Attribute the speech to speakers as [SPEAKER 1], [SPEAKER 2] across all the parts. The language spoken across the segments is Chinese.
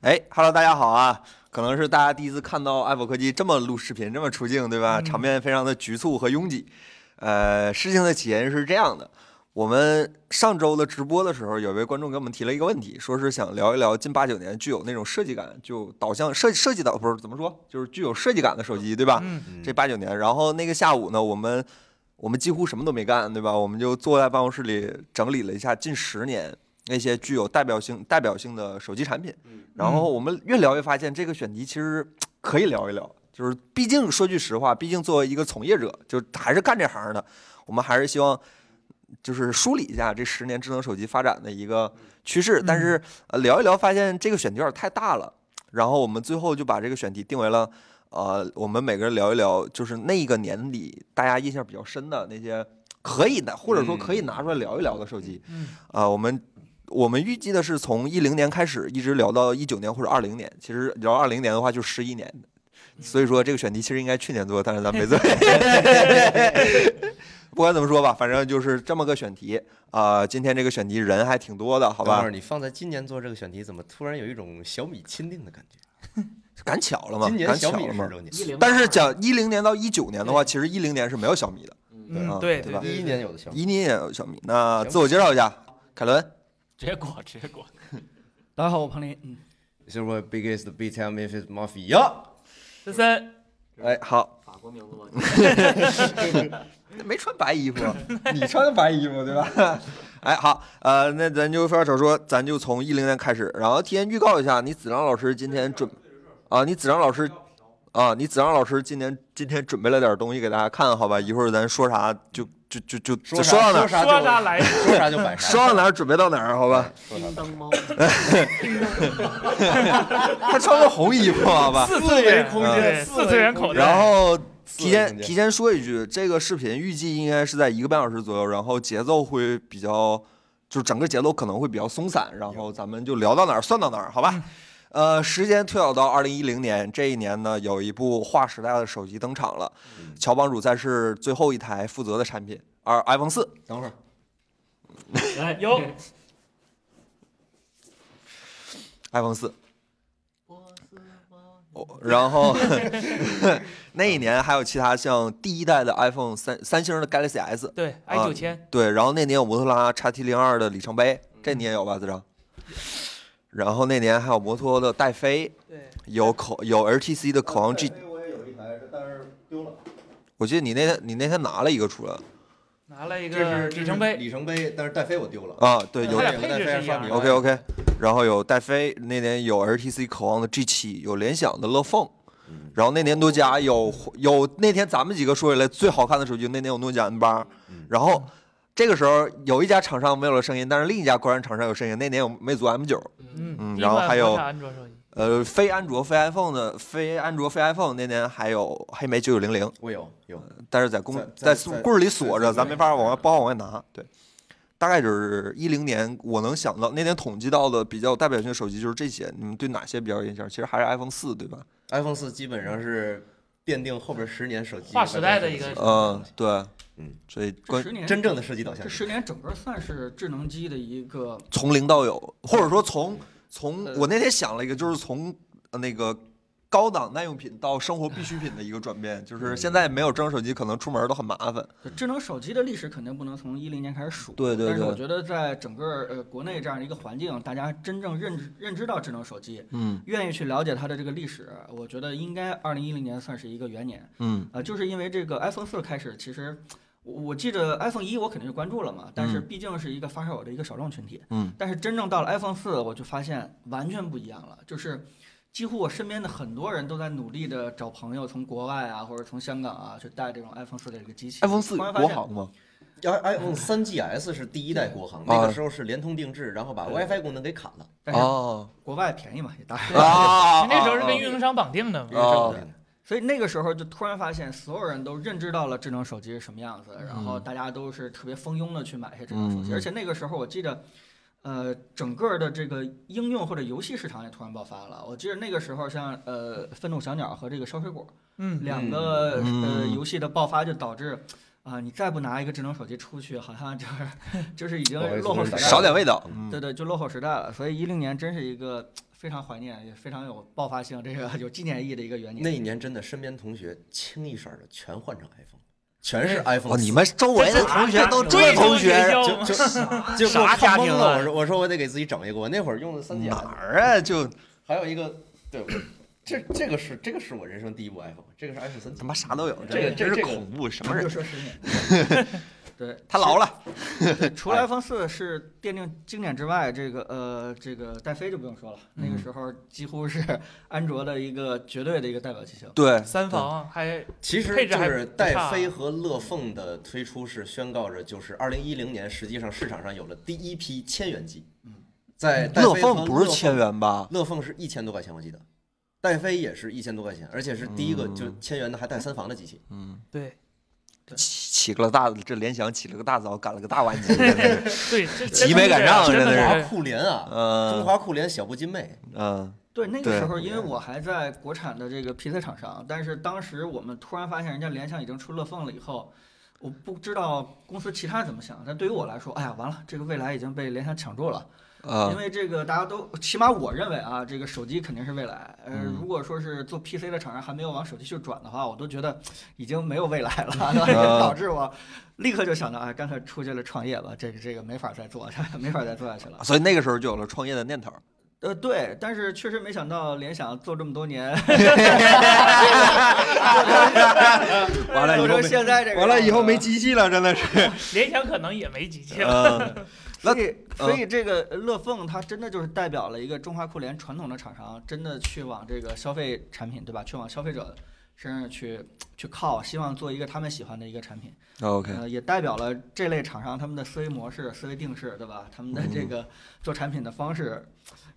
[SPEAKER 1] 哎，Hello，大家好啊！可能是大家第一次看到爱否科技这么录视频，这么出镜，对吧？场面非常的局促和拥挤。呃，事情的起因是这样的，我们上周的直播的时候，有位观众给我们提了一个问题，说是想聊一聊近八九年具有那种设计感，就导向设设计导不是怎么说，就是具有设计感的手机，对吧？
[SPEAKER 2] 嗯
[SPEAKER 1] 这八九年，然后那个下午呢，我们我们几乎什么都没干，对吧？我们就坐在办公室里整理了一下近十年那些具有代表性代表性的手机产品，
[SPEAKER 3] 嗯
[SPEAKER 1] 然后我们越聊越发现这个选题其实可以聊一聊，就是毕竟说句实话，毕竟作为一个从业者，就还是干这行的，我们还是希望。就是梳理一下这十年智能手机发展的一个趋势，但是呃聊一聊发现这个选题有点太大了，然后我们最后就把这个选题定为了呃，我们每个人聊一聊，就是那个年里大家印象比较深的那些可以的，或者说可以拿出来聊一聊的手机。
[SPEAKER 2] 嗯，
[SPEAKER 1] 啊，我们我们预计的是从一零年开始，一直聊到一九年或者二零年。其实聊二零年的话，就十一年。
[SPEAKER 4] 嗯
[SPEAKER 1] 所以说这个选题其实应该去年做，但是咱们 没做。不管怎么说吧，反正就是这么个选题啊、今天这个选题人还挺多的，好
[SPEAKER 4] 等会
[SPEAKER 1] 吧
[SPEAKER 4] 儿？你放在今年做这个选题，怎么突然有一种小米钦定的感觉？
[SPEAKER 1] 赶巧了嘛，
[SPEAKER 4] 今年
[SPEAKER 1] 赶
[SPEAKER 4] 小
[SPEAKER 1] 巧
[SPEAKER 4] 米
[SPEAKER 1] 了嘛
[SPEAKER 4] 十。周年，
[SPEAKER 3] 一零，
[SPEAKER 1] 但是讲一零年到一九年的话，其实一零年是没有小米的，
[SPEAKER 2] 嗯，
[SPEAKER 1] 啊
[SPEAKER 2] 对
[SPEAKER 1] 对
[SPEAKER 2] 对
[SPEAKER 1] 吧
[SPEAKER 4] 一一年有的小米。
[SPEAKER 1] 一零年有小米。那
[SPEAKER 4] 行
[SPEAKER 1] 自我介绍一下，凯伦。
[SPEAKER 3] 直接过，直接过。
[SPEAKER 2] 大家好，我庞林，嗯，
[SPEAKER 4] This is my biggest beat i m if it's mafia。
[SPEAKER 2] 森森，
[SPEAKER 1] 哎，好，
[SPEAKER 3] 法国名字吗？
[SPEAKER 1] 没穿白衣服，你穿的白衣服对吧？ 哎，好，呃，那咱就废话少说，咱就从一零年开始，然后提前预告一下，你子章老师今天准啊，你子章老师啊，你子章老师今年今天准备了点东西给大家看，好吧？一会儿咱说啥就就就就就
[SPEAKER 4] 啥
[SPEAKER 1] 到哪儿，
[SPEAKER 4] 啥
[SPEAKER 2] 说啥
[SPEAKER 4] 就
[SPEAKER 2] 来着？
[SPEAKER 4] 说啥就摆啥。
[SPEAKER 1] 说到哪儿准备到哪儿，好吧？
[SPEAKER 4] 说啥
[SPEAKER 3] 叮当猫，
[SPEAKER 1] 他穿个红衣服，好吧？
[SPEAKER 2] 四次元
[SPEAKER 4] 空
[SPEAKER 1] 间
[SPEAKER 2] 对四次元口袋，
[SPEAKER 1] 然后提
[SPEAKER 4] 四
[SPEAKER 1] 前
[SPEAKER 4] 个空间
[SPEAKER 1] 提前说一句，这个视频预计应该是在一个半小时左右，然后节奏会比较，就是整个节奏可能会比较松散，然后咱们就聊到哪儿算到哪儿，好
[SPEAKER 4] 嗯
[SPEAKER 1] 吧？呃，时间推导到二零一零年，这一年呢，有一部划时代的手机登场了，
[SPEAKER 4] 嗯
[SPEAKER 1] 乔帮主在世最后一台负责的产品，而 iPhone 四，
[SPEAKER 4] 等会儿，
[SPEAKER 3] 来
[SPEAKER 2] 有
[SPEAKER 1] iPhone 四。哦，然后 那一年还有其他像第一代的 iPhone 三三星的 Galaxy S，
[SPEAKER 2] 对 i
[SPEAKER 1] 啊
[SPEAKER 2] 九千，
[SPEAKER 1] 对，然后那年有摩托罗拉 XT 零二的里程碑，这你也有吧，子章？然后那年还有摩托的戴飞，
[SPEAKER 2] 对，
[SPEAKER 1] 有口有 HTC 的
[SPEAKER 4] 哦
[SPEAKER 1] 口王 G，
[SPEAKER 4] 我也有一台，但是丢了。
[SPEAKER 1] 我记得你那天你那天拿了一个出来
[SPEAKER 2] 拿了一
[SPEAKER 4] 这
[SPEAKER 2] 个
[SPEAKER 4] 是
[SPEAKER 2] 里程碑，
[SPEAKER 4] 里程碑，但是戴飞我丢了。
[SPEAKER 1] 啊，对，有
[SPEAKER 2] 它俩
[SPEAKER 4] 有
[SPEAKER 2] 配
[SPEAKER 4] 戴
[SPEAKER 2] 置
[SPEAKER 4] 哎飞还
[SPEAKER 2] 是一样
[SPEAKER 4] 刷
[SPEAKER 2] 的
[SPEAKER 1] OK
[SPEAKER 4] 屏。
[SPEAKER 1] OK，然后有戴飞，那年有 HTC 口王的 G 七，有联想的乐凤，然后那年诺基亚有有那天咱们几个说起来最好看的手机，那年有诺基亚 N 八，然后这个时候有一家厂商没有了声音，但是另一家国产厂商有声音，那年有魅族 M 九，
[SPEAKER 2] 嗯
[SPEAKER 1] 嗯
[SPEAKER 2] 第一
[SPEAKER 1] 然后
[SPEAKER 2] 款
[SPEAKER 1] 还有
[SPEAKER 2] 国产安卓手机，
[SPEAKER 1] 呃，非安卓、非 iPhone 的，非安卓、非 iPhone 那年还有黑莓九九零零，
[SPEAKER 4] 我有有。
[SPEAKER 1] 但是在公
[SPEAKER 4] 在在
[SPEAKER 1] 锁
[SPEAKER 4] 在
[SPEAKER 1] 柜儿里锁着，
[SPEAKER 4] 在
[SPEAKER 1] 咱没法往外不好往外拿。对，大概就是一零年，我能想到那年统计到的比较有代表性的手机就是这些。你们对哪些比较有印象？其实还是 iPhone 四，对吧？
[SPEAKER 4] iPhone 四基本上是奠定后边十年手机
[SPEAKER 2] 划时代的一个
[SPEAKER 4] 外
[SPEAKER 2] 是
[SPEAKER 4] 观
[SPEAKER 1] 嗯，对，
[SPEAKER 4] 嗯，
[SPEAKER 1] 所以
[SPEAKER 5] 这
[SPEAKER 1] 关
[SPEAKER 5] 十年
[SPEAKER 4] 真正的设计导向
[SPEAKER 5] 这。十年整个算是智能机的一个
[SPEAKER 1] 从零到有，或者说从从
[SPEAKER 5] 呃
[SPEAKER 1] 我那天想了一个，就是从呃那个。高档耐用品到生活必需品的一个转变，就是现在没有智能手机，可能出门都很麻烦。
[SPEAKER 5] 智能手机的历史，肯定不能从一零年开始数。
[SPEAKER 1] 对对
[SPEAKER 5] 但是
[SPEAKER 1] 对
[SPEAKER 5] 我觉得在整个呃国内这样一个环境，大家真正认知认知到智能手机，
[SPEAKER 1] 嗯
[SPEAKER 5] 愿意去了解它的这个历史，我觉得应该二零一零年算是一个元年。
[SPEAKER 1] 嗯
[SPEAKER 5] 呃，就是因为这个 iPhone 四开始，其实我我记着 iPhone 一我肯定就关注了嘛，但是毕竟是一个发烧友的一个少众群体。
[SPEAKER 1] 嗯
[SPEAKER 5] 但是真正到了 iPhone 四，我就发现完全不一样了，就是几乎我身边的很多人都在努力的找朋友从国外啊，或者从香港啊去带这种 iPhone 四的这个机器。
[SPEAKER 1] ，iPhone 四
[SPEAKER 5] 突然发
[SPEAKER 1] 国啊
[SPEAKER 5] 现
[SPEAKER 1] 行吗？
[SPEAKER 4] i iPhone 三 GS 是第一代国行，那个时候是联通定制，然后把 WiFi 功能给砍了。
[SPEAKER 5] 但是
[SPEAKER 1] 哦
[SPEAKER 5] 国外便宜嘛，也当然。
[SPEAKER 1] 啊
[SPEAKER 2] 你那时候是跟运营商绑定的嘛，
[SPEAKER 4] 啊
[SPEAKER 1] 哦
[SPEAKER 5] 所以那个时候就突然发现，所有人都认知到了智能手机是什么样子，然后大家都是特别蜂拥的去买一些智能手
[SPEAKER 1] 嗯
[SPEAKER 5] 机，
[SPEAKER 1] 嗯
[SPEAKER 5] 而且那个时候我记得。呃，整个的这个应用或者游戏市场也突然爆发了。我记得那个时候像，呃愤怒小鸟和这个烧水果，
[SPEAKER 2] 嗯，
[SPEAKER 5] 两个、
[SPEAKER 1] 嗯
[SPEAKER 5] 呃游戏的爆发就导致啊，你再不拿一个智能手机出去，好像就是就是已 经
[SPEAKER 4] 不好意思
[SPEAKER 5] 落后时
[SPEAKER 4] 不
[SPEAKER 5] 代
[SPEAKER 4] 是
[SPEAKER 5] 了，
[SPEAKER 1] 少点味嗯道。
[SPEAKER 5] 对对，就落后时代了。所以一零年真是一个非常怀念，也非常有爆发性，这个有纪念意义的一个元
[SPEAKER 4] 那
[SPEAKER 5] 年。
[SPEAKER 4] 一年真的，身边同学清一色的全换成 iPhone，全是 iPhone
[SPEAKER 1] 哦，
[SPEAKER 4] 四。
[SPEAKER 1] 你们周围的同学都这
[SPEAKER 2] 追
[SPEAKER 1] 同学，
[SPEAKER 4] 就就就给我
[SPEAKER 6] 啥家
[SPEAKER 4] 看
[SPEAKER 6] 庭
[SPEAKER 4] 懵
[SPEAKER 6] 啊
[SPEAKER 4] 了，我说我说我得给自己整一个。我那会儿用的三 G，
[SPEAKER 1] 哪儿啊？就
[SPEAKER 4] 还有一个，对，我这这个是这个是我人生第一部 iPhone，这个是 iPhone 三 G
[SPEAKER 1] 他。妈啥都有，
[SPEAKER 4] 这个
[SPEAKER 1] 真
[SPEAKER 4] 这
[SPEAKER 1] 是
[SPEAKER 4] 个
[SPEAKER 1] 恐怖，什
[SPEAKER 5] 我
[SPEAKER 1] 么
[SPEAKER 5] 们就
[SPEAKER 1] 人？
[SPEAKER 5] 说十年。对，
[SPEAKER 1] 他老了，
[SPEAKER 5] 除了 iPhone 四是奠定经典之外，这个呃，这个戴飞就不用说了，那个时候几乎是安卓的一个绝对的一个代表机型。
[SPEAKER 1] 对，
[SPEAKER 2] 三防还
[SPEAKER 4] 其实
[SPEAKER 2] 配置
[SPEAKER 4] 就
[SPEAKER 2] 还
[SPEAKER 4] 是
[SPEAKER 2] 不
[SPEAKER 4] 戴
[SPEAKER 2] 差啊
[SPEAKER 4] 飞和乐凤的推出是宣告着，就是二零一零年实际上市场上有了第一批千元机。
[SPEAKER 5] 嗯，
[SPEAKER 4] 在戴
[SPEAKER 1] 乐
[SPEAKER 4] 飞和
[SPEAKER 1] 凤不是千，元吧？
[SPEAKER 4] 乐凤是一千多块钱我记得，戴飞也是一千多块钱，而且是第一个
[SPEAKER 1] 嗯
[SPEAKER 4] 就千元的还带三防的机器。
[SPEAKER 1] 嗯，
[SPEAKER 2] 对
[SPEAKER 1] 起起个大这联想起了个大早，赶了个大晚节，真是
[SPEAKER 2] 对，这
[SPEAKER 1] 急没赶上
[SPEAKER 2] 真
[SPEAKER 1] 真
[SPEAKER 2] 的
[SPEAKER 1] 的
[SPEAKER 4] 华
[SPEAKER 1] 是
[SPEAKER 2] 是
[SPEAKER 4] 酷联啊，中
[SPEAKER 1] 嗯
[SPEAKER 4] 华酷联小步金妹，
[SPEAKER 1] 嗯，
[SPEAKER 5] 对，那个
[SPEAKER 1] 对
[SPEAKER 5] 时候因为我还在国产的这个 PC 厂商，但是当时我们突然发现人家联想已经出乐凤了以后，我不知道公司其他人怎么想，但对于我来说，哎呀，完了，这个未来已经被联想抢住了。因
[SPEAKER 1] 啊，
[SPEAKER 5] 为这个大家都，起码我认为啊，这个手机肯定是未来。呃，
[SPEAKER 1] 嗯
[SPEAKER 5] 如果说是做 PC 的厂商还没有往手机去转的话，我都觉得已经没有未来了，
[SPEAKER 1] 啊
[SPEAKER 5] 对吧？也导致我立刻就想到，哎，干脆出去了创业吧，这个这个没法再做， 没法再做下去了。
[SPEAKER 1] 所以那个时候就有了创业的念头。
[SPEAKER 5] 呃，对，但是确实没想到联想做这么多年，
[SPEAKER 1] 完了
[SPEAKER 5] 做
[SPEAKER 1] 以后
[SPEAKER 5] 成
[SPEAKER 1] 没，
[SPEAKER 5] 哎现在这个，
[SPEAKER 1] 完了以后没。机器了，真的是。
[SPEAKER 2] 联想可能也没机器了。
[SPEAKER 1] 嗯，
[SPEAKER 5] 所以，所以这个乐凤它真的就是代表了一个中华酷联传统的厂商，真的去往这个消费产品，对吧？去往消费者身上去去靠，希望做一个他们喜欢的一个产品。
[SPEAKER 1] OK，
[SPEAKER 5] 呃，也代表了这类厂商他们的思维模式、思维定式，对吧？他们的
[SPEAKER 1] 嗯
[SPEAKER 5] 这个做产品的方式，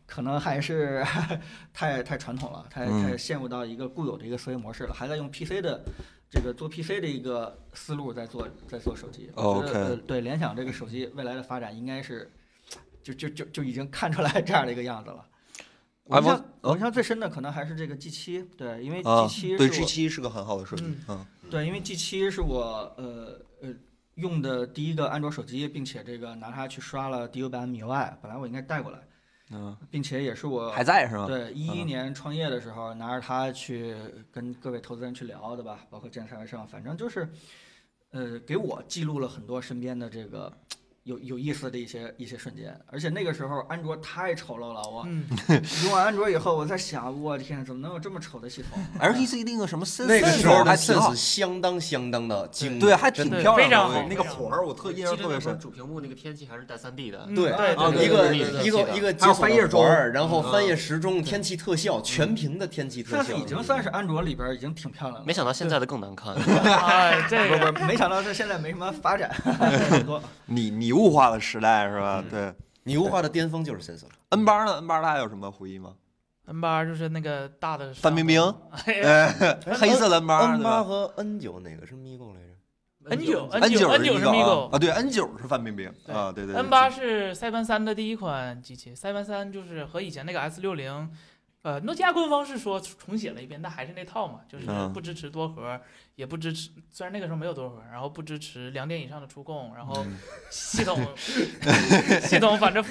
[SPEAKER 5] 可能还是 太太传统了，太
[SPEAKER 1] 嗯
[SPEAKER 5] 太陷入到一个固有的一个思维模式了，还在用 PC 的这个做 PC 的一个思路在做在做手机。我觉
[SPEAKER 1] 哦 OK
[SPEAKER 5] 得呃对联想这个手机未来的发展应该是。就就就就已经看出来这样的一个样子了。我印
[SPEAKER 1] iPhone-
[SPEAKER 5] 象我印象最深的可能还是这个 G 七，对，因为
[SPEAKER 1] 哦啊
[SPEAKER 5] G 七
[SPEAKER 1] 对 G 七是个很好的设计，嗯
[SPEAKER 5] 对，因为 G 七是我呃呃用的第一个安卓手机，并且这个拿它去刷了 DU 版 MIUI，本来我应该带过来，
[SPEAKER 1] 嗯，
[SPEAKER 5] 并且也是我
[SPEAKER 1] 还在是吗？
[SPEAKER 5] 对一一
[SPEAKER 1] 嗯
[SPEAKER 5] 年创业的时候拿着它去跟各位投资人去聊的吧，包括建材上，反正就是呃给我记录了很多身边的这个。有有意思的一些一些瞬间，而且那个时候安卓太丑陋了，我
[SPEAKER 2] 嗯，
[SPEAKER 5] 用完安卓以后，我在想，我天，怎么能有这么丑的系统
[SPEAKER 1] LTC 那个什么 Sense
[SPEAKER 4] 那个时候的
[SPEAKER 1] 还挺好
[SPEAKER 4] Sense 相当相当的精美，
[SPEAKER 1] 对，还挺
[SPEAKER 2] 真的
[SPEAKER 1] 漂
[SPEAKER 2] 非
[SPEAKER 1] 亮
[SPEAKER 2] 常
[SPEAKER 1] 的
[SPEAKER 2] 好，
[SPEAKER 1] 那个
[SPEAKER 2] 非常
[SPEAKER 1] 火儿我特印象特别
[SPEAKER 6] 深。
[SPEAKER 1] 深。
[SPEAKER 6] 主屏幕那个天气还是带三 D 的，
[SPEAKER 2] 嗯
[SPEAKER 4] 对
[SPEAKER 2] 对
[SPEAKER 1] 啊
[SPEAKER 2] 对
[SPEAKER 4] 一
[SPEAKER 1] 对对
[SPEAKER 4] 个
[SPEAKER 6] 对
[SPEAKER 4] 一
[SPEAKER 6] 对
[SPEAKER 4] 个一个
[SPEAKER 1] 还有翻页
[SPEAKER 4] 钟
[SPEAKER 1] 钟，
[SPEAKER 4] 然后
[SPEAKER 6] 嗯
[SPEAKER 4] 翻页时钟、天气特效，全屏的天气特效
[SPEAKER 1] 嗯
[SPEAKER 5] Sense 已经算是安卓里边已经挺漂亮的了
[SPEAKER 6] 没。想到现在的更难看。
[SPEAKER 2] 哎，这
[SPEAKER 5] 不
[SPEAKER 2] 个
[SPEAKER 5] 不，没想到这现在没什么发展，很多
[SPEAKER 1] 你你物化的时代是
[SPEAKER 6] 嗯
[SPEAKER 1] 吧？对
[SPEAKER 4] 你物化的巅峰就是 Sense 了。
[SPEAKER 1] ，N 八呢？N 八大家有什么回忆吗？
[SPEAKER 2] N 八就是那个大的
[SPEAKER 1] 范冰冰，
[SPEAKER 2] ，N
[SPEAKER 1] 哎，黑色的 N 八
[SPEAKER 4] N
[SPEAKER 1] 对
[SPEAKER 4] 八
[SPEAKER 1] 吧
[SPEAKER 4] 和 N 九哪个是 Migo 来着？
[SPEAKER 2] 九
[SPEAKER 1] ？N
[SPEAKER 2] 九 N
[SPEAKER 1] 是 Migo
[SPEAKER 2] 是
[SPEAKER 1] 啊
[SPEAKER 2] Migo
[SPEAKER 1] 啊，对，N 九是范冰冰
[SPEAKER 2] 对
[SPEAKER 1] 啊，对对对
[SPEAKER 2] N 八是塞班三的第一款机器，塞班三就是和以前那个 S 六零，呃，诺基亚官方是说重写了一遍，但还是那套嘛，就是
[SPEAKER 1] 嗯
[SPEAKER 2] 不支持多核，也不支持，虽然那个时候没有多核，然后不支持两点以上的触控，然
[SPEAKER 1] 嗯
[SPEAKER 2] 后 系统系统反正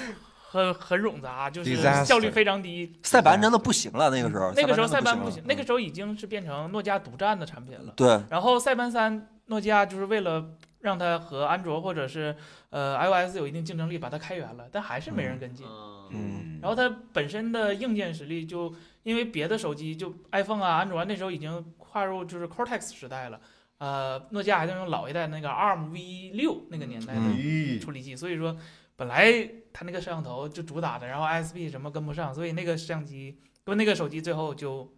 [SPEAKER 2] 很很冗杂，就是
[SPEAKER 4] Disaster
[SPEAKER 2] 效率非常低。
[SPEAKER 1] 塞班真的不行了，那个时候
[SPEAKER 2] 那个时候塞班
[SPEAKER 1] 班
[SPEAKER 2] 不行，那个时候已经是变成诺基亚独占的产品了。
[SPEAKER 1] 嗯对
[SPEAKER 2] 然后塞班三，诺基亚就是为了让它和安卓或者是呃 iOS 有一定竞争力，把它开源了，但还是没人跟进。
[SPEAKER 6] 嗯，
[SPEAKER 1] 嗯
[SPEAKER 2] 然后它本身的硬件实力就因为别的手机就 iPhone 啊、安卓啊那时候已经跨入就是 Cortex 时代了，呃，诺基亚还在用老一代那个 ARM V 六那个年代的
[SPEAKER 6] 嗯
[SPEAKER 4] 咦，
[SPEAKER 2] 处理器，所以说本来它那个摄像头就主打的，然后 ISP 什么跟不上，所以那个摄像机跟那个手机最后就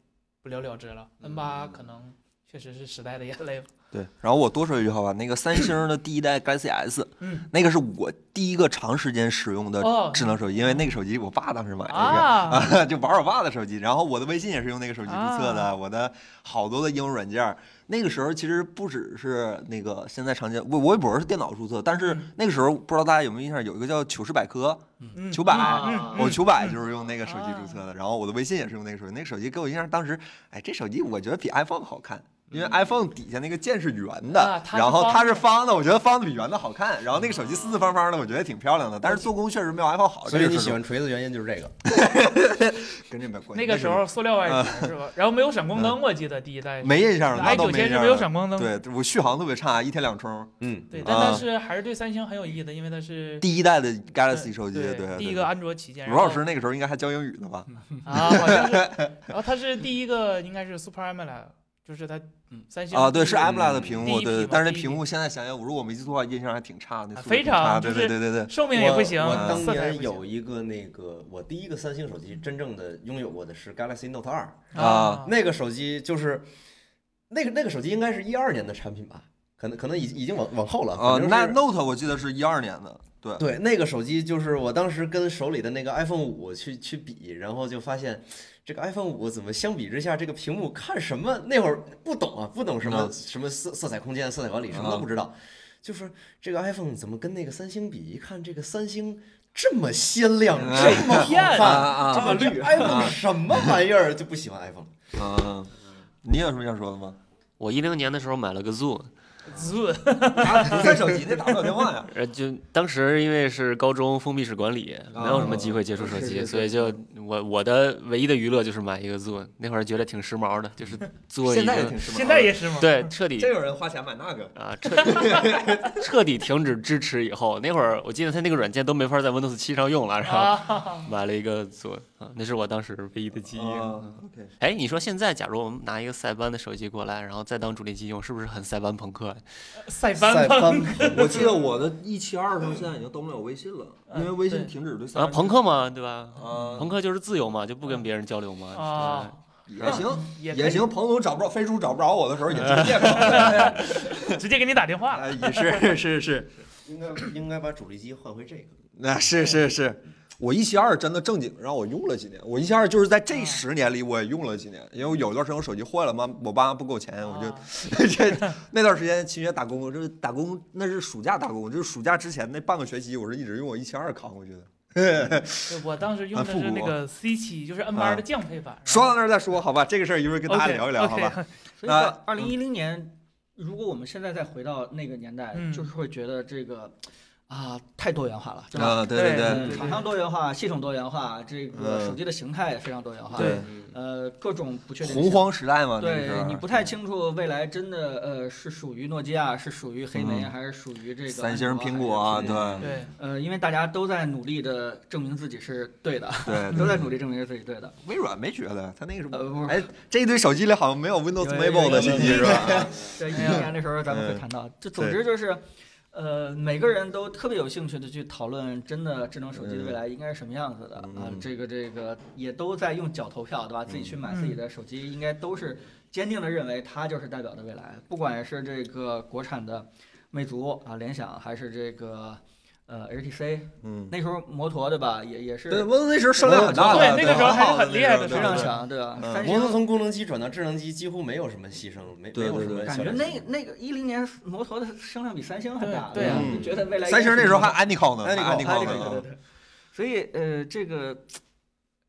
[SPEAKER 2] 不了了之了。N 八
[SPEAKER 6] 嗯
[SPEAKER 2] 可能确实是时代的眼泪吧。
[SPEAKER 1] 对。然后我多说一句好吧，那个三星的第一代 Galaxy S，
[SPEAKER 2] 嗯，
[SPEAKER 1] 那个是我第一个长时间使用的
[SPEAKER 2] 哦
[SPEAKER 1] 智能手机，因为那个手机我爸当时买的那个。
[SPEAKER 2] 啊，
[SPEAKER 1] 啊，就玩我爸的手机，然后我的微信也是用那个手机注册的，
[SPEAKER 2] 啊
[SPEAKER 1] 我的好多的应用软件儿，那个时候其实不只是那个现在常见，微微博是电脑注册，但是
[SPEAKER 2] 嗯
[SPEAKER 1] 那个时候不知道大家有没有印象，有一个叫糗事百科，
[SPEAKER 2] 嗯
[SPEAKER 1] 九百啊
[SPEAKER 2] 嗯嗯
[SPEAKER 1] 我
[SPEAKER 2] 嗯
[SPEAKER 1] 九百就是用那个手机注册的，然后我的微信也是用那个手机，那个手机给我印象当时，哎，这手机我觉得比 iPhone 好看，因为 iPhone 底下那个键是圆
[SPEAKER 2] 嗯啊
[SPEAKER 1] 的，
[SPEAKER 2] 它是
[SPEAKER 1] 然后它
[SPEAKER 2] 方的
[SPEAKER 1] 是方的，我觉得方的比圆的好看。然后那个手机四四方方的，我觉得挺漂亮的，但是做工确实没有 iPhone 好。
[SPEAKER 4] 所
[SPEAKER 1] 这
[SPEAKER 4] 以
[SPEAKER 1] 个
[SPEAKER 4] 你
[SPEAKER 1] 是
[SPEAKER 4] 喜欢锤子原因就是这个。
[SPEAKER 1] 跟这没关系。
[SPEAKER 2] 那个时候塑料外壳是吧？然后没有闪光灯，我记得第一
[SPEAKER 1] 那是
[SPEAKER 2] 代是
[SPEAKER 1] 啊嗯没印象了，那
[SPEAKER 2] ，i
[SPEAKER 1] 都
[SPEAKER 2] 九
[SPEAKER 1] 没印
[SPEAKER 2] 千是
[SPEAKER 1] 象
[SPEAKER 2] 没有
[SPEAKER 1] 了。
[SPEAKER 2] 闪光灯。
[SPEAKER 1] 对我续航特别差，一天两充。
[SPEAKER 4] 嗯，
[SPEAKER 2] 对，
[SPEAKER 1] 嗯
[SPEAKER 2] 但
[SPEAKER 1] 啊
[SPEAKER 2] 但是还是对三星很有意义的，因为它是呃
[SPEAKER 1] 第一代的 Galaxy
[SPEAKER 2] 对
[SPEAKER 1] 手机，对，啊对
[SPEAKER 2] 第一个安卓旗舰。
[SPEAKER 1] 卢老师那个时候应该还教英语呢吧？
[SPEAKER 2] 然后啊，好像是，然后它是第一个，应该是 Super AMOLED，就是它
[SPEAKER 5] 嗯
[SPEAKER 2] 三星
[SPEAKER 1] 啊，对，是
[SPEAKER 2] 第一个
[SPEAKER 1] AMOLED 的屏
[SPEAKER 2] 第一
[SPEAKER 1] 幕，
[SPEAKER 2] 批嘛
[SPEAKER 1] 对，但是那
[SPEAKER 2] 第一批
[SPEAKER 1] 屏幕现在想想，如果我没记错的话，印象还挺差，那速
[SPEAKER 2] 啊
[SPEAKER 1] 度
[SPEAKER 2] 非
[SPEAKER 1] 挺差
[SPEAKER 2] 常就
[SPEAKER 1] 对对
[SPEAKER 2] 是
[SPEAKER 1] 对对对，
[SPEAKER 2] 寿命也不行，
[SPEAKER 4] 我当
[SPEAKER 2] 色彩也
[SPEAKER 4] 年
[SPEAKER 2] 不
[SPEAKER 4] 有
[SPEAKER 2] 行
[SPEAKER 4] 一个那个，我第一个三星手机真正的拥有过的是 Galaxy Note 二，
[SPEAKER 1] 啊
[SPEAKER 4] 那个手机就是那个那个手机应该是一二年的产品吧，可能可能已已经往往后了。
[SPEAKER 1] 啊
[SPEAKER 7] 哦
[SPEAKER 4] 反，正
[SPEAKER 1] 那
[SPEAKER 4] 是
[SPEAKER 1] Note 我记得是一二年的，对，
[SPEAKER 4] 对那个手机就是我当时跟手里的那个 iPhone 五去去比，然后就发现这个 iPhone 五怎么相比之下，这个屏幕看什么那会儿不懂啊，不懂什么、
[SPEAKER 1] 嗯
[SPEAKER 4] 什么色色彩空间、色彩管理什么都
[SPEAKER 1] 嗯
[SPEAKER 4] 不知道，就是这个 iPhone 怎么跟那个三星比，一看这个三星这么鲜亮，
[SPEAKER 1] 嗯
[SPEAKER 4] 这么好
[SPEAKER 2] 艳
[SPEAKER 1] 啊
[SPEAKER 4] 看。
[SPEAKER 1] 啊
[SPEAKER 4] 这
[SPEAKER 1] 啊
[SPEAKER 4] 么绿，iPhone 什么玩意儿就不喜欢 iPhone 了。
[SPEAKER 1] 嗯，你有什么想说的 吗？
[SPEAKER 7] 我一零年的时候买了个 Zoom，
[SPEAKER 2] 滋
[SPEAKER 1] 打不算手机，那打不了电话呀。
[SPEAKER 7] 呃，就当时因为是高中封闭式管理，没有什么机会接触手
[SPEAKER 5] 是
[SPEAKER 7] 机，
[SPEAKER 5] 是
[SPEAKER 7] 所以就我我的唯一的娱乐就是买一个 Zoom，那会儿觉得挺时髦的，就是做一
[SPEAKER 1] 现在也
[SPEAKER 7] 个
[SPEAKER 1] 挺时髦的，
[SPEAKER 2] 现在也是吗？
[SPEAKER 7] 对彻底
[SPEAKER 1] 真有人花钱买那个。
[SPEAKER 7] 啊，彻彻底 停止支持以后，那会儿我记得它那个软件都没法在 Windows 七上用了，然
[SPEAKER 1] 哦
[SPEAKER 7] 后
[SPEAKER 2] 啊，
[SPEAKER 7] 买了一个做啊，那是我当时唯一的记忆。
[SPEAKER 1] 啊，OK，
[SPEAKER 7] 哎，你说现在假如我们拿一个塞班的手机过来，然后再当主力机用，是不是很塞班朋克？
[SPEAKER 2] 塞
[SPEAKER 4] 塞
[SPEAKER 2] 班吧，
[SPEAKER 4] 班
[SPEAKER 1] 我记得我的一七二的时候，现在已经登不了微信了，因为微信停止对
[SPEAKER 7] 啊，朋克嘛，对吧？
[SPEAKER 1] 啊
[SPEAKER 7] 朋克就是自由嘛，就不跟别人交流嘛。
[SPEAKER 2] 啊
[SPEAKER 1] 也行。
[SPEAKER 2] 也可
[SPEAKER 1] 也
[SPEAKER 2] 以，
[SPEAKER 1] 行，彭总找不着，飞猪找不着我的时候也是借口，
[SPEAKER 2] 直接给你打电话 了。
[SPEAKER 1] 哎也是是是，
[SPEAKER 4] 应该应该把主力机换回这个。
[SPEAKER 1] 那啊是是是，我一七二真的正经让我用了几年，我一七二就是在这十年里我也用了几年，因为我有一段时间我手机坏了，妈我爸妈不给我钱，我
[SPEAKER 5] 哦
[SPEAKER 1] 就
[SPEAKER 2] 啊
[SPEAKER 1] 这那段时间勤学打工，就是打工那是暑假打工，就是暑假之前那半个学期我是一直用我一七二扛过去的。
[SPEAKER 2] 对我当时用的
[SPEAKER 1] 很
[SPEAKER 2] 是
[SPEAKER 1] 复古
[SPEAKER 2] 那个 C 七，就是 N
[SPEAKER 1] 啊
[SPEAKER 2] 八的降配版。
[SPEAKER 1] 说到那儿再说，好吧，这个事儿一会儿跟大家聊一聊，好
[SPEAKER 2] OK，OK
[SPEAKER 1] 吧？
[SPEAKER 5] 所以
[SPEAKER 1] 那
[SPEAKER 5] 到二零一零年，如果我们现在再回到那个年代，
[SPEAKER 2] 嗯
[SPEAKER 5] 就是会觉得这个啊太多元化了，对吧？嗯
[SPEAKER 1] 啊，对对对，
[SPEAKER 5] 厂商多元化，系统多元化，这个
[SPEAKER 1] 嗯
[SPEAKER 5] 手机的形态也非常多元
[SPEAKER 7] 啊
[SPEAKER 5] 化。
[SPEAKER 1] 对，
[SPEAKER 4] 嗯
[SPEAKER 5] 呃，各种不确定性
[SPEAKER 1] 洪。荒时代嘛，啊那个时
[SPEAKER 5] 对
[SPEAKER 1] 候
[SPEAKER 5] 你不太清楚未来真的呃是属于诺基亚，是属于黑莓，还是属于这个
[SPEAKER 1] 嗯三星、
[SPEAKER 5] 安卓
[SPEAKER 1] 苹果啊，
[SPEAKER 5] 还是属于
[SPEAKER 1] 对
[SPEAKER 2] 对，
[SPEAKER 5] 呃，因为大家都在努力的证明自己是对的，
[SPEAKER 1] 对
[SPEAKER 5] 都
[SPEAKER 1] 哎对。
[SPEAKER 5] 在努力证明自己对的。
[SPEAKER 1] 微软没觉得，他那个什
[SPEAKER 5] 呃，
[SPEAKER 1] 么，
[SPEAKER 5] 不是，
[SPEAKER 1] 哎，这一堆手机里好像没有 Windows
[SPEAKER 5] 有
[SPEAKER 1] Mobile 的信息是吧？？
[SPEAKER 5] 对，一零年的时候咱们会
[SPEAKER 1] 嗯
[SPEAKER 5] 谈到，就总之就是，呃，每个人都特别有兴趣的去讨论，真的智能手机的未来应该是什么样子的啊
[SPEAKER 1] 嗯？
[SPEAKER 5] 这个这个也都在用脚投票，对吧？自己去买自己
[SPEAKER 1] 嗯
[SPEAKER 5] 的手机，应该都是坚定的认为它就是代表的未来，不管是这个国产的魅族啊、联想，还是这个呃 HTC，
[SPEAKER 1] 嗯，
[SPEAKER 5] 那时候摩托对吧？也也
[SPEAKER 1] 对
[SPEAKER 5] 是
[SPEAKER 1] ，Windows 那时候声量很大的，
[SPEAKER 2] 对那个时候还是很厉害的
[SPEAKER 1] 对
[SPEAKER 2] 声
[SPEAKER 5] 非
[SPEAKER 2] 量
[SPEAKER 5] 常
[SPEAKER 1] 对
[SPEAKER 5] 强，对吧？
[SPEAKER 1] 嗯
[SPEAKER 5] 三
[SPEAKER 4] 摩
[SPEAKER 5] 星
[SPEAKER 4] 托从功能机转到智能机，几乎没有什么牺牲，没没
[SPEAKER 1] 对
[SPEAKER 4] 有
[SPEAKER 1] 对
[SPEAKER 4] 什么
[SPEAKER 1] 对
[SPEAKER 5] 感
[SPEAKER 4] 小牺牲。
[SPEAKER 5] 觉那那个一零年摩托的声量比三星还大，
[SPEAKER 2] 对
[SPEAKER 5] 吧
[SPEAKER 1] 对啊
[SPEAKER 5] 就觉得未来
[SPEAKER 1] 对三星那时候还 Anycom 呢
[SPEAKER 4] Anycom，
[SPEAKER 1] ，Anycom
[SPEAKER 5] 对对
[SPEAKER 1] 呢，
[SPEAKER 5] 对。所以呃，这个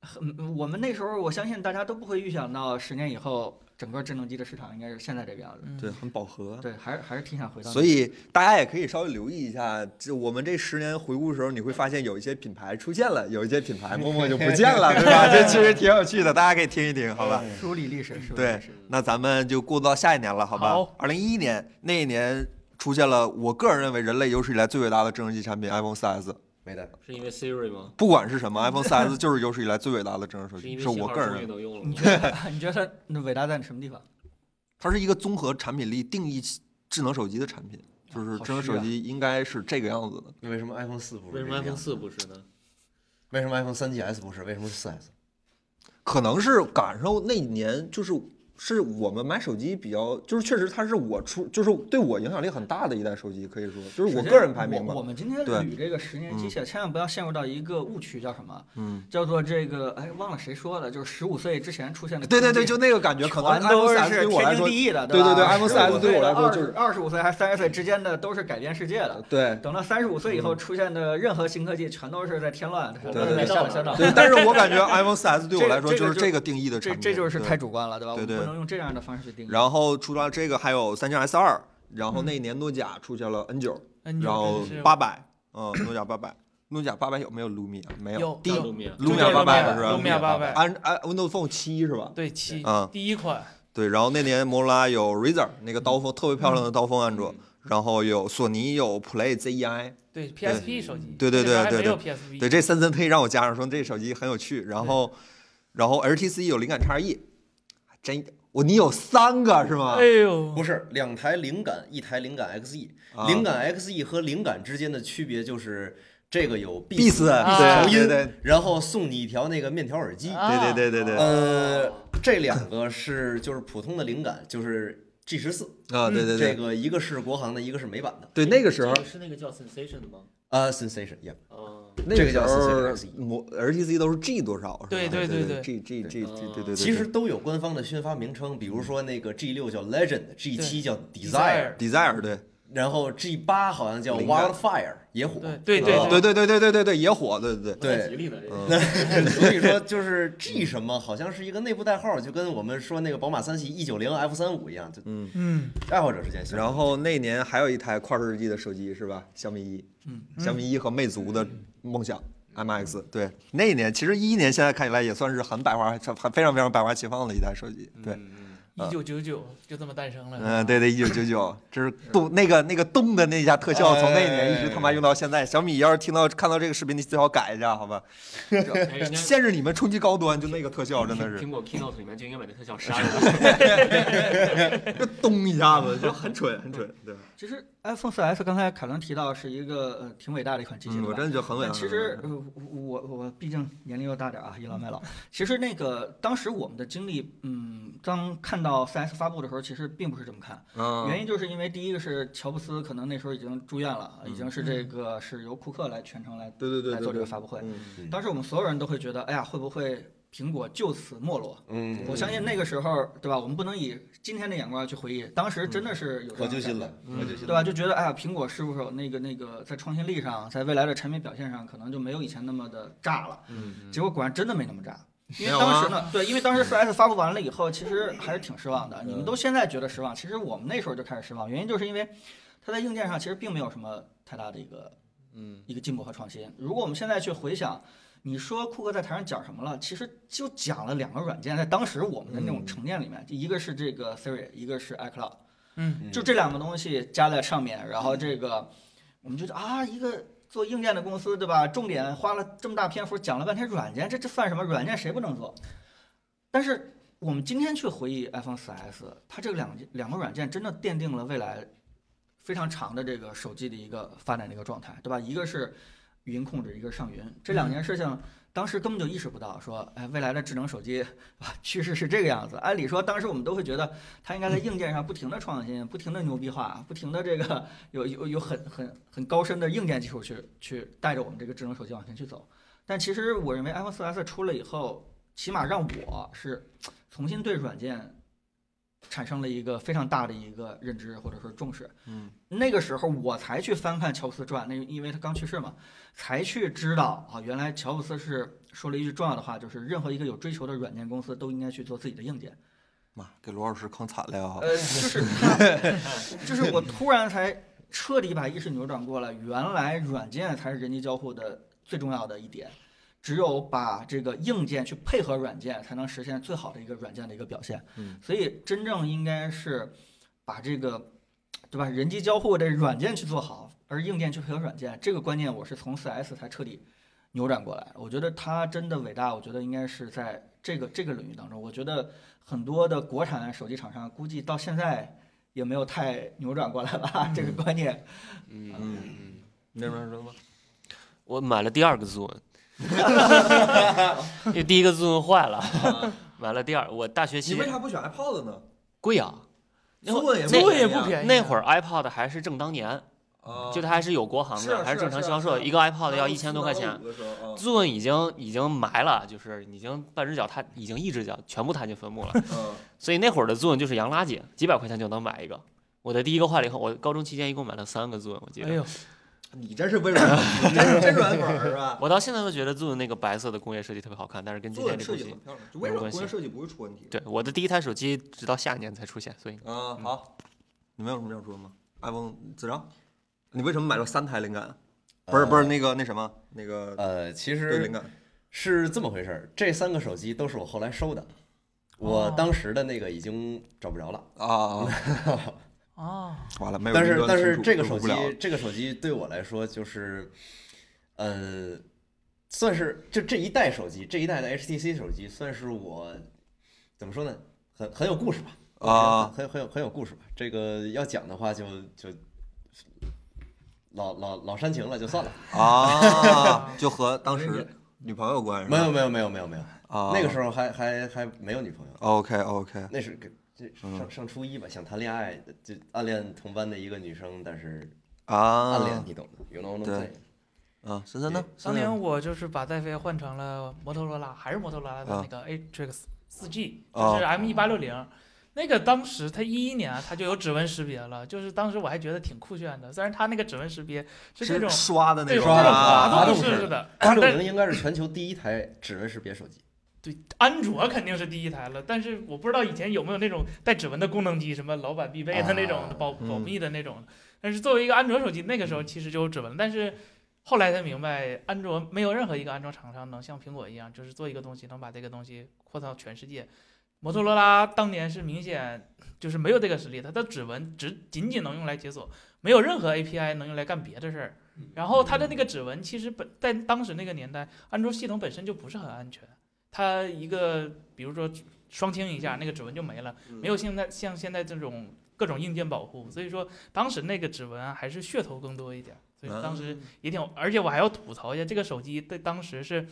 [SPEAKER 5] 很我们那时候，我相信大家都不会预想到十年以后整个智能机的市场应该是现在这个样子。
[SPEAKER 2] 嗯
[SPEAKER 1] 对，很饱和。
[SPEAKER 5] 对，还是还是挺想回到那个。
[SPEAKER 1] 所以大家也可以稍微留意一下，这我们这十年回顾的时候，你会发现有一些品牌出现了，有一些品牌默默就不见 了，对吧？这其实挺有趣的，大家可以听一听，好吧？
[SPEAKER 5] 梳理历史，梳理
[SPEAKER 1] 对
[SPEAKER 5] 历史。
[SPEAKER 1] 那咱们就过渡到下一年了，好吧
[SPEAKER 2] 好？
[SPEAKER 1] 二零一一年那一年出现了，我个人认为人类有史以来最伟大的智能机产品 iPhone 4S，
[SPEAKER 4] 没的，
[SPEAKER 7] 是因为 Siri 吗？
[SPEAKER 1] 不管是什么 iPhone 4S 就是有史以来最伟大的智能手
[SPEAKER 7] 是
[SPEAKER 1] 机，
[SPEAKER 7] 因为
[SPEAKER 1] 是我个人认为，
[SPEAKER 7] 能用了
[SPEAKER 5] 你觉得你觉得那伟大在什么地方？
[SPEAKER 1] 它是一个综合产品力定义智能手机的产品，就是智能手
[SPEAKER 5] 啊
[SPEAKER 1] 机应该是这个样子的。
[SPEAKER 4] 那为什么 iPhone 四不是？
[SPEAKER 7] 为什么 iPhone 四不是呢？
[SPEAKER 4] 为什么 iPhone 三 GS 不是？为什么四 S？
[SPEAKER 1] 可能是赶上那一年，就是是我们买手机比较，就是确实它是我出，就是对我影响力很大的一代手机，可以说就是我
[SPEAKER 5] 首先
[SPEAKER 1] 个人排名
[SPEAKER 5] 我我
[SPEAKER 1] 吧。
[SPEAKER 5] 们今天
[SPEAKER 1] 对
[SPEAKER 5] 捋这个十年机械，千万不要陷入到一个误区，叫什么？
[SPEAKER 1] 嗯，
[SPEAKER 5] 叫做这个哎，忘了谁说的，就是十五岁之前出现的。
[SPEAKER 1] 对对对，就那个感觉，可能
[SPEAKER 5] 全都
[SPEAKER 1] iPhone 4S
[SPEAKER 5] 是
[SPEAKER 1] 对我来
[SPEAKER 5] 天经
[SPEAKER 1] 说，
[SPEAKER 5] 地义的，
[SPEAKER 1] 对
[SPEAKER 5] 吧？
[SPEAKER 1] 对对
[SPEAKER 5] 15
[SPEAKER 1] iPhone 4S 对我来说就是
[SPEAKER 5] 二十五岁还三十岁之间的都是改变世界的。
[SPEAKER 1] 对
[SPEAKER 5] 等到三十五岁以后出现的任何新科技，全都是在添乱，全都是在
[SPEAKER 1] 嗯对
[SPEAKER 5] 瞎搞瞎闹。
[SPEAKER 1] 对，但是我感觉 iPhone 4S 对我
[SPEAKER 5] 这个
[SPEAKER 1] 来说
[SPEAKER 5] 这个
[SPEAKER 1] 就是
[SPEAKER 5] 就
[SPEAKER 1] 这个定义的
[SPEAKER 5] 这
[SPEAKER 1] 产品，
[SPEAKER 5] 这就是
[SPEAKER 1] 对
[SPEAKER 5] 太主观了，对吧？
[SPEAKER 1] 对
[SPEAKER 5] 我们
[SPEAKER 1] 对
[SPEAKER 5] 不能用这样的方式去定义。
[SPEAKER 1] 然后除了这个，还有三星 S 二，然后那一
[SPEAKER 5] 嗯
[SPEAKER 1] 年诺基亚出现了 N 九、
[SPEAKER 2] 嗯，
[SPEAKER 1] 然后
[SPEAKER 2] 是
[SPEAKER 1] 八百，嗯，诺基亚八百，诺基亚八百有没有 Lumia？没
[SPEAKER 2] 有
[SPEAKER 1] 第一
[SPEAKER 2] 有
[SPEAKER 7] 米啊
[SPEAKER 2] 就
[SPEAKER 1] ，Lumia
[SPEAKER 2] 是
[SPEAKER 1] 八百
[SPEAKER 2] Lumia，
[SPEAKER 1] 是吧
[SPEAKER 2] Lumia 800
[SPEAKER 1] 安安 Windows Phone 七是吧？
[SPEAKER 2] 对七
[SPEAKER 1] 嗯
[SPEAKER 2] 第一款，
[SPEAKER 1] 对，然后那年摩托罗拉有 Razer 那个刀锋，特别漂亮的刀锋安
[SPEAKER 2] 嗯
[SPEAKER 1] 卓，然后有索尼有 Play ZEI，
[SPEAKER 2] 对 PSP 手机，
[SPEAKER 1] 对对对
[SPEAKER 2] 那时候还
[SPEAKER 1] 对
[SPEAKER 2] 没有
[SPEAKER 1] 对啊
[SPEAKER 2] PSP，
[SPEAKER 1] 这三森配让我加上说这手机很有趣，然后然后 HTC 有灵感叉 E，真我你有三个是吗
[SPEAKER 2] 哎？呦，
[SPEAKER 4] 不是两台灵感，一台灵感 XE，、
[SPEAKER 1] 啊
[SPEAKER 4] 灵感 XE 和灵感之间的区别就是这个有
[SPEAKER 1] b e a
[SPEAKER 4] Beats，
[SPEAKER 1] s
[SPEAKER 2] 啊
[SPEAKER 1] 对对对
[SPEAKER 4] 然后送你一条那个面条耳机。
[SPEAKER 1] 对对对对对，
[SPEAKER 4] 呃，这两个是就是普通的灵感，就是 G 十四，
[SPEAKER 1] 啊对对
[SPEAKER 4] 这
[SPEAKER 1] 对
[SPEAKER 4] 个一个是国行的，一个是美版的。
[SPEAKER 1] 对，那个时候
[SPEAKER 7] 这个是那个叫 Sensation 的吗？
[SPEAKER 4] 呃 s e n s a t i o n 也
[SPEAKER 7] 嗯，
[SPEAKER 1] 那
[SPEAKER 4] 这
[SPEAKER 1] 个
[SPEAKER 4] 个
[SPEAKER 1] 时
[SPEAKER 4] 叫 E
[SPEAKER 1] 候嗯
[SPEAKER 4] CCXE
[SPEAKER 1] 模 HTC 都是 G 多少是吧？
[SPEAKER 2] 对对
[SPEAKER 1] 对
[SPEAKER 2] 对对
[SPEAKER 1] ，G G G G 对对对对，
[SPEAKER 4] 其实都有官方的宣发名称，比如说那个 G 六叫 Legend，G 七叫
[SPEAKER 2] Desire
[SPEAKER 4] Desire，
[SPEAKER 1] Desire 对。
[SPEAKER 4] 然后 G 八好像叫
[SPEAKER 1] 灵感
[SPEAKER 4] Wildfire 野火。
[SPEAKER 2] 对对
[SPEAKER 1] 啊对对对对对对对，也火，对对对。
[SPEAKER 7] 不太吉利的这个。
[SPEAKER 4] 所 以说就是
[SPEAKER 1] 嗯
[SPEAKER 4] G 什么，好像是一个内部代号，就跟我们说那个宝马三系一九零 F 三五一样，就
[SPEAKER 2] 嗯，
[SPEAKER 4] 爱好者之间相
[SPEAKER 1] 然后那年还有一台跨世纪的手机是吧？小米一，
[SPEAKER 5] 嗯，
[SPEAKER 1] 小米一和魅族的梦想 MX，对，那一年其实一一年现在看起来也算是很百花，很非常非常百花齐放的一台手机，对，
[SPEAKER 7] 嗯，
[SPEAKER 2] 一九九九就这么诞生了，
[SPEAKER 1] 嗯，对对，一九九九，这是动那个那个动的那一下特效，从那一年一直他妈用到现在。小米要是听到看到这个视频，你最好改一下，好吧？
[SPEAKER 7] 哎 人家
[SPEAKER 1] 限制你们冲击高端，就那个特效真的是
[SPEAKER 7] 苹果 Keynote 里面就应该把那特效 删了。
[SPEAKER 1] 就咚一下子，就很蠢很
[SPEAKER 7] 嗯
[SPEAKER 1] 蠢，对，
[SPEAKER 5] 其实 iPhone 4S 刚才凯伦提到是一个呃挺伟大的一款机器，
[SPEAKER 1] 嗯，
[SPEAKER 5] 对
[SPEAKER 1] 我
[SPEAKER 5] 吧
[SPEAKER 1] 真的觉得很伟
[SPEAKER 5] 但
[SPEAKER 1] 大。
[SPEAKER 5] 其实，呃我我我毕竟年龄又大点儿啊，倚老卖老。 其实那个当时我们的经历，嗯，当看到 4S 发布的时候，其实并不是这么看。
[SPEAKER 1] 嗯，
[SPEAKER 5] 原因就是因为第一个是乔布斯可能那时候已经住院了，已经是这
[SPEAKER 2] 嗯
[SPEAKER 5] 个是由库克来全程来
[SPEAKER 1] 对对对
[SPEAKER 5] 来
[SPEAKER 1] 对，
[SPEAKER 5] 做
[SPEAKER 1] 对
[SPEAKER 5] 这个发布会。
[SPEAKER 1] 嗯
[SPEAKER 4] 嗯
[SPEAKER 5] 当时我们所有人都会觉得，哎呀，会不会苹果就此没落？
[SPEAKER 4] 嗯，
[SPEAKER 5] 我相信那个时候，对吧？我们不能以今天的眼光去回忆，当时真的是有这
[SPEAKER 4] 我
[SPEAKER 5] 样的
[SPEAKER 4] 就
[SPEAKER 5] 感
[SPEAKER 4] 信
[SPEAKER 5] 觉
[SPEAKER 4] 了，我就信
[SPEAKER 5] 对
[SPEAKER 4] 了。
[SPEAKER 5] 吧？就觉得哎呀，苹果是不是有那个那个在创新力上，在未来的产品表现上，可能就没有以前那么的炸了。
[SPEAKER 7] 嗯，
[SPEAKER 5] 结果果然真的没那么炸，
[SPEAKER 1] 没
[SPEAKER 5] 因为
[SPEAKER 1] 有
[SPEAKER 5] 当时
[SPEAKER 1] 啊，
[SPEAKER 5] 呢，对，因为当时 4S 发布完了以后，其实还是挺失望的。你
[SPEAKER 1] 嗯
[SPEAKER 5] 们都现在觉得失望，其实我们那时候就开始失望，原因就是因为它在硬件上其实并没有什么太大的一个
[SPEAKER 1] 嗯，
[SPEAKER 5] 一个进步和创新。如果我们现在去回想，你说库克在台上讲什么了？其实就讲了两个软件，在当时我们的那
[SPEAKER 1] 嗯
[SPEAKER 5] 种成见里面，一个是这个 Siri，一个是 iCloud。
[SPEAKER 2] 嗯，
[SPEAKER 5] 就这两个东西加在上面，然后这个我们觉得啊，一个做硬件的公司对吧？重点花了这么大篇幅讲了半天软件，这这算什么？软件谁不能做？但是我们今天去回忆 iPhone 4S，它这两两个软件真的奠定了未来非常长的这个手机的一个发展的一个状态，对吧？一个是语音控制，一个是上云，这两件事情。当时根本就意识不到，说，哎，未来的智能手机啊，趋势是这个样子。按理说，当时我们都会觉得它应该在硬件上不停的创新，不停的牛逼化，不停的这个有有有很很很高深的硬件技术去去带着我们这个智能手机往前去走。但其实我认为 iPhone 4S 出了以后，起码让我是重新对软件产生了一个非常大的一个认知或者说重视。
[SPEAKER 1] 嗯，
[SPEAKER 5] 那个时候我才去翻看乔布斯传，那因为他刚去世嘛，才去知道啊，原来乔布斯是说了一句重要的话，就是任何一个有追求的软件公司都应该去做自己的硬件。
[SPEAKER 1] 妈，给罗老师坑惨了呀！
[SPEAKER 5] 呃，就是他，就是我突然才彻底把意识扭转过来，原来软件才是人机交互的最重要的一点，只有把这个硬件去配合软件，才能实现最好的一个软件的一个表现。
[SPEAKER 1] 嗯，
[SPEAKER 5] 所以真正应该是把这个，对吧？人机交互的软件去做好，而硬件去配合软件，这个观念我是从 4S 才彻底扭转过来。我觉得它真的伟大，我觉得应该是在这个这个领域当中，我觉得很多的国产手机厂商估计到现在。也没有太扭转过来吧， 这个观念。
[SPEAKER 7] 嗯嗯。
[SPEAKER 1] 你那边说吧，
[SPEAKER 7] 我买了第二个 Zoom，因为第一个 Zoom 坏了， 买了第二。我大学
[SPEAKER 1] 你
[SPEAKER 7] 期
[SPEAKER 1] 为
[SPEAKER 7] 间
[SPEAKER 1] 啥不选 iPod 呢？
[SPEAKER 7] 贵啊，那会
[SPEAKER 1] 做也
[SPEAKER 7] 那
[SPEAKER 2] 做也不
[SPEAKER 1] 便宜
[SPEAKER 2] 便宜，
[SPEAKER 7] 那会儿 iPod 还是正当年，
[SPEAKER 1] 啊，
[SPEAKER 7] 就它还是有国行
[SPEAKER 1] 是啊
[SPEAKER 7] 的，还
[SPEAKER 1] 是啊
[SPEAKER 7] 正常
[SPEAKER 1] 是啊
[SPEAKER 7] 销售。
[SPEAKER 1] 是啊
[SPEAKER 7] 一个 iPod 要一千多块钱。
[SPEAKER 1] 的时候啊
[SPEAKER 7] Zoom 已经已经埋了，就是已经半只脚踏，已经一只脚全部踏进坟墓了。
[SPEAKER 1] 嗯
[SPEAKER 7] 所以那会儿的 Zoom 就是洋垃圾，几百块钱就能买一个。我的第一个坏了以后，我高中期间一共买了三个 Zoom，我记
[SPEAKER 2] 哎
[SPEAKER 7] 得。
[SPEAKER 2] 呦，
[SPEAKER 1] 啊
[SPEAKER 4] 你这是微软粉丝，你这是真软粉儿是吧？
[SPEAKER 7] 我到现在都觉得 Zoom 那个白色的工业设计特别好看，但是跟今
[SPEAKER 1] 做
[SPEAKER 7] 天
[SPEAKER 1] 的
[SPEAKER 7] 这
[SPEAKER 1] 设
[SPEAKER 7] 东
[SPEAKER 1] 计
[SPEAKER 7] 西
[SPEAKER 1] 很，漂亮，就
[SPEAKER 7] 没
[SPEAKER 1] 微
[SPEAKER 7] 有
[SPEAKER 1] 软
[SPEAKER 7] 关
[SPEAKER 1] 工业
[SPEAKER 7] 系
[SPEAKER 1] 设计不会出问题。
[SPEAKER 7] 对我的第一台手机直到下一年才出现，所以
[SPEAKER 1] 嗯，好，你们有什么要说的吗？iPhone 子章，你为什么买了三台灵感？啊不是不是那个那什么那个
[SPEAKER 4] 呃，其
[SPEAKER 1] 对
[SPEAKER 4] 实
[SPEAKER 1] 灵感
[SPEAKER 4] 是这么回事儿，这三个手机都是我后来收的，我
[SPEAKER 2] 哦
[SPEAKER 4] 当时的那个已经找不着了。
[SPEAKER 1] 啊，
[SPEAKER 2] 啊，
[SPEAKER 1] 完了没有
[SPEAKER 4] 但
[SPEAKER 1] 云
[SPEAKER 4] 是
[SPEAKER 1] 端存储。
[SPEAKER 4] 但是这个
[SPEAKER 1] 存
[SPEAKER 4] 手
[SPEAKER 1] 储不
[SPEAKER 4] 机
[SPEAKER 1] 了了
[SPEAKER 4] 这个手机对我来说就是，呃，算是就这一代手机这一代的 HTC 手机算是我怎么说呢，很很有故事吧
[SPEAKER 1] 啊
[SPEAKER 4] 很很有很有故事吧。这个要讲的话就就老老老煽情了，就算了。
[SPEAKER 1] 啊，就和当时女朋友关系
[SPEAKER 4] 没有没有没有没有没有，
[SPEAKER 1] 啊，嗯
[SPEAKER 4] 那个时候还还还没有女朋友，
[SPEAKER 1] OK OK
[SPEAKER 4] 那是个这
[SPEAKER 1] 嗯
[SPEAKER 4] 上上初一吧，想谈恋爱就暗恋同班的一个女生，但是
[SPEAKER 1] 啊，
[SPEAKER 4] 暗恋你懂的，you know what I'm
[SPEAKER 1] 对
[SPEAKER 4] saying。
[SPEAKER 1] 啊，森森呢？
[SPEAKER 2] 当
[SPEAKER 1] 森森
[SPEAKER 2] 年我就是把戴飞换成了摩托罗拉，还是摩托罗拉的那个 Atrix 四 G，就
[SPEAKER 1] 哦
[SPEAKER 2] 是 M 一八六零。那个当时它一一年啊它就有指纹识别了，就是当时我还觉得挺酷炫的。虽然它那个指纹识别是那种
[SPEAKER 1] 刷的
[SPEAKER 2] 那
[SPEAKER 1] 那
[SPEAKER 2] 种
[SPEAKER 1] 种
[SPEAKER 2] 那
[SPEAKER 4] 刷的
[SPEAKER 2] 种
[SPEAKER 4] 啊
[SPEAKER 2] 滑动
[SPEAKER 4] 式
[SPEAKER 2] 式的，
[SPEAKER 4] 八六
[SPEAKER 2] 但
[SPEAKER 4] 零应该是全球第一台指纹识别手机。
[SPEAKER 2] 对，安卓肯定是第一台了，但是我不知道以前有没有那种带指纹的功能机，什么老板必备的那种
[SPEAKER 4] 啊
[SPEAKER 2] 保
[SPEAKER 1] 嗯
[SPEAKER 2] 保密的那种。但是作为一个安卓手机，那个时候其实就有指纹，但是后来才明白，安卓没有任何一个安卓厂商能像苹果一样，就是做一个东西能把这个东西扩到全世界。摩托罗拉当年是明显就是没有这个实力，它的指纹只仅仅能用来解锁，没有任何 API 能用来干别的事儿。然后它的那个指纹其实本在当时那个年代，安卓系统本身就不是很安全，它一个比如说双清一下，那个指纹就没了，没有现在像现在这种各种硬件保护，所以说当时那个指纹啊还是噱头更多一点，所以当时也挺有，而且我还要吐槽一下，这个手机在当时是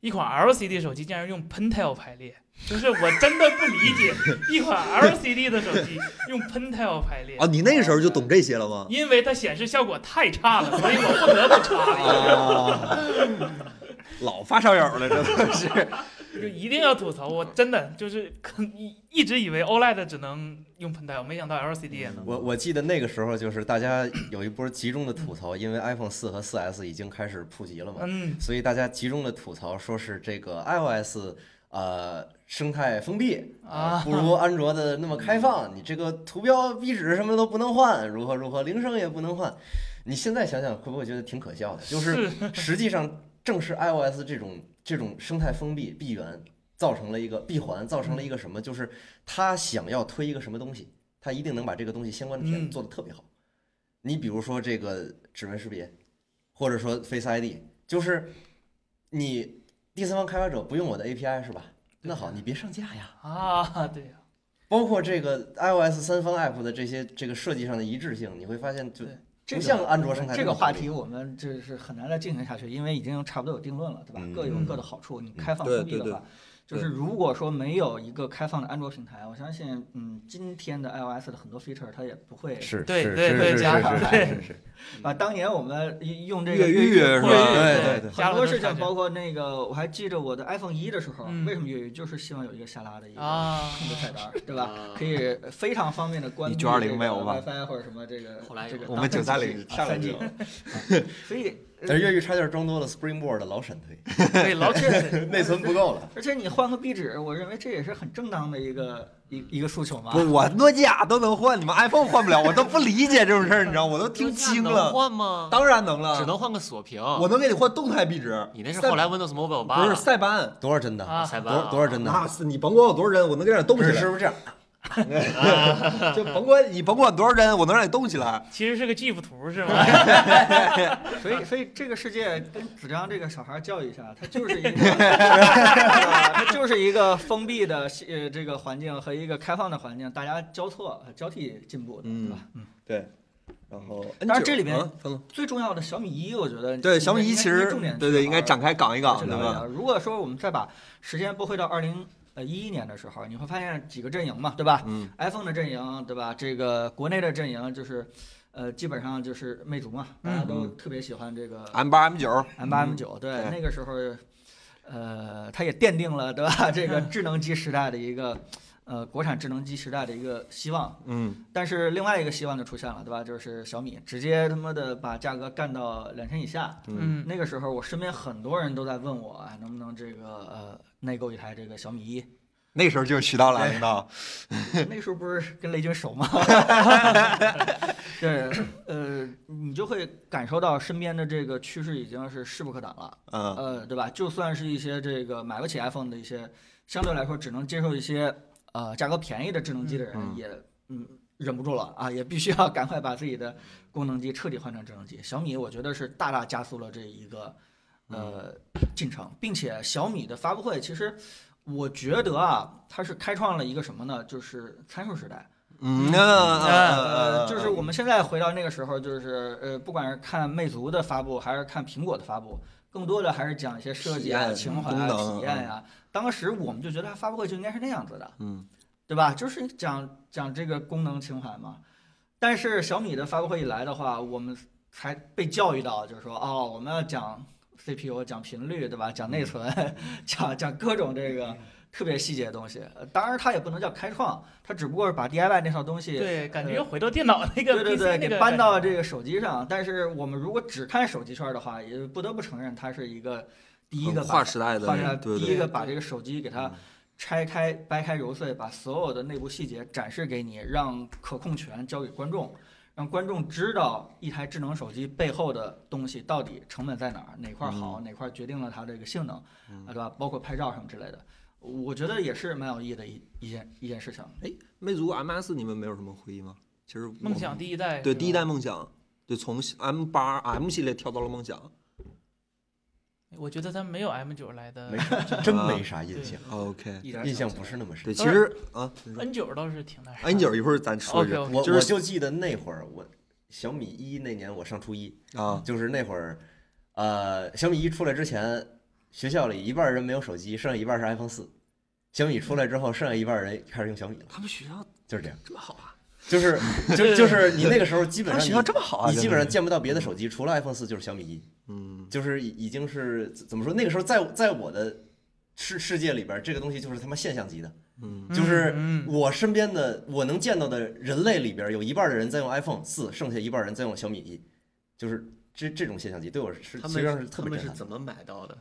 [SPEAKER 2] 一款 LCD 手机，竟然用 Pentel 排列，就是我真的不理解一款 LCD 的手机用 Pentel 排列
[SPEAKER 1] 啊，，你那个时候就懂这些了吗？
[SPEAKER 2] 因为它显示效果太差了，所以我不得不插一下。
[SPEAKER 1] 啊，老发烧友了，这都是。
[SPEAKER 2] 就一定要吐槽，我真的就是可一一直以为 OLED 只能用 Pentel，没想到 LCD 也能。
[SPEAKER 4] 我我记得那个时候就是大家有一波集中的吐槽，因为 iPhone 四和 4S 已经开始普及了嘛，
[SPEAKER 2] 嗯，
[SPEAKER 4] 所以大家集中的吐槽说是这个 iOS 呃生态封闭
[SPEAKER 2] 啊
[SPEAKER 4] 不如安卓的那么开放，你这个图标、壁纸什么都不能换，如何如何，铃声也不能换。你现在想想会不会觉得挺可笑的？就是
[SPEAKER 2] 是
[SPEAKER 4] 实际上，正是 iOS 这种这种生态封闭闭源，造成了一个闭
[SPEAKER 2] 嗯
[SPEAKER 4] 环，造成了一个什么？就是他想要推一个什么东西，他一定能把这个东西相关的体验
[SPEAKER 2] 嗯
[SPEAKER 4] 做得特别好。你比如说这个指纹识别，或者说 Face ID，就是你第三方开发者不用我的 API 是吧？那好，你别上架呀。
[SPEAKER 2] 啊，对呀、
[SPEAKER 4] 包括这个 iOS 三方 App 的这些这个设计上的一致性，你会发现就
[SPEAKER 2] 对
[SPEAKER 4] 不像安卓生态
[SPEAKER 5] 这
[SPEAKER 4] 那
[SPEAKER 5] 个
[SPEAKER 4] 么
[SPEAKER 5] 话
[SPEAKER 4] 独立
[SPEAKER 5] 题我们就是很难再进行下去，因为已经差不多有定论了，对吧
[SPEAKER 4] 嗯？
[SPEAKER 5] 各有各的好处，你开放封闭的话，就
[SPEAKER 1] 对
[SPEAKER 5] 是如果说没有一个开放的安卓平台，我相信，嗯，今天的 iOS 的很多 feature 它也不会
[SPEAKER 4] 是
[SPEAKER 2] 对
[SPEAKER 4] 是
[SPEAKER 2] 对
[SPEAKER 4] 是
[SPEAKER 2] 对
[SPEAKER 4] 是
[SPEAKER 2] 加
[SPEAKER 4] 是
[SPEAKER 2] 上
[SPEAKER 4] 是
[SPEAKER 2] 对
[SPEAKER 4] 是是是，
[SPEAKER 5] 啊，当年我们用这个
[SPEAKER 1] 越狱是吧？
[SPEAKER 2] 越狱
[SPEAKER 4] 对对对
[SPEAKER 2] 加
[SPEAKER 5] 很
[SPEAKER 2] 了
[SPEAKER 5] 多
[SPEAKER 2] 很多
[SPEAKER 5] 事情，
[SPEAKER 2] 插件
[SPEAKER 5] 包括那个，我还记着我的 iPhone 一的时候，
[SPEAKER 2] 嗯
[SPEAKER 5] 为什么越狱，就是希望有一个下拉的一个
[SPEAKER 2] 啊
[SPEAKER 5] 控制菜单，对吧？
[SPEAKER 7] 啊
[SPEAKER 5] 可以非常方便的关闭
[SPEAKER 1] 你920没有吧
[SPEAKER 5] WiFi 或者什么这个
[SPEAKER 7] 后来有
[SPEAKER 5] 这个
[SPEAKER 1] 我们930上来
[SPEAKER 5] 三 G，
[SPEAKER 1] 就
[SPEAKER 5] 啊 所以
[SPEAKER 4] 但是越狱插件装多了 Springboard 老闪退，
[SPEAKER 2] 对老
[SPEAKER 5] 这
[SPEAKER 4] 内存不够了。
[SPEAKER 5] 而且你换个壁纸，我认为这也是很正当的一个一一个诉求 嘛
[SPEAKER 1] 不。，我诺基亚都能换，你们 iPhone 换不了，我都不理解这种事儿，你知道，我都听清
[SPEAKER 7] 诺基亚能
[SPEAKER 1] 了。
[SPEAKER 7] 换吗？
[SPEAKER 1] 当然能了，
[SPEAKER 7] 只能换个锁屏。
[SPEAKER 1] 我能给你换动态壁纸。
[SPEAKER 7] 你那是
[SPEAKER 1] 塞
[SPEAKER 7] 后来 Windows Mobile 八
[SPEAKER 1] 不是塞班，
[SPEAKER 4] 多少帧的？
[SPEAKER 2] 啊
[SPEAKER 7] 塞
[SPEAKER 4] 多
[SPEAKER 7] 班
[SPEAKER 4] 少
[SPEAKER 7] 啊
[SPEAKER 4] 多少帧的？
[SPEAKER 1] 那是你甭管我多少帧，我能给点动起
[SPEAKER 4] 是是
[SPEAKER 1] 来，
[SPEAKER 4] 不是这样？
[SPEAKER 1] 就甭管你甭管多少帧，我能让你动起来。
[SPEAKER 2] 其实是个 GIF 图是吗？
[SPEAKER 5] 所以所以这个世界跟子章这个小孩教育一下，他就是 一个，他就是一个封闭的呃这个环境和一个开放的环境，大家交错呃交替进步的，
[SPEAKER 1] 嗯
[SPEAKER 5] 对吧？
[SPEAKER 1] 对。然后，
[SPEAKER 5] 当然这里面
[SPEAKER 1] 嗯分了
[SPEAKER 5] 最重要的小米一，我觉得
[SPEAKER 1] 对小米一
[SPEAKER 5] 应该
[SPEAKER 1] 其
[SPEAKER 5] 应该
[SPEAKER 1] 实
[SPEAKER 5] 重点去
[SPEAKER 1] 对对应该
[SPEAKER 5] 玩
[SPEAKER 1] 展开港一港，
[SPEAKER 5] 这
[SPEAKER 1] 对
[SPEAKER 5] 个
[SPEAKER 1] 吧？
[SPEAKER 5] 如果说我们再把时间拨回到二零呃一一年的时候，你会发现几个阵营嘛，对吧？
[SPEAKER 1] 嗯
[SPEAKER 5] iPhone 的阵营，对吧？这个国内的阵营就是，呃，基本上就是魅族嘛，大家都特别喜欢这个
[SPEAKER 1] ，M 八 M 九
[SPEAKER 5] M 八 M 九，对，
[SPEAKER 1] 对
[SPEAKER 5] 那 个时候，呃，它也奠定了对吧？这个智能机时代的一个呃国产智能机时代的一个希望。
[SPEAKER 1] 嗯，
[SPEAKER 5] 但是另外一个希望就出现了，对吧？就是小米直接他妈的把价格干到两千以下。
[SPEAKER 2] 嗯，
[SPEAKER 5] 那个时候，我身边很多人都在问我，哎，能不能这个呃内购一台这个小米一？
[SPEAKER 1] 那时候就有渠道嗯了，领导。
[SPEAKER 5] 那时候不是跟雷军熟吗？ 对，呃，你就会感受到身边的这个趋势已经是势不可挡了。
[SPEAKER 1] 嗯
[SPEAKER 5] 呃，对吧？就算是一些这个买不起 iPhone 的一些，相对来说只能接受一些呃价格便宜的智能机的人，
[SPEAKER 1] 嗯
[SPEAKER 5] 也嗯忍不住了啊，也必须要赶快把自己的功能机彻底换成智能机。小米我觉得是大大加速了这一个呃
[SPEAKER 1] 嗯
[SPEAKER 5] 进程，并且小米的发布会其实我觉得啊，它是开创了一个什么呢？就是参数时代。
[SPEAKER 1] 嗯，那
[SPEAKER 5] 呃，就是我们现在回到那个时候，就是呃，不管是看魅族的发布，还是看苹果的发布，更多的还是讲一些设计
[SPEAKER 1] 体
[SPEAKER 5] 啊、
[SPEAKER 1] 验
[SPEAKER 5] 情怀
[SPEAKER 1] 功
[SPEAKER 5] 啊、
[SPEAKER 1] 能
[SPEAKER 5] 体验呀、当时我们就觉得它发布会就应该是那样子的，
[SPEAKER 1] 嗯，
[SPEAKER 5] 对吧？就是讲讲这个功能情怀嘛。但是小米的发布会一来的话，我们才被教育到，就是说哦，我们要讲 CPU、讲频率，对吧？讲内存，
[SPEAKER 1] 嗯
[SPEAKER 5] 讲讲各种这个特别细节的东西。呃当然，它也不能叫开创，它只不过是把 DIY 那套东西
[SPEAKER 2] 对，感觉又回到电脑那个
[SPEAKER 5] 对对
[SPEAKER 2] PC
[SPEAKER 5] 对，
[SPEAKER 2] 那
[SPEAKER 5] 给
[SPEAKER 2] 个
[SPEAKER 5] 搬到
[SPEAKER 2] 感觉
[SPEAKER 5] 这个手机上。但是我们如果只看手机圈的话，也不得不承认它是一个第一个把
[SPEAKER 1] 划嗯时代
[SPEAKER 5] 划时代
[SPEAKER 1] 的，对
[SPEAKER 5] 第一
[SPEAKER 1] 对，
[SPEAKER 5] 个把这个手机给它
[SPEAKER 1] 嗯
[SPEAKER 5] 拆开、掰开、揉碎，把所有的内部细节展示给你，让可控权交给观众，让观众知道一台智能手机背后的东西到底成本在哪儿，哪块儿好，哪块儿决定了它这个性能，
[SPEAKER 1] 嗯
[SPEAKER 5] 啊，对吧？包括拍照什么之类的。我觉得也是蛮有意义的一一件一件事情。
[SPEAKER 1] 魅族 MS 你们没有什么回忆吗？其实我
[SPEAKER 2] 梦想第一代，
[SPEAKER 1] 对第一代梦想，就从 M 八 M 系列跳到了梦想。
[SPEAKER 2] 我觉得它没有 M 九来的
[SPEAKER 4] 没啥，真真没啥印象，
[SPEAKER 1] OK，
[SPEAKER 5] 一点
[SPEAKER 4] 印象
[SPEAKER 5] 小
[SPEAKER 4] 不是那么深
[SPEAKER 1] 对，。其
[SPEAKER 5] 呃
[SPEAKER 1] 实啊你说
[SPEAKER 2] N 九倒是挺那啥。
[SPEAKER 1] ，N 九一会儿咱说一
[SPEAKER 2] OK
[SPEAKER 1] 下
[SPEAKER 2] OK，
[SPEAKER 4] 我
[SPEAKER 1] 就
[SPEAKER 4] 我
[SPEAKER 1] 是
[SPEAKER 4] 就记得那会儿我小米一那年我上初一，
[SPEAKER 1] 啊，
[SPEAKER 4] 就是那会儿，呃，小米一出来之前，学校里一半人没有手机，剩下一半是 iPhone 四。小米出来之后，剩下一半人开始用小米了，
[SPEAKER 1] 他们学校
[SPEAKER 4] 就是这样。
[SPEAKER 1] 这么好啊，
[SPEAKER 4] 就是就就是你那个时候基
[SPEAKER 1] 他
[SPEAKER 4] 本
[SPEAKER 1] 们
[SPEAKER 4] 上
[SPEAKER 1] 学校
[SPEAKER 4] 你
[SPEAKER 1] 这么好啊，
[SPEAKER 4] 你基
[SPEAKER 1] 真
[SPEAKER 4] 本
[SPEAKER 1] 的
[SPEAKER 4] 上见不到别的手机，除了 iPhone 四就是小米一，
[SPEAKER 1] 嗯
[SPEAKER 4] 就是已已经是怎么说？那个时候在在我的世世界里边，这个东西就是他妈现象级的。
[SPEAKER 1] 嗯
[SPEAKER 4] 就是
[SPEAKER 2] 嗯，
[SPEAKER 4] 我身边的我能见到的人类里边，有一半的人在用 iPhone 四，剩下一半人在用小米一，就是这这种现象级对我是
[SPEAKER 7] 他
[SPEAKER 4] 其实上
[SPEAKER 7] 们
[SPEAKER 4] 是
[SPEAKER 7] 他
[SPEAKER 4] 特别
[SPEAKER 7] 们
[SPEAKER 4] 震
[SPEAKER 7] 是
[SPEAKER 4] 撼的。
[SPEAKER 7] 怎么买到的？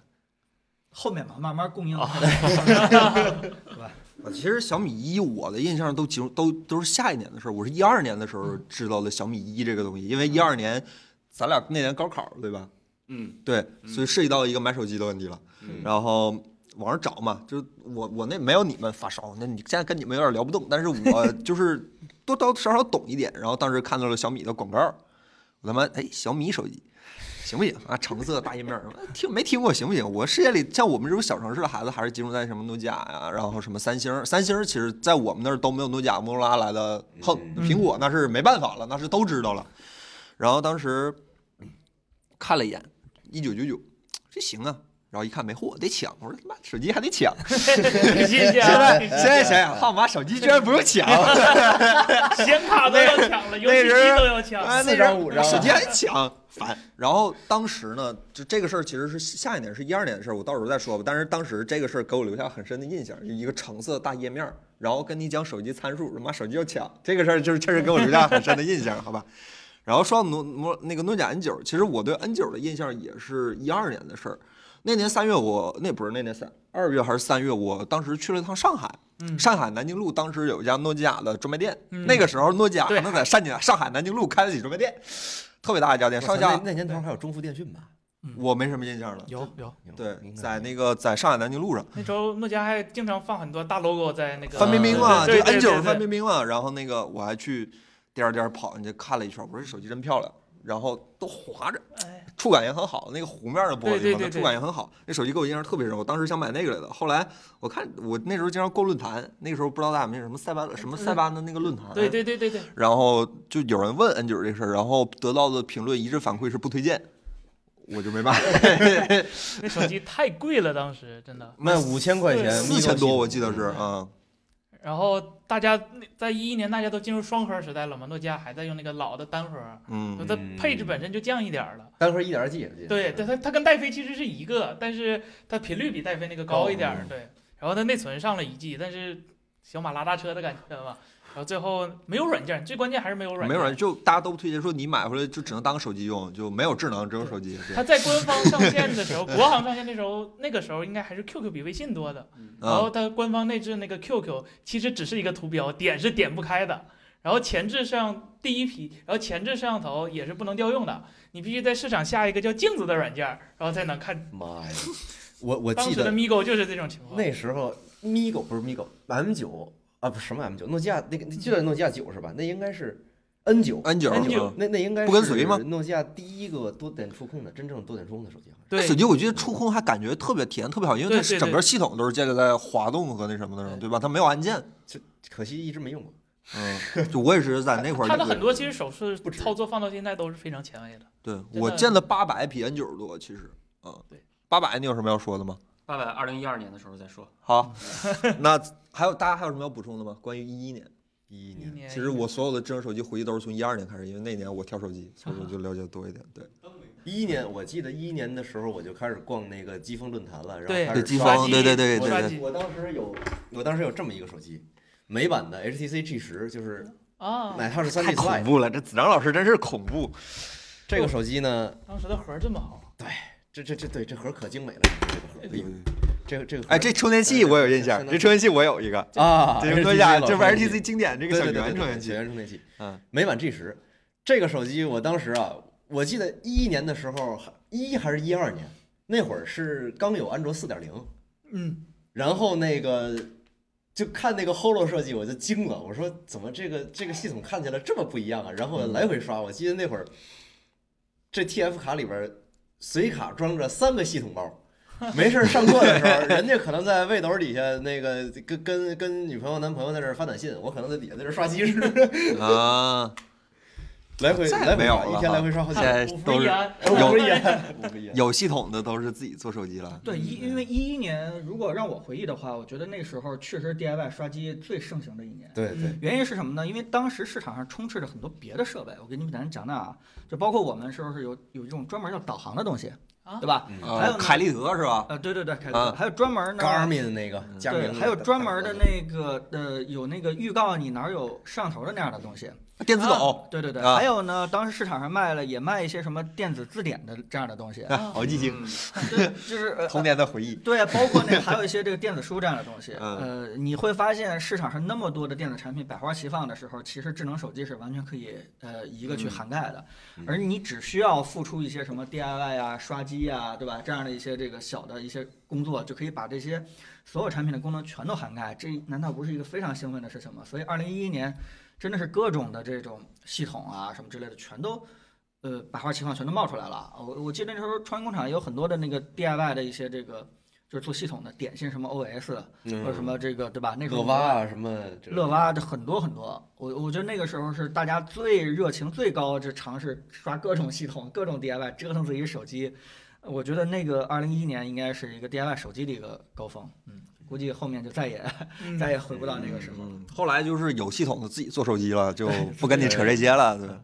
[SPEAKER 5] 后面嘛，慢慢供
[SPEAKER 1] 哦
[SPEAKER 5] 应。
[SPEAKER 1] 我啊其实小米一我的印象都集中都都是下一年的事儿，我是一二年的时
[SPEAKER 7] 嗯
[SPEAKER 1] 候知道的小米一这个东西，因为一二年咱俩那年高考对吧？
[SPEAKER 7] 嗯，
[SPEAKER 1] 对，所以涉及到一个买手机的问题了。
[SPEAKER 7] 嗯
[SPEAKER 1] 然后网上找嘛，就是我我那没有你们发烧，那你现在跟你们有点聊不动，但是 我就是多多少少懂一点。然后当时看到了小米的广告，我他妈哎小米手机。行不行啊？橙色大页面儿，听没听过行不行？我世界里像我们这种小城市的孩子，还是集中在什么诺基亚呀，然后什么三星。三星其实在我们那儿都没有诺基亚、摩托罗拉来的横。
[SPEAKER 4] 嗯
[SPEAKER 1] 苹果那是没办法了，那是都知道了。然后当时看了一眼，一九九九，这行啊。然后一看没货，得抢。我说他妈手机还得抢。
[SPEAKER 2] 谢谢
[SPEAKER 1] 现
[SPEAKER 2] 啊
[SPEAKER 1] 在， 现在想 想，操我妈手机居然不用抢，
[SPEAKER 2] 显卡都要抢 了，游戏机都要抢，
[SPEAKER 1] 哎那
[SPEAKER 4] 啊四张五张
[SPEAKER 1] 手机还得抢，烦。然后当时呢，就这个事儿其实是下一年，是一二年的事儿，我到时候再说吧。但是当时这个事儿给我留下很深的印象，一个橙色大页面儿，然后跟你讲手机参数，他妈手机要抢，这个事儿就是确实给我留下很深的印象，好吧。然后说到诺诺那个诺基亚 N 九，其实我对 N 九的印象也是一二年的事儿。那年三月我那不是那年三二月还是三月，我当时去了趟上海，
[SPEAKER 2] 嗯
[SPEAKER 1] 上海南京路当时有一家诺基亚的专卖店，
[SPEAKER 2] 嗯
[SPEAKER 1] 那个时候诺基亚
[SPEAKER 2] 对
[SPEAKER 1] 还能在上海上海南京路开得起专卖店，特别大一家店。
[SPEAKER 4] 我操
[SPEAKER 1] 上
[SPEAKER 4] 那
[SPEAKER 1] 下
[SPEAKER 4] 那年头儿还有中富电讯吧？
[SPEAKER 1] 我没什么印象了。
[SPEAKER 2] 有有，
[SPEAKER 1] 对
[SPEAKER 4] 应，该
[SPEAKER 1] 在那个在上海南京路上，
[SPEAKER 2] 那时候诺基亚还经常放很多大 logo 在那个
[SPEAKER 1] 范冰冰嘛，就
[SPEAKER 2] 嗯对
[SPEAKER 1] N
[SPEAKER 2] 对对
[SPEAKER 1] 九
[SPEAKER 2] 对
[SPEAKER 1] 范冰冰嘛。然后那个我还去颠儿颠儿跑进去看了一圈，我说这手机真漂亮，然后都滑着，
[SPEAKER 2] 哎
[SPEAKER 1] 触感也很好，那个弧面的玻璃
[SPEAKER 2] 对对
[SPEAKER 1] 嘛，那
[SPEAKER 2] 对
[SPEAKER 1] 触感也很好。那手机给我印象特别深，我当时想买那个来的。后来我看我那时候经常逛论坛，那个时候不知道大家有没有什么塞班什么塞班的那个论坛，
[SPEAKER 2] 呃对对对对 对，
[SPEAKER 1] 然后就有人问 N 九这事儿，然后得到的评论一致反馈是不推荐，我就没买。
[SPEAKER 2] 那手机太贵了，当时真的。
[SPEAKER 4] 卖五千块钱，
[SPEAKER 1] 四千多我记得是啊，
[SPEAKER 2] 然后大家那在一一年，大家都进入双核时代了嘛，诺基亚还在用那个老的单核，
[SPEAKER 1] 嗯，
[SPEAKER 2] 它配置本身就降一点儿了。
[SPEAKER 4] 单核一点二 G 也记得。
[SPEAKER 2] 对，对，它它跟戴飞其实是一
[SPEAKER 1] 哦
[SPEAKER 2] 个，但是它频率比戴飞那个高一点儿，对。然后它内存上了一 G，但是小马拉大车的感觉嘛。然后最后没有软件，最关键还是没有软件。
[SPEAKER 1] 没有软件，就大家都推荐说你买回来就只能当个手机用，就没有智能，只有手机。
[SPEAKER 2] 它在官方上线的时 候，国行上线的时候，那个时候应该还是 QQ 比微信多的。然后
[SPEAKER 1] 嗯，
[SPEAKER 2] 它官方内置那个 QQ 其实只是一个图标，点是点不开的。然后前置摄像第一批，然后前置摄像头也是不能调用的，你必须在市场下一个叫镜子的软件，然后才能看。
[SPEAKER 4] 妈呀！我我
[SPEAKER 2] 当
[SPEAKER 4] 记
[SPEAKER 2] 时的
[SPEAKER 4] 得
[SPEAKER 2] Migo 就是这种情况。
[SPEAKER 4] 那时候 Migo 不是 Migo，M 九啊不是什么 M 九，诺基亚那个就叫诺基亚九是吧？那应该是 N 九，
[SPEAKER 1] N 九嗯
[SPEAKER 2] N9
[SPEAKER 4] 那那应该
[SPEAKER 1] 不跟随吗
[SPEAKER 4] 是诺基亚第一个多点触控的真正多点触控的手机好像是。
[SPEAKER 1] 那
[SPEAKER 2] 对
[SPEAKER 1] 手机我觉得触控还感觉特别甜，特别好，因为它
[SPEAKER 2] 对对
[SPEAKER 1] 整个
[SPEAKER 2] 对
[SPEAKER 1] 系统都是建立在滑动和那什么的上，对吧？它没有按键。
[SPEAKER 4] 可惜一直没用过。
[SPEAKER 1] 嗯，就我也是在那块儿。
[SPEAKER 2] 它的很多其实手势
[SPEAKER 4] 不止
[SPEAKER 2] 操作放到现在都是非常前卫的。
[SPEAKER 1] 对
[SPEAKER 2] 真
[SPEAKER 1] 我
[SPEAKER 2] 的
[SPEAKER 1] 见了八百比 N 九多，其实，嗯，
[SPEAKER 2] 对，
[SPEAKER 1] 八百你有什么要说的吗？
[SPEAKER 7] 八百二零一二年的时候再说。
[SPEAKER 1] 好，那还有大家还有什么要补充的吗？关于一一年，
[SPEAKER 4] 一一
[SPEAKER 2] 一
[SPEAKER 4] 年，
[SPEAKER 2] 年
[SPEAKER 1] 其实我所有的智能手机回忆都是从一二年开始，因为那年我挑手机，所以我就了解多一点。对，
[SPEAKER 4] 一一年我记得一一年的时候我就开始逛那个机锋论坛了，然后
[SPEAKER 2] 对
[SPEAKER 4] 开
[SPEAKER 1] 啊对，
[SPEAKER 4] 始
[SPEAKER 1] 机
[SPEAKER 4] 刷
[SPEAKER 1] 锋，
[SPEAKER 2] 机
[SPEAKER 1] 对对对
[SPEAKER 2] 我
[SPEAKER 1] 对
[SPEAKER 2] 刷
[SPEAKER 1] 对，
[SPEAKER 2] 机
[SPEAKER 4] 我当时有，我当时有这么一个手机，美版的 HTC G 十，就是
[SPEAKER 2] 啊，
[SPEAKER 4] 哪怕是三
[SPEAKER 1] 太
[SPEAKER 4] D
[SPEAKER 1] 恐
[SPEAKER 4] Slide
[SPEAKER 1] 怖了，这子章老师真是恐怖。
[SPEAKER 4] 这个手机呢，
[SPEAKER 2] 当时的盒儿这么好，
[SPEAKER 4] 这这这对这盒可精美了，这个盒，哎
[SPEAKER 1] 对
[SPEAKER 4] 呦，这个这个盒
[SPEAKER 1] 哎，这充电器我有印象，这充电器我有一个，
[SPEAKER 4] 啊，
[SPEAKER 1] 这说一
[SPEAKER 4] HTC
[SPEAKER 1] 下，
[SPEAKER 4] 老
[SPEAKER 1] 这不
[SPEAKER 4] 充电器
[SPEAKER 1] HTC 经典这
[SPEAKER 4] 对
[SPEAKER 1] 个小
[SPEAKER 4] 对对对
[SPEAKER 1] 圆充
[SPEAKER 4] 对
[SPEAKER 1] 电
[SPEAKER 4] 小
[SPEAKER 1] 器，
[SPEAKER 4] 圆充电器，
[SPEAKER 1] 嗯，
[SPEAKER 4] 美版 G 十这个手机，我当时啊，我记得一一年的时候，一还是一二年，那会儿是刚有安卓四点零，
[SPEAKER 2] 嗯，
[SPEAKER 4] 然后那个就看那个 Holo 设计，我就惊了，我说怎么这个这个系统看起来这么不一样啊？然后我来回刷，我记得那会儿这 TF 卡里边儿随卡装着三个系统包。没事儿上课的时候，人家可能在背斗底下那个跟跟跟女朋友男朋友在这儿发短信，我可能在底下在这儿刷机似的，
[SPEAKER 1] 啊，
[SPEAKER 4] 来回
[SPEAKER 1] 再
[SPEAKER 4] 来
[SPEAKER 1] 没
[SPEAKER 4] 回
[SPEAKER 1] 有
[SPEAKER 4] 刷，一
[SPEAKER 1] 了
[SPEAKER 4] 天来
[SPEAKER 1] 哈
[SPEAKER 4] 回刷好几
[SPEAKER 1] 现在
[SPEAKER 2] 五伏
[SPEAKER 1] 都
[SPEAKER 2] 一
[SPEAKER 1] 是
[SPEAKER 2] 安，
[SPEAKER 1] 有
[SPEAKER 4] 五个烟，五个烟。
[SPEAKER 1] 有系统的都是自己做手机了，
[SPEAKER 5] 对，一因为一一年如果让我回忆的话，我觉得那时候确实 DIY 刷机最盛行的一年。
[SPEAKER 4] 对对
[SPEAKER 2] 嗯，
[SPEAKER 5] 原因是什么呢？因为当时市场上充斥着很多别的设备，我给你们简单讲讲啊，就包括我们是不是有有一种专门叫导航的东西，
[SPEAKER 2] 啊
[SPEAKER 5] 对吧？
[SPEAKER 4] 嗯
[SPEAKER 5] 还有
[SPEAKER 1] 呃，
[SPEAKER 5] 呢
[SPEAKER 1] 凯立德是吧？
[SPEAKER 5] 呃，对对对，凯
[SPEAKER 1] 啊
[SPEAKER 5] 哥，还有专门呢，
[SPEAKER 4] ，Garmin 那个，佳
[SPEAKER 5] 嗯对，
[SPEAKER 4] 明，
[SPEAKER 5] 还有专门的那个呃，有那个预告你哪儿有摄像头的那样的东西，
[SPEAKER 1] 电子狗，
[SPEAKER 5] 对对对，
[SPEAKER 1] 啊
[SPEAKER 5] 还有呢，当时市场上卖了也卖一些什么电子字典的这样的 东西，
[SPEAKER 2] 啊
[SPEAKER 1] 好记性，
[SPEAKER 5] 对，就是呃
[SPEAKER 1] 童年的回忆。
[SPEAKER 5] 对，包括那还有一些这个电子书这样的东西。
[SPEAKER 1] 嗯
[SPEAKER 5] 呃，你会发现市场上那么多的电子产品百花齐放的时候，其实智能手机是完全可以呃一个去涵盖的，
[SPEAKER 4] 嗯
[SPEAKER 5] 而你只需要付出一些什么 DIY 啊、刷机啊，对吧？这样的一些这个小的一些工作，就可以把这些所有产品的功能全都涵盖。这难道不是一个非常兴奋的事情吗？所以，二零一一年真的是各种的这种系统啊什么之类的全都。呃，百花齐放，全都冒出来了。我我记得那时候创新工厂也有很多的那个 DIY 的一些这个，就是做系统的点心，什么 OS
[SPEAKER 4] 嗯
[SPEAKER 5] 或者什么这个，对吧？那时
[SPEAKER 4] 乐
[SPEAKER 5] 候
[SPEAKER 4] 蛙啊什么之类的，
[SPEAKER 5] 乐蛙的很多很多。我我觉得那个时候是大家最热情最高，就尝试刷各种系统、各种 DIY，折腾自己手机。我觉得那个二零一一年应该是一个 DIY 手机的一个高峰，嗯，估计后面就再也
[SPEAKER 2] 嗯
[SPEAKER 5] 再也回不到那个时候了。
[SPEAKER 1] 嗯，后来就是有系统的自己做手机了， 就不跟你扯这些了，对吧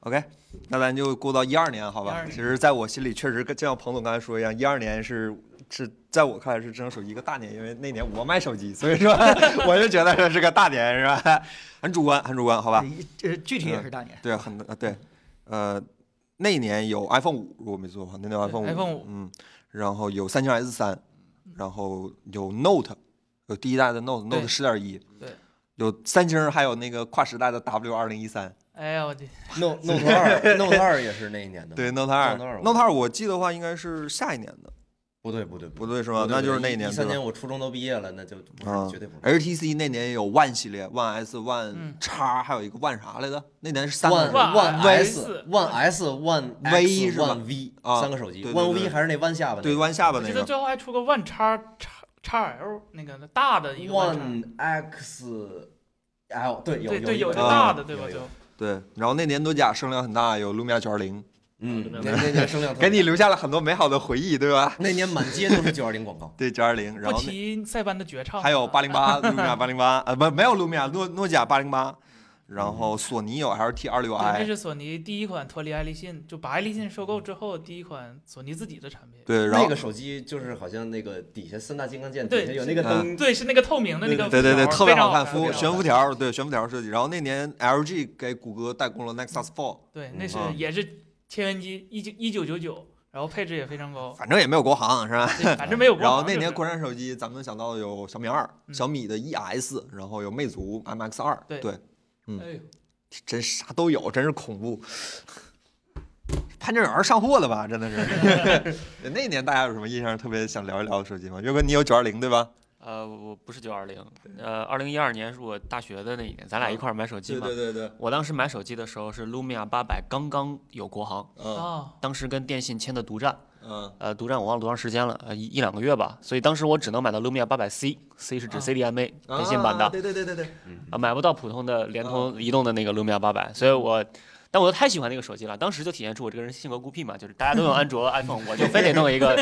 [SPEAKER 1] ？OK，那嗯咱就过到一二年，好吧？
[SPEAKER 2] 12年
[SPEAKER 1] 其实，在我心里，确实跟就像彭总刚才说一样，一二年是是在我看来是智能手机一个大年，因为那年我买手机，所以说 我就觉得这是个大年，是吧？很主观，很主观，好吧？
[SPEAKER 5] 一这具体也是大年，
[SPEAKER 1] 对，很呃对，呃，那一年有 iPhone 五，如果没错的话，那年有
[SPEAKER 2] 对
[SPEAKER 1] iPhone 五
[SPEAKER 2] iPhone 五
[SPEAKER 1] 嗯，然后有三星 S 三，然后有 Note，有第一代的 Note，Note
[SPEAKER 2] 对
[SPEAKER 1] 十点一，
[SPEAKER 2] 对，
[SPEAKER 1] 有三星，还有那个跨时代的 W 二零一三，
[SPEAKER 2] 哎呀，我的
[SPEAKER 4] Note Note 二 Note 二也是那一年的，
[SPEAKER 1] 对 Note 二
[SPEAKER 4] Note 二
[SPEAKER 1] ，Note 二我记得话应该是下一年的，
[SPEAKER 4] 不对不对不
[SPEAKER 1] 不对是吧？哦那就是那一年
[SPEAKER 4] 一三
[SPEAKER 1] 对
[SPEAKER 4] 年
[SPEAKER 1] 吧
[SPEAKER 4] 我初中都毕业了，那就不
[SPEAKER 1] 啊
[SPEAKER 4] 是绝对不是。
[SPEAKER 1] ？HTC 那年也有 One 系列，One S、One
[SPEAKER 2] 嗯
[SPEAKER 1] 叉，还有一个 One 啥来着？那年是三个
[SPEAKER 4] One
[SPEAKER 1] 是吧
[SPEAKER 4] One S
[SPEAKER 2] S
[SPEAKER 4] One S One
[SPEAKER 1] V 是吧
[SPEAKER 4] One V
[SPEAKER 1] 啊
[SPEAKER 4] 三个手机
[SPEAKER 1] 对对
[SPEAKER 4] ，One
[SPEAKER 1] 对
[SPEAKER 4] V 还是那弯下巴那个？
[SPEAKER 1] 对弯下巴
[SPEAKER 2] 我
[SPEAKER 1] 那
[SPEAKER 2] 记得
[SPEAKER 1] 个，
[SPEAKER 2] 最后还出个 One 叉叉叉 L 那个大的一个 One 叉
[SPEAKER 4] One X L 对有
[SPEAKER 2] 对对，有
[SPEAKER 4] 有一
[SPEAKER 2] 一
[SPEAKER 4] 个
[SPEAKER 2] 个
[SPEAKER 1] 啊
[SPEAKER 2] 大的对吧？
[SPEAKER 4] 有有
[SPEAKER 2] 就
[SPEAKER 1] 对。然后那年诺基亚声量很大，有 Lumia 9 2 0
[SPEAKER 4] 嗯，
[SPEAKER 7] 对
[SPEAKER 4] 那那年声量特
[SPEAKER 1] 给
[SPEAKER 4] 别
[SPEAKER 1] 你
[SPEAKER 4] 大
[SPEAKER 1] 留下了很多美好的回忆，对吧？，
[SPEAKER 4] 那年满街都是九二零广告
[SPEAKER 1] 对，九二零，然
[SPEAKER 2] 不
[SPEAKER 1] 后那
[SPEAKER 2] 提塞班的绝唱，
[SPEAKER 1] 啊还有八零八路米亚八零八，呃，不，没有路米亚，诺诺基亚八零八，然后索尼有 LT 二六
[SPEAKER 2] 对，这
[SPEAKER 1] i，
[SPEAKER 2] 是索尼第一款脱离爱立信，就把爱立信收购之后第一款索尼自己的产品。
[SPEAKER 1] 对， 然
[SPEAKER 4] 那
[SPEAKER 1] 后
[SPEAKER 4] 个手机就是好像那个底下三大金刚剑
[SPEAKER 2] 对
[SPEAKER 4] 底下有那个
[SPEAKER 1] 嗯
[SPEAKER 4] 灯，
[SPEAKER 2] 对，是那个透明的那个条儿，
[SPEAKER 1] 对对对，特别
[SPEAKER 2] 非常
[SPEAKER 1] 好
[SPEAKER 2] 好
[SPEAKER 1] 看，
[SPEAKER 2] 非
[SPEAKER 1] 浮
[SPEAKER 2] 常好
[SPEAKER 1] 悬浮条儿，对悬浮条儿设计。然后那年 LG 给谷歌代工了 Nexus Four，
[SPEAKER 2] 对，
[SPEAKER 4] 嗯
[SPEAKER 2] 那是
[SPEAKER 1] 啊
[SPEAKER 2] 也是千元机，一九一九九九，然后配置也非常 高，
[SPEAKER 1] 反正也没有国行是吧？
[SPEAKER 2] 对反正没有国
[SPEAKER 1] 然后
[SPEAKER 2] 行
[SPEAKER 1] 那
[SPEAKER 2] 就
[SPEAKER 1] 年
[SPEAKER 2] 是
[SPEAKER 1] 国产手机，咱们能想到有小米二、
[SPEAKER 2] 嗯
[SPEAKER 1] 小米的 ES，然后有魅族 MX 二，
[SPEAKER 2] 对
[SPEAKER 1] 对，
[SPEAKER 8] 哎呦，
[SPEAKER 1] 真啥都有，真是恐怖。潘正有人上货了吧？真的是。 那年大家有什么印象特别想聊一聊的手机吗？岳哥，你有九二零对吧？
[SPEAKER 7] 呃，我不是九二零，呃，二零一二年是我大学的那一年，咱俩一块儿买手机嘛。
[SPEAKER 1] 对对，
[SPEAKER 7] 我当时买手机的时候是 Lumia 八百刚刚有国行，
[SPEAKER 1] 嗯
[SPEAKER 2] 啊，
[SPEAKER 7] 当时跟电信签的独占，
[SPEAKER 1] 嗯
[SPEAKER 7] 呃，独占我忘了多长时间了，呃一一两个月吧，所以当时我只能买到 Lumia 八百 C，C 是指
[SPEAKER 2] 啊
[SPEAKER 7] CDMA 电信版的
[SPEAKER 1] 啊，对对对对对，
[SPEAKER 7] 啊，买不到普通的联
[SPEAKER 2] 啊
[SPEAKER 7] 通、移动的那个 Lumia 八百，所以我，但我又太喜欢那个手机了，当时就体现出我这个人性格孤僻嘛，就是大家都用 安卓、iPhone，我就非得弄一个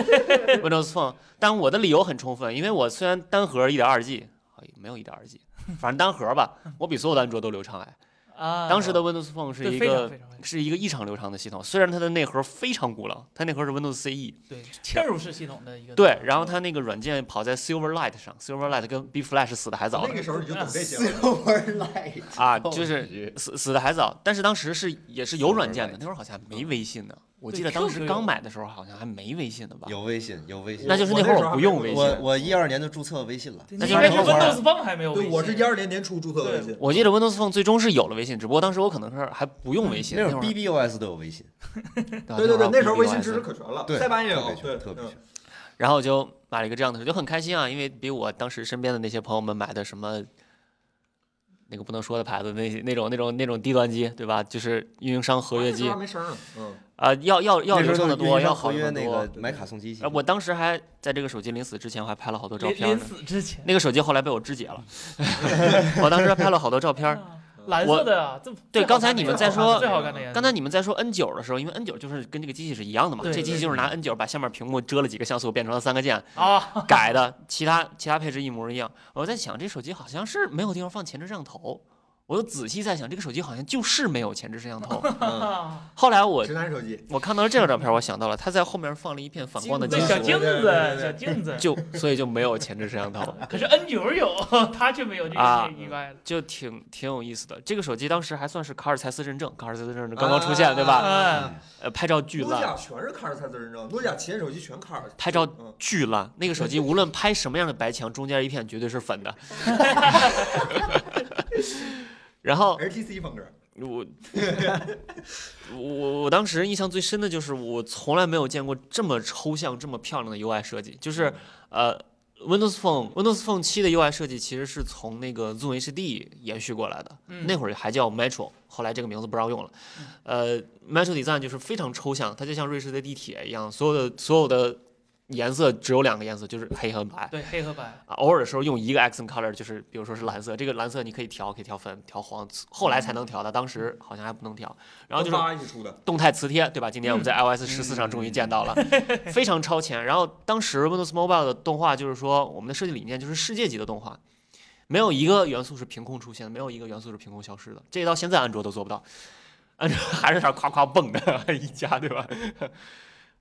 [SPEAKER 7] Windows Phone。但我的理由很充分，因为我虽然单核一点二 G，哎没有一点二 G，反正单 核吧，我比所有的安卓都流畅哎。
[SPEAKER 2] 啊，
[SPEAKER 7] 当时的 Windows Phone 是
[SPEAKER 2] 对
[SPEAKER 7] 一
[SPEAKER 2] 非常
[SPEAKER 7] 个
[SPEAKER 2] 非常非常
[SPEAKER 7] 是一个异常流畅的系统，虽然它的内核非常古老，它内核是 Windows CE，
[SPEAKER 2] 对嵌入式系统的一个
[SPEAKER 7] 对，然后它那个软件跑在 Silverlight 上，Silverlight 跟比 Flash 死的还早呢。
[SPEAKER 1] 时候你就懂这些
[SPEAKER 4] 四个玩
[SPEAKER 1] 嗯
[SPEAKER 4] light
[SPEAKER 7] 啊，就是死死的还早，但是当时是也是有软件的，那会儿好像没微信呢。我
[SPEAKER 2] 对
[SPEAKER 7] 记得当
[SPEAKER 2] Q
[SPEAKER 7] 时
[SPEAKER 2] 就
[SPEAKER 7] 刚
[SPEAKER 2] 有
[SPEAKER 7] 买的时候好像还没微信呢吧？
[SPEAKER 4] 有微信有微信，
[SPEAKER 7] 那就是
[SPEAKER 1] 我
[SPEAKER 7] 那
[SPEAKER 1] 那
[SPEAKER 7] 会儿
[SPEAKER 1] 时候
[SPEAKER 7] 我
[SPEAKER 1] 还
[SPEAKER 7] 不
[SPEAKER 1] 没
[SPEAKER 7] 用
[SPEAKER 1] 有
[SPEAKER 7] 微信。
[SPEAKER 4] 我我一二年就注册微信了，
[SPEAKER 2] 对
[SPEAKER 7] 那
[SPEAKER 2] 应
[SPEAKER 7] 就是
[SPEAKER 2] 该是
[SPEAKER 7] 很好玩
[SPEAKER 2] Windows Phone 还没有微信，
[SPEAKER 1] 二年年初注册
[SPEAKER 2] 的微信
[SPEAKER 7] 我记得 Windows Phone 最终是有了微信，只不过当时我可能是还不用微
[SPEAKER 4] 嗯
[SPEAKER 7] 信。
[SPEAKER 4] 那
[SPEAKER 7] 那
[SPEAKER 4] 会儿 BBOS 都有微信，
[SPEAKER 7] 对
[SPEAKER 1] 对对对，那时候微信
[SPEAKER 7] 支
[SPEAKER 1] 支
[SPEAKER 7] 持
[SPEAKER 1] 持。可全了，
[SPEAKER 4] 对，
[SPEAKER 1] 塞班也
[SPEAKER 4] 特
[SPEAKER 1] 有，
[SPEAKER 4] 别
[SPEAKER 1] 对，
[SPEAKER 4] 全特别
[SPEAKER 1] 嗯
[SPEAKER 4] 全
[SPEAKER 7] 然后我就买了一个这样的手机，就很开心啊，因为比我当时身边的那些朋友们买的什么。那个不能说的牌子，那那种那种那种低端机，对吧？就是运营商合约
[SPEAKER 1] 那
[SPEAKER 4] 哦
[SPEAKER 1] 时候
[SPEAKER 7] 机
[SPEAKER 1] 还没声儿呢，嗯，
[SPEAKER 7] 啊、要要要
[SPEAKER 4] 那时
[SPEAKER 7] 流
[SPEAKER 4] 候
[SPEAKER 7] 畅的
[SPEAKER 4] 都是
[SPEAKER 7] 多，
[SPEAKER 4] 运营
[SPEAKER 7] 要
[SPEAKER 4] 商
[SPEAKER 7] 好
[SPEAKER 4] 合
[SPEAKER 7] 用
[SPEAKER 4] 约
[SPEAKER 7] 的
[SPEAKER 4] 那
[SPEAKER 7] 多
[SPEAKER 4] 个。买卡送机器
[SPEAKER 7] 啊，，我当时还在这个手机临死之前，我还拍了好多照
[SPEAKER 2] 临
[SPEAKER 7] 片
[SPEAKER 2] 临
[SPEAKER 7] 呢。
[SPEAKER 2] 死之前
[SPEAKER 7] 那个手机后来被我肢解了， 我当时还拍了好多照片儿。
[SPEAKER 2] 啊蓝色的啊，这
[SPEAKER 7] 对
[SPEAKER 2] 最好
[SPEAKER 7] 刚才
[SPEAKER 2] 看的
[SPEAKER 7] 你们
[SPEAKER 2] 颜
[SPEAKER 7] 在
[SPEAKER 2] 色啊
[SPEAKER 7] 说
[SPEAKER 2] 最好看的颜色，
[SPEAKER 7] 刚才你们在说 N 九的时候，因为 N 九就是跟这个机器是一样的嘛，
[SPEAKER 2] 对
[SPEAKER 7] 这机器就是拿 N 九把下面屏幕遮了几个像素，变成了三个键
[SPEAKER 2] 啊，
[SPEAKER 7] 改的，其他其他配置一模一样。我在想，这手机好像是没有地方放前置摄像头。我又仔细在想，这个手机好像就是没有前置摄 像头。
[SPEAKER 1] 嗯
[SPEAKER 2] 啊
[SPEAKER 7] 后来我
[SPEAKER 1] 直男手机，
[SPEAKER 7] 我看到了这张照片，我想到了，它在后面放了一片 反光的
[SPEAKER 1] 那
[SPEAKER 7] 金
[SPEAKER 2] 对
[SPEAKER 1] 金
[SPEAKER 2] 小
[SPEAKER 1] 属
[SPEAKER 2] 镜
[SPEAKER 7] 属，
[SPEAKER 1] 对
[SPEAKER 2] 子
[SPEAKER 1] 对对
[SPEAKER 2] 小镜子，
[SPEAKER 7] 就所以就没有前置摄像头。
[SPEAKER 2] 可是 N 九有，它却没有这
[SPEAKER 7] 啊
[SPEAKER 2] 个意外了。
[SPEAKER 7] 就挺挺有意思的。这个手机当时还算是卡尔蔡司认证，卡尔蔡司认证刚刚出现，对吧？
[SPEAKER 2] 嗯，
[SPEAKER 7] 呃，拍照巨
[SPEAKER 1] 诺基亚
[SPEAKER 7] 烂，
[SPEAKER 1] 全是卡尔蔡司认证，诺基亚旗舰手机全卡尔。
[SPEAKER 7] 拍照
[SPEAKER 1] 嗯，
[SPEAKER 7] 巨烂。那个手机无论拍什么样的白墙，中间一片绝对是 粉的。然后
[SPEAKER 1] HTC 风格，
[SPEAKER 7] 我我我当时印象最深的就是我从来没有见过这么抽象、这么漂亮的 UI 设计，就是呃。Windows Phone Windows Phone 七的 UI 设计其实是从那个 Zoom HD 延续过来的，
[SPEAKER 2] 嗯
[SPEAKER 7] 那会儿还叫 Metro，后来这个名字不让用了。呃，Metro Design 就是非常抽象，它就像瑞士的地铁一样，所有的所有的颜色只有两个颜色，就是黑和白。
[SPEAKER 2] 对黑和白，
[SPEAKER 7] 啊，偶尔的时候用一个 accent color，就是比如说是蓝色，这个蓝色你可以调，可以调粉、调黄，后来才能调的，当时好像还不能调。然后就是
[SPEAKER 1] 八一起出的，
[SPEAKER 7] 动态磁贴，对吧？今天我们在 iOS 十四上终于见到了，非常超前。然后当时 Windows Mobile 的动画就是说，我们的设计理念就是世界级的动画，没有一个元素是凭空出现的，没有一个元素是凭空消失的，这到现在安卓都做不到，安卓 还是那儿夸夸蹦的一家，对吧？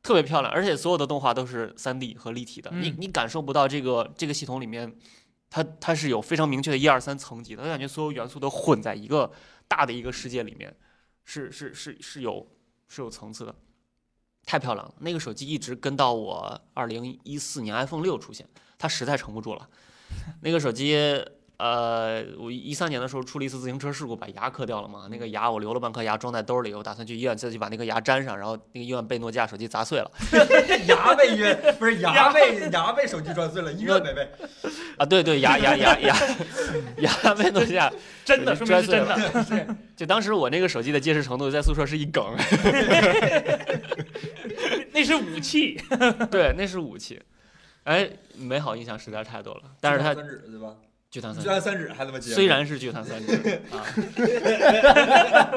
[SPEAKER 7] 特别漂亮，而且所有的动画都是3 D 和立体的，你
[SPEAKER 2] 嗯
[SPEAKER 7] 你感受不到这个这个系统里面，它它是有非常明确的一二三层级的，我感觉所有元素都混在一个大的一个世界里面，是是是是有是有层次的，太漂亮了。那个手机一直跟到我二零一四年 iPhone 六出现，它实在撑不住了。 那个手机，呃，我一三年的时候出了一次自行车事故，把牙磕掉了嘛。那个牙我留了半颗牙装在兜里，我打算去医院再去把那个牙粘上，然后那个医院被诺基亚手机砸碎了。
[SPEAKER 1] 牙被约不是牙被牙被手机撞碎了，医院没被。
[SPEAKER 7] 啊，对对，牙牙牙牙牙被诺基亚
[SPEAKER 2] 真的说明是真的。
[SPEAKER 7] 就当时我那个手机的结实程度在宿舍是一梗，
[SPEAKER 2] 那是武器，
[SPEAKER 7] 对，那是武器。哎，美好印象实在太多了，但是它
[SPEAKER 1] 三指对吧？
[SPEAKER 7] 聚碳
[SPEAKER 1] 就
[SPEAKER 7] 酸
[SPEAKER 1] 按三指还他妈接。
[SPEAKER 7] 虽然是聚碳酸酯啊，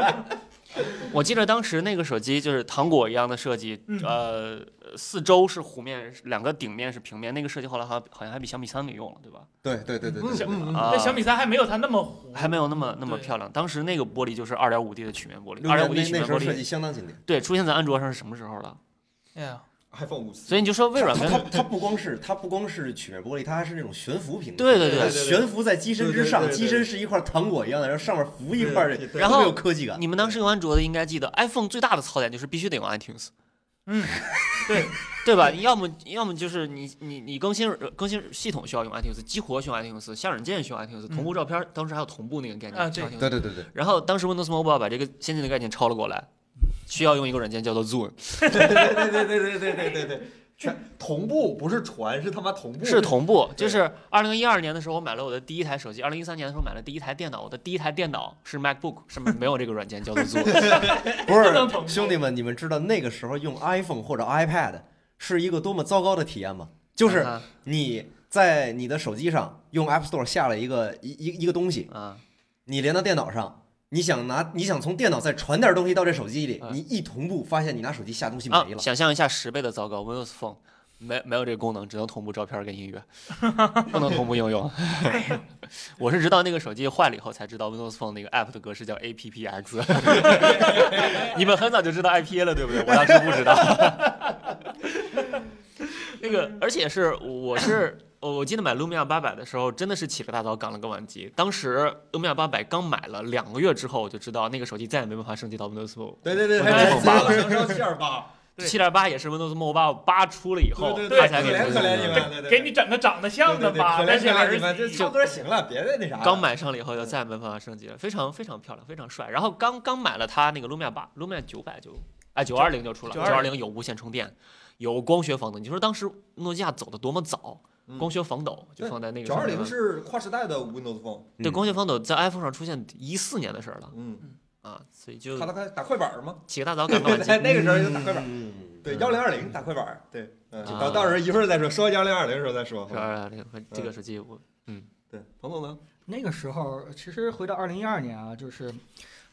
[SPEAKER 7] 我记得当时那个手机就是糖果一样的设计，
[SPEAKER 2] 嗯
[SPEAKER 7] 呃，四周是弧面，两个顶面是平面。那个设计后来好像好像还比小米三给用了，对吧？
[SPEAKER 4] 对对对对对对，
[SPEAKER 1] 嗯
[SPEAKER 7] 啊
[SPEAKER 2] 那小米三还没有它那么糊，
[SPEAKER 7] 还没有那么那么
[SPEAKER 2] 对
[SPEAKER 7] 漂亮。当时那个玻璃就是二点五 D 的曲面玻璃，
[SPEAKER 4] 六
[SPEAKER 7] 二
[SPEAKER 4] 年
[SPEAKER 7] 点五 D 曲
[SPEAKER 4] 那
[SPEAKER 7] 面
[SPEAKER 4] 那时候
[SPEAKER 7] 玻
[SPEAKER 4] 设计
[SPEAKER 7] 璃，
[SPEAKER 4] 相当 经典。
[SPEAKER 7] 对，出现在安卓上是什么时候了？
[SPEAKER 2] 哎呀，
[SPEAKER 1] iPhone 五四
[SPEAKER 7] 所以你就说微软
[SPEAKER 4] 它
[SPEAKER 7] 跟
[SPEAKER 4] 它不光是它不光是曲面玻璃，它还是那种悬浮屏。
[SPEAKER 7] 对对对
[SPEAKER 4] 它
[SPEAKER 7] 对
[SPEAKER 1] 对对
[SPEAKER 4] 悬浮在机身之上，
[SPEAKER 1] 对对对对
[SPEAKER 4] 机身是一块糖果一样的，然后上面浮一块儿
[SPEAKER 1] 对对，对
[SPEAKER 7] 然后
[SPEAKER 4] 特别有科技感。
[SPEAKER 7] 你们当时用安卓的应该记得，iPhone 最大的槽点就是必须得用 iTunes。
[SPEAKER 2] 嗯，
[SPEAKER 7] 对 对吧？要么要么就是你你你更新更新系统需要用 iTunes，激活需要 iTunes，下软件需要 iTunes，同步照片、当时还有同步那个概念
[SPEAKER 2] 啊
[SPEAKER 7] 需要
[SPEAKER 2] 对
[SPEAKER 7] iTunes
[SPEAKER 4] 对对 对对，
[SPEAKER 7] 然后当时 Windows Mobile 把这个先进的概念抄了过来，需要用一个软件叫做 Zoom，
[SPEAKER 1] 对对对对对对对对，全同步不是传，是他妈同步
[SPEAKER 7] 是同步。就
[SPEAKER 1] 对
[SPEAKER 7] 是二零一二年的时候，我买了我的第一台手机；二零一三年的时候买了第一台电脑，我的第一台电脑是 MacBook，上面没有这个软件叫做 Zoom。
[SPEAKER 4] 不
[SPEAKER 2] 不能同
[SPEAKER 4] 是
[SPEAKER 2] 步
[SPEAKER 4] 兄弟们，你们知道那个时候用 iPhone 或者 iPad 是一个多么糟糕的体验吗？就是
[SPEAKER 7] 啊
[SPEAKER 4] 你在你的手机上用 App Store 下了一个一一一个东西，
[SPEAKER 7] 啊，
[SPEAKER 4] 你连到电脑上，你想拿你想从电脑再传点东西到这手机里
[SPEAKER 7] 啊，
[SPEAKER 4] 你一同步发现你拿手机下东西
[SPEAKER 7] 啊
[SPEAKER 4] 没了。
[SPEAKER 7] 想象一下十倍的糟糕，Windows Phone 没没有这个功能，只能同步照片跟音乐， 不能同步应用。 我是直到那个手机坏了以后才知道 Windows Phone 那个 App 的格式叫 APPX。你们很早就知道 IPA 了，对不对？我当时不知道。 那个，而且是我是。我我记得买 Lumia 八百的时候，真的是起了大早赶了个晚集。当时 Lumia 八百刚买了两个月之后，我就知道那个手机再也没办法升级到 Windows Phone。
[SPEAKER 1] 对对对，
[SPEAKER 7] 我
[SPEAKER 1] 还
[SPEAKER 7] 拿
[SPEAKER 1] 有
[SPEAKER 7] iPhone
[SPEAKER 1] 八
[SPEAKER 7] 八
[SPEAKER 1] 了，燃烧七点八，
[SPEAKER 2] 对
[SPEAKER 7] 七点八也是 Windows Mobile 八出了以后，
[SPEAKER 1] 对
[SPEAKER 7] 它
[SPEAKER 1] 对，
[SPEAKER 7] 才
[SPEAKER 1] 可
[SPEAKER 7] 给
[SPEAKER 1] 怜
[SPEAKER 7] 推出
[SPEAKER 1] 可怜
[SPEAKER 7] 去
[SPEAKER 1] 你
[SPEAKER 7] 的
[SPEAKER 1] 们，对对
[SPEAKER 2] 给你整个长得像的吧，
[SPEAKER 1] 对
[SPEAKER 2] 但
[SPEAKER 1] 对
[SPEAKER 2] 是
[SPEAKER 1] 对可怜可怜
[SPEAKER 2] 儿
[SPEAKER 1] 你们，这
[SPEAKER 2] 子
[SPEAKER 1] 唱歌行了，别的那啥了。
[SPEAKER 7] 刚买上了以后就再也没办法升级了，非常非常漂亮，非常帅。然后刚刚买了它那个 Lumia 八，Lumia 九百就哎九二零就出了，九二零有无线充电，有光学防抖。你说当时诺基亚走的多么早
[SPEAKER 1] 嗯，
[SPEAKER 7] 光学防抖就放在那个
[SPEAKER 1] 九
[SPEAKER 7] 上
[SPEAKER 1] 二
[SPEAKER 7] 面
[SPEAKER 1] 零
[SPEAKER 7] 了。
[SPEAKER 1] 是跨时代的 Windows Phone，
[SPEAKER 7] 对，
[SPEAKER 4] 嗯
[SPEAKER 7] 光学防抖在 iPhone 上出现一四年的事儿了
[SPEAKER 1] 嗯，
[SPEAKER 7] 啊，所以就
[SPEAKER 1] 它打打快板儿吗？
[SPEAKER 7] 起个大早赶到
[SPEAKER 1] 对
[SPEAKER 7] 晚
[SPEAKER 1] 对，
[SPEAKER 7] 集。
[SPEAKER 1] 那个时候就打快板儿，
[SPEAKER 4] 嗯，
[SPEAKER 1] 对
[SPEAKER 7] 嗯
[SPEAKER 1] 幺零二零打快板儿，对，嗯，
[SPEAKER 7] 啊
[SPEAKER 1] 到到时候一会儿再说，说幺零二零的时候再说。好
[SPEAKER 7] 九
[SPEAKER 1] 吧
[SPEAKER 7] 二零这个手机我
[SPEAKER 1] 对，彭总呢？
[SPEAKER 4] 嗯
[SPEAKER 5] 那个时候，其实回到二零一二年啊，就是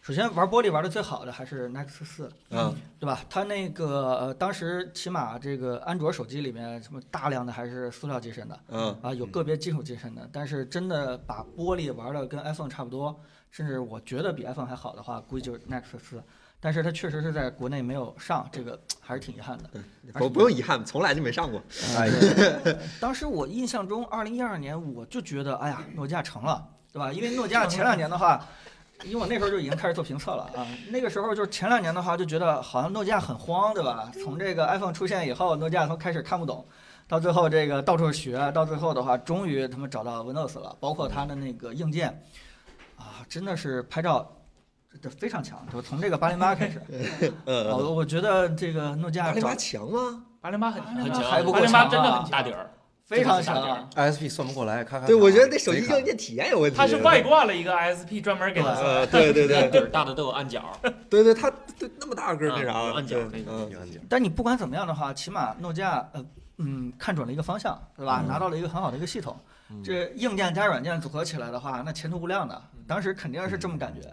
[SPEAKER 5] 首先玩玻璃玩的最好的还是 Nexus 四，
[SPEAKER 1] 嗯，
[SPEAKER 5] 对吧？它那个、呃、当时起码这个安卓手机里面什么大量的还是塑料机身的
[SPEAKER 1] 嗯，
[SPEAKER 5] 啊，有个别金属机身的，但是真的把玻璃玩的跟 iPhone 差不多，甚至我觉得比 iPhone 还好的话，估计就是 Nexus 四。但是它确实是在国内没有上，这个还是挺遗憾的。而且
[SPEAKER 1] 我不用遗憾，从来就没上过。
[SPEAKER 5] 哎呀， 当时我印象中，二零一二年我就觉得，哎呀，诺基亚成了，对吧？因为诺基亚前两年的话，因为我那时候就已经开始做评测了啊，那个时候就是前两年的话，就觉得好像诺基亚很慌，对吧？从这个 iPhone 出现以后，诺基亚从开始看不懂。到最后，这个到处学，到最后的话，终于他们找到 Windows 了，包括它的那个硬件，啊，真的是拍照，这非常强。就从这个八零八 开始，
[SPEAKER 4] 呃，
[SPEAKER 5] 我我觉觉得这个诺基亚
[SPEAKER 1] 八零
[SPEAKER 5] 找
[SPEAKER 1] 八强吗？
[SPEAKER 2] 八零八很
[SPEAKER 5] 那
[SPEAKER 7] 很
[SPEAKER 5] 强
[SPEAKER 7] 强，
[SPEAKER 5] 还不
[SPEAKER 2] 八
[SPEAKER 5] 够
[SPEAKER 2] 零
[SPEAKER 5] 强
[SPEAKER 2] 八
[SPEAKER 5] 啊
[SPEAKER 2] 真的很强
[SPEAKER 7] 大底儿，
[SPEAKER 5] 非常
[SPEAKER 7] 这个是大点
[SPEAKER 5] 强
[SPEAKER 7] 儿。
[SPEAKER 4] ISP 算不过来，咔咔。
[SPEAKER 1] 嗯对，我觉得那手机
[SPEAKER 4] 没看
[SPEAKER 1] 硬件体验有问题。
[SPEAKER 2] 它是外挂了一个 ISP 专门给它
[SPEAKER 1] 呃，对对
[SPEAKER 7] 大
[SPEAKER 1] 对
[SPEAKER 7] 底儿大的都有按角，
[SPEAKER 1] 对对，它对那么大个儿那
[SPEAKER 7] 啊
[SPEAKER 1] 啥，
[SPEAKER 7] 有按
[SPEAKER 1] 对
[SPEAKER 7] 钮那个
[SPEAKER 1] 嗯
[SPEAKER 4] 有按钮
[SPEAKER 5] 但你不管怎么样的话，起码诺基亚呃嗯看准了一个方向，对吧？
[SPEAKER 1] 嗯
[SPEAKER 5] 拿到了一个很好的一个系统，这硬件加软件组合起来的话，那前途无量的。
[SPEAKER 1] 嗯
[SPEAKER 5] 当时肯定是这么感觉，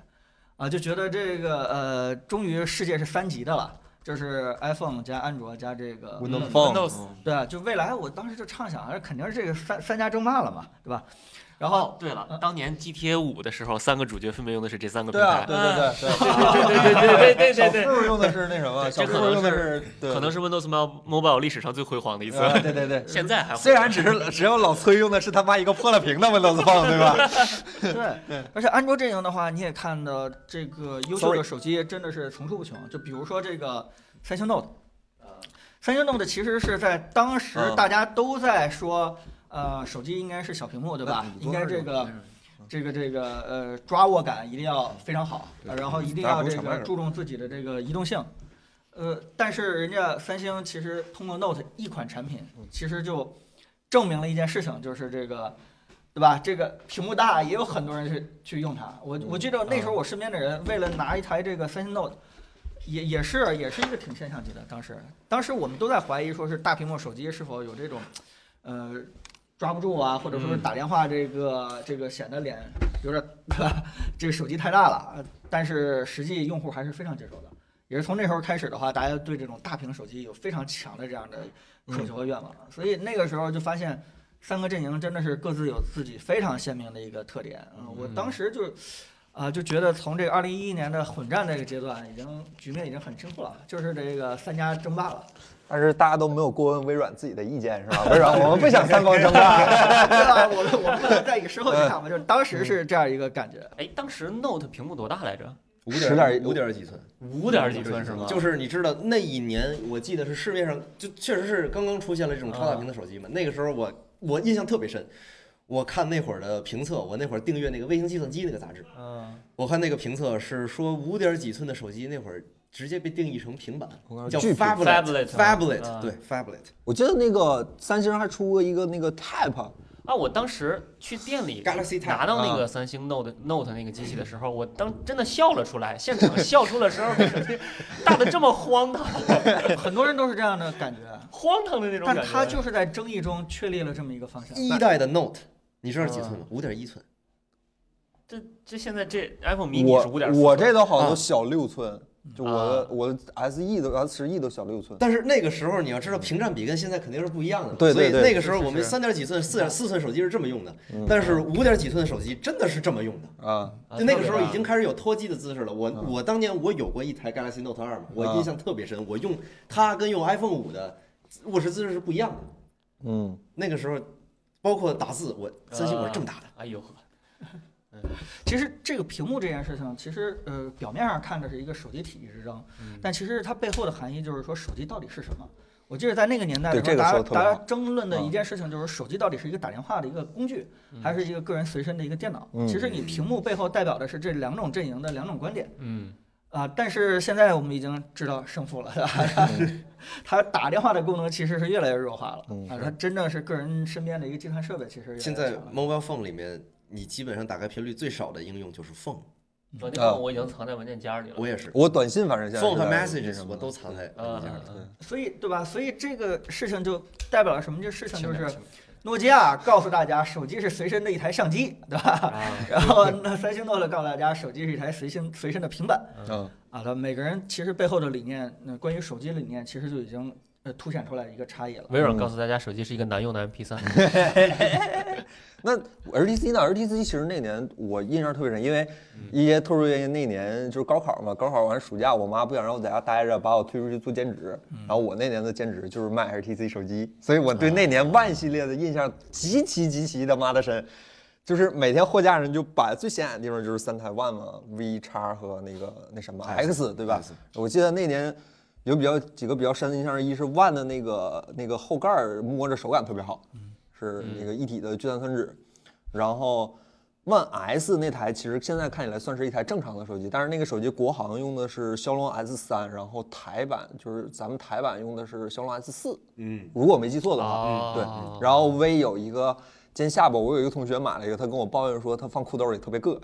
[SPEAKER 5] 啊，就觉得这个呃，终于世界是三级的了。就是 iPhone 加安卓加这个
[SPEAKER 1] Windows
[SPEAKER 2] Phone
[SPEAKER 1] Phone
[SPEAKER 5] 对啊，就未来我当时就畅想，哎肯定是这个三三家争霸了嘛，对吧？然后
[SPEAKER 7] 哦，对了，当年 GTA 五的时候，三个主角分别用的是这三个平
[SPEAKER 1] 对啊，
[SPEAKER 7] 台，
[SPEAKER 1] 对对对对。
[SPEAKER 2] 对对对对对
[SPEAKER 1] 小
[SPEAKER 2] 对对，
[SPEAKER 1] 富用的是那什么，
[SPEAKER 7] 对
[SPEAKER 1] 小
[SPEAKER 7] 这
[SPEAKER 1] 富
[SPEAKER 7] 可能
[SPEAKER 1] 用的
[SPEAKER 7] 是
[SPEAKER 1] 对
[SPEAKER 7] 可能是 Windows Mo- Mobile 历史上最辉煌的一次。
[SPEAKER 4] 呃
[SPEAKER 1] 啊对对对。
[SPEAKER 7] 现在还
[SPEAKER 1] 虽然只是只有老崔用的是他妈一个破了屏的 Windows Phone，对 吧？
[SPEAKER 5] 对，而且安卓阵营的话，你也看到这个优秀
[SPEAKER 1] Sorry
[SPEAKER 5] 的手机真的是层出不穷。就比如说这个三星 Note，三呃星 Note 其实是在当时
[SPEAKER 1] 嗯
[SPEAKER 5] 大家都在说，呃，手机应该是小屏幕，对吧？应该这个这个这个呃抓握感一定要非常好，
[SPEAKER 1] 对
[SPEAKER 5] 然后一定
[SPEAKER 1] 咱
[SPEAKER 5] 要
[SPEAKER 1] 不
[SPEAKER 5] 这
[SPEAKER 1] 抢麦
[SPEAKER 5] 个
[SPEAKER 1] 克
[SPEAKER 5] 注重自己的这个移动性。呃，但是人家三星其实通过 Note 一款产品，嗯其实就证明了一件事情，就是这个，对吧？这个屏幕大，也有很多人去去用它。我我记得那时候我身边的人为了拿一台这个三星 Note，也也是也是一个挺现象级的。当时当时我们都在怀疑，说是大屏幕手机是否有这种，呃，抓不住啊，或者说是打电话这个、这个显得脸有点对吧？这个手机太大了，呃但是实际用户还是非常接受的。也是从那时候开始的话，大家对这种大屏手机有非常强的这样的
[SPEAKER 3] 嗯
[SPEAKER 5] 渴求和愿望了。所以那个时候就发现，三个阵营真的是各自有自己非常鲜明的一个特点。嗯，我当时就。啊，就觉得从这个二零一一年的混战这个阶段，已经局面已经很清楚了，就是这个三家争霸了。
[SPEAKER 1] 但是大家都没有过问微软自己的意见是吧？微软， 我们不想三光争霸。
[SPEAKER 5] 对吧？我们我们不能再以事后去看吧，就是当时是这样一个感觉。
[SPEAKER 3] 哎，当时 Note 屏幕多大来着？
[SPEAKER 4] 五
[SPEAKER 1] 十点
[SPEAKER 4] 点五点几寸，
[SPEAKER 3] 五嗯点几寸是
[SPEAKER 5] 啊
[SPEAKER 3] 吗？
[SPEAKER 4] 就是你知道那一年，我记得是市面上就确实是刚刚出现了这种超大屏的手机嘛。那个时候我我印象特别深，我看那会儿的评测，我那会儿订阅那个《卫星计算机》那个杂志，
[SPEAKER 3] 嗯，
[SPEAKER 4] 我看那个评测是说五点几寸的手机那会儿直接被定义成平板，叫
[SPEAKER 1] 巨屏
[SPEAKER 4] Fablet
[SPEAKER 3] Phablet，
[SPEAKER 4] Fablet，
[SPEAKER 3] 嗯
[SPEAKER 4] 对 Fablet，
[SPEAKER 1] 我记得那个三星还出过一个那个 Type，
[SPEAKER 3] 啊，我当时去店里
[SPEAKER 4] Galaxy Tab，嗯
[SPEAKER 3] 拿到那个三星 Note Note 那个机器的时候，我当真的笑了出来，现场笑出了声，这手机 大的这么荒唐，
[SPEAKER 5] 很多人都是这样的感觉，
[SPEAKER 3] 荒唐的那种
[SPEAKER 5] 但
[SPEAKER 3] 感觉。
[SPEAKER 5] 他就是在争议中确立了这么一个方向。
[SPEAKER 4] 一代的 Note，你知道是几寸吗？五点一寸。
[SPEAKER 3] 这这现在这 iPhone mini 是五
[SPEAKER 1] 我
[SPEAKER 3] 点，
[SPEAKER 1] 我这都好像
[SPEAKER 4] 啊
[SPEAKER 1] 都小六寸，就我
[SPEAKER 3] 啊
[SPEAKER 1] 的我的 SE 都 S 十 E 都小六寸。
[SPEAKER 4] 但是那个时候你要知道，屏占比跟现在肯定是不一样的。
[SPEAKER 1] 对对对
[SPEAKER 4] 所以那个时候我
[SPEAKER 3] 是
[SPEAKER 4] 们
[SPEAKER 3] 是
[SPEAKER 4] 三点几寸、四点四寸手机是这么用的
[SPEAKER 1] 嗯，
[SPEAKER 4] 但是五点几寸的手机真的是这么用的。
[SPEAKER 1] 啊，
[SPEAKER 3] 啊
[SPEAKER 4] 就那个时候已经
[SPEAKER 3] 特
[SPEAKER 4] 开始有脱机的姿势了。我
[SPEAKER 1] 嗯
[SPEAKER 4] 我当年我有过一台 Galaxy Note 二嘛，我
[SPEAKER 1] 啊
[SPEAKER 4] 印象特别深。我用它跟用 iPhone 五的握持姿势是不一样的。
[SPEAKER 1] 嗯，
[SPEAKER 4] 那个时候，包括打字，我三星我是这么打的。
[SPEAKER 3] 别大，哎呦，
[SPEAKER 5] 其实这个屏幕这件事情，其实呃表面上看着是一个手机体积之争，
[SPEAKER 1] 嗯
[SPEAKER 5] 但其实它背后的含义就是说手机到底是什么。我记得在那个年代的时
[SPEAKER 1] 对这
[SPEAKER 5] 候，
[SPEAKER 1] 个
[SPEAKER 5] 大
[SPEAKER 1] 说
[SPEAKER 5] 家
[SPEAKER 1] 得特别
[SPEAKER 5] 大家
[SPEAKER 1] 好
[SPEAKER 5] 争论的
[SPEAKER 1] 嗯
[SPEAKER 5] 一件事情就是手机到底是一个打电话的一个工具，还是一个个人随身的一个电脑。
[SPEAKER 1] 嗯
[SPEAKER 5] 其实你屏幕背后代表的是这两种阵营的两种观点。
[SPEAKER 3] 嗯，
[SPEAKER 5] 啊，但是现在我们已经知道胜负了，对吧？ 它打电话的功能其实是越来越弱化了
[SPEAKER 1] 嗯
[SPEAKER 5] 啊，它真正是个人身边的一个计算设备，其实越
[SPEAKER 4] 现
[SPEAKER 5] 来越
[SPEAKER 4] 在
[SPEAKER 5] 强了
[SPEAKER 4] Mobile Phone 里面，你基本上打开频率最少的应用就是 Phone，
[SPEAKER 7] 嗯
[SPEAKER 3] 我那个我已经藏在文件夹里了。
[SPEAKER 4] 啊我也是。
[SPEAKER 1] 我短信反正现在
[SPEAKER 4] Phone 和
[SPEAKER 1] 是在那
[SPEAKER 4] Messages
[SPEAKER 1] 什么
[SPEAKER 4] 我
[SPEAKER 1] 的
[SPEAKER 4] 都藏在文
[SPEAKER 3] 嗯
[SPEAKER 4] 件夹里。
[SPEAKER 3] 嗯
[SPEAKER 5] 所以对吧？所以这个事情就代表了什么？这事情就
[SPEAKER 3] 轻点
[SPEAKER 5] 是诺基亚告诉大家，手机是随身的一台相机，对
[SPEAKER 4] 嗯
[SPEAKER 5] 吧？
[SPEAKER 3] 啊
[SPEAKER 5] 然后那三星 Note 告诉大家，手机是一台随身随身的平板
[SPEAKER 1] 嗯
[SPEAKER 5] 啊。它每个人其实背后的理念，那关于手机的理念，其实就已经呃凸显出来一个差异了。
[SPEAKER 3] 微软告诉大家，手机是一个难用的 MP3。
[SPEAKER 1] 那 RTC 呢？RTC 其实那年我印象特别深，因为一些特殊原因，那年就是高考嘛，高考完暑假，我妈不想让我在家待着，把我推出去做兼职。然后我那年的兼职就是卖 RTC 手机，所以我对那年 One 系列的印象极其极其的妈的深。就是每天货架上就摆最显眼的地方就是三台 One 嘛，V 叉和那个那什么 X 对吧？我记得那年有比较几个比较深的印象，一是 One 的那个那个后盖儿摸着手感特别好，
[SPEAKER 3] 嗯
[SPEAKER 1] 是那个一体的聚碳酸酯。然后 One S 那台其实现在看起来算是一台正常的手机，但是那个手机国行用的是骁龙 S 三，然后台版就是咱们台版用的是骁龙 S 四，
[SPEAKER 4] 嗯，
[SPEAKER 1] 如果我没记错的话，
[SPEAKER 3] 哦
[SPEAKER 1] 对。然后 V 有一个尖下巴，我有一个同学买了一个，他跟我抱怨说他放裤兜里特别硌。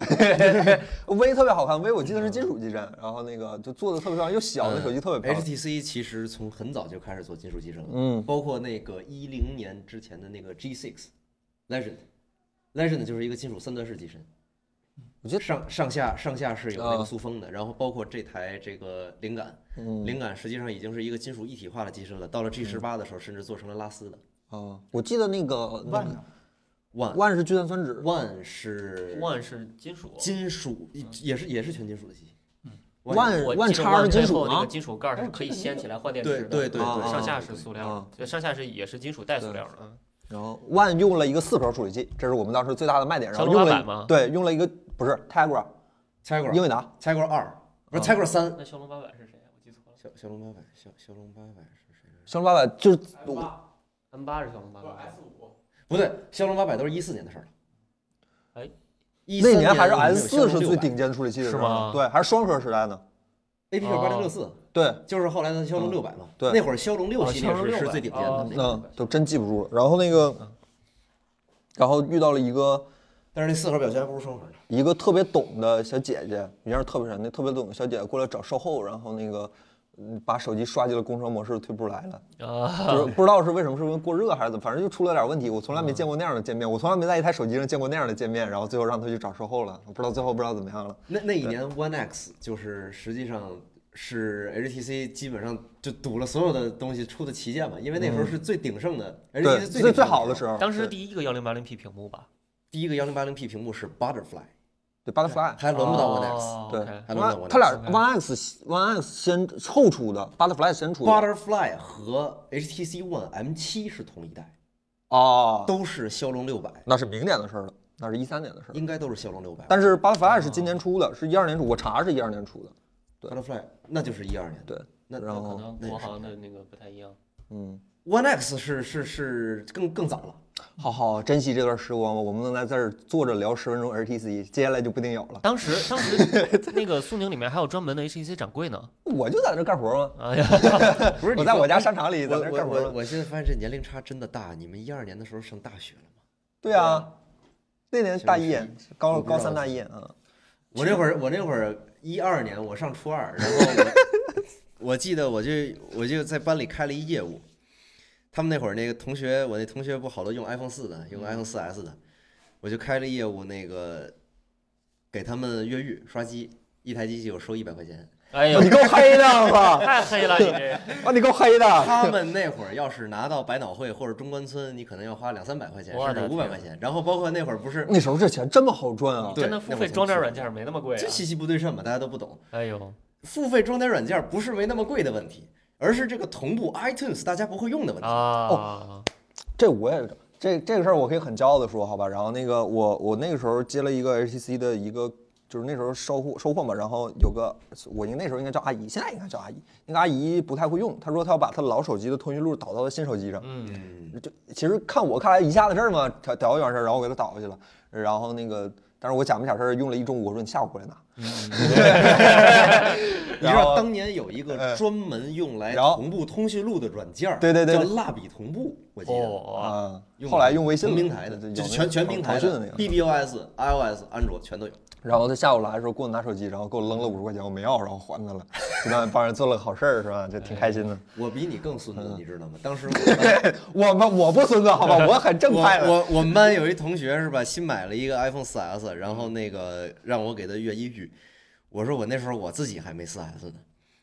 [SPEAKER 1] V 特别好看，V 我记得是金属机身，然后那个就做的特别漂亮，又小，那手机特
[SPEAKER 4] 嗯
[SPEAKER 1] 别漂亮。
[SPEAKER 4] HTC 其实从很早就开始做金属机身了，
[SPEAKER 1] 嗯
[SPEAKER 4] 包括那个一零年之前的那个 G6 Legend。Legend 就是一个金属三段式机身，
[SPEAKER 1] 嗯我觉得
[SPEAKER 4] 上上下上下是有那
[SPEAKER 1] 啊
[SPEAKER 4] 个塑封的，然后包括这台这个灵感，
[SPEAKER 1] 嗯
[SPEAKER 4] 灵感实际上已经是一个金属一体化的机身了。到了 G 十八的时候，甚至做成了拉丝的。
[SPEAKER 1] 啊，我记得那个那
[SPEAKER 5] 万
[SPEAKER 1] 个
[SPEAKER 5] 呢？
[SPEAKER 4] One
[SPEAKER 1] One 是聚碳酸酯，
[SPEAKER 4] One 是
[SPEAKER 3] One 是金属
[SPEAKER 4] 金属，也是也是全金属的机。嗯
[SPEAKER 1] 万
[SPEAKER 3] 我
[SPEAKER 1] 万
[SPEAKER 3] 记得
[SPEAKER 1] 叉
[SPEAKER 3] One
[SPEAKER 1] 是金
[SPEAKER 3] 背
[SPEAKER 1] 属
[SPEAKER 3] 后那
[SPEAKER 1] 吗
[SPEAKER 3] 个？金属盖儿是可以掀起来换电池的，啊
[SPEAKER 4] 对对对
[SPEAKER 1] 对
[SPEAKER 3] 上下是塑料
[SPEAKER 1] 啊
[SPEAKER 3] 的，就上下是也是金属带塑料的。嗯
[SPEAKER 1] 然后 One 用了一个四核处理器，这是我们当时最大的卖点。然后
[SPEAKER 3] 骁龙
[SPEAKER 1] 用
[SPEAKER 3] 八百
[SPEAKER 1] 了
[SPEAKER 3] 吗
[SPEAKER 1] 对，用了一个不是 Tegra，英
[SPEAKER 4] Tegra
[SPEAKER 1] 伟达
[SPEAKER 4] Tegra 二不
[SPEAKER 1] 啊
[SPEAKER 4] 是 Tegra 三，
[SPEAKER 3] 那骁龙八百是谁啊？我记错了
[SPEAKER 4] 骁骁龙八百，骁骁龙八百是谁？
[SPEAKER 1] 骁龙八百，就是
[SPEAKER 3] ，M 八是骁龙八百。
[SPEAKER 4] 不对，骁龙八百都是一四年的事儿了。
[SPEAKER 3] 哎，
[SPEAKER 1] 那
[SPEAKER 4] 年
[SPEAKER 1] 年还是 S 四是最顶尖处理器的时
[SPEAKER 3] 是
[SPEAKER 1] 候
[SPEAKER 3] 吗
[SPEAKER 1] 对，还是双核时代呢。
[SPEAKER 4] ，A P 九八零六四
[SPEAKER 1] 对，
[SPEAKER 4] 就是后来的骁龙六百嘛。
[SPEAKER 1] 哦嗯对
[SPEAKER 4] 那会儿骁龙六系
[SPEAKER 3] 哦骁
[SPEAKER 4] 列
[SPEAKER 3] 龙
[SPEAKER 4] 是
[SPEAKER 3] 600
[SPEAKER 4] 是最顶尖的
[SPEAKER 3] 哦
[SPEAKER 4] 那个，
[SPEAKER 1] 嗯，都真记不住了。然后那个，然后遇到了一个
[SPEAKER 4] 但是那四核表现还不如双核呢。
[SPEAKER 1] 一个特别懂的小姐姐，印象特别深。那特别懂的小姐姐过来找售后，然后那个嗯把手机刷进了工伤模式，退不出来了。
[SPEAKER 3] 啊，
[SPEAKER 1] 就是
[SPEAKER 4] 嗯
[SPEAKER 1] 不知道是为什么，是因为过热还是怎么，反正就出了点问题。我从来没见过那样的界面，我从来没在一台手机上见过那样的界面，然后最后让他去找售后了，我不知道最后不知道怎么样了。
[SPEAKER 4] 那那一年 One X 就是实际上是 HTC 基本上就赌了所有的东西出的旗舰嘛，因为那时候是最鼎盛的、
[SPEAKER 1] 嗯对，
[SPEAKER 4] HTC
[SPEAKER 1] 最
[SPEAKER 4] 最
[SPEAKER 1] 最好的时
[SPEAKER 4] 候。
[SPEAKER 1] 候，
[SPEAKER 3] 当时
[SPEAKER 1] 对
[SPEAKER 3] 第一个幺零八零 P 屏幕吧，
[SPEAKER 4] 第一个幺零八零 P 屏幕是 Butterfly，
[SPEAKER 1] 对 Butterfly，
[SPEAKER 4] 还轮不到 One X。
[SPEAKER 3] 哦
[SPEAKER 1] 对
[SPEAKER 3] OK
[SPEAKER 4] 还能在 One
[SPEAKER 1] 他俩
[SPEAKER 3] X
[SPEAKER 1] One X One X 先后出的，Butterfly 先出的。
[SPEAKER 4] Butterfly 和 HTC One M 7是同一代，
[SPEAKER 1] 哦，
[SPEAKER 4] 都是骁龙六百，
[SPEAKER 1] 那是明年的事儿了，那是一三年的事儿了。
[SPEAKER 4] 应该都是骁龙六百。
[SPEAKER 1] 但是 Butterfly 是今年出的，是一二年出，我查是一二年出的。
[SPEAKER 4] Butterfly 那就是一二年的，
[SPEAKER 1] 对，
[SPEAKER 4] 那
[SPEAKER 1] 然
[SPEAKER 3] 可
[SPEAKER 1] 后
[SPEAKER 3] 能
[SPEAKER 4] 那
[SPEAKER 3] 国
[SPEAKER 4] 是
[SPEAKER 3] 行的那个不太一样。
[SPEAKER 1] 嗯，
[SPEAKER 4] One X 是是是更更早了。
[SPEAKER 1] 好好珍惜这段时光吧，我们能在这儿坐着聊十分钟 HTC，接下来就不一定有了。
[SPEAKER 3] 当时当时那个苏宁里面还有专门的 HTC 展柜呢。
[SPEAKER 1] 我就在这干活嘛，
[SPEAKER 3] 哎呀，
[SPEAKER 4] 不
[SPEAKER 1] 我
[SPEAKER 4] 是你
[SPEAKER 1] 在
[SPEAKER 4] 说哎
[SPEAKER 1] 我家商场里在
[SPEAKER 4] 我
[SPEAKER 1] 那
[SPEAKER 4] 我
[SPEAKER 1] 干活
[SPEAKER 4] 我
[SPEAKER 1] 嘛。
[SPEAKER 4] 我现在发现这年龄差真的大，你们一二年的时候上大学了吗？
[SPEAKER 1] 对啊，那年大一
[SPEAKER 4] 其实，
[SPEAKER 1] 高
[SPEAKER 4] 我不知道
[SPEAKER 1] 高三大一啊，
[SPEAKER 4] 我那会儿我那会儿一二年我上初二，然后我 我记得我就我就在班里开了一业务，他们那会儿那个同学，我那同学不好多用 iPhone 四的，用 iPhone 四 S 的，我就开了业务那个给他们越狱刷机，一台机器我收一百块钱。
[SPEAKER 3] 哎呦
[SPEAKER 1] 你，够黑的，我操！
[SPEAKER 3] 太黑了你这。
[SPEAKER 1] 啊，你够黑 的。
[SPEAKER 4] 他们那会儿要是拿到百脑汇或者中关村，你可能要花两三百块钱，
[SPEAKER 3] 我
[SPEAKER 4] 甚
[SPEAKER 3] 的啊
[SPEAKER 4] 至五百块钱。然后包括 那会儿不是
[SPEAKER 1] 那时候这钱这么好赚啊！
[SPEAKER 4] 对
[SPEAKER 3] 真的付费装点软件没那么贵啊
[SPEAKER 4] 这。信息不对称嘛，大家都不懂。
[SPEAKER 3] 哎呦，
[SPEAKER 4] 付费装载软件不是没那么贵的问题，而是这个同步 iTunes 大家不会用的问题。
[SPEAKER 3] 啊，
[SPEAKER 1] 这我也这这个事儿我可以很骄傲的说，好吧。然后那个我我那个时候接了一个 HTC 的一个，就是那时候收货收货嘛，然后有个我应那时候应该叫阿姨，现在应该叫阿姨，那个阿姨不太会用，她说她要把她老手机的通讯录导到她新手机上。
[SPEAKER 3] 嗯，
[SPEAKER 4] 嗯，
[SPEAKER 1] 就其实看我看来一下子事儿嘛，调调一完事儿，然后我给她倒回去了，然后那个。但是我假模假式儿用了一中午，我说你下午过来拿。
[SPEAKER 4] 你知道当年有一个专门用来
[SPEAKER 1] 哎然后
[SPEAKER 4] 同步通讯录的软件儿，
[SPEAKER 1] 对对对
[SPEAKER 4] 叫
[SPEAKER 1] 对
[SPEAKER 4] 蜡笔同步，我记得。
[SPEAKER 3] 哦，
[SPEAKER 1] 啊、
[SPEAKER 4] 用
[SPEAKER 1] 后来用微信了
[SPEAKER 4] 同平台的，
[SPEAKER 1] 对对
[SPEAKER 4] 就是
[SPEAKER 1] 有那
[SPEAKER 4] 全
[SPEAKER 1] 个
[SPEAKER 4] 全
[SPEAKER 1] 腾
[SPEAKER 4] 平台
[SPEAKER 1] 腾讯的那个。
[SPEAKER 4] BBOS、iOS、安卓全都有。
[SPEAKER 1] 然后他下午来的时候给我拿手机，然后给我扔了五十块钱，我没要，然后还 他了，就算帮人做了个好事儿是吧？这挺开心的。
[SPEAKER 4] 我比你更孙
[SPEAKER 1] 嗯
[SPEAKER 4] 子，你知道吗？当时 我
[SPEAKER 1] 我们我不孙子好吧，我很正
[SPEAKER 4] 我
[SPEAKER 1] 派的。
[SPEAKER 4] 我我们班有一同学是吧，新买了一个 iPhone 4S，然后那个让我给他越一狱，我说我那时候我自己还没 4S 呢，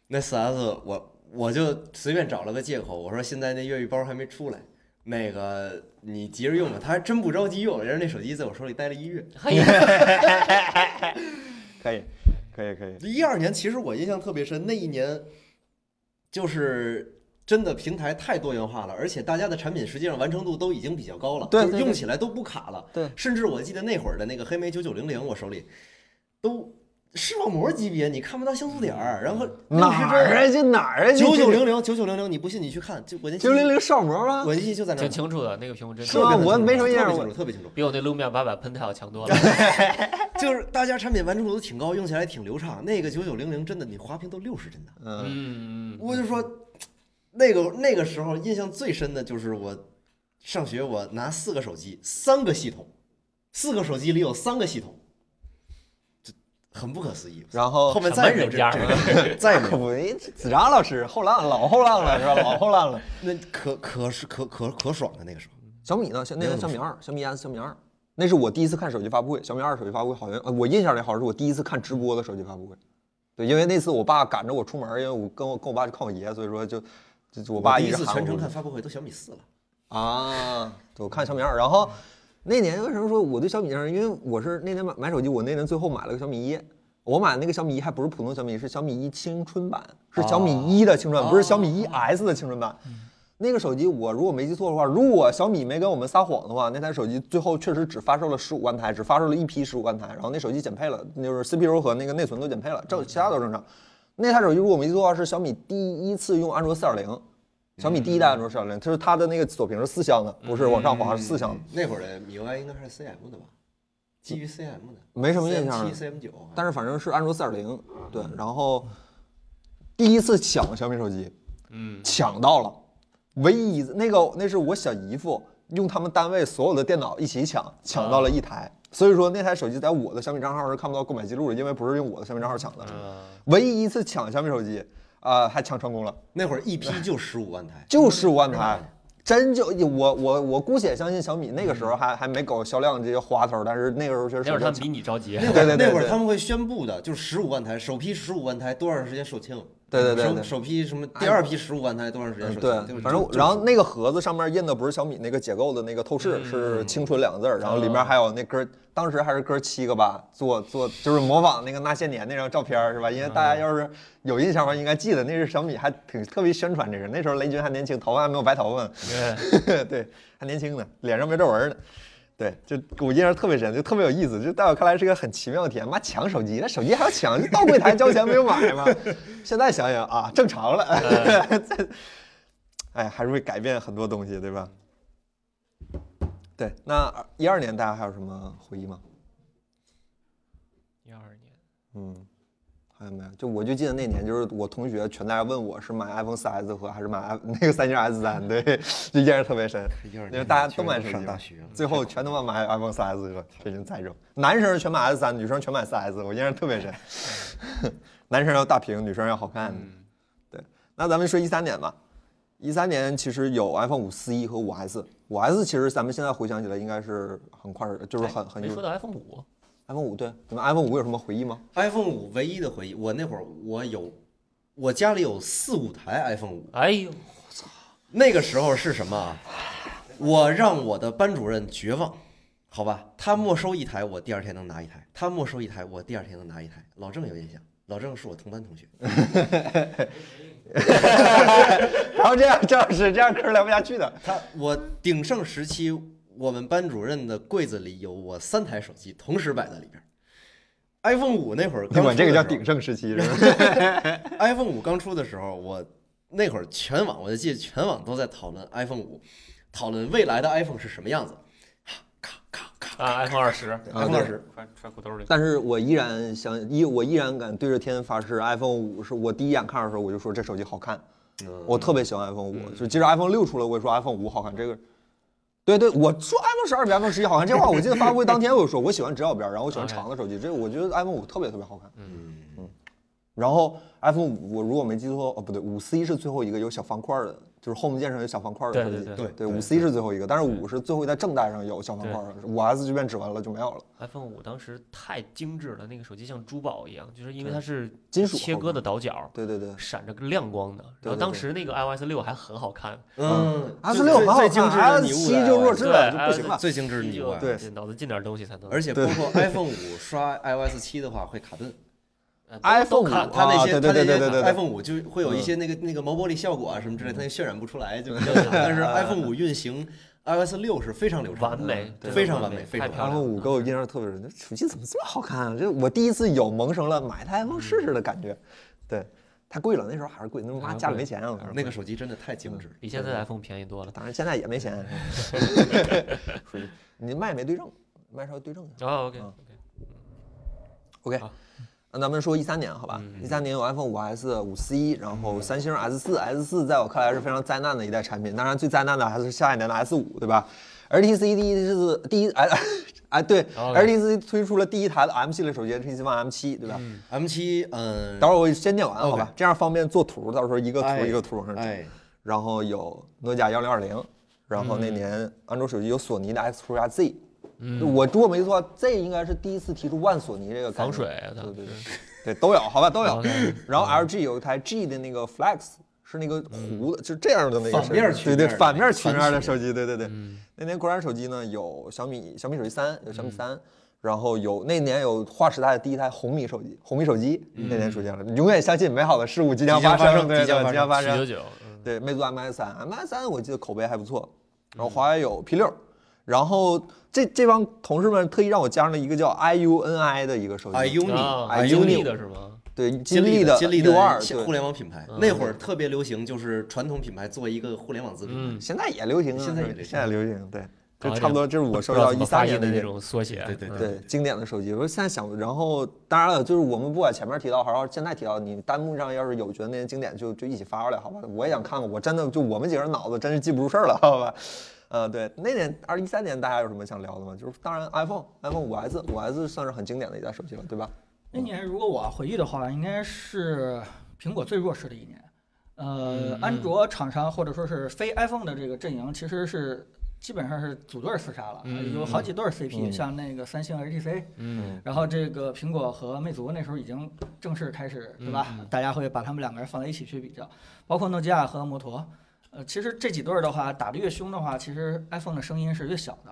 [SPEAKER 4] 那 4S 我我就随便找了个借口，我说现在那越狱包还没出来，那个你急着用吧，他还真不着急用，人家那手机在我手里待了一月。
[SPEAKER 3] 嘿呀，
[SPEAKER 1] 可以，可以，可以。
[SPEAKER 4] 一二年其实我印象特别深，那一年就是真的平台太多元化了，而且大家的产品实际上完成度都已经比较高了，
[SPEAKER 1] 对
[SPEAKER 4] 就是
[SPEAKER 1] 对
[SPEAKER 4] 用
[SPEAKER 1] 对
[SPEAKER 4] 起来都不卡了。
[SPEAKER 1] 对
[SPEAKER 4] 甚至我记得那会儿的那个黑莓九九零零，我手里都视网膜级别，你看不到像素点儿，然后
[SPEAKER 1] 哪儿啊？这哪儿啊？
[SPEAKER 4] 九九零零九九零零，你不信你去看，就我那
[SPEAKER 1] 九零零上膜吗？
[SPEAKER 4] 我那信就在那儿
[SPEAKER 3] 挺，清楚的，那个屏幕真
[SPEAKER 1] 是吧
[SPEAKER 4] 特别
[SPEAKER 1] 我没什么印象
[SPEAKER 4] 特别清
[SPEAKER 1] 我
[SPEAKER 4] 楚，特别清楚。
[SPEAKER 3] 比我那路面八百喷太要强多了。
[SPEAKER 4] 就是大家产品完成度都挺高，用起来挺流畅。那个九九零零真的，你滑屏都六十帧的。
[SPEAKER 1] 嗯，
[SPEAKER 3] 嗯，嗯
[SPEAKER 4] 我就说，那个那个时候印象最深的就是我上学，我拿四个手机，三个系统，四个手机里有三个系统，这很不可思议。
[SPEAKER 1] 然后
[SPEAKER 4] 后面再也没有这
[SPEAKER 3] 什么人
[SPEAKER 4] 这，再也没
[SPEAKER 1] 可
[SPEAKER 4] 有。
[SPEAKER 1] 不，哎子章老师后浪老后浪了是吧？老后浪了。
[SPEAKER 4] 那可可是可可可爽了那个时候。
[SPEAKER 1] 小米呢？小那
[SPEAKER 4] 没有
[SPEAKER 1] 个小米二，小米 S，小米二。那是我第一次看手机发布会，小米二手机发布会好像，呃我印象里好像是我第一次看直播的手机发布会。对，因为那次我爸赶着我出门，因为我跟我跟我爸去看我爷，所以说就就就我爸
[SPEAKER 4] 第一
[SPEAKER 1] 直
[SPEAKER 4] 次
[SPEAKER 1] 喊
[SPEAKER 4] 全
[SPEAKER 1] 我嗯
[SPEAKER 4] 程
[SPEAKER 1] 说
[SPEAKER 4] 看发布会都小米四了，
[SPEAKER 1] 啊， 对，我看小米二，然后那年为什么说我对小米上，因为我是那年买买手机，我那年最后买了个小米一，我买那个小米一还不是普通小米，是小米一青春版，是小米一的青春版，不是小米一 S 的青春版。那个手机我如果没记错的话，如果小米没跟我们撒谎的话，那台手机最后确实只发售了十五万台，只发售了一批十五万台，然后那手机减配了，就是 CPU 和那个内存都减配了，正其他都正常。那台手机如果没记错的话，是小米第一次用安卓四点零。小米第一代安卓四点零，就是它的那个锁屏是四箱的，不是往上滑是四箱的，
[SPEAKER 4] 那会儿的 MIUI 应该还是 CM 的吧，基于 CM 的，
[SPEAKER 1] 没什么印象了
[SPEAKER 4] CM 七、CM 九，
[SPEAKER 1] 但是反正是安卓四点零，对，然后第一次抢小米手机，
[SPEAKER 3] 嗯，
[SPEAKER 1] 抢到了，唯一那个那是我小姨夫用他们单位所有的电脑一起抢，抢到了一台，所以说那台手机在我的小米账号是看不到购买记录的，因为不是用我的小米账号抢的，
[SPEAKER 3] 啊
[SPEAKER 1] 唯一一次抢小米手机，啊、还强成功了，
[SPEAKER 4] 那会儿一批就十五万台，
[SPEAKER 1] 就十五万台，真就我我我姑且相信小米那个时候还还没搞销量这些花头，但是那个时候确实
[SPEAKER 3] 那会儿他
[SPEAKER 1] 手机强
[SPEAKER 3] 们比你着急，
[SPEAKER 4] 那会
[SPEAKER 1] 对
[SPEAKER 4] 儿
[SPEAKER 1] 对对
[SPEAKER 4] 那会儿
[SPEAKER 1] 对
[SPEAKER 4] 他们会宣布的，就是十五万台，首批十五万台多长时间售罄？
[SPEAKER 1] 对对对
[SPEAKER 4] 首
[SPEAKER 1] 对
[SPEAKER 4] 首批什么第二批十五万台多长时间
[SPEAKER 1] 嗯，
[SPEAKER 4] 售罄？
[SPEAKER 1] 对
[SPEAKER 4] 就，
[SPEAKER 1] 反正
[SPEAKER 4] 就
[SPEAKER 1] 然后那个盒子上面印的不是小米那个解构的那个透
[SPEAKER 3] 嗯
[SPEAKER 1] 视，是“青春”两个字儿，然后
[SPEAKER 3] 啊
[SPEAKER 1] 里面还有那歌，当时还是哥七个吧，做做就是模仿那个那些年那张照片儿是吧？因为大
[SPEAKER 3] 嗯
[SPEAKER 1] 家要是有印象的话，应该记得那是小米还挺特别宣传这个，那时候雷军还年轻，头发还没有白头发呢， 对，还年轻呢，脸上没皱纹呢。对，就我印象特别深，就特别有意思，就在我看来是一个很奇妙的体验。妈抢手机，那手机还要抢，就到柜台交钱没有买嘛。 现在想想啊，正常了， 哎，还是会改变很多东西，对吧？对，那一二年大家还有什么回忆吗？
[SPEAKER 3] 一二年，
[SPEAKER 1] 嗯，还有没有？就我就记得那年，就是我同学全在问我是买 iPhone 4S 和还是买 i 那个三星 S 3对， 就印象特别深。
[SPEAKER 4] 12
[SPEAKER 1] 因为大家都买
[SPEAKER 4] 年
[SPEAKER 1] 手
[SPEAKER 4] 居然上大
[SPEAKER 1] 机
[SPEAKER 4] 学了，
[SPEAKER 1] 最后全他妈买 iPhone 4S 去了，这人再中。男生全买 S 3女生全买 4S，我印象特别深。 男生要大屏，女生要好看。
[SPEAKER 4] 嗯
[SPEAKER 1] 对，那咱们说一三年吧。一三年其实有 iPhone 五 CE 和五 S，五 S 其实咱们现在回想起来应该是很快，就是很
[SPEAKER 4] 哎
[SPEAKER 1] 很
[SPEAKER 3] 没
[SPEAKER 1] 有
[SPEAKER 3] 说到 iPhone 五，
[SPEAKER 1] iPhone 五对，你们 iPhone 五有什么回忆吗？
[SPEAKER 4] iPhone 五唯一的回忆，我那会儿我有，我家里有四五台 iPhone 五，
[SPEAKER 3] 哎呦，
[SPEAKER 4] 那个时候是什么啊？我让我的班主任绝望，好吧，他没收一台，我第二天能拿一台；他没收一台，我第二天能拿一台。老郑有印象，老郑是我同班同学，
[SPEAKER 1] 然后这样，这样是这样，嗑儿聊不下去的。
[SPEAKER 4] 他呃我鼎盛时期，我们班主任的柜子里有我三台手机同时摆在里边儿。iPhone 五那会儿
[SPEAKER 1] 你
[SPEAKER 4] 刚出
[SPEAKER 1] 管这个
[SPEAKER 4] 的
[SPEAKER 1] 叫
[SPEAKER 4] 时候
[SPEAKER 1] 鼎盛时期是吧？
[SPEAKER 4] iPhone 五刚出的时候，我那会儿全网，我就记得全网都在讨论 iPhone 五，讨论未来的 iPhone 是什么样子。咔咔咔咔
[SPEAKER 3] 啊，iPhone 二十，
[SPEAKER 4] ，iPhone 二十，
[SPEAKER 3] 揣揣裤兜里。
[SPEAKER 1] 但是我依然想依，我依然敢对着天发誓，iPhone 五是我第一眼看的时候，我就说这手机好看，我特别喜欢 iPhone 五、就即使 iPhone 六出来，我也说 iPhone 五好看。这个，对对，我说 iPhone 十二比 iPhone 十一好看，这话我记得发布会当天我就说，我喜欢直角边儿，然后我喜欢长的手机，这个我觉得 iPhone 五特别特别好看。
[SPEAKER 4] 嗯，
[SPEAKER 1] 然后 iPhone 五，我如果没记错，哦不对，五 C 是最后一个有小方块儿的，就是 Home 键上有小方块儿的
[SPEAKER 3] 对
[SPEAKER 1] 手机。
[SPEAKER 3] 对
[SPEAKER 4] 对
[SPEAKER 1] 对，五 C 是最后一个，但是五是最后一代正代上有小方块儿的，五 S 就变指纹了，就没有了。
[SPEAKER 3] iPhone 五当时太精致了，那个手机像珠宝一样，就是因为它是
[SPEAKER 1] 金属
[SPEAKER 3] 切
[SPEAKER 1] 后
[SPEAKER 3] 割的倒角，
[SPEAKER 1] 对对对
[SPEAKER 3] 闪着个亮光的。
[SPEAKER 1] 对
[SPEAKER 3] 然后
[SPEAKER 1] 对
[SPEAKER 3] 当
[SPEAKER 1] 对
[SPEAKER 3] 时那个 iOS 六还很好看，
[SPEAKER 4] 嗯
[SPEAKER 1] ，S 啊六很好
[SPEAKER 4] 最精致的
[SPEAKER 1] 看
[SPEAKER 4] 礼
[SPEAKER 1] ，S
[SPEAKER 4] 物
[SPEAKER 1] 七就弱
[SPEAKER 4] 了
[SPEAKER 1] 智了，就
[SPEAKER 3] 对
[SPEAKER 1] 不行了。
[SPEAKER 4] 最精致的礼物啊。
[SPEAKER 1] 对
[SPEAKER 3] 脑子进点东西才能。
[SPEAKER 4] 而且包括 iPhone 五刷 iOS 七的话会卡顿，
[SPEAKER 3] 呃都
[SPEAKER 1] iPhone
[SPEAKER 3] 都
[SPEAKER 1] 五
[SPEAKER 3] 卡
[SPEAKER 4] 它那些
[SPEAKER 1] 啊对对对
[SPEAKER 4] 它那
[SPEAKER 1] 对对对
[SPEAKER 4] 些
[SPEAKER 1] 嗯
[SPEAKER 4] iPhone 五就会有一些那个那个毛玻璃效果啊什么之类，它就渲染不出来，就 比较卡。但是 iPhone 五运行 iOS 六是非常流畅的，
[SPEAKER 3] 完美，真
[SPEAKER 4] 对
[SPEAKER 3] 的
[SPEAKER 4] 非常完
[SPEAKER 3] 完
[SPEAKER 4] 美非
[SPEAKER 3] 太
[SPEAKER 4] 常
[SPEAKER 3] 漂亮
[SPEAKER 1] iPhone
[SPEAKER 3] 了。
[SPEAKER 1] 五给我印象特别深，这手机怎么这么好看啊？这我第一次有萌生了买台 iPhone 试试的感觉。对，太贵了，那时候嗯还是贵，那妈家里没钱啊。
[SPEAKER 4] 那个手机真的太精致了。
[SPEAKER 3] 比现在的 iPhone 便宜多了。
[SPEAKER 1] 当然现在也没 钱，属于你卖没对正，卖稍微对正一下。
[SPEAKER 3] 哦，OK，
[SPEAKER 1] 嗯
[SPEAKER 3] OK
[SPEAKER 1] OK，
[SPEAKER 3] 好
[SPEAKER 1] 那咱们说一三年好
[SPEAKER 4] 嗯
[SPEAKER 1] 吧？一三年有 iPhone 五 S、五 C，然后三星 S 四、S 四在我看来是非常灾难的一代产品。当然，最灾难的还是下一年的 S 五，对吧？HTC 第一是第一哎哎对
[SPEAKER 4] 哦
[SPEAKER 3] OK
[SPEAKER 1] ，HTC 推出了第一台的 M 系列手机 HTC One M 七，对吧？
[SPEAKER 4] M 七，嗯，
[SPEAKER 1] 等会儿我先念完好
[SPEAKER 4] OK
[SPEAKER 1] 吧，这样方便做图，到时候一个
[SPEAKER 4] 哎
[SPEAKER 1] 图一个图往上整。
[SPEAKER 4] 哎，
[SPEAKER 1] 然后有诺基亚幺零二零，然后那年安卓手机有索尼的 X Pro 加 Z。我如果没错，Z 应该是第一次提出万索尼这个概念
[SPEAKER 3] 防水啊它
[SPEAKER 1] 对对对，对都有，好吧都有
[SPEAKER 3] OK。
[SPEAKER 1] 然后 LG 有一台 G 的那个 Flex，是那个弧的，就这样的那个
[SPEAKER 4] 反
[SPEAKER 1] 手机
[SPEAKER 4] 面曲
[SPEAKER 1] 对对，
[SPEAKER 4] 面的
[SPEAKER 1] 反
[SPEAKER 4] 那
[SPEAKER 1] 面
[SPEAKER 4] 个
[SPEAKER 1] 曲
[SPEAKER 4] 反
[SPEAKER 1] 面的
[SPEAKER 4] 曲
[SPEAKER 1] 手机，对对对。那年国产手机呢，有小米小米手机三，有小米三。然后有那年有划时代的第一台红米手机，红米手机那年出现了。永远相信美好的事物即将
[SPEAKER 4] 即将
[SPEAKER 1] 发
[SPEAKER 4] 发生
[SPEAKER 1] 生，对
[SPEAKER 4] 即将
[SPEAKER 1] 对，
[SPEAKER 4] 发
[SPEAKER 1] 即将发
[SPEAKER 3] 十
[SPEAKER 1] 生
[SPEAKER 3] 九。九，嗯
[SPEAKER 1] 对，魅族 MX 三，MX 三我记得口碑还不错，然后华为有 P 六，然后这这帮同事们特意让我加上了一个叫 IUNI 的一个手机
[SPEAKER 4] 哎 u n
[SPEAKER 3] 啊
[SPEAKER 4] i
[SPEAKER 1] 哎
[SPEAKER 4] i
[SPEAKER 3] 金
[SPEAKER 4] u
[SPEAKER 3] 立
[SPEAKER 4] n
[SPEAKER 3] 的是嗯吗？
[SPEAKER 1] 对
[SPEAKER 4] 金
[SPEAKER 1] 金立的
[SPEAKER 4] 金立
[SPEAKER 1] 六二，
[SPEAKER 4] 现互
[SPEAKER 1] 对，
[SPEAKER 4] 联网品牌那会儿特别流行，就是传统品牌做一个互联网子品
[SPEAKER 3] 嗯，
[SPEAKER 1] 现在也流行啊，
[SPEAKER 4] 现在也流行
[SPEAKER 1] 现在流行，对，
[SPEAKER 3] 搞
[SPEAKER 1] 这
[SPEAKER 3] 一
[SPEAKER 1] 差
[SPEAKER 3] 点
[SPEAKER 1] 不多，这是我
[SPEAKER 3] 不
[SPEAKER 1] 收
[SPEAKER 3] 知道
[SPEAKER 1] 到
[SPEAKER 3] 怎么
[SPEAKER 1] 一
[SPEAKER 3] 发
[SPEAKER 1] 三
[SPEAKER 3] 音
[SPEAKER 1] 年
[SPEAKER 3] 的
[SPEAKER 1] 的
[SPEAKER 3] 这
[SPEAKER 1] 这
[SPEAKER 3] 种缩写，
[SPEAKER 4] 牌，对对
[SPEAKER 5] 嗯
[SPEAKER 4] 对，
[SPEAKER 1] 对经典的手机。我现在想，然后当然了，就是我们不管前面提到，还是现在提到，你弹幕上要是有觉得那些经典就，就一起发过来，好吧？我也想看看，我真的就我们几个人脑子真是记不住事儿了，好 吧？呃，对，那年二零一三年，大家有什么想聊的吗？就是当然，iPhone、iPhone 五 S、五 S 算是很经典的一代手机了，对吧？
[SPEAKER 5] 那年如果我回忆的话，应该是苹果最弱势的一年。呃，安卓厂商或者说是非 iPhone 的这个阵营，其实是基本上是组队厮杀了，
[SPEAKER 7] 嗯
[SPEAKER 5] 有好几对儿 CP，、
[SPEAKER 1] 嗯
[SPEAKER 5] 像那个三星 HTC，
[SPEAKER 7] 嗯
[SPEAKER 5] 然后这个苹果和魅族那时候已经正式开始，对
[SPEAKER 1] 嗯
[SPEAKER 5] 吧？大家会把他们两个人放在一起去比较，包括诺基亚和摩托。呃，其实这几对儿的话，打得越凶的话，其实 iPhone 的声音是越小的。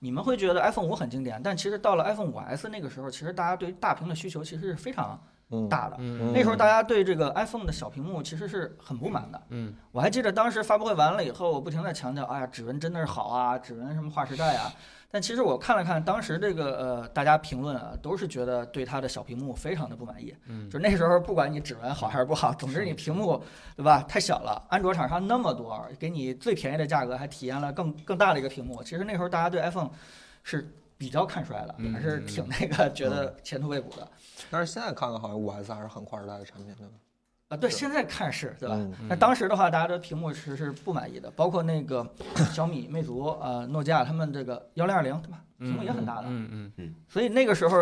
[SPEAKER 5] 你们会觉得 iPhone 五很经典，但其实到了 iPhone 五 S 那个时候，其实大家对于大屏的需求其实是非常
[SPEAKER 1] 嗯
[SPEAKER 5] 大的。
[SPEAKER 7] 嗯
[SPEAKER 5] 那时候大家对这个 iPhone 的小屏幕其实是很不满的。
[SPEAKER 7] 嗯，
[SPEAKER 5] 我还记得当时发布会完了以后，我不停地强调，哎呀，指纹真的是好啊，指纹什么划时代啊。但其实我看了看当时这个呃，大家评论啊，都是觉得对它的小屏幕非常的不满意。
[SPEAKER 7] 嗯
[SPEAKER 5] 就那时候不管你指纹好还是不好，总之你屏幕对吧太小了。安卓厂商那么多，给你最便宜的价格还体验了更更大的一个屏幕。其实那时候大家对 iPhone 是比较看衰的，
[SPEAKER 7] 嗯
[SPEAKER 5] 还是挺那个觉得前途未卜的。
[SPEAKER 1] 嗯但是现在看看，好像五 S 还是很跨时代的产品，对吧？
[SPEAKER 5] 啊，对，现在看是，对吧？
[SPEAKER 1] 嗯
[SPEAKER 5] 那当时的话，大家对屏幕是是不满意的，包括那 个小米、魅族、呃、诺基亚他们这个幺零二零，对吧？屏幕也很大的。
[SPEAKER 7] 嗯嗯
[SPEAKER 5] 所以那个时候，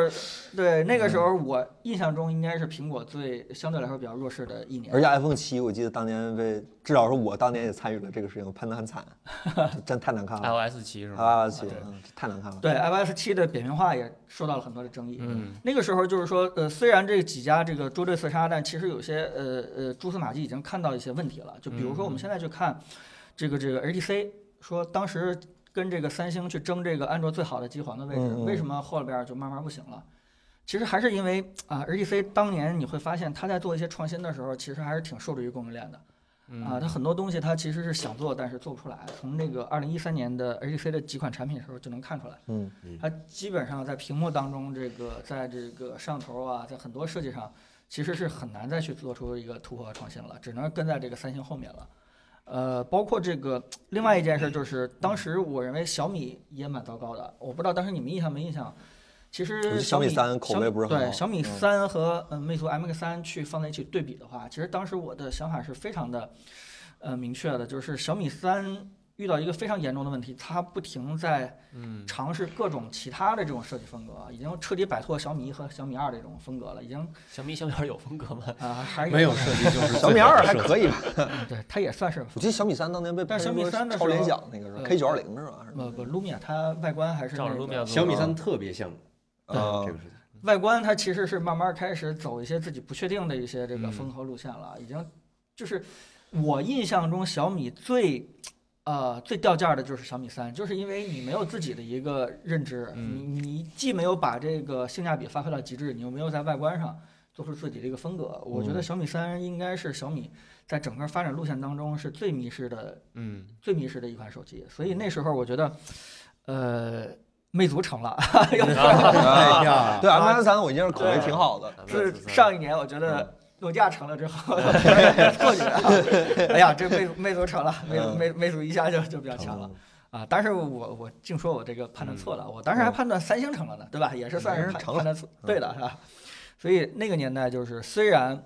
[SPEAKER 5] 对那个时候，我印象中应该是苹果最相对来说比较弱势的一年
[SPEAKER 1] 而。且 iPhone 七，我记得当年被，至少是我当年也参与了这个事情，喷得很 惨，真太难看
[SPEAKER 5] 啊
[SPEAKER 1] 了。
[SPEAKER 7] ，iOS 七是吗？
[SPEAKER 1] iOS 七，嗯太难看了。
[SPEAKER 5] 对 iOS 七的扁平化也受到了很多的争议。
[SPEAKER 7] 嗯
[SPEAKER 5] 那个时候就是说，呃，虽然这几家这个捉对厮杀，但其实有些呃呃蛛丝马迹已经看到一些问题了。就比如说我
[SPEAKER 1] 嗯
[SPEAKER 5] 们现在去看这个这个 HTC，说当时跟这个三星去争这个安卓最好的机皇的位置，
[SPEAKER 1] 嗯嗯
[SPEAKER 5] 为什么后边就慢慢不行了？其实还是因为啊、HTC 当年你会发现它在做一些创新的时候，其实还是挺受制于供应链的。
[SPEAKER 1] 嗯
[SPEAKER 5] 啊，它很多东西它其实是想做，但是做不出来。从那个二零一三年的 HTC 的几款产品的时候就能看出来。
[SPEAKER 1] 嗯，
[SPEAKER 5] 它基本上在屏幕当中，这个在这个摄像头啊，在很多设计上，其实是很难再去做出一个突破和创新了，只能跟在这个三星后面了。呃，包括这个另外一件事就是，当时我认为小米也蛮糟糕的，我不知道当时你们印象没印象。其
[SPEAKER 1] 觉
[SPEAKER 5] 实
[SPEAKER 1] 得嗯小
[SPEAKER 5] 米
[SPEAKER 1] 米三口
[SPEAKER 5] 小
[SPEAKER 1] 碑不是很好
[SPEAKER 5] 对小米
[SPEAKER 1] 嗯
[SPEAKER 5] 三和嗯魅族 MX 三去放在一起对比的话，其实当时我的想法是非常的呃明确的，就是小米三遇到一个非常严重的问题，它不停在
[SPEAKER 7] 嗯
[SPEAKER 5] 尝试各种其他的这种设计风格，已经彻底摆脱小米一和小米二这种风格了，已经
[SPEAKER 3] 小米小米二有风格吗？
[SPEAKER 5] 啊、还是
[SPEAKER 4] 没有设计 就是
[SPEAKER 7] 嗯
[SPEAKER 1] 小米二
[SPEAKER 4] 最
[SPEAKER 1] 还
[SPEAKER 4] 好的设计
[SPEAKER 1] 可以吧？
[SPEAKER 5] 对，它也算是
[SPEAKER 1] 我记得小米三当年被
[SPEAKER 5] 但是小
[SPEAKER 1] 喷
[SPEAKER 5] 米
[SPEAKER 1] 说
[SPEAKER 5] 三的时
[SPEAKER 1] 超
[SPEAKER 5] 候
[SPEAKER 1] 联想那个是
[SPEAKER 5] 呃
[SPEAKER 1] K 九二零是吧？还是
[SPEAKER 5] 呃不 Lumia，它外观还是、
[SPEAKER 3] 照
[SPEAKER 5] 那
[SPEAKER 3] 着
[SPEAKER 5] 个、
[SPEAKER 3] 路面
[SPEAKER 4] 小米三特别像
[SPEAKER 1] 呃
[SPEAKER 4] 这个事情，
[SPEAKER 5] 外观它其实是慢慢开始走一些自己不确定的一些这个风口路线
[SPEAKER 4] 嗯
[SPEAKER 5] 了，已经就是我印象中小米最。呃，最掉价的就是小米三，就是因为你没有自己的一个认知，
[SPEAKER 4] 嗯
[SPEAKER 5] 你你既没有把这个性价比发挥到极致，你又没有在外观上做出自己的一个风格。
[SPEAKER 4] 嗯
[SPEAKER 5] 我觉得小米三应该是小米在整个发展路线当中是最迷失的
[SPEAKER 7] 嗯
[SPEAKER 5] 最迷失的一款手机，所以那时候我觉得，呃，魅族成了， 要不
[SPEAKER 4] 哎呀，
[SPEAKER 1] 啊对
[SPEAKER 5] 啊
[SPEAKER 1] M S 三我印象口碑挺好的。
[SPEAKER 5] 是上一年我觉
[SPEAKER 1] 嗯
[SPEAKER 5] 得诺基亚成了之 后，过去了，哎呀，这魅魅族成了，魅
[SPEAKER 1] 嗯
[SPEAKER 5] 族魅魅族一下就就比较强了。啊！但是我我净说我这个判断错了，我当时还判断三星成了呢，对吧？也是算是
[SPEAKER 1] 嗯
[SPEAKER 5] 判
[SPEAKER 1] 成
[SPEAKER 5] 判断错对的，是吧？所以那个年代就是虽然。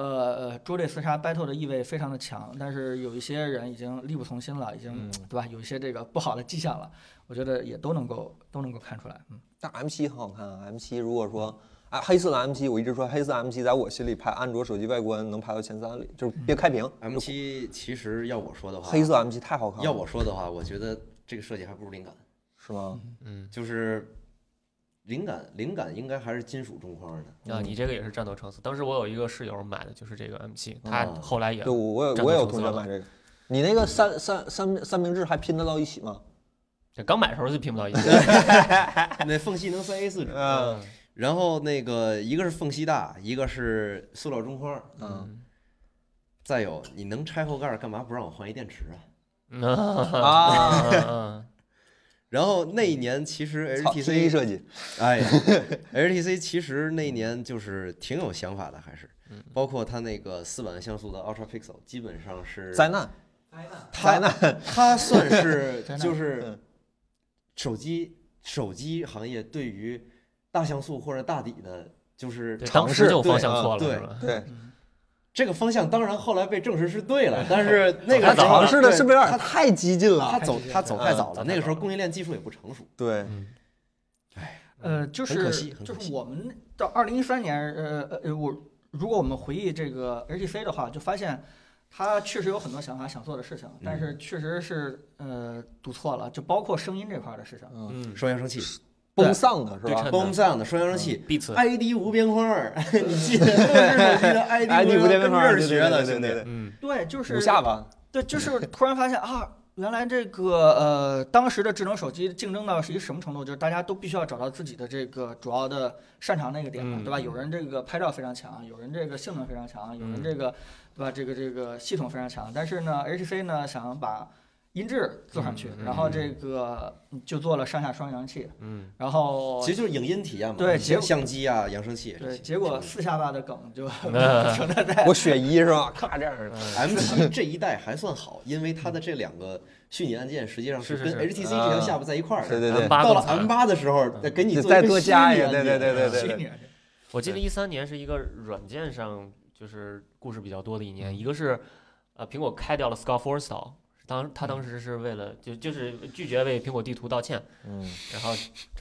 [SPEAKER 5] 呃，捉对厮杀 battle 的意味非常的强，但是有一些人已经力不从心了，已经、
[SPEAKER 1] 嗯
[SPEAKER 5] 对吧？有一些这个不好的迹象了，我觉得也都能够都能够看出来。嗯，
[SPEAKER 1] 但 M 7很好看啊，M 7如果说啊黑色的 M 7我一直说黑色 M 7在我心里排安卓手机外观能排到前三里，就是别开屏。
[SPEAKER 4] M
[SPEAKER 1] 就
[SPEAKER 4] 7其实要我说的话，
[SPEAKER 1] 黑色 M 7太好看了，
[SPEAKER 4] 要我说的话，我觉得这个设计还不如灵感，
[SPEAKER 1] 是吗？
[SPEAKER 7] 嗯
[SPEAKER 4] 就是灵感灵感应该还是金属中框的。
[SPEAKER 1] 嗯
[SPEAKER 3] 啊，你这个也是战斗成色。当时我有一个室友买的就是这个 M 七，他
[SPEAKER 4] 哦
[SPEAKER 3] 后来也
[SPEAKER 1] 对，我我有
[SPEAKER 3] 战
[SPEAKER 1] 我也
[SPEAKER 3] 斗
[SPEAKER 1] 有
[SPEAKER 3] 成
[SPEAKER 1] 同
[SPEAKER 3] 色
[SPEAKER 1] 学
[SPEAKER 3] 了
[SPEAKER 1] 买这个。你那个三三三三明治还拼得到一起吗？
[SPEAKER 3] 刚买的时候就拼不 到一起。
[SPEAKER 4] 那缝隙能塞 A 4纸，
[SPEAKER 1] 嗯
[SPEAKER 4] 然后那个一个是缝隙大，一个是塑料中框，
[SPEAKER 1] 嗯
[SPEAKER 4] 再有你能拆后盖儿，干嘛不让我换一电池啊？
[SPEAKER 3] 嗯啊
[SPEAKER 1] 啊，
[SPEAKER 3] 嗯
[SPEAKER 4] 然后那一年其实
[SPEAKER 1] 操 T 一
[SPEAKER 4] HTC
[SPEAKER 1] 设计，
[SPEAKER 4] 哎，HTC 其实那一年就是挺有想法的，还是
[SPEAKER 1] 嗯
[SPEAKER 4] 包括它那个四百万像素的 Ultra Pixel，基本上是
[SPEAKER 1] 灾难灾
[SPEAKER 4] 它
[SPEAKER 1] 难，
[SPEAKER 4] 它算是
[SPEAKER 5] 灾难
[SPEAKER 4] 就是
[SPEAKER 1] 嗯
[SPEAKER 4] 手机手机行业对于大像素或者大底的，就是
[SPEAKER 3] 对，当时就方向错了，
[SPEAKER 4] 对
[SPEAKER 3] 是 吧？
[SPEAKER 1] 对，
[SPEAKER 5] 嗯
[SPEAKER 4] 这个方向。当然后来被证实是对了，但是那个
[SPEAKER 1] 他
[SPEAKER 4] 时候
[SPEAKER 1] 尝试的
[SPEAKER 4] 对
[SPEAKER 1] 是不是有点太激进了？
[SPEAKER 4] 他走他走
[SPEAKER 1] 嗯
[SPEAKER 4] 太早了，
[SPEAKER 3] 嗯
[SPEAKER 4] 那个时候供应链技术也不成熟。
[SPEAKER 1] 对，
[SPEAKER 5] 呃，就
[SPEAKER 4] 很可
[SPEAKER 5] 是
[SPEAKER 4] 嗯惜很可
[SPEAKER 5] 就是
[SPEAKER 4] 惜
[SPEAKER 5] 我们到二零一三年，呃呃，我如果我们回忆这个 HTC 的话，就发现它确实有很多想法想做的事情，但
[SPEAKER 4] 嗯
[SPEAKER 5] 是确实是呃赌错了，就包括声音这块儿的 事情。
[SPEAKER 1] 嗯，
[SPEAKER 7] 嗯，
[SPEAKER 4] 双扬声器
[SPEAKER 1] 崩丧的是
[SPEAKER 7] 对
[SPEAKER 1] 吧
[SPEAKER 7] 称
[SPEAKER 4] b o m
[SPEAKER 7] 的
[SPEAKER 4] s o u n 的双扬声器
[SPEAKER 7] b e a t s
[SPEAKER 4] ，ID 无边框儿，你记得都是手机的 ID
[SPEAKER 1] 无边
[SPEAKER 4] 跟这
[SPEAKER 1] 框
[SPEAKER 4] 儿
[SPEAKER 1] 对对
[SPEAKER 4] 学的，
[SPEAKER 1] 对对
[SPEAKER 4] 兄
[SPEAKER 1] 对
[SPEAKER 4] 弟
[SPEAKER 1] 对。
[SPEAKER 7] 嗯，
[SPEAKER 5] 对，就是
[SPEAKER 1] 五下吧，
[SPEAKER 5] 对，就是突然发现啊，原来这个呃，当时的智能手机竞争到是一个什么程度？就是大家都必须要找到自己的这个主要的擅长那个点嘛，
[SPEAKER 7] 嗯
[SPEAKER 5] 对吧？有人这个拍照非常强，有人这个性能非常强，有人这个对吧？这个这个系统非常强，但是呢，HTC 呢想把音质做上去
[SPEAKER 7] 嗯，嗯
[SPEAKER 5] 然后这个就做了上下双扬器，
[SPEAKER 7] 嗯，
[SPEAKER 5] 然后
[SPEAKER 4] 其实就是影音体验嘛，
[SPEAKER 5] 对结
[SPEAKER 4] 相
[SPEAKER 5] 果
[SPEAKER 4] 相机啊，扬声器这
[SPEAKER 5] 对，
[SPEAKER 4] 些。
[SPEAKER 5] 结果四下巴的梗就
[SPEAKER 7] 嗯
[SPEAKER 5] 停 在在
[SPEAKER 1] 我雪姨是吧？咔这样儿，
[SPEAKER 4] M 7这一代还算好，因为它的这两个虚拟按键实际上
[SPEAKER 7] 是是
[SPEAKER 4] 跟
[SPEAKER 7] 是
[SPEAKER 4] HTC 这条
[SPEAKER 1] 啊
[SPEAKER 4] 下巴在一块儿的。
[SPEAKER 1] 对对对，
[SPEAKER 7] 八
[SPEAKER 4] 到了
[SPEAKER 7] 更惨
[SPEAKER 4] M 8的时候，再给你
[SPEAKER 1] 就
[SPEAKER 4] 做
[SPEAKER 1] 再
[SPEAKER 4] 一个
[SPEAKER 1] 多
[SPEAKER 4] 虚
[SPEAKER 1] 加一
[SPEAKER 4] 拟
[SPEAKER 1] 个
[SPEAKER 4] 按
[SPEAKER 1] 对
[SPEAKER 4] 键
[SPEAKER 1] 对对对
[SPEAKER 5] 虚拟。
[SPEAKER 7] 我记得一三年是一个软件上就是故事比较多的一
[SPEAKER 4] 嗯
[SPEAKER 7] 年，一个是呃苹果开掉了 Scott Forstall，当
[SPEAKER 4] 嗯
[SPEAKER 7] 他当时是为了就就是拒绝为苹果地图道歉，
[SPEAKER 1] 嗯，
[SPEAKER 7] 然后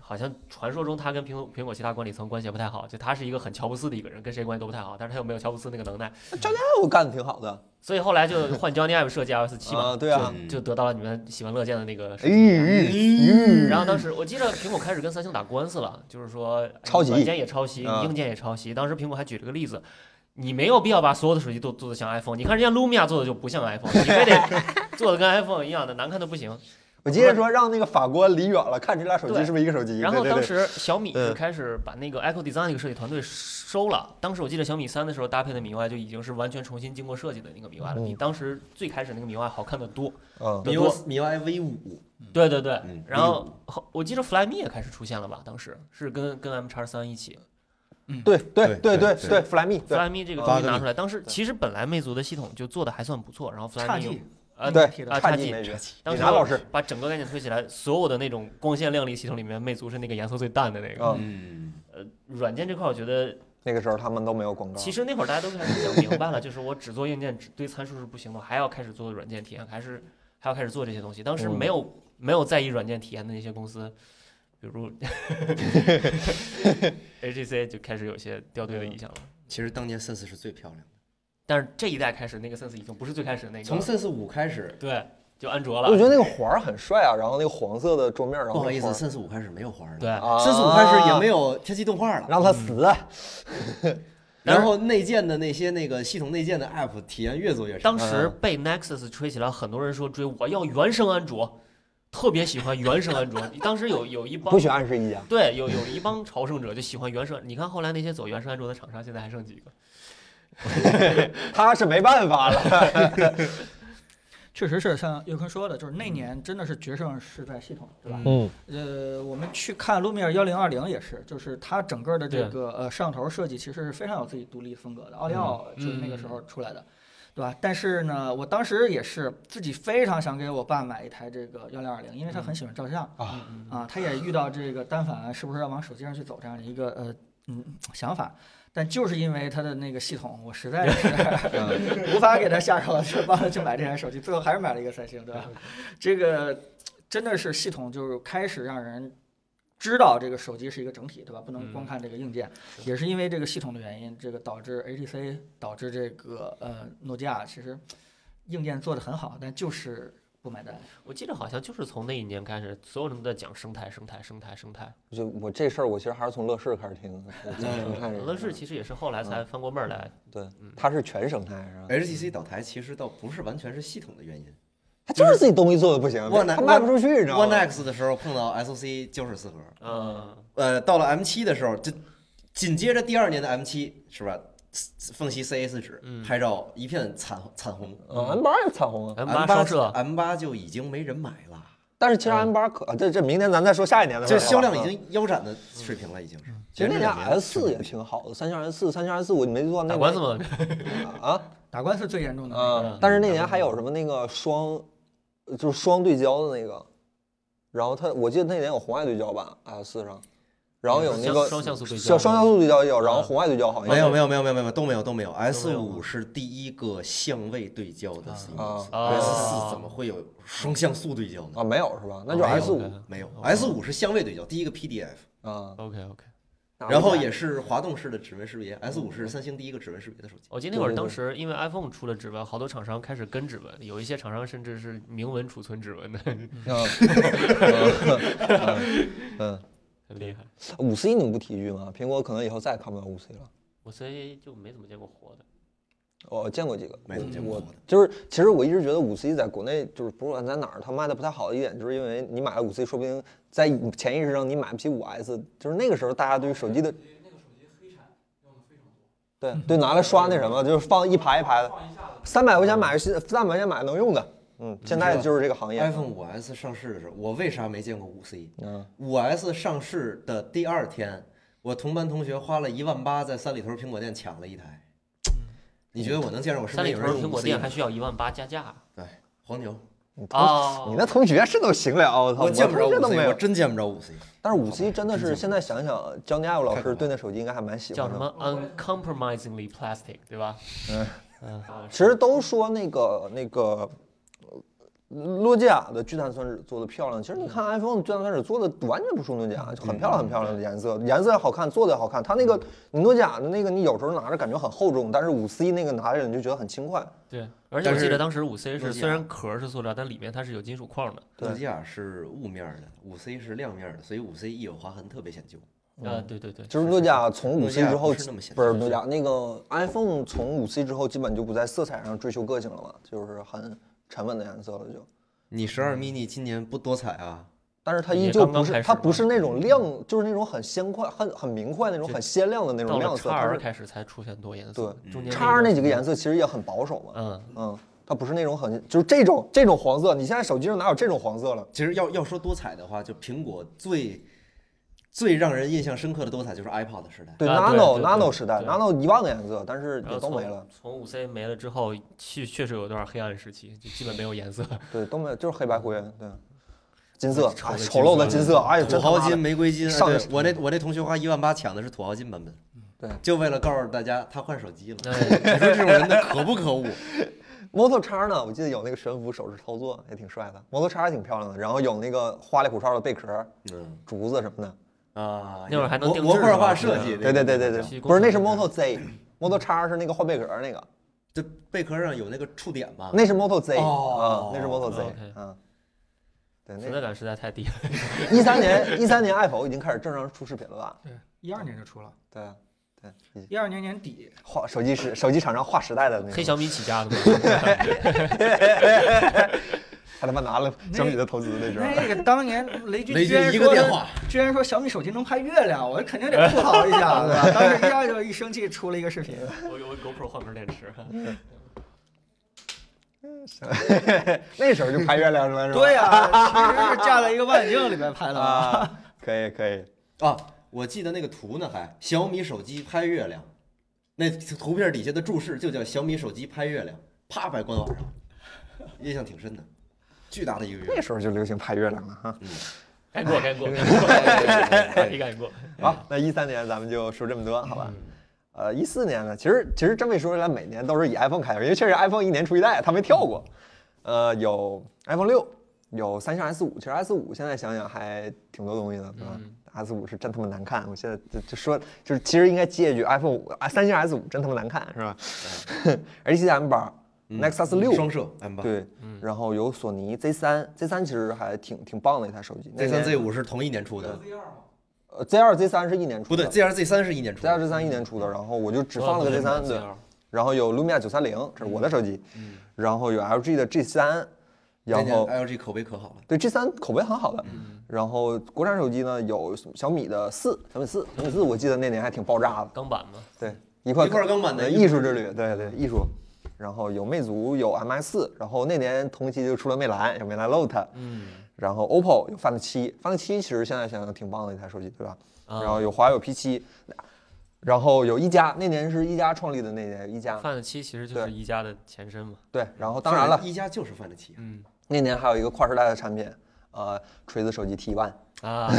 [SPEAKER 7] 好像传说中他跟苹果苹果其他管理层关系也不太好，就他是一个很乔布斯的一个人，跟谁关系都不太好，但是他又没有乔布斯那个能耐，
[SPEAKER 1] 那我干的挺好的，
[SPEAKER 7] 所以后来就换 Johnny Ive 设计 iOS 七嘛，
[SPEAKER 1] 啊嗯哎对啊
[SPEAKER 7] 嗯
[SPEAKER 4] 嗯
[SPEAKER 7] 就就得到了你们喜闻乐见的那个设计理念。
[SPEAKER 1] 咦
[SPEAKER 7] 然后当时我记得苹果开始跟三星打官司了，就是说哎
[SPEAKER 1] 抄袭
[SPEAKER 7] 软件也抄袭，
[SPEAKER 1] 啊
[SPEAKER 7] 你硬件也抄袭。当时苹果还举了个例子，你没有必要把所有的手机都做得像 iPhone，你看人家 Lumia 做的就不像 iPhone，你非得 做的跟 iPhone 一样的，难看的不行。
[SPEAKER 1] 我接着说让那个法官离远了，看这俩手机是不是一个手机。
[SPEAKER 7] 然后
[SPEAKER 1] 对
[SPEAKER 7] 当
[SPEAKER 1] 对
[SPEAKER 7] 时小米
[SPEAKER 1] 嗯
[SPEAKER 7] 是开始把那个 Echo Design 那个设计团队收了。当时我记得小米三的时候搭配的 MIUI 就已经是完全重新经过设计的那个 MIUI 了，
[SPEAKER 1] 嗯
[SPEAKER 7] 比当时最开始那个 MIUI 好看的多。
[SPEAKER 1] 对嗯，
[SPEAKER 7] 得
[SPEAKER 4] MIUI MIUI V 5
[SPEAKER 7] 对对对
[SPEAKER 4] 嗯，
[SPEAKER 7] 然后后我记得 Flyme 也开始出现了吧？当时是跟跟 M 叉三一起
[SPEAKER 1] 对对对
[SPEAKER 4] 对
[SPEAKER 1] 对
[SPEAKER 4] 对
[SPEAKER 1] 对，Flyme 对
[SPEAKER 7] ，Flyme 这个
[SPEAKER 4] 八
[SPEAKER 7] 东西
[SPEAKER 4] 个
[SPEAKER 7] 拿
[SPEAKER 4] 零
[SPEAKER 7] 出来，当时其实本来魅族的系统就做的还算不错，然后
[SPEAKER 5] 差
[SPEAKER 7] Flyme 又
[SPEAKER 5] 劲，
[SPEAKER 7] 呃
[SPEAKER 1] 对
[SPEAKER 5] 体，的
[SPEAKER 7] 啊
[SPEAKER 1] 差
[SPEAKER 7] 差
[SPEAKER 1] 劲
[SPEAKER 7] 劲
[SPEAKER 1] 没辙。
[SPEAKER 7] 当时
[SPEAKER 1] 李楠老师
[SPEAKER 7] 把整个概念推起来，所有的那种光鲜亮丽系统里面，魅族是那个颜色最淡的那个。
[SPEAKER 1] 嗯，
[SPEAKER 4] 嗯，
[SPEAKER 7] 呃，软件这块我觉得
[SPEAKER 1] 那个时候他们都没有广告。
[SPEAKER 7] 其实那会儿大家都开始想明白了，就是我只做硬件，只对参数是不行的，我还要开始做软件体验，还是还要开始做这些东西。当时
[SPEAKER 1] 嗯
[SPEAKER 7] 没有、没有在意软件体验的那些公司，比 如 HTC 就开始有一些掉队的影响了。
[SPEAKER 4] 其实当年 Sense 是最漂亮的，
[SPEAKER 7] 但是这一代开始，那个 Sense 已经不是最开始那个，
[SPEAKER 4] 从 Sense 5开始，
[SPEAKER 7] 对就安卓了。
[SPEAKER 1] 我觉得那个环儿很帅啊，然后那个黄色的桌面，然后
[SPEAKER 4] 不好意思
[SPEAKER 1] 那个
[SPEAKER 4] ，Sense 5开始没有花儿了
[SPEAKER 7] 对，
[SPEAKER 1] 环儿
[SPEAKER 4] ，Sense 5开始也没
[SPEAKER 1] 有
[SPEAKER 4] 有天气动画了，
[SPEAKER 1] 让它死。啊
[SPEAKER 4] 然后内建的那些那个系统内建的 App 体验越做越差。
[SPEAKER 7] 当时
[SPEAKER 1] 嗯
[SPEAKER 7] 被 Nexus 吹起来，很多人说追我要原生安卓，特别喜欢原生安卓。当时有有一帮
[SPEAKER 1] 不许暗示一家。
[SPEAKER 7] 对，有有一帮朝圣者就喜欢原生，你看后来那些走原生安卓的厂商，现在还剩几个？
[SPEAKER 1] 他是没办法了。
[SPEAKER 5] 确实是像岳坤说的，就是那年真的是决胜是在系统，对吧？
[SPEAKER 1] 嗯，
[SPEAKER 5] 呃，我们去看路米尔幺零二零也是，就是它整个的这
[SPEAKER 7] 对
[SPEAKER 5] 个呃摄像头设计其实是非常有自己独立风格的，奥利奥就是那个时候出来的，对吧？但是呢，我当时也是自己非常想给我爸买一台这个幺零二零，因为他很喜欢照相
[SPEAKER 1] 啊
[SPEAKER 5] 啊，他也遇到这个单反是不是要往手机上去走这样的一个呃嗯想法。但就是因为它的那个系统，我实在是无法给他下手，就帮他去买这台手机，最后还是买了一个三星，对吧？这个真的是系统就是开始让人知道这个手机是一个整体，对吧？不能光
[SPEAKER 4] 嗯
[SPEAKER 5] 看这个硬件，也是因为这个系统的原因，这个导致 HTC 导致这个呃诺基亚其实硬件做得很好，但就是不买单。
[SPEAKER 7] 我记得好像就是从那一年开始，所有人都在讲生态、生态、生态、生态。
[SPEAKER 1] 就我这事儿，我其实还是从乐视开始听的。生态这个
[SPEAKER 7] 嗯乐视其嗯实也是后来才
[SPEAKER 1] 嗯
[SPEAKER 7] 翻过味儿来，
[SPEAKER 1] 对，它是全生态是吧？
[SPEAKER 4] HTC 倒台其实倒不是完全是系统的原因
[SPEAKER 1] 它就是自己东西做的不行，
[SPEAKER 4] One-
[SPEAKER 1] 它啊卖不出去，你知道
[SPEAKER 4] ，One
[SPEAKER 1] 吗？
[SPEAKER 4] X 的时候碰到 SoC 就是四核，
[SPEAKER 7] 嗯，
[SPEAKER 4] 呃，到了 M 7的时候，就紧接着第二年的 M 7是吧？缝隙 CA 4纸
[SPEAKER 7] 嗯哦
[SPEAKER 4] 拍照一片惨惨红
[SPEAKER 1] 嗯，M 八也彩虹啊。
[SPEAKER 7] M 八
[SPEAKER 4] M
[SPEAKER 7] 哎双
[SPEAKER 4] 8
[SPEAKER 7] 摄，
[SPEAKER 4] M 8就已经没人买了，
[SPEAKER 1] 但是其实
[SPEAKER 7] 嗯
[SPEAKER 1] M 八可、啊这这明年咱再说下一年的事儿。
[SPEAKER 4] 这销量已
[SPEAKER 1] 好吧。
[SPEAKER 4] 经腰斩的水平了，已经是。
[SPEAKER 1] 嗯其实那
[SPEAKER 4] 两
[SPEAKER 1] 年
[SPEAKER 4] 年
[SPEAKER 1] S 四也挺好的，三星 S 四、三星 S 四我没做那
[SPEAKER 7] 打
[SPEAKER 1] 个
[SPEAKER 7] 官司嗯嘛，
[SPEAKER 1] 啊
[SPEAKER 5] 打官司最严重的那个
[SPEAKER 1] 啊！
[SPEAKER 4] 嗯
[SPEAKER 1] 但是那年还有什么那个双，就是双对焦的那个，然后它我记得那年有红外对焦吧 S 四上，然后有那个
[SPEAKER 7] 嗯 双双像素对焦嗯
[SPEAKER 1] 像双像素对焦也有，然后红外对焦好像
[SPEAKER 4] 没有没有没有没有没有都没有都没有，S
[SPEAKER 7] 有
[SPEAKER 4] 5是第一个相位对焦的 C
[SPEAKER 1] 啊
[SPEAKER 4] S
[SPEAKER 7] 啊
[SPEAKER 4] 4怎么会有双像素对焦呢？
[SPEAKER 1] 啊没有是吧？那就
[SPEAKER 7] 哦
[SPEAKER 4] 没有
[SPEAKER 1] S 五
[SPEAKER 7] 对
[SPEAKER 4] 没有，S 5是相位对焦，第一个 PDF。
[SPEAKER 1] 啊，
[SPEAKER 7] OK OK，
[SPEAKER 1] 拿
[SPEAKER 4] 然后
[SPEAKER 1] 回家
[SPEAKER 4] 也是滑动式的指纹识别，S 五是三星第一个指纹识别的手机。
[SPEAKER 7] 哦
[SPEAKER 3] 我记得那会儿，
[SPEAKER 1] 对对对
[SPEAKER 3] 当时因为 iPhone 出了指纹，好多厂商开始跟指纹，有一些厂商甚至是明文储存指纹的，
[SPEAKER 1] 嗯嗯嗯，
[SPEAKER 3] 很厉害。
[SPEAKER 1] 五 C 你不提一句吗？苹果可能以后再也看不到五 C 了。
[SPEAKER 3] 我所以就没怎么见过活的。
[SPEAKER 1] 我见过几个，
[SPEAKER 4] 没怎么见过
[SPEAKER 1] 我
[SPEAKER 4] 活的
[SPEAKER 1] 就是，其实我一直觉得五 C 在国内就是不管在哪儿，它卖的不太好的一点，就是因为你买了五 C，说不定在潜意识上你买不起五 S，就是那个时候大家对于手机的，对对，拿来刷那什么，就是放一排一排的，三百块钱买个新，三百块钱买个能用的，嗯，现在就是这个行业，
[SPEAKER 4] iPhone 五 S 上市的时候，我为啥没见过五 C？
[SPEAKER 1] 嗯，
[SPEAKER 4] 五 S 上市的第二天，我同班同学花了一万八在三里屯苹果店抢了一台。你觉得我能见着我身
[SPEAKER 3] 三
[SPEAKER 4] 边
[SPEAKER 3] 里
[SPEAKER 4] 有
[SPEAKER 3] 屯
[SPEAKER 4] 人
[SPEAKER 3] 苹
[SPEAKER 4] 用五
[SPEAKER 3] 果
[SPEAKER 4] C？
[SPEAKER 3] 店还需要一万八加价
[SPEAKER 4] 对，黄牛，
[SPEAKER 1] 你同
[SPEAKER 3] 哦
[SPEAKER 1] 你那同学是都行了，哦我操，
[SPEAKER 4] 我见不着
[SPEAKER 1] 同学
[SPEAKER 4] 五
[SPEAKER 1] 都
[SPEAKER 4] C，
[SPEAKER 1] 没
[SPEAKER 4] 我
[SPEAKER 1] 有。
[SPEAKER 4] 真见不着五 C。
[SPEAKER 1] 但是五 C 真的是现在想想，江家佑老
[SPEAKER 4] 太恐
[SPEAKER 1] 师
[SPEAKER 4] 怖
[SPEAKER 1] 对那手机应该还蛮喜欢
[SPEAKER 3] 叫
[SPEAKER 1] 的。
[SPEAKER 3] 什么 uncompromisingly plastic，对吧？嗯嗯，
[SPEAKER 1] 其实都说那个那个，呃诺基亚的聚碳酸酯做的漂亮。其实你看 iPhone 的聚碳酸酯做的完全不输诺基亚，就很漂亮很漂亮的颜色，颜色也好看，做的也好看。它那个你诺基亚的那个，你有时候拿着感觉很厚重，但是五 C 那个拿着你就觉得很轻快。
[SPEAKER 3] 对。而且我
[SPEAKER 4] 但是
[SPEAKER 3] 记得当时五 C
[SPEAKER 4] 诺
[SPEAKER 3] 是
[SPEAKER 4] 基亚
[SPEAKER 3] 虽然壳是塑料，但里面它是有金属框的。
[SPEAKER 1] 对
[SPEAKER 4] 诺基亚是雾面的，五 C 是亮面的，所以五 C 一有划痕特别显旧。
[SPEAKER 3] 啊，对对对，
[SPEAKER 1] 就是诺基亚从五
[SPEAKER 4] 诺基
[SPEAKER 1] C
[SPEAKER 4] 亚
[SPEAKER 1] 之后，
[SPEAKER 4] 不是那么显
[SPEAKER 1] 不是
[SPEAKER 4] 示
[SPEAKER 1] 诺基亚那个 iPhone 从五 C 之后，基本就不在色彩上追求个性了嘛，就是很沉稳的颜色了就。
[SPEAKER 4] 你十二 mini 今年不多彩啊？
[SPEAKER 1] 但是它
[SPEAKER 3] 也
[SPEAKER 1] 依旧
[SPEAKER 3] 刚刚
[SPEAKER 1] 不是，
[SPEAKER 3] 开始
[SPEAKER 1] 它
[SPEAKER 3] 嘛嗯
[SPEAKER 1] 不是那种亮，就是那种很鲜快、很很明快那种
[SPEAKER 3] 就
[SPEAKER 1] 很鲜亮的那
[SPEAKER 3] 到
[SPEAKER 1] 种
[SPEAKER 3] 了
[SPEAKER 1] 亮色，
[SPEAKER 3] 叉
[SPEAKER 1] 它
[SPEAKER 3] R
[SPEAKER 1] 是
[SPEAKER 3] 开始才出现多颜色，中间
[SPEAKER 1] 叉二那几个颜
[SPEAKER 3] 色，
[SPEAKER 1] 色其实也很保守嘛，
[SPEAKER 3] 嗯，
[SPEAKER 1] 嗯，它不是那种很就是这种这种黄色，你现在手机上哪有这种黄色了？
[SPEAKER 4] 其实要要说多彩的话，就苹果最最让人印象深刻的多彩就是 iPod 时代。
[SPEAKER 1] 对
[SPEAKER 3] 啊对
[SPEAKER 1] ，nano
[SPEAKER 3] 对
[SPEAKER 1] nano
[SPEAKER 3] 对
[SPEAKER 1] 时代
[SPEAKER 3] 对
[SPEAKER 1] ，nano 一万个颜色，但是
[SPEAKER 3] 然
[SPEAKER 1] 也
[SPEAKER 3] 后
[SPEAKER 1] 都
[SPEAKER 3] 从
[SPEAKER 1] 没了，。
[SPEAKER 3] 从五 C 没了之后，确确实有一段黑暗时期，就基本没有颜色。
[SPEAKER 1] 对，都没有，就是黑白灰，对，金色，
[SPEAKER 3] 丑
[SPEAKER 1] 哎
[SPEAKER 3] 的
[SPEAKER 1] 丑陋的
[SPEAKER 3] 金
[SPEAKER 1] 金
[SPEAKER 3] 色
[SPEAKER 1] 色，哎呀，
[SPEAKER 4] 土
[SPEAKER 1] 真他妈
[SPEAKER 4] 豪
[SPEAKER 1] 的
[SPEAKER 4] 金、玫瑰金，啊
[SPEAKER 1] 上
[SPEAKER 4] 对
[SPEAKER 1] 个
[SPEAKER 4] 我那我那同学花一万八抢的是土豪金版本，
[SPEAKER 1] 对
[SPEAKER 4] 就为了告诉大家他换手机 了。
[SPEAKER 3] 哎
[SPEAKER 4] 你说这种人的可不可恶？
[SPEAKER 1] Moto 叉呢，我记得有那个悬浮手势操作，也挺帅的。Moto 叉也挺漂亮的，然后有那个花里胡哨的贝壳、
[SPEAKER 4] 嗯
[SPEAKER 1] 竹子什么的。
[SPEAKER 4] 啊，
[SPEAKER 3] 那会儿还能
[SPEAKER 4] 模
[SPEAKER 3] 定制啊
[SPEAKER 4] 模
[SPEAKER 3] 是吧
[SPEAKER 4] 块化设计，
[SPEAKER 1] 对对对对
[SPEAKER 3] 去
[SPEAKER 1] 对，
[SPEAKER 3] 工
[SPEAKER 1] 不是那是
[SPEAKER 3] 厂里
[SPEAKER 1] Moto Z，Moto 叉是那个换贝壳那个，
[SPEAKER 3] 啊
[SPEAKER 4] 这贝壳上有那个触点吧？
[SPEAKER 1] 那是 Moto Z 啊
[SPEAKER 4] 哦，
[SPEAKER 1] 那是 Moto Z
[SPEAKER 3] OK
[SPEAKER 1] 啊。对，
[SPEAKER 3] 存
[SPEAKER 1] 那
[SPEAKER 3] 在感实在太低了。
[SPEAKER 1] 一三年一三年 Apple 已经开始正常出视频了吧？
[SPEAKER 5] 对，一二年就出了，
[SPEAKER 1] 对啊，对，已经
[SPEAKER 5] 一二年年底，
[SPEAKER 1] 划手机时手机厂商划时代的那
[SPEAKER 3] 黑
[SPEAKER 1] 个，
[SPEAKER 3] 小米起家的嘛，
[SPEAKER 1] 他他妈拿了小米的投资 那时候。
[SPEAKER 5] 那个当年雷军
[SPEAKER 4] 雷
[SPEAKER 5] 居
[SPEAKER 4] 军
[SPEAKER 5] 然
[SPEAKER 4] 一个
[SPEAKER 5] 说
[SPEAKER 4] 电话，
[SPEAKER 5] 居然说小米手机能拍月亮，我肯定得吐槽一下，对吧？当时一下就一生气出了一个视频，
[SPEAKER 3] 我我 GoPro 换根电 池。
[SPEAKER 1] 那时候 就拍月亮了是吧？
[SPEAKER 5] 对呀、其实是架在一个望远镜里边拍的嘛。
[SPEAKER 1] 啊，可以可以，
[SPEAKER 4] 啊，我记得那个图呢，还小米手机拍月亮，那图片底下的注释就叫小米手机拍月亮，啪摆官网上，印象挺深的，巨大的一个月
[SPEAKER 1] 那
[SPEAKER 4] 亮。
[SPEAKER 1] 时候就流行拍月亮了哈。
[SPEAKER 3] 该过该过，该过该过。
[SPEAKER 1] 好，那一三年咱们就说这么多，好
[SPEAKER 4] 嗯
[SPEAKER 1] 吧？呃，一四年呢，其实其实真没说出来，每年都是以 iPhone 开头，因为确实 iPhone 一年出一代，它没跳过。呃，有 iPhone 六，有三星 S 五，其实 S 五现在想想还挺多东西的，对吧、s
[SPEAKER 4] 嗯
[SPEAKER 1] 五是真他妈难看，我现在就就说，就是其实应该接一句 iPhone 五，啊三星 S 五真他妈难看，是吧 ？HTC M 八、Nexus 六、
[SPEAKER 4] 嗯双嗯摄哎 M 八
[SPEAKER 1] 对，然后有索尼 Z 三，Z 三其实还挺挺棒的一台手机。那
[SPEAKER 4] ，Z 三
[SPEAKER 1] 年
[SPEAKER 4] Z 五是同一年出的，
[SPEAKER 1] 呃 Z 二 Z 三是一年出
[SPEAKER 4] 不
[SPEAKER 1] 的，
[SPEAKER 4] 对，Z 二 Z 三是一年出
[SPEAKER 1] Z 二
[SPEAKER 4] 的。
[SPEAKER 1] Z 三一年出的，然后我就只放了个 Z 三，对
[SPEAKER 3] 我也不知道，
[SPEAKER 1] 然后有 Lumia 九三零，这是我的手机，然后有 LG 的 G 三，
[SPEAKER 4] 那
[SPEAKER 1] 然
[SPEAKER 4] 年
[SPEAKER 1] 后
[SPEAKER 4] LG 哎口碑可好了，
[SPEAKER 1] 对 G 三口碑很好的，然后国产手机呢有小米的四，小米四，小米四我记得那年还挺爆炸的，
[SPEAKER 3] 钢板嘛，
[SPEAKER 1] 对，一块
[SPEAKER 4] 一块钢板的
[SPEAKER 1] 呃艺术之旅，对对艺术，然后有魅族有 MI 四，然后那年同期就出了魅蓝，有魅蓝 Note，
[SPEAKER 3] 嗯，
[SPEAKER 1] 然后 OPPO 有 Find 七，Find 七其实现在想想挺棒的一台手机，对吧？
[SPEAKER 3] 啊
[SPEAKER 1] 然后有华为有 P 七，然后有一加，那年是一加创立的那年一加，
[SPEAKER 3] 范的七其实就是
[SPEAKER 1] 对
[SPEAKER 3] 一加的前身嘛。
[SPEAKER 1] 对，然后当然了，
[SPEAKER 4] 一加就是范得起啊。
[SPEAKER 3] 嗯
[SPEAKER 1] 那年还有一个跨时代的产品，呃，锤子手机 T 1
[SPEAKER 3] 啊，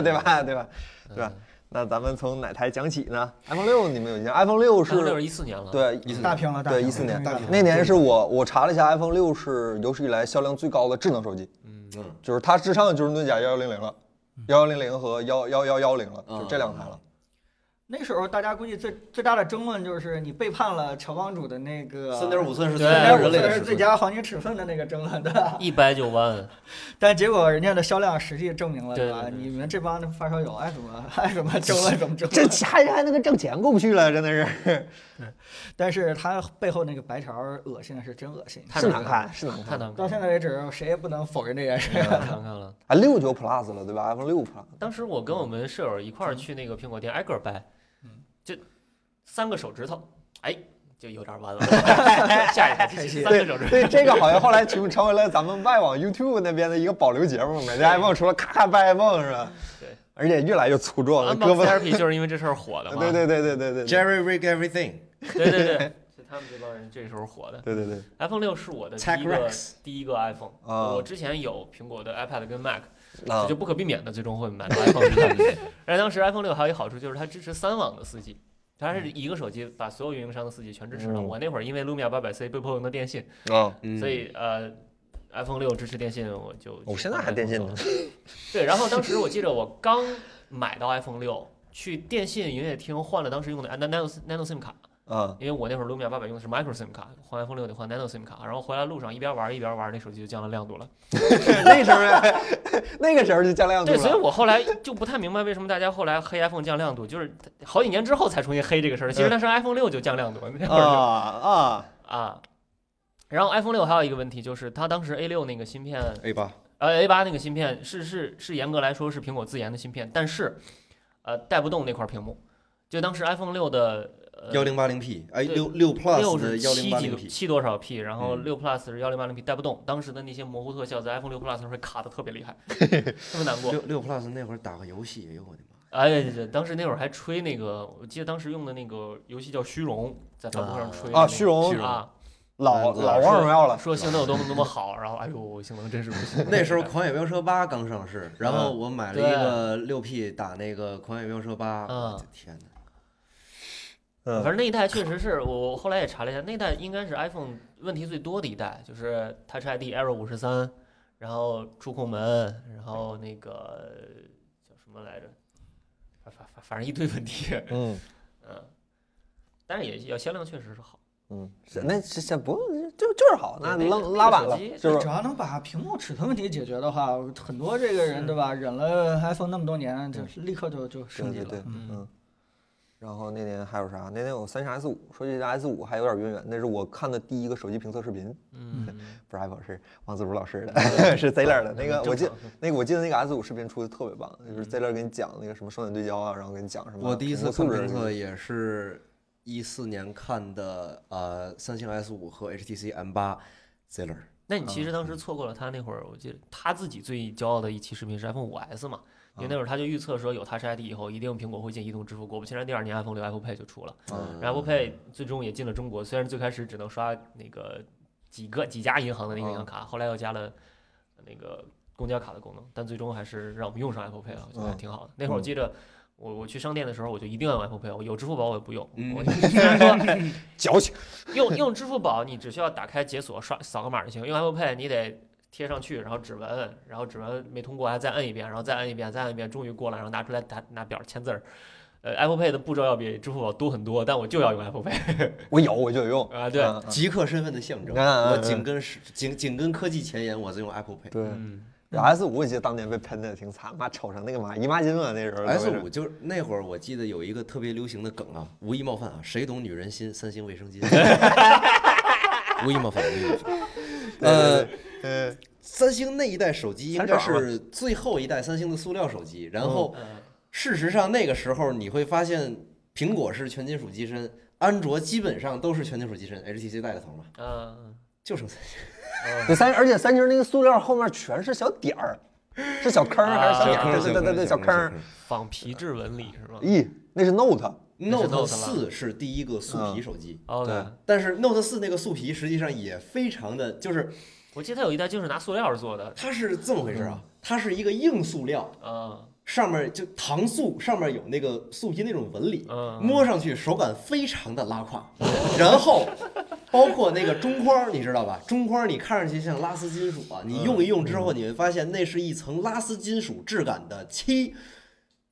[SPEAKER 1] 对吧？对吧？对
[SPEAKER 3] 嗯
[SPEAKER 1] 吧？那咱们从哪台讲起呢？iPhone 六你们有印象？iPhone 六是
[SPEAKER 3] 三六是一四年了。，
[SPEAKER 1] 对
[SPEAKER 4] 14
[SPEAKER 5] 大屏了，大
[SPEAKER 1] 对
[SPEAKER 5] 屏
[SPEAKER 1] 一四年
[SPEAKER 5] 大屏，
[SPEAKER 1] 那年是我我查了一下，iPhone 六是有史以来销量最高的智能手机，
[SPEAKER 4] 嗯，
[SPEAKER 1] 就是它之上就是诺基亚幺幺零零了，幺幺零零和幺幺幺幺零了，就这两台了。
[SPEAKER 5] 那时候大家估计最最大的争论就是你背叛了乔帮主的那个
[SPEAKER 1] 啊
[SPEAKER 4] 三点五寸是最
[SPEAKER 5] 对
[SPEAKER 4] 佳人
[SPEAKER 5] 3.5
[SPEAKER 4] 类
[SPEAKER 5] 寸
[SPEAKER 4] 的
[SPEAKER 5] 是
[SPEAKER 4] 尺
[SPEAKER 5] 最
[SPEAKER 4] 寸。
[SPEAKER 5] 佳黄金尺寸的那个争论，对 吧？
[SPEAKER 7] 一百九万，
[SPEAKER 5] 但结果人家的销量实际证明了，
[SPEAKER 3] 对
[SPEAKER 5] 吧？
[SPEAKER 3] 对对
[SPEAKER 5] 你们这帮发烧友哎爱怎么爱怎么争论怎么争
[SPEAKER 1] 这
[SPEAKER 5] 论。
[SPEAKER 1] 还还那个挣钱过不去了，真的是
[SPEAKER 5] 但是他背后那个白条儿恶心的是真恶心，
[SPEAKER 1] 是难。看，是难
[SPEAKER 7] 太
[SPEAKER 1] 看
[SPEAKER 7] 难看
[SPEAKER 5] 到
[SPEAKER 7] 了，
[SPEAKER 5] 现在为止，谁也不能否认这件事。
[SPEAKER 7] 太难看了。
[SPEAKER 1] 啊！六就 Plus 了，对吧？iPhone 六 Plus，
[SPEAKER 7] 当时我跟我们舍友一
[SPEAKER 4] 嗯
[SPEAKER 7] 块儿去那个苹果店挨个儿掰，就三个手指头，哎，就有点 弯了。下一个继续，三个手指头。
[SPEAKER 1] 对这个好像后来成成为了咱们外网 YouTube 那边的一个保留节目，每天 iPhone 除了咔咔掰 iPhone 是吧？
[SPEAKER 7] 对，
[SPEAKER 1] 而且越来越粗壮了，胳
[SPEAKER 7] Unbox
[SPEAKER 1] 膊。
[SPEAKER 7] Therapy 就是因为这事儿火的嘛。
[SPEAKER 1] 对对对对对对对
[SPEAKER 4] Jerry rig everything。
[SPEAKER 7] 对对对，是他们这帮人这时候火的。
[SPEAKER 1] 对对对，
[SPEAKER 7] iPhone 六是我的第
[SPEAKER 4] Tech
[SPEAKER 7] 一个
[SPEAKER 4] Rex
[SPEAKER 7] 第一个 iPhone，
[SPEAKER 1] 啊
[SPEAKER 7] 我之前有苹果的 iPad 跟 Mac，
[SPEAKER 1] 啊
[SPEAKER 7] 这就不可避免的最终会买到 iPhone 这样的东西。而当时 iPhone 六还有一好处就是它支持三网的四 G，它是一个手机把所有运营商的四 G 全支持了。
[SPEAKER 1] 嗯
[SPEAKER 7] 我那会儿因为 Lumia 八百 C 被迫用的电信，
[SPEAKER 1] 啊，
[SPEAKER 7] 所以呃。iPhone 六支持电信，我 就
[SPEAKER 1] 我哦现在还电信呢。
[SPEAKER 7] 对，然后当时我记 得我刚买到 iPhone 六，去电信营业厅换了当时用的 Nano Nano SIM 卡，
[SPEAKER 1] 啊
[SPEAKER 7] 因为我那会儿 Lumia 八百用的是 micro SIM 卡，换 iPhone 六得换 nano SIM 卡，然后回来路上一边玩一边玩，那手机就降了亮度了。
[SPEAKER 1] 那时候那个时候就降亮度
[SPEAKER 7] 对，所以
[SPEAKER 1] 了。
[SPEAKER 7] 我后来就不太明白为什么大家后来黑 iPhone 降亮度，就是好几年之后才重新黑这个事儿。其实
[SPEAKER 4] 嗯
[SPEAKER 7] 当时 iPhone 六就降亮度，那
[SPEAKER 1] 啊
[SPEAKER 7] 会
[SPEAKER 4] 哦
[SPEAKER 7] 儿
[SPEAKER 1] 啊，
[SPEAKER 7] 就啊。然后 iPhone 六还有一个问题就是，它当时 A 六那个芯片，
[SPEAKER 4] A 哎八
[SPEAKER 7] 呃 A 八那个芯片是是是严格来说是苹果自研的芯片，但是呃带不动那块屏幕。就当时 iPhone 六的
[SPEAKER 1] 嗯
[SPEAKER 7] 呃
[SPEAKER 4] 幺零八零 P，哎，
[SPEAKER 7] 对
[SPEAKER 4] 六六 Plus
[SPEAKER 7] 六
[SPEAKER 4] 的
[SPEAKER 7] 是
[SPEAKER 4] 幺
[SPEAKER 7] 七
[SPEAKER 4] 零八
[SPEAKER 7] 几
[SPEAKER 4] 零
[SPEAKER 7] 多
[SPEAKER 4] P，
[SPEAKER 7] 七多少 P，然后
[SPEAKER 4] 嗯
[SPEAKER 7] 六 Plus 是幺零八零 P 带不动，当时的那些模糊特效在 iPhone 六 Plus 上会卡的特别 厉害，特别难过。
[SPEAKER 4] 六六 Plus 那会儿打个游戏，哎呦我的妈！
[SPEAKER 7] 哎呀，这当时那会儿还吹那个，我记得当时用的那个游戏叫虚荣，在帆布上吹的
[SPEAKER 1] 啊
[SPEAKER 7] 那
[SPEAKER 1] 虚
[SPEAKER 7] 个
[SPEAKER 1] 荣
[SPEAKER 7] 啊，
[SPEAKER 1] 老
[SPEAKER 4] 嗯对
[SPEAKER 1] 老王者荣耀了，
[SPEAKER 7] 说性能有多么多么好，然后哎呦性能真是不行。
[SPEAKER 4] 那时候《狂野飙车八》刚上市，然后我买了
[SPEAKER 7] 对
[SPEAKER 4] 一个六 P 打那个《狂野飙车八》，
[SPEAKER 7] 嗯
[SPEAKER 4] 我的天哪！
[SPEAKER 7] 反正那一代确实是我我后来也查了一下，那一代应该是 iPhone 问题最多的一代，就是 Touch ID Error 五十三，然后触控门，然后那个叫什么来着，反反反反正一堆问题，
[SPEAKER 1] 嗯
[SPEAKER 7] 嗯，但是也要销量确实是好。
[SPEAKER 1] 嗯，是那是是不就就是好，那
[SPEAKER 7] 对那
[SPEAKER 1] 扔
[SPEAKER 7] 那
[SPEAKER 1] 拉
[SPEAKER 7] 个
[SPEAKER 1] 满
[SPEAKER 7] 手
[SPEAKER 1] 了
[SPEAKER 7] 机，
[SPEAKER 1] 就是
[SPEAKER 5] 只要能把屏幕尺寸问题解决的话，很多这个人对吧，忍了 iPhone 那么多年，就立刻就就升级
[SPEAKER 1] 对对
[SPEAKER 5] 了
[SPEAKER 1] 对。，嗯。然后那年还有啥？那年有三星 S 五，说起这 S 五还有点渊源，那是我看的第一个手机评测视频，
[SPEAKER 7] 嗯，
[SPEAKER 1] 不是 Apple，是王自如老师的， 是 Zeller 的那个。嗯我记
[SPEAKER 7] 正常嗯
[SPEAKER 1] 那个我记得那个 S 五视频出的特别棒，就是 Zeller 给你讲那个什么双眼对焦啊，然后给你讲什么
[SPEAKER 4] 我第一次
[SPEAKER 1] 屏
[SPEAKER 4] 看
[SPEAKER 1] 幕素
[SPEAKER 4] 评
[SPEAKER 1] 质
[SPEAKER 4] 测也是一四年看的，呃，三星 S 五和 HTC M 八 Zeller，
[SPEAKER 7] 那
[SPEAKER 4] 嗯
[SPEAKER 7] 你其实当时错过了他那会儿，我记得他自己最骄傲的一期视频是 iPhone 五 S 嘛，
[SPEAKER 4] 嗯
[SPEAKER 7] 因为那会儿他就预测说有 Touch ID 以后，一定苹果会进移动支付。果不其然，第二年 iPhone 六 Apple Pay 就出了，
[SPEAKER 4] 嗯
[SPEAKER 7] 然后 Apple Pay 最终也进了中国，虽然最开始只能刷那个几个几家银行的那个
[SPEAKER 4] 嗯
[SPEAKER 7] 银行卡，后来又加了那个公交卡的功能，但最终还是让我们用上 Apple Pay 了，我觉得还
[SPEAKER 1] 嗯
[SPEAKER 7] 挺好的。那会儿我记得。我我去商店的时候，我就一定要用 Apple Pay，我有支付宝我也不用。
[SPEAKER 4] 嗯
[SPEAKER 7] 我虽然说
[SPEAKER 1] 矫情，
[SPEAKER 7] 用用支付宝，你只需要打开解锁刷扫个码就行。用 Apple Pay，你得贴上去，然后指纹，然后指纹没通过还再摁一遍，然后再摁一遍，再摁一遍，终于过了，然后拿出来打拿表签字儿。呃，Apple Pay 的步骤要比支付宝多很多，但我就要用 Apple Pay
[SPEAKER 1] 我有我就用
[SPEAKER 7] 啊，对，
[SPEAKER 1] 嗯嗯
[SPEAKER 4] 极客身份的象
[SPEAKER 1] 嗯
[SPEAKER 4] 征。
[SPEAKER 1] 嗯嗯
[SPEAKER 4] 我紧跟时紧紧跟科技前沿，我在用 Apple Pay。
[SPEAKER 1] 对。
[SPEAKER 7] 嗯，
[SPEAKER 1] S 五我记得当年被喷的挺惨，妈丑成那个妈姨妈巾了那时候。
[SPEAKER 4] 哎 S 五就是那会儿，我记得有一个特别流行的梗啊，无意冒犯啊，谁懂女人心？三星卫生巾。 无意冒犯，无意冒犯。呃，
[SPEAKER 1] 呃，
[SPEAKER 4] 三星那一代手机应该
[SPEAKER 1] 啊
[SPEAKER 4] 是最后一代三星的塑料手机，然后
[SPEAKER 1] 嗯
[SPEAKER 4] 事实上那个时候你会发现，苹果是全金属机身，安卓基本上都是全金属机身，HTC 带的头嘛，
[SPEAKER 7] 嗯，
[SPEAKER 4] 就剩三星。
[SPEAKER 1] 那三而且三星那个塑料后面全是小点儿，是小坑儿还是小点
[SPEAKER 7] 啊
[SPEAKER 1] 儿？对对对对，小坑儿。
[SPEAKER 7] 仿皮质纹理是吗
[SPEAKER 1] 咦，那是 Note，
[SPEAKER 7] 是
[SPEAKER 4] Note
[SPEAKER 7] Note
[SPEAKER 4] 四是第一个素皮手机，
[SPEAKER 7] ？OK，
[SPEAKER 4] 但是 Note 四那个素皮实际上也非常的，就是
[SPEAKER 7] 我记得它有一代就是拿塑料做的，
[SPEAKER 4] 它是这么回事啊，它是一个硬塑料，
[SPEAKER 7] 嗯
[SPEAKER 4] 上面就糖塑，上面有那个素皮那种纹理，
[SPEAKER 7] 嗯，
[SPEAKER 4] 摸上去手感非常的拉胯，然后包括那个中框，你知道吧？中框你看上去像拉丝金属啊，你用一用之后，你会发现那是一层拉丝金属质感的漆。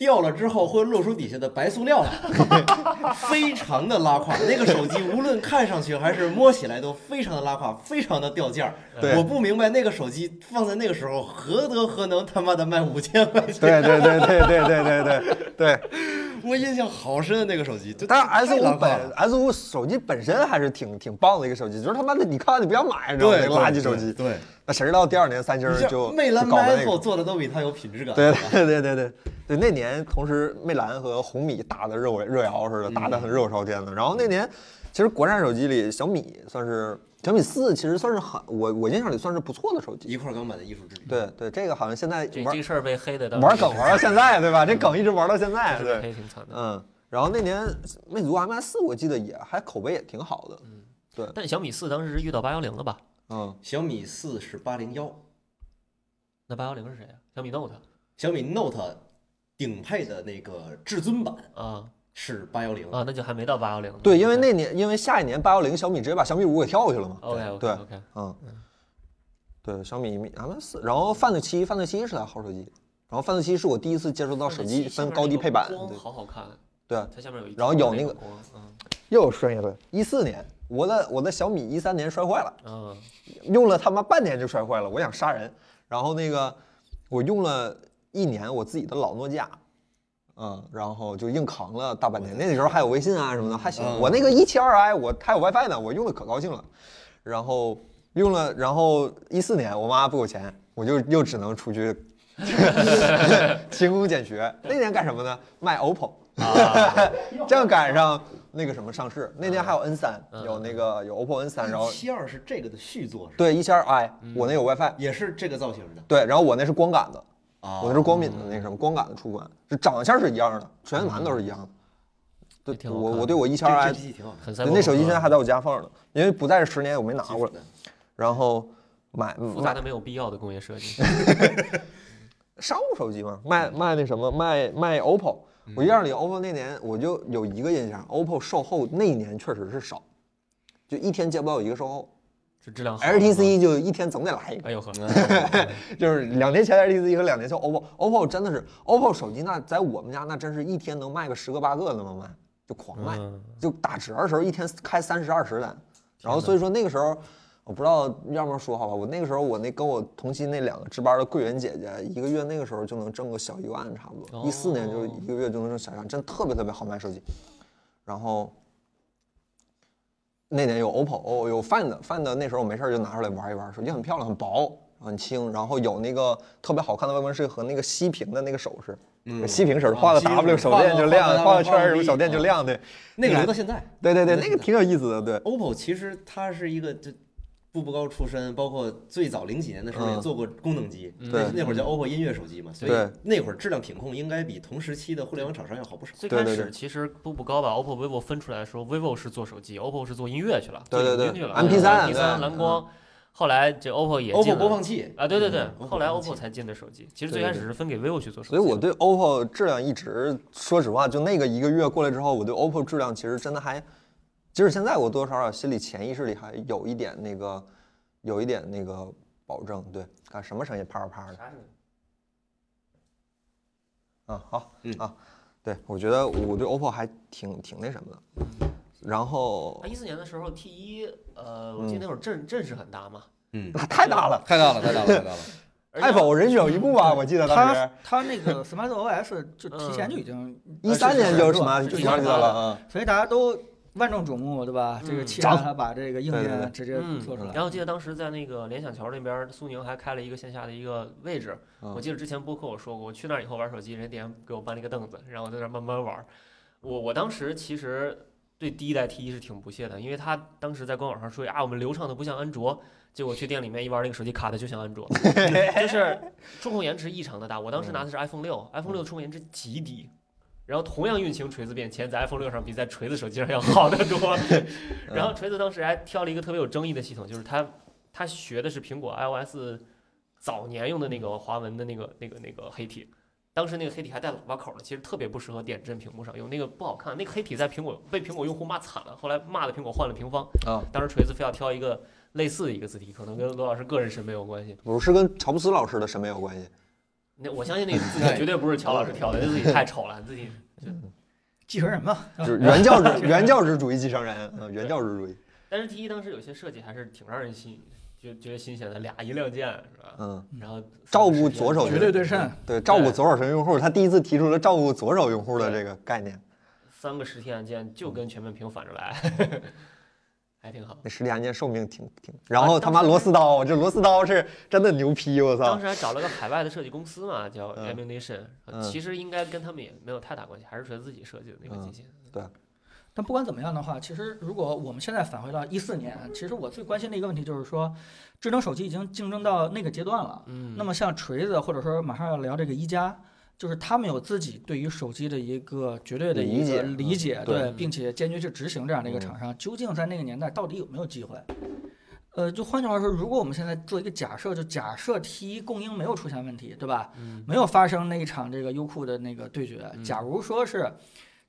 [SPEAKER 4] 掉了之后会露出底下的白塑料来，非常的拉胯。那个手机无论看上去还是摸起来都非常的拉胯，非常的掉价儿。
[SPEAKER 9] 对
[SPEAKER 4] 我不明白那个手机放在那个时候何德何能他妈的卖五千块钱，
[SPEAKER 1] 对对对对对对对对对。
[SPEAKER 4] 我印象好深。那个手机，就
[SPEAKER 1] 但是 S
[SPEAKER 4] 太拉
[SPEAKER 1] 五
[SPEAKER 4] 胯
[SPEAKER 1] 本
[SPEAKER 4] 了
[SPEAKER 1] S 五手机本身还是挺挺棒的一个手机，就是他妈的你看你不要买，你知道吗？那
[SPEAKER 4] 对
[SPEAKER 1] 个垃圾手机。
[SPEAKER 4] 对，对
[SPEAKER 1] 那谁知道第二年三星儿
[SPEAKER 4] 你
[SPEAKER 1] 就
[SPEAKER 4] 像魅蓝
[SPEAKER 1] 就
[SPEAKER 4] 跟
[SPEAKER 1] 搞的那
[SPEAKER 4] i p h
[SPEAKER 1] 个
[SPEAKER 4] o n。做的都比它有品 质感。
[SPEAKER 1] 对对对对对对，那年同时魅蓝和红米打的热热窑似的，打
[SPEAKER 7] 嗯
[SPEAKER 1] 得很热火朝天的。然后那年，其实国产手机里小米算是小米四，其实算是很我我印象里算是不错的手机。
[SPEAKER 4] 一块钢板的艺术之旅。
[SPEAKER 1] 对对，这个好像现在
[SPEAKER 7] 这这
[SPEAKER 1] 玩
[SPEAKER 7] 个事儿被黑的
[SPEAKER 1] 玩梗玩到现在，对吧？这梗一直玩到现在，对。
[SPEAKER 7] 黑挺惨的。
[SPEAKER 1] 嗯，然后那年魅族 MS 四我记得也还口碑也挺好的，
[SPEAKER 7] 但小米四当时是遇到八幺零了吧？
[SPEAKER 1] 嗯，
[SPEAKER 4] 小米四是八零幺，
[SPEAKER 7] 那八幺零是谁啊？小米 Note
[SPEAKER 4] 小米 Note 顶配的那个至尊版
[SPEAKER 7] 啊
[SPEAKER 4] 是八幺零。
[SPEAKER 7] 啊，那就还没到八幺零。
[SPEAKER 1] 对，因为那年因为下一年八幺零小米直接把小米五给跳过去了嘛，
[SPEAKER 7] OK OK
[SPEAKER 1] 对
[SPEAKER 7] OK，
[SPEAKER 1] 嗯，对，小米 MS 四，然后范特七，范特七是台好手机，然后范特七是我第一次接触到手机分高低配版，
[SPEAKER 7] 光
[SPEAKER 1] 对
[SPEAKER 7] 好好看。
[SPEAKER 1] 对
[SPEAKER 7] 它下面有一
[SPEAKER 1] 然后有那
[SPEAKER 7] 个
[SPEAKER 1] 个
[SPEAKER 7] 光，嗯
[SPEAKER 1] 又有摔下来，一四年。我的我的小米一三年摔坏了，
[SPEAKER 7] 嗯，
[SPEAKER 1] 用了他妈半年就摔坏了，我想杀人。然后那个我用了一年我自己的老诺基亚，嗯，然后就硬扛了大半年。那个时候还有微信啊什么的，还行。
[SPEAKER 4] 嗯
[SPEAKER 1] 我那个一七二 i 我还有 WiFi 呢，我用的可高兴了。然后用了，然后一四年我妈不给我钱，我就又只能出去 勤工俭学。那年干什么呢？卖 OPPO。正
[SPEAKER 4] 啊
[SPEAKER 1] 赶上那个什么上市，那年还有 N 三，
[SPEAKER 4] 嗯
[SPEAKER 1] 有那个有 OPPO N 三，然后
[SPEAKER 4] 七二是这个的续作是吧？
[SPEAKER 1] 对一七二 i，我
[SPEAKER 7] 嗯
[SPEAKER 1] 那有 WiFi，
[SPEAKER 4] 也是这个造型的
[SPEAKER 1] 对，然后我那是光感的，
[SPEAKER 4] 啊
[SPEAKER 1] 我那是光敏的
[SPEAKER 7] 哦
[SPEAKER 1] 那个什么光感的触感，就长相是一样的，全键盘都是一样的。对，
[SPEAKER 7] 也嗯挺好
[SPEAKER 1] 我
[SPEAKER 7] 看
[SPEAKER 1] 我
[SPEAKER 7] 的
[SPEAKER 1] 对我一七
[SPEAKER 4] 这
[SPEAKER 1] 二
[SPEAKER 4] 这
[SPEAKER 1] i，
[SPEAKER 4] 机器挺好看
[SPEAKER 7] 很赛
[SPEAKER 1] 对
[SPEAKER 7] 博
[SPEAKER 1] 那手机
[SPEAKER 7] 朋
[SPEAKER 1] 现
[SPEAKER 7] 克
[SPEAKER 1] 在还在我家放着呢，因为不在这十年我没拿
[SPEAKER 4] 基
[SPEAKER 1] 过
[SPEAKER 4] 本
[SPEAKER 1] 来
[SPEAKER 4] 的。。
[SPEAKER 1] 然后买
[SPEAKER 7] 复杂
[SPEAKER 1] 买
[SPEAKER 7] 的没有必要的工业 设计。
[SPEAKER 1] 商务手机嘛，卖
[SPEAKER 7] 嗯
[SPEAKER 1] 卖那什么卖卖 OPPO，我印象里 OPPO 那年我就有一个印象，OPPO 售后那一年确实是少，就一天接不到一个售后
[SPEAKER 7] 是质量好。
[SPEAKER 1] ，LTC 就一天总得来一个。
[SPEAKER 7] 哎呦呵，
[SPEAKER 1] 嗯就是两年前 LTC 和两年前 OPPO，OPPO 真的是 OPPO 手机，那在我们家那真是一天能卖个十个八个那么卖，就狂卖，
[SPEAKER 7] 嗯
[SPEAKER 1] 就打折的时候一天开三十二十单，然后所以说那个时候。我不知道要不要说好吧，我那个时候我那跟我同期那两个值班的柜员姐姐，一个月那个时候就能挣个小一万差不多，一四、年就一个月就能挣小一万，真特别特别好卖手机。然后那年有 OPPO，有哦 Find Find，那时候我没事儿就拿出来玩一玩，手机很漂亮，很薄，很轻，然后有那个特别好看的外观设计和那个熄屏的那个手势，
[SPEAKER 4] 嗯
[SPEAKER 1] 熄屏手势，
[SPEAKER 4] 啊
[SPEAKER 1] 画个
[SPEAKER 4] 熄屏
[SPEAKER 1] W 手电就
[SPEAKER 4] 画个
[SPEAKER 1] 亮，画个
[SPEAKER 4] W，
[SPEAKER 1] 圈儿什
[SPEAKER 4] 画
[SPEAKER 1] 么
[SPEAKER 4] 个啊
[SPEAKER 1] 手电就
[SPEAKER 4] V，
[SPEAKER 1] 亮，对，
[SPEAKER 4] 那个留到现在。
[SPEAKER 1] 对对对，那个挺有意思的，对，
[SPEAKER 4] OPPO 其实它是一个就步步高出身，包括最早零几年的时候
[SPEAKER 1] 嗯
[SPEAKER 4] 也做过功能机，那
[SPEAKER 1] 对
[SPEAKER 4] 那会儿叫 OPPO 音乐手机嘛，所以
[SPEAKER 1] 对
[SPEAKER 4] 那会儿质量品控应该比同时期的互联网厂商要好不少。
[SPEAKER 7] 最
[SPEAKER 1] 对
[SPEAKER 7] 开
[SPEAKER 1] 对
[SPEAKER 7] 始
[SPEAKER 1] 对
[SPEAKER 7] 其实步步高把 OPPO、vivo 分出来的时候，vivo 是做手机，OPPO 是做音乐去了，
[SPEAKER 1] 对对
[SPEAKER 7] 做
[SPEAKER 1] 对
[SPEAKER 7] 影音去了
[SPEAKER 1] MP3
[SPEAKER 7] ，MP
[SPEAKER 1] 啊对嗯
[SPEAKER 7] 三蓝光。后来这 OPPO 也进
[SPEAKER 4] OPPO
[SPEAKER 7] 了
[SPEAKER 4] 播放器，
[SPEAKER 7] 啊，对对对，
[SPEAKER 4] 嗯
[SPEAKER 7] 后来
[SPEAKER 4] OPPO
[SPEAKER 7] OPPO 才进的手机。其实
[SPEAKER 1] 对
[SPEAKER 7] 最
[SPEAKER 1] 对
[SPEAKER 7] 开始是分给 vivo 去做手
[SPEAKER 1] 所
[SPEAKER 7] 机的，
[SPEAKER 1] 以我对 OPPO 质量一直，说实话，就那个一个月过来之后，我对 OPPO 质量其实真的还，即使现在我多多少少心里潜意识里还有一点那个，有一点那个保证，对，看什么声音啪啪啪的。啊，好，
[SPEAKER 4] 嗯
[SPEAKER 1] 啊，对，我觉得我对 OPPO 还挺挺那什么的。然后
[SPEAKER 7] 啊，一四年的时候 T 一，呃，我
[SPEAKER 1] 嗯
[SPEAKER 7] 记得那会儿阵阵势很大嘛。
[SPEAKER 4] 嗯，
[SPEAKER 1] 那太大了
[SPEAKER 4] 太大了，太大了，太大 了。
[SPEAKER 7] 而且
[SPEAKER 1] ，Apple 人手一部吧，我记得当时
[SPEAKER 5] 它它那个 Smart OS 就提前就已经
[SPEAKER 1] 一三年就什
[SPEAKER 5] 是
[SPEAKER 1] 么
[SPEAKER 5] 是
[SPEAKER 1] 什
[SPEAKER 5] 是
[SPEAKER 1] 么
[SPEAKER 5] 是
[SPEAKER 1] 知道了啊，
[SPEAKER 5] 所以大家都万众瞩目，对吧？这个
[SPEAKER 7] 嗯
[SPEAKER 5] 期待它把这个硬
[SPEAKER 1] 对对对
[SPEAKER 5] 件直接
[SPEAKER 7] 嗯
[SPEAKER 5] 做出来。
[SPEAKER 7] 然后我记得当时在那个联想桥那边儿，苏宁还开了一个线下的一个位置。
[SPEAKER 1] 嗯
[SPEAKER 7] 我记得之前播客我说过，我去那儿以后玩手机，人家店员给我搬了一个凳子，让我在那儿慢慢玩儿。我我当时其实对第一代 T 一是挺不屑的，因为他当时在官网上说啊，我们流畅的不像安卓，结果去店里面一玩那个手机卡的就像安卓，就是触控延迟异常的大。我当时拿的是 iPhone 六，iPhone 六触控延迟极低。然后同样运行锤子变迁，在 iPhone 六上比在锤子手机上要好得多。然
[SPEAKER 1] 嗯
[SPEAKER 7] 后锤子当时还挑了一个特别有争议的系统，就是它它学的是苹果 iOS 早年用的那
[SPEAKER 1] 嗯
[SPEAKER 7] 个华文的那个那个那个黑体，当时那个黑体还带喇叭口呢，其实特别不适合点阵屏幕上用，那个不好看。那个黑体在苹果被苹果用户骂惨了，后来骂的苹果换了平方。
[SPEAKER 1] 啊，
[SPEAKER 7] 当时锤子非要挑一个类似的一个字体，可能跟罗老师个人审美有关系。
[SPEAKER 1] 我是跟乔布斯老师的审美有关系。
[SPEAKER 7] 那我相信那个字体绝对不是乔老师挑的，那字体太丑了，自己
[SPEAKER 5] 继承人嘛，
[SPEAKER 1] 就是原教旨原教旨主义继承人，嗯，原教旨主义，
[SPEAKER 7] 但是 T 一当时有些设计还是挺让人新，觉觉得新鲜的，俩一亮剑是吧？
[SPEAKER 1] 嗯，
[SPEAKER 7] 然后
[SPEAKER 1] 照顾左手
[SPEAKER 5] 绝对对称，
[SPEAKER 1] 对，照顾左手型用户，他第一次提出了照顾左手用户的这个概念。
[SPEAKER 7] 三个实体按键
[SPEAKER 5] 嗯
[SPEAKER 7] 就跟全面屏反着来， 还挺好。
[SPEAKER 1] 那实体按键寿命挺挺，然后他妈螺丝刀，这螺丝刀是真的牛批，我操
[SPEAKER 7] 当！时还找了个海外的设计公司嘛，叫
[SPEAKER 1] 嗯
[SPEAKER 7] Emination，、
[SPEAKER 1] 嗯
[SPEAKER 7] 其实应该跟他们也没有太大关系，还是觉得自己设计的那个
[SPEAKER 5] 嗯
[SPEAKER 7] 极限。
[SPEAKER 5] 但不管怎么样的话，其实如果我们现在返回到一四年，其实我最关心的一个问题就是说，智能手机已经竞争到那个阶段了。
[SPEAKER 7] 嗯，
[SPEAKER 5] 那么像锤子，或者说马上要聊这个一加，就是他们有自己对于手机的一个绝对的
[SPEAKER 1] 理
[SPEAKER 5] 一个
[SPEAKER 1] 解
[SPEAKER 5] 理解，
[SPEAKER 7] 嗯对
[SPEAKER 5] 对，
[SPEAKER 7] 嗯
[SPEAKER 5] 并且坚决去执行这样的一个厂商，究竟在那个年代到底有没有机会？呃，就换句话说，如果我们现在做一个假设，就假设 T 一供应没有出现问题，对吧？
[SPEAKER 7] 嗯
[SPEAKER 5] 没有发生那一场这个优酷的那个对决
[SPEAKER 7] 嗯。
[SPEAKER 5] 假如说是，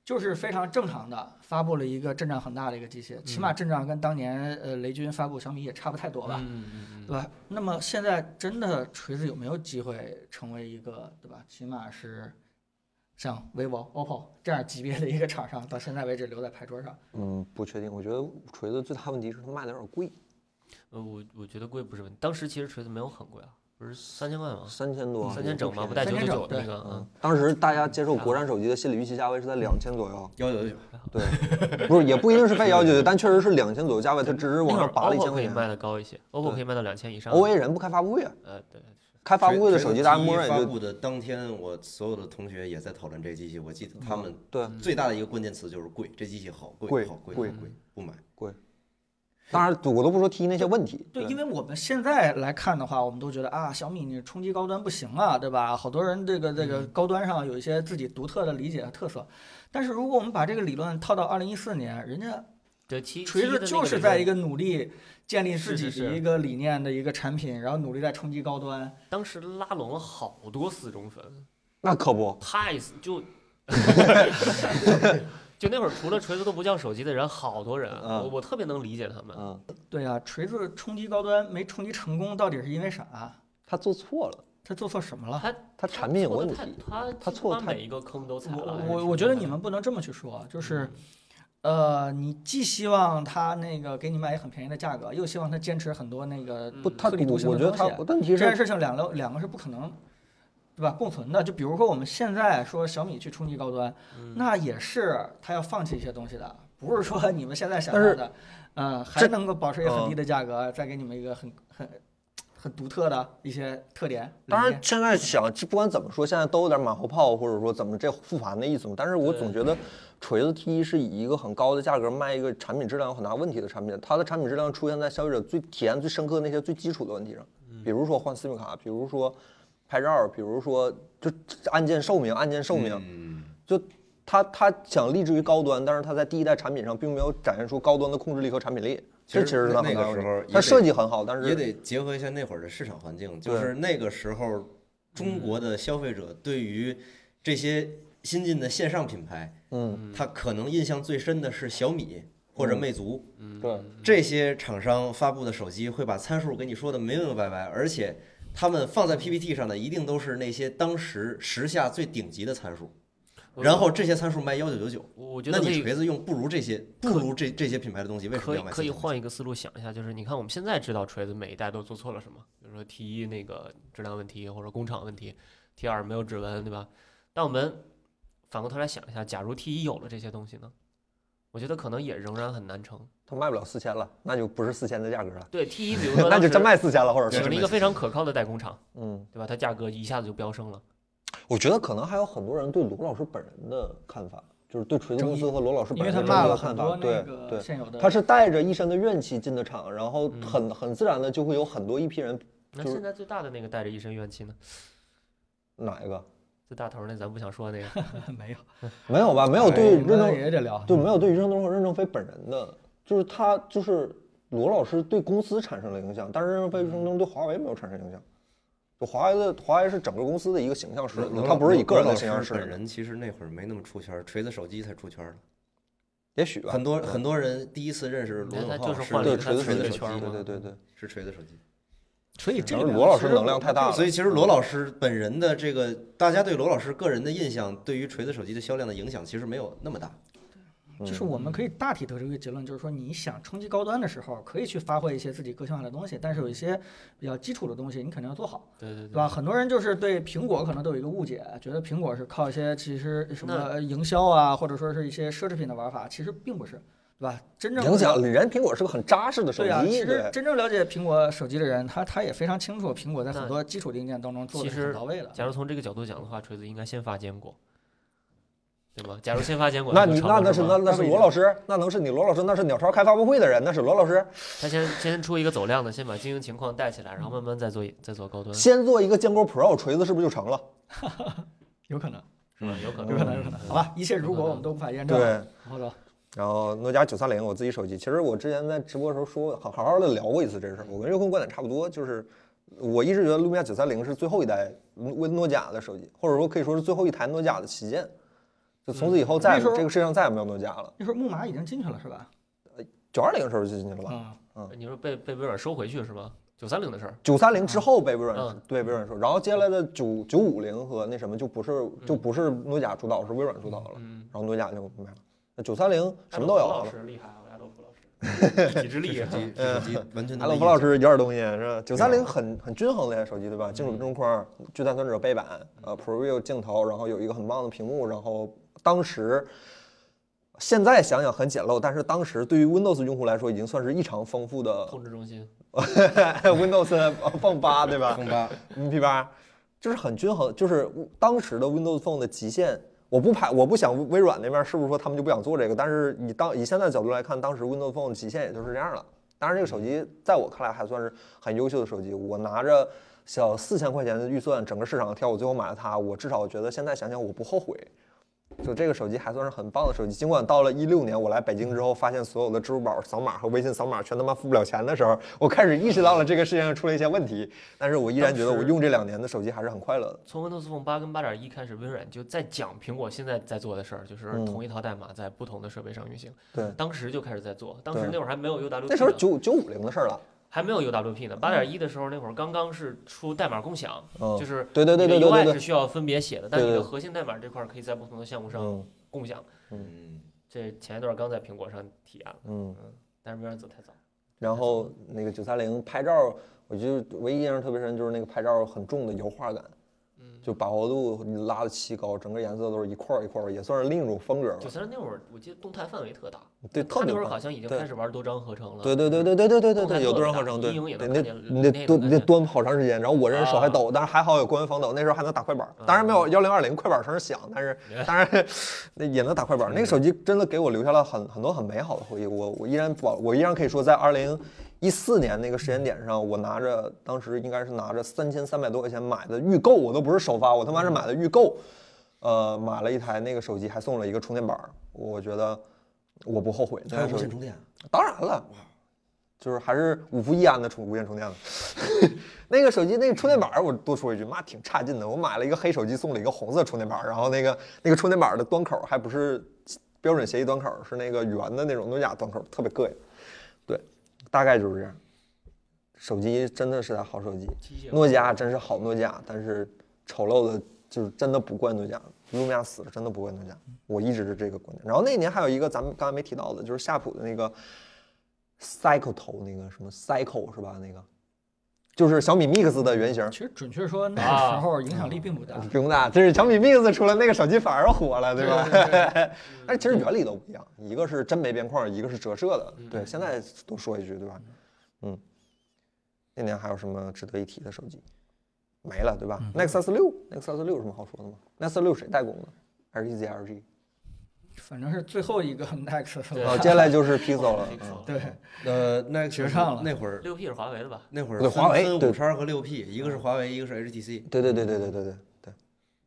[SPEAKER 5] 就是非常正常的发布了一个阵仗很大的一个机
[SPEAKER 7] 嗯
[SPEAKER 5] 器，起码阵仗跟当年呃雷军发布小米也差不太多吧，
[SPEAKER 7] 嗯嗯
[SPEAKER 5] 对吧？那么现在真的锤子有没有机会成为一个对吧？起码是像 vivo、OPPO 这样级别的一个厂商，到现在为止留在牌桌上。
[SPEAKER 1] 嗯，不确定，我觉得锤子最大问题是它卖的有点贵，
[SPEAKER 7] 呃，我我觉得贵不是问题，当时其实锤子没有很贵啊，不是三千块吗？
[SPEAKER 1] 三千多，
[SPEAKER 7] 三千整嘛，
[SPEAKER 1] 吗？
[SPEAKER 7] 不带九
[SPEAKER 5] 三
[SPEAKER 7] 九
[SPEAKER 5] 千
[SPEAKER 7] 九
[SPEAKER 5] 整
[SPEAKER 7] 那
[SPEAKER 5] 对
[SPEAKER 7] 个，
[SPEAKER 1] 嗯
[SPEAKER 7] 嗯，，
[SPEAKER 1] 当时大家接受国产手机的心理预期价位是在两千左右，
[SPEAKER 4] 幺九九，
[SPEAKER 1] 不是，也不一定是非幺九九，但确实是两千左右价位，它只是
[SPEAKER 7] 那
[SPEAKER 1] 往
[SPEAKER 7] 会儿
[SPEAKER 1] 上拔了一千
[SPEAKER 7] OPPO 可
[SPEAKER 1] 块
[SPEAKER 7] 以卖
[SPEAKER 1] 钱。
[SPEAKER 7] 的高一些，OPPO 可以卖到两千以上。
[SPEAKER 1] OA 人不开发布会啊，
[SPEAKER 7] 呃，对，
[SPEAKER 1] 开发布会的手机大家
[SPEAKER 4] 锤
[SPEAKER 1] 默
[SPEAKER 4] 子
[SPEAKER 1] 认
[SPEAKER 4] 发
[SPEAKER 1] 也就
[SPEAKER 4] 布的当天，我所有的同学也在讨论这机器。我记得他们
[SPEAKER 1] 对。
[SPEAKER 7] 嗯
[SPEAKER 4] 最大的一个关键词就是贵，这机器好
[SPEAKER 1] 贵
[SPEAKER 4] 贵，好贵，好
[SPEAKER 1] 贵
[SPEAKER 4] 贵，不买。
[SPEAKER 1] 当然，我都不说提那些问题，
[SPEAKER 5] 对，因为我们现在来看的话，我们都觉得啊，小米你冲击高端不行啊，对吧？好多人这个这
[SPEAKER 7] 嗯
[SPEAKER 5] 个高端上有一些自己独特的理解和特色。但是如果我们把这个理论套到二零一四年，人家
[SPEAKER 7] 对，其
[SPEAKER 5] 锤子就是在一个努力建立自己
[SPEAKER 7] 是是
[SPEAKER 5] 的
[SPEAKER 7] 是
[SPEAKER 5] 一个理念的一个产品，然后努力在冲击高端。
[SPEAKER 7] 当时拉拢了好多死忠粉，
[SPEAKER 1] 那可不，
[SPEAKER 7] 太死就就那会儿除了锤子都不叫手机的人好多人，
[SPEAKER 1] 嗯
[SPEAKER 7] 我我特别能理解他们。
[SPEAKER 1] 嗯，
[SPEAKER 5] 对啊，锤子冲击高端没冲击成功，到底是因为啥？啊
[SPEAKER 1] 他做错了，
[SPEAKER 5] 他做错什么了？
[SPEAKER 7] 他
[SPEAKER 1] 他产品有
[SPEAKER 7] 错
[SPEAKER 1] 问
[SPEAKER 7] 得
[SPEAKER 1] 题
[SPEAKER 7] 太，他
[SPEAKER 1] 他错得
[SPEAKER 7] 他
[SPEAKER 1] 太
[SPEAKER 7] 每一个坑都踩了。
[SPEAKER 5] 我
[SPEAKER 7] 还
[SPEAKER 5] 我
[SPEAKER 7] 是
[SPEAKER 5] 我觉得
[SPEAKER 7] 挺难
[SPEAKER 5] 你
[SPEAKER 7] 的
[SPEAKER 5] 们不能这么去说，啊就是。呃，你既希望他那个给你卖一很便宜的价格，又希望他坚持很多那个
[SPEAKER 7] 嗯
[SPEAKER 1] 不，他
[SPEAKER 5] 特立
[SPEAKER 1] 我
[SPEAKER 5] 独
[SPEAKER 1] 我
[SPEAKER 5] 行的
[SPEAKER 1] 觉得他
[SPEAKER 5] 东西
[SPEAKER 1] 问题
[SPEAKER 5] 这
[SPEAKER 1] 是
[SPEAKER 5] 件事情两个两个是不可能，对吧？共存的。就比如说我们现在说小米去冲击高端，那也是他要放弃一些东西的，不是说 你们现在想
[SPEAKER 1] 但是
[SPEAKER 5] 要的，嗯，还
[SPEAKER 1] 这
[SPEAKER 5] 能够保持一个
[SPEAKER 1] 嗯
[SPEAKER 5] 很低的价格，再给你们一个很很很独特的一些特点。
[SPEAKER 1] 当
[SPEAKER 5] 理
[SPEAKER 1] 然
[SPEAKER 5] 念，
[SPEAKER 1] 现在想，这不管怎么说，现在都有点马后炮，或者说怎么这复盘的意思嘛。但是我总觉得锤子 T 一是以一个很高的价格卖一个产品质量有很大问题的产品，它的产品质量出现在消费者最体验最深刻的那些最基础的问题上，
[SPEAKER 5] 嗯
[SPEAKER 1] 比如说换 SIM 卡，比如说拍照，比如说就按键寿命、按键寿命，
[SPEAKER 4] 嗯，
[SPEAKER 1] 就它它想立志于高端，但是它在第一代产品上并没有展现出高端的控制力和产品力。这其实是它很
[SPEAKER 4] 那
[SPEAKER 1] 大的问
[SPEAKER 4] 个时
[SPEAKER 1] 题。
[SPEAKER 4] 候也
[SPEAKER 1] 它
[SPEAKER 4] 得
[SPEAKER 1] 设计很好，但是
[SPEAKER 4] 也得结合一下那会儿的市场环境，就
[SPEAKER 1] 对
[SPEAKER 4] 是那个时候
[SPEAKER 7] 嗯
[SPEAKER 4] 中国的消费者对于这些新进的线上品牌，
[SPEAKER 1] 嗯，
[SPEAKER 4] 他可能印象最深的是小米或者
[SPEAKER 1] 嗯
[SPEAKER 4] 魅族
[SPEAKER 1] 对，
[SPEAKER 5] 嗯
[SPEAKER 4] 这些厂商发布的手机，会把参数给你说的明明白白，而且他们放在 PPT 上的一定都是那些当时时下最顶级的参数，
[SPEAKER 7] 我
[SPEAKER 4] 然后这些参数卖幺九九九。
[SPEAKER 7] 我觉
[SPEAKER 4] 那
[SPEAKER 7] 得可
[SPEAKER 4] 你
[SPEAKER 7] 以
[SPEAKER 4] 锤子用不如这些，不如这这些品牌的东西，为什
[SPEAKER 7] 可
[SPEAKER 4] 么
[SPEAKER 7] 以
[SPEAKER 4] 要买？
[SPEAKER 7] 可以换一个思路想一下，就是你看我们现在知道锤子每一代都做错了什么，比如说 T 一那个质量问题或者工厂问题，T 二没有指纹，对吧？但我们反过头来想一下，假如 T 一有了这些东西呢？我觉得可能也仍然很难成。
[SPEAKER 1] 它卖不了四千了，那就不是四千的价格了。
[SPEAKER 7] 对 T 一，比如说
[SPEAKER 1] 那
[SPEAKER 7] 当
[SPEAKER 1] 就
[SPEAKER 7] 时
[SPEAKER 1] 真卖四千了，或者
[SPEAKER 7] 请
[SPEAKER 1] 是
[SPEAKER 7] 了一个非常可靠的代工厂，
[SPEAKER 1] 嗯，
[SPEAKER 7] 对吧？它价格一下子就飙升了。
[SPEAKER 1] 我觉得可能还有很多人对罗老师本人的看法，就是对锤子公司和罗老师
[SPEAKER 5] 因
[SPEAKER 1] 本人
[SPEAKER 5] 为他
[SPEAKER 1] 的
[SPEAKER 5] 骂了
[SPEAKER 1] 看
[SPEAKER 5] 很
[SPEAKER 1] 法，
[SPEAKER 5] 多那
[SPEAKER 1] 对
[SPEAKER 5] 个嗯
[SPEAKER 1] 对。
[SPEAKER 5] 现有的，
[SPEAKER 1] 他是带着一身的怨气进的场，然后很很自然的就会有很多一批人，
[SPEAKER 7] 那
[SPEAKER 1] 就是
[SPEAKER 7] 现在最大的那个带着一身怨气呢？
[SPEAKER 1] 哪一个
[SPEAKER 7] 最大头儿那咱不想说那 个
[SPEAKER 5] 没有，
[SPEAKER 1] 没有吧？没有对任
[SPEAKER 5] 任
[SPEAKER 1] 正
[SPEAKER 5] 正哎也得聊。
[SPEAKER 1] 就没有对俞正东和任正非本人的，就是他就是罗老师对公司产生了影响，但是任正非、俞正东对华为没有产生影响。就华为的华为是整个公司的一个形象使
[SPEAKER 4] 罗
[SPEAKER 1] 人，
[SPEAKER 4] 罗
[SPEAKER 1] 他不是以
[SPEAKER 4] 罗
[SPEAKER 1] 个人的
[SPEAKER 4] 罗老
[SPEAKER 1] 形象
[SPEAKER 4] 师
[SPEAKER 1] 使
[SPEAKER 4] 本
[SPEAKER 1] 人，
[SPEAKER 4] 人其实那会儿没那么出圈儿，锤子手机才出圈儿了。
[SPEAKER 1] 也许吧
[SPEAKER 4] 很。多很多人第一次认识罗
[SPEAKER 7] 那
[SPEAKER 4] 永
[SPEAKER 7] 他
[SPEAKER 4] 浩
[SPEAKER 7] 就是换了
[SPEAKER 1] 对
[SPEAKER 7] 一个他
[SPEAKER 1] 锤
[SPEAKER 7] 自
[SPEAKER 1] 子
[SPEAKER 7] 己
[SPEAKER 1] 手
[SPEAKER 7] 的
[SPEAKER 1] 机
[SPEAKER 7] 圈儿
[SPEAKER 1] 对
[SPEAKER 7] 嘛。
[SPEAKER 1] 对对对。
[SPEAKER 4] 是锤子手机。
[SPEAKER 1] 所以
[SPEAKER 5] 这
[SPEAKER 1] 个
[SPEAKER 5] 个
[SPEAKER 1] 罗老
[SPEAKER 5] 其
[SPEAKER 1] 师
[SPEAKER 5] 实
[SPEAKER 1] 能量太大了，
[SPEAKER 4] 所以其实罗老师本人的这个，大家对罗老师个人的印象，对于锤子手机的销量的影响其实没有那么大。
[SPEAKER 1] 嗯
[SPEAKER 5] 就是我们可以大体得出一个结论，就是说你想冲击高端的时候，可以去发挥一些自己个性化的东西，但是有一些比较基础的东西，你肯定要做好，
[SPEAKER 7] 对对
[SPEAKER 5] 对吧？很多人就是对苹果可能都有一个误解，觉得苹果是靠一些其实什么营销啊，或者说是一些奢侈品的玩法，其实并不是，对吧？真正
[SPEAKER 1] 影响人苹果是个很扎实的手
[SPEAKER 5] 对啊，其
[SPEAKER 1] 机，
[SPEAKER 5] 实
[SPEAKER 1] 对，
[SPEAKER 5] 真正了解苹果手机的人，他他也非常清楚苹果在很
[SPEAKER 7] 那
[SPEAKER 5] 多基础零件当中做的
[SPEAKER 7] 其
[SPEAKER 5] 是
[SPEAKER 7] 实
[SPEAKER 5] 很到位了。
[SPEAKER 7] 假如从这个角度讲的话，锤子应该先发坚果，对吗？假如先发坚果，
[SPEAKER 1] 那
[SPEAKER 7] 就
[SPEAKER 1] 你
[SPEAKER 7] 成
[SPEAKER 1] 那
[SPEAKER 7] 了
[SPEAKER 1] 那
[SPEAKER 7] 是
[SPEAKER 1] 是
[SPEAKER 7] 吗
[SPEAKER 1] 那那
[SPEAKER 7] 不
[SPEAKER 1] 是
[SPEAKER 7] 一
[SPEAKER 1] 罗
[SPEAKER 7] 定
[SPEAKER 1] 老师，那能是你罗老师，那是鸟巢开发布会的人，那是罗老师。
[SPEAKER 7] 他先先出一个走量的，先把经营情况带起来，然后慢慢再做再做高端，
[SPEAKER 1] 先做一个坚果 Pro 锤子是不是就成了？嗯
[SPEAKER 5] 有可能，
[SPEAKER 7] 是吧？有可能，
[SPEAKER 5] 有可能，有可能。好吧，一切如果我们都无法验证。
[SPEAKER 1] 对，
[SPEAKER 5] 好的，
[SPEAKER 1] 然后诺基亚九三零，我自己手机，其实我之前在直播的时候说，好好好的聊过一次这事儿。我跟岳坤观点差不多，就是我一直觉得路米亚九三零是最后一代诺诺基亚的手机，或者说可以说是最后一台诺基亚的旗舰。就从此以后再也
[SPEAKER 5] 那时候
[SPEAKER 1] 这个世界上再也没有诺基亚了。
[SPEAKER 5] 那时候木马已经进去了是吧？
[SPEAKER 1] 九二零时候就进去了吧？
[SPEAKER 5] 嗯，
[SPEAKER 7] 你说被被微软收回去是吗？九三零的事儿，
[SPEAKER 1] 九三零之后被微软
[SPEAKER 7] 嗯
[SPEAKER 1] 对微软收，然后接下来的九九五零和那什么就不是就不是诺基亚主导，是微软主导了，
[SPEAKER 7] 嗯，
[SPEAKER 1] 然后诺基亚就没了。那九三零什么都有啊
[SPEAKER 7] 老
[SPEAKER 1] 了
[SPEAKER 7] 师厉害，我家豆腐老师体制力
[SPEAKER 4] 手
[SPEAKER 7] 啊，
[SPEAKER 4] 机手机完全
[SPEAKER 1] 阿
[SPEAKER 4] 能
[SPEAKER 1] 鲁
[SPEAKER 4] 理
[SPEAKER 1] 夫呃老
[SPEAKER 4] 解。
[SPEAKER 1] 师有点嗯东西啊是吧？九三零很很均衡的一台手机对吧？金属中框、聚碳酸锗背板、呃 ProReal 镜头，然后有一个很棒的屏幕，然后当时。现在想想很简陋，但是当时对于 Windows 用户来说，已经算是异常丰富的
[SPEAKER 7] 控制中心，
[SPEAKER 1] Windows Phone 八，对 吧？
[SPEAKER 4] 风八
[SPEAKER 1] MP 八，就是很均衡，就是当时的 Windows Phone 的极限。我不排，我不想微软那边是不是说他们就不想做这个？但是以当以现在的角度来看，当时 Windows Phone 的极限也就是这样了。当然，这个手机在我看来还算是很优秀的手机。我拿着小四千块钱的预算，整个市场挑，我最后买了它，我至少觉得现在想想我不后悔。就这个手机还算是很棒的手机，尽管到了一六年我来北京之后，发现所有的支付宝扫码和微信扫码全他妈付不了钱的时候，我开始意识到了这个世界上出了一些问题。但是我依然觉得我用这两年的手机还是很快乐的。
[SPEAKER 7] 从 Windows Phone 八跟八点一开始，微软就在讲苹果现在在做的事儿，就是
[SPEAKER 1] 嗯
[SPEAKER 7] 同一套代码在不同的设备上运行。
[SPEAKER 1] 对
[SPEAKER 7] 当时就开始在做，当时
[SPEAKER 1] 对
[SPEAKER 7] 那会儿还没有 UWP，
[SPEAKER 1] 那时候嗯
[SPEAKER 7] 呢
[SPEAKER 1] 九九五零的事儿了，
[SPEAKER 7] 还没有 UWP 呢。八点一的时候，那会儿刚刚是出代码共享，
[SPEAKER 1] 嗯，
[SPEAKER 7] 就是
[SPEAKER 1] 对对对对
[SPEAKER 7] 你的
[SPEAKER 1] 对对
[SPEAKER 7] UI 是
[SPEAKER 1] 对，
[SPEAKER 7] 需要分别写的，但
[SPEAKER 1] 对
[SPEAKER 7] 你
[SPEAKER 1] 对
[SPEAKER 7] 的
[SPEAKER 1] 对
[SPEAKER 7] 核心代码这块儿可以在不同的项目上
[SPEAKER 1] 嗯
[SPEAKER 7] 共享。
[SPEAKER 4] 嗯，
[SPEAKER 7] 这前一段刚在苹果上体验了，
[SPEAKER 1] 嗯。
[SPEAKER 7] 但是微软走太早。
[SPEAKER 1] 然后那个九三零拍照，我就唯一印象特别深就是那个拍照很重的油画感，
[SPEAKER 7] 嗯，
[SPEAKER 1] 就饱和度拉的奇高，整个颜色都是一块儿一块儿，也算是另一种风格了
[SPEAKER 7] 九。三那会儿，我记得动态范围特大，
[SPEAKER 1] 对，
[SPEAKER 7] 它
[SPEAKER 1] 特
[SPEAKER 7] 那
[SPEAKER 1] 别
[SPEAKER 7] 会儿
[SPEAKER 1] 棒
[SPEAKER 7] 好。像已经
[SPEAKER 1] 对
[SPEAKER 7] 开始玩多张合成了。嗯
[SPEAKER 1] 对对对对对对对对
[SPEAKER 7] 动态
[SPEAKER 1] 对，有
[SPEAKER 7] 特
[SPEAKER 1] 多人
[SPEAKER 7] 别
[SPEAKER 1] 合
[SPEAKER 7] 大
[SPEAKER 1] 成，对，
[SPEAKER 7] 阴影也
[SPEAKER 1] 对
[SPEAKER 7] 能
[SPEAKER 1] 那
[SPEAKER 7] 看见
[SPEAKER 1] 你
[SPEAKER 7] 那
[SPEAKER 1] 得
[SPEAKER 7] 种
[SPEAKER 1] 蹲，
[SPEAKER 7] 感
[SPEAKER 1] 你得
[SPEAKER 7] 觉
[SPEAKER 1] 蹲好长时间，然后我这人手还
[SPEAKER 7] 啊
[SPEAKER 1] 抖，但是还好有官方抖，那时候还能打快板，当然没有幺零二零快板声响，但 是当然那也能打快板。那个手机真的给我留下了很很多很美好的回忆，我我依然保，我依然可以说在二零一四年那个时间点上，我拿着当时应该是拿着三千三百多块钱买的预购，我都不是首发，我他妈是买的预购，呃，买了一台那个手机，还送了一个充电板儿，我觉得我不后悔。那
[SPEAKER 4] 还有
[SPEAKER 7] 哎
[SPEAKER 1] 台
[SPEAKER 4] 无
[SPEAKER 1] 手机
[SPEAKER 4] 线充电，
[SPEAKER 1] 当然了，就是还是五伏一安的充无线充电的。 那个手机那个充电板儿，我多说一句，妈挺差劲的。我买了一个黑手机，送了一个红色充电板儿，然后那个那个充电板儿的端口儿还不是标准协议端口儿，是那个圆的那种诺基亚端口儿，特别膈应。对，大概就是这样。手机真的是台好手机，
[SPEAKER 7] 机械
[SPEAKER 1] 诺基亚真是好诺基亚，但是丑陋的，就是真的不怪诺基亚，路米亚死了真的不怪诺基亚，我一直是这个观点。然后那年还有一个咱们刚才没提到的，就是夏普的那个 Cycle 头那个什么 Cycle 是吧？那个就是小米 Mix 的原型。
[SPEAKER 5] 其实准确说那个时候影响力并不大。
[SPEAKER 1] 不用大，这是小米 Mix 出来那个手机反而火了，对吧？ 但是其实原理都不一样，一个是真没边框，一个是折射的。对，现在多说一句，对吧？嗯，那年还有什么值得一提的手机？没了，对吧？Nexus 六，Nexus 六有什么好说的吗？Nexus 六谁代工的？还是 EZLG？
[SPEAKER 5] 反正是最后一个 Next 是
[SPEAKER 1] 好，
[SPEAKER 5] 吧？
[SPEAKER 1] 哦接下来就是 Pixel 了。嗯
[SPEAKER 5] 对，
[SPEAKER 4] 呃，那
[SPEAKER 5] 绝唱了
[SPEAKER 4] 那会儿
[SPEAKER 7] 六 P 是华为的吧？
[SPEAKER 4] 那会儿
[SPEAKER 1] 对华为对
[SPEAKER 4] 五叉和六 P，一个是华为，一个是 HTC。
[SPEAKER 1] 对对对对对对对对，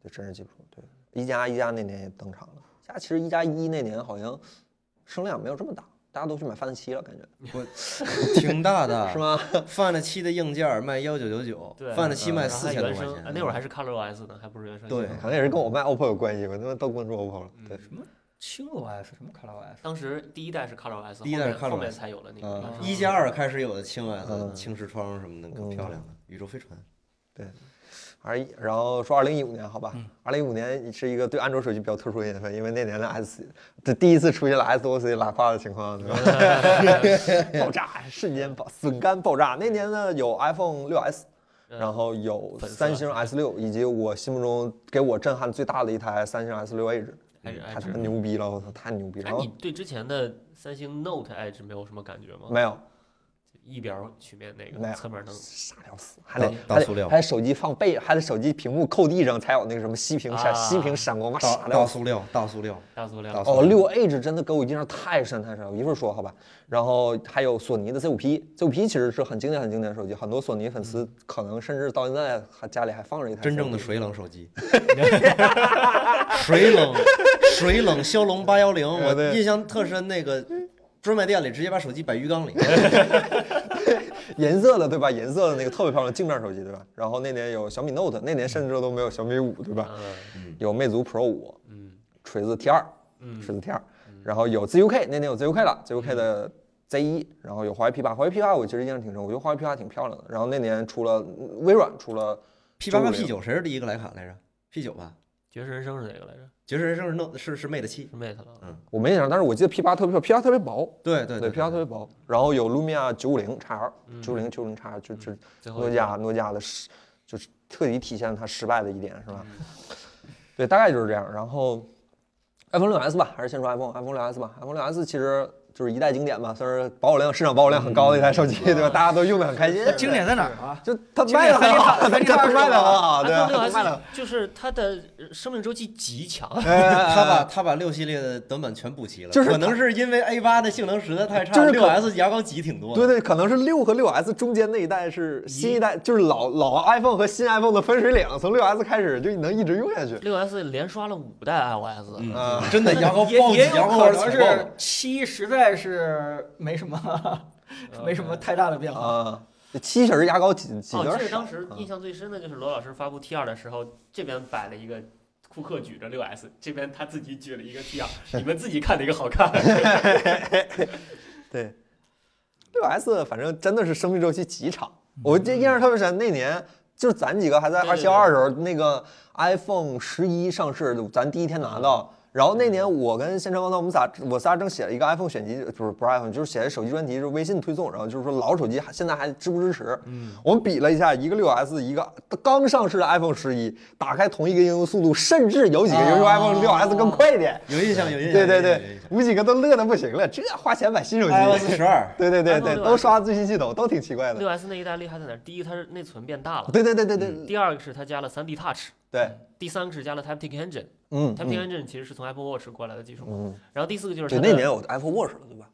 [SPEAKER 1] 这真是记不住。对，一加一加那年也登场了。一加其实一加一那年好像声量没有这么大，大家都去买 Find 七了，感觉
[SPEAKER 4] 我挺大的，
[SPEAKER 1] 是？吗？呃
[SPEAKER 4] Find 七的硬件儿卖幺九九九
[SPEAKER 7] 对嗯
[SPEAKER 4] ，Find 七卖
[SPEAKER 7] 然后
[SPEAKER 4] 四
[SPEAKER 7] 它
[SPEAKER 4] 千多
[SPEAKER 7] 原
[SPEAKER 4] 块
[SPEAKER 7] 生，呃
[SPEAKER 4] 钱
[SPEAKER 7] 啊。那会儿还是 ColorOS 呢，还不是原生系统。
[SPEAKER 4] 对
[SPEAKER 7] 嗯
[SPEAKER 1] 可能也是跟我卖 OPPO 有关系吧，他们都关注 OPPO 了。对，
[SPEAKER 5] 什么轻 OS 什么 ColorOS，
[SPEAKER 7] 当时第一代是 ColorOS，
[SPEAKER 4] 第一代是
[SPEAKER 7] 后面后
[SPEAKER 4] ColorOS
[SPEAKER 7] 面才有了那个
[SPEAKER 4] 嗯
[SPEAKER 7] 样，式。
[SPEAKER 4] 一加二开始有的轻啊，
[SPEAKER 1] 嗯
[SPEAKER 4] 轻视窗什么的更漂亮了，宇宙飞船。
[SPEAKER 1] 二一，然后说二零一五年，好吧
[SPEAKER 2] 嗯，
[SPEAKER 1] 二零一五年是一个对安卓手机比较特殊的年份，因为那年的 S 这第一次出现了 SOC 拉胯的情况，对 吧？爆炸，瞬间爆，笋干爆炸。那年呢，有 iPhone 六 S，
[SPEAKER 7] 嗯
[SPEAKER 1] 然后有
[SPEAKER 7] 粉色
[SPEAKER 1] 三星 S 六，以及我心目中给我震撼最大的一台三星 S 六 Edge，
[SPEAKER 7] 还是
[SPEAKER 1] 太
[SPEAKER 7] Edge
[SPEAKER 1] 他妈牛逼了，我操，太牛逼了！
[SPEAKER 7] 哎
[SPEAKER 1] 然，后
[SPEAKER 7] 你对之前的三星 Note Edge 没有什么感觉吗？
[SPEAKER 4] 嗯
[SPEAKER 1] 没有，
[SPEAKER 7] 一边儿曲面那
[SPEAKER 1] 没
[SPEAKER 7] 个
[SPEAKER 1] 有
[SPEAKER 7] 侧面能
[SPEAKER 1] 傻屌丝，还得
[SPEAKER 4] 当当
[SPEAKER 1] 还
[SPEAKER 4] 塑料
[SPEAKER 1] 得还得手机放背，还得手机屏幕扣地上才有那个什么息屏闪
[SPEAKER 7] 啊
[SPEAKER 1] 息屏闪光，妈
[SPEAKER 4] 大
[SPEAKER 1] 傻
[SPEAKER 4] 大
[SPEAKER 1] 屌
[SPEAKER 4] 塑料，大塑料，
[SPEAKER 7] 大塑料
[SPEAKER 4] 大，
[SPEAKER 1] 哦，六 H 真的给我印象太深太深了，我一会儿说好吧。然后还有索尼的 C 5 P C 5 P 其实是很经典很经典的手机，很多索尼粉丝可能甚至到现在还家里还放着一台。
[SPEAKER 4] 嗯真正的水冷 手机，水冷水冷骁龙八幺零，我
[SPEAKER 1] 啊对
[SPEAKER 4] 印象特深。那个专卖店里直接把手机摆鱼缸里，
[SPEAKER 1] 银色的对吧？银色的那个特别漂亮镜面手机对吧？然后那年有小米 Note，那年甚至都没有小米五对吧？
[SPEAKER 7] 嗯
[SPEAKER 1] 有魅族 Pro 五，
[SPEAKER 7] 嗯
[SPEAKER 1] 锤子 T 二，
[SPEAKER 7] 嗯
[SPEAKER 1] 锤子 T 二，然后有 ZUK，那年有 ZUK 了，ZUK 的 Z 一，然后有华为 P 八，华为 P 八我其实印象挺深，我觉得华为 P 八挺漂亮的。然后那年出了微软出了
[SPEAKER 4] P 八八 P 九谁是第一个徕卡来着？P 九吧，
[SPEAKER 7] 绝世人生是哪个来着？
[SPEAKER 4] 爵士人生是 Note 是是 Mate 七，
[SPEAKER 7] 是 Mate 了。
[SPEAKER 4] 嗯
[SPEAKER 1] 我没印象，但是我记得 P 八特别 P 八特别薄，
[SPEAKER 4] 对对
[SPEAKER 1] 对，P 八特别薄。然后有 Lumia 九五零 x 二，九五零九五零 x 二，就就
[SPEAKER 7] 嗯最后
[SPEAKER 1] 诺
[SPEAKER 7] 一
[SPEAKER 1] 基
[SPEAKER 7] 个
[SPEAKER 1] 亚诺基亚的失，就是彻底体现了它失败的一点，是吧？ 对，大概就是这样。然后 iPhone 六 S 吧，还是先说 iPhone，iPhone 六 S 吧。iPhone 六 S 其实就是一代经典嘛，算是保有量市场保有量很高的一台手机，对吧？大家都用的很开心。
[SPEAKER 5] 经典在哪儿啊？
[SPEAKER 1] 就它卖的很好，它真的卖的很好，对
[SPEAKER 4] 啊
[SPEAKER 7] iPhone
[SPEAKER 1] 吧？
[SPEAKER 7] 六
[SPEAKER 1] 卖的
[SPEAKER 7] S 就是它的呃生命周期极强，
[SPEAKER 1] 哎
[SPEAKER 4] 他把他把六系列的短板全补齐了，
[SPEAKER 1] 就是
[SPEAKER 4] 可能是因为 A 八的性能实在太差，
[SPEAKER 1] 就是
[SPEAKER 4] 六
[SPEAKER 1] 可
[SPEAKER 4] S 牙膏挤挺多的。
[SPEAKER 1] 对对，可能是六和六 S 中间那一代是新一代，就是老老 iPhone 和新 iPhone 的分水岭，从六 S 开始就能一直用下去。
[SPEAKER 7] 六 S 连刷了五代 iOS，
[SPEAKER 4] 嗯
[SPEAKER 1] 啊
[SPEAKER 4] 真的牙膏
[SPEAKER 5] 也
[SPEAKER 4] 爆，
[SPEAKER 5] 也有
[SPEAKER 4] 牙
[SPEAKER 5] 可
[SPEAKER 4] 膏玩
[SPEAKER 5] 能
[SPEAKER 4] 挤爆
[SPEAKER 5] 是
[SPEAKER 4] 了。
[SPEAKER 5] 七实在是没什么 没什么太大的变化。
[SPEAKER 1] 啊，这七十牙膏挤挤
[SPEAKER 7] 哦，
[SPEAKER 1] 有点
[SPEAKER 7] 我记得
[SPEAKER 1] 少嗯
[SPEAKER 7] 当时印象最深的就是罗老师发布 T 二的时候，这边摆了一个库克举着六 S，这边他自己举了一个 T 二，你们自己看哪个好看？
[SPEAKER 1] 对，六 S 反正真的是生命周期极长，我这印象特别深。那年就是咱几个还在
[SPEAKER 7] 对
[SPEAKER 1] 二
[SPEAKER 7] 对
[SPEAKER 1] 七二的时候，那个 iPhone 十一上市，咱第一天拿到。然后那年我跟先生刚才我们仨，我仨正写了一个 iPhone 选集，不是不是 iPhone，就是写的手机专题，就是微信推送，然后就是说老手机还现在还支不支持？嗯，我们比了一下，一个六 S，一个刚上市的 iPhone 十一，打开同一个应用速度，甚至有几个应用
[SPEAKER 7] 啊
[SPEAKER 1] iPhone 六 S 更快一点。
[SPEAKER 4] 有印象，有印象。
[SPEAKER 1] 对对
[SPEAKER 4] 有印象
[SPEAKER 1] 对，我们几个都乐得不行了，这花钱买新手机。
[SPEAKER 4] 有印象，iOS 哎十二，
[SPEAKER 1] 对对对
[SPEAKER 7] iPhone
[SPEAKER 1] 对，
[SPEAKER 7] 6S
[SPEAKER 1] 都刷最新系统，都挺奇怪的。
[SPEAKER 7] 六 S 那一代厉害在哪儿？第一，它是内存变大了；
[SPEAKER 1] 对对对对对
[SPEAKER 7] 第二个是它加了 3D Touch；
[SPEAKER 1] 对，
[SPEAKER 7] 第三个是加了 Taptic Engine。
[SPEAKER 1] 嗯
[SPEAKER 7] Taptic
[SPEAKER 1] 嗯
[SPEAKER 7] Engine 其实是从 Apple Watch 过来的技术嘛。
[SPEAKER 1] 嗯，
[SPEAKER 7] 然后第四个就是
[SPEAKER 1] 对，
[SPEAKER 7] 它
[SPEAKER 1] 那
[SPEAKER 7] 的
[SPEAKER 1] 年有 Apple Watch 了，对吧？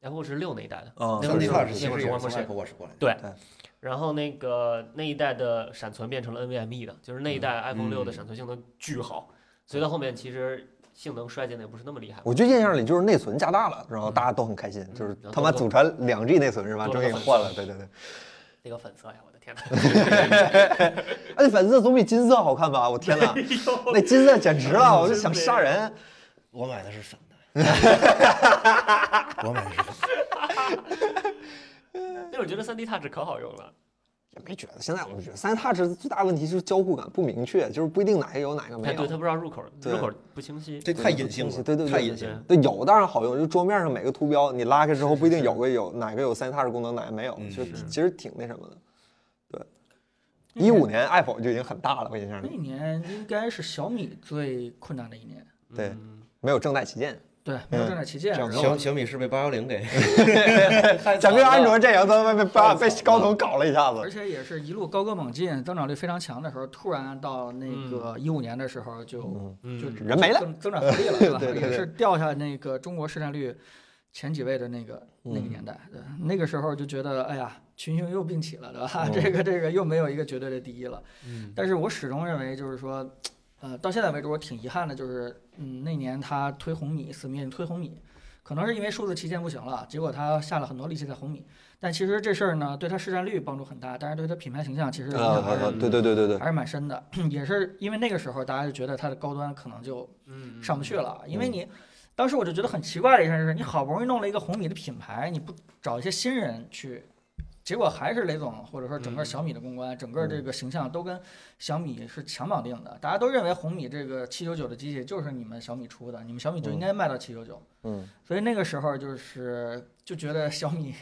[SPEAKER 7] Apple Watch 六那一代的。
[SPEAKER 1] 啊
[SPEAKER 4] 三 D
[SPEAKER 7] 是
[SPEAKER 4] Touch
[SPEAKER 7] 是
[SPEAKER 4] 其实也
[SPEAKER 7] 是
[SPEAKER 4] 是
[SPEAKER 7] 是
[SPEAKER 4] 从 Apple Watch 过来的。
[SPEAKER 7] 然后那个那一代的闪存变成了 NVMe E 的，就是那一
[SPEAKER 1] 嗯
[SPEAKER 7] 代 iPhone 六的闪存性能巨好，所以到后面其实性能衰减的也不是那么厉害。
[SPEAKER 1] 我就印象里就是内存加大了，然后大家都很开心，就是他妈祖传两 G 内存是吧？
[SPEAKER 7] 多
[SPEAKER 1] 终
[SPEAKER 7] 了
[SPEAKER 1] 于
[SPEAKER 7] 个
[SPEAKER 1] 给换了，对对对。
[SPEAKER 7] 那个粉色呀，我的天哪！
[SPEAKER 1] 而且粉色总比金色好看吧？我天哪，那金色简直了，我就想杀人。
[SPEAKER 4] 我买的是粉的，我买的是粉的。
[SPEAKER 7] 那会儿觉得 3D Touch 可好用了，
[SPEAKER 1] 也没觉得，现在我就觉得三 D Touch 最大的问题就是交互感不明确，就是不一定哪个有哪个没
[SPEAKER 7] 哎，
[SPEAKER 1] 有
[SPEAKER 7] 对，。它不知道入口，
[SPEAKER 1] 对
[SPEAKER 7] 入口不清晰。
[SPEAKER 4] 这太隐性了，
[SPEAKER 1] 对对对
[SPEAKER 4] 太隐性了。
[SPEAKER 1] 对，有当然好用，就桌面上每个图标你拉开之后，不一定有个有哪个有三 touch 功能，哪个没有
[SPEAKER 4] 嗯，
[SPEAKER 1] 就是其实挺那什么的。对，一五年 Apple 就已经很大了，我印象
[SPEAKER 5] 那
[SPEAKER 1] 里
[SPEAKER 5] 一年应该是小米最困难的一年，
[SPEAKER 1] 对
[SPEAKER 7] 嗯
[SPEAKER 1] 没有正代旗舰，
[SPEAKER 5] 对，没有正在旗舰，然后
[SPEAKER 4] 小小米是被八幺零给
[SPEAKER 1] 想跟安卓阵营他们被
[SPEAKER 4] 太惨
[SPEAKER 1] 被
[SPEAKER 4] 了
[SPEAKER 1] 被高通搞了一下
[SPEAKER 5] 而
[SPEAKER 1] 子，
[SPEAKER 5] 且也是一路高歌猛进，增长率非常强的时候，突然到那个一五年的时候就就
[SPEAKER 7] 嗯
[SPEAKER 1] 人没了
[SPEAKER 5] 增增长乏力 了，对吧？
[SPEAKER 1] 对对对
[SPEAKER 5] 也是掉下那个中国市占率前几位的那个那
[SPEAKER 1] 嗯
[SPEAKER 5] 个年代，对，那个时候就觉得哎呀，群雄又并起了，对吧？
[SPEAKER 1] 嗯
[SPEAKER 5] 这个这个又没有一个绝对的第一了。
[SPEAKER 7] 嗯
[SPEAKER 5] 但是我始终认为就是说，呃，到现在为止我挺遗憾的，就是嗯，那年他推红米，死命推红米，可能是因为数字旗舰不行了，结果他下了很多力气在红米，但其实这事儿呢，对他市占率帮助很大，但是对他品牌形象其实影响还是、
[SPEAKER 1] 啊，对对对对对，
[SPEAKER 5] 还是蛮深的， 也是因为那个时候大家就觉得它的高端可能就
[SPEAKER 7] 嗯，
[SPEAKER 5] 上不去了，因为你当时我就觉得很奇怪的一件事，你好不容易弄了一个红米的品牌，你不找一些新人去，结果还是雷总或者说整个小米的公关，整个这个形象都跟小米是强绑定的，大家都认为红米这个七九九的机器就是你们小米出的，你们小米就应该卖到七九九。
[SPEAKER 1] 嗯，
[SPEAKER 5] 所以那个时候就是就觉得小米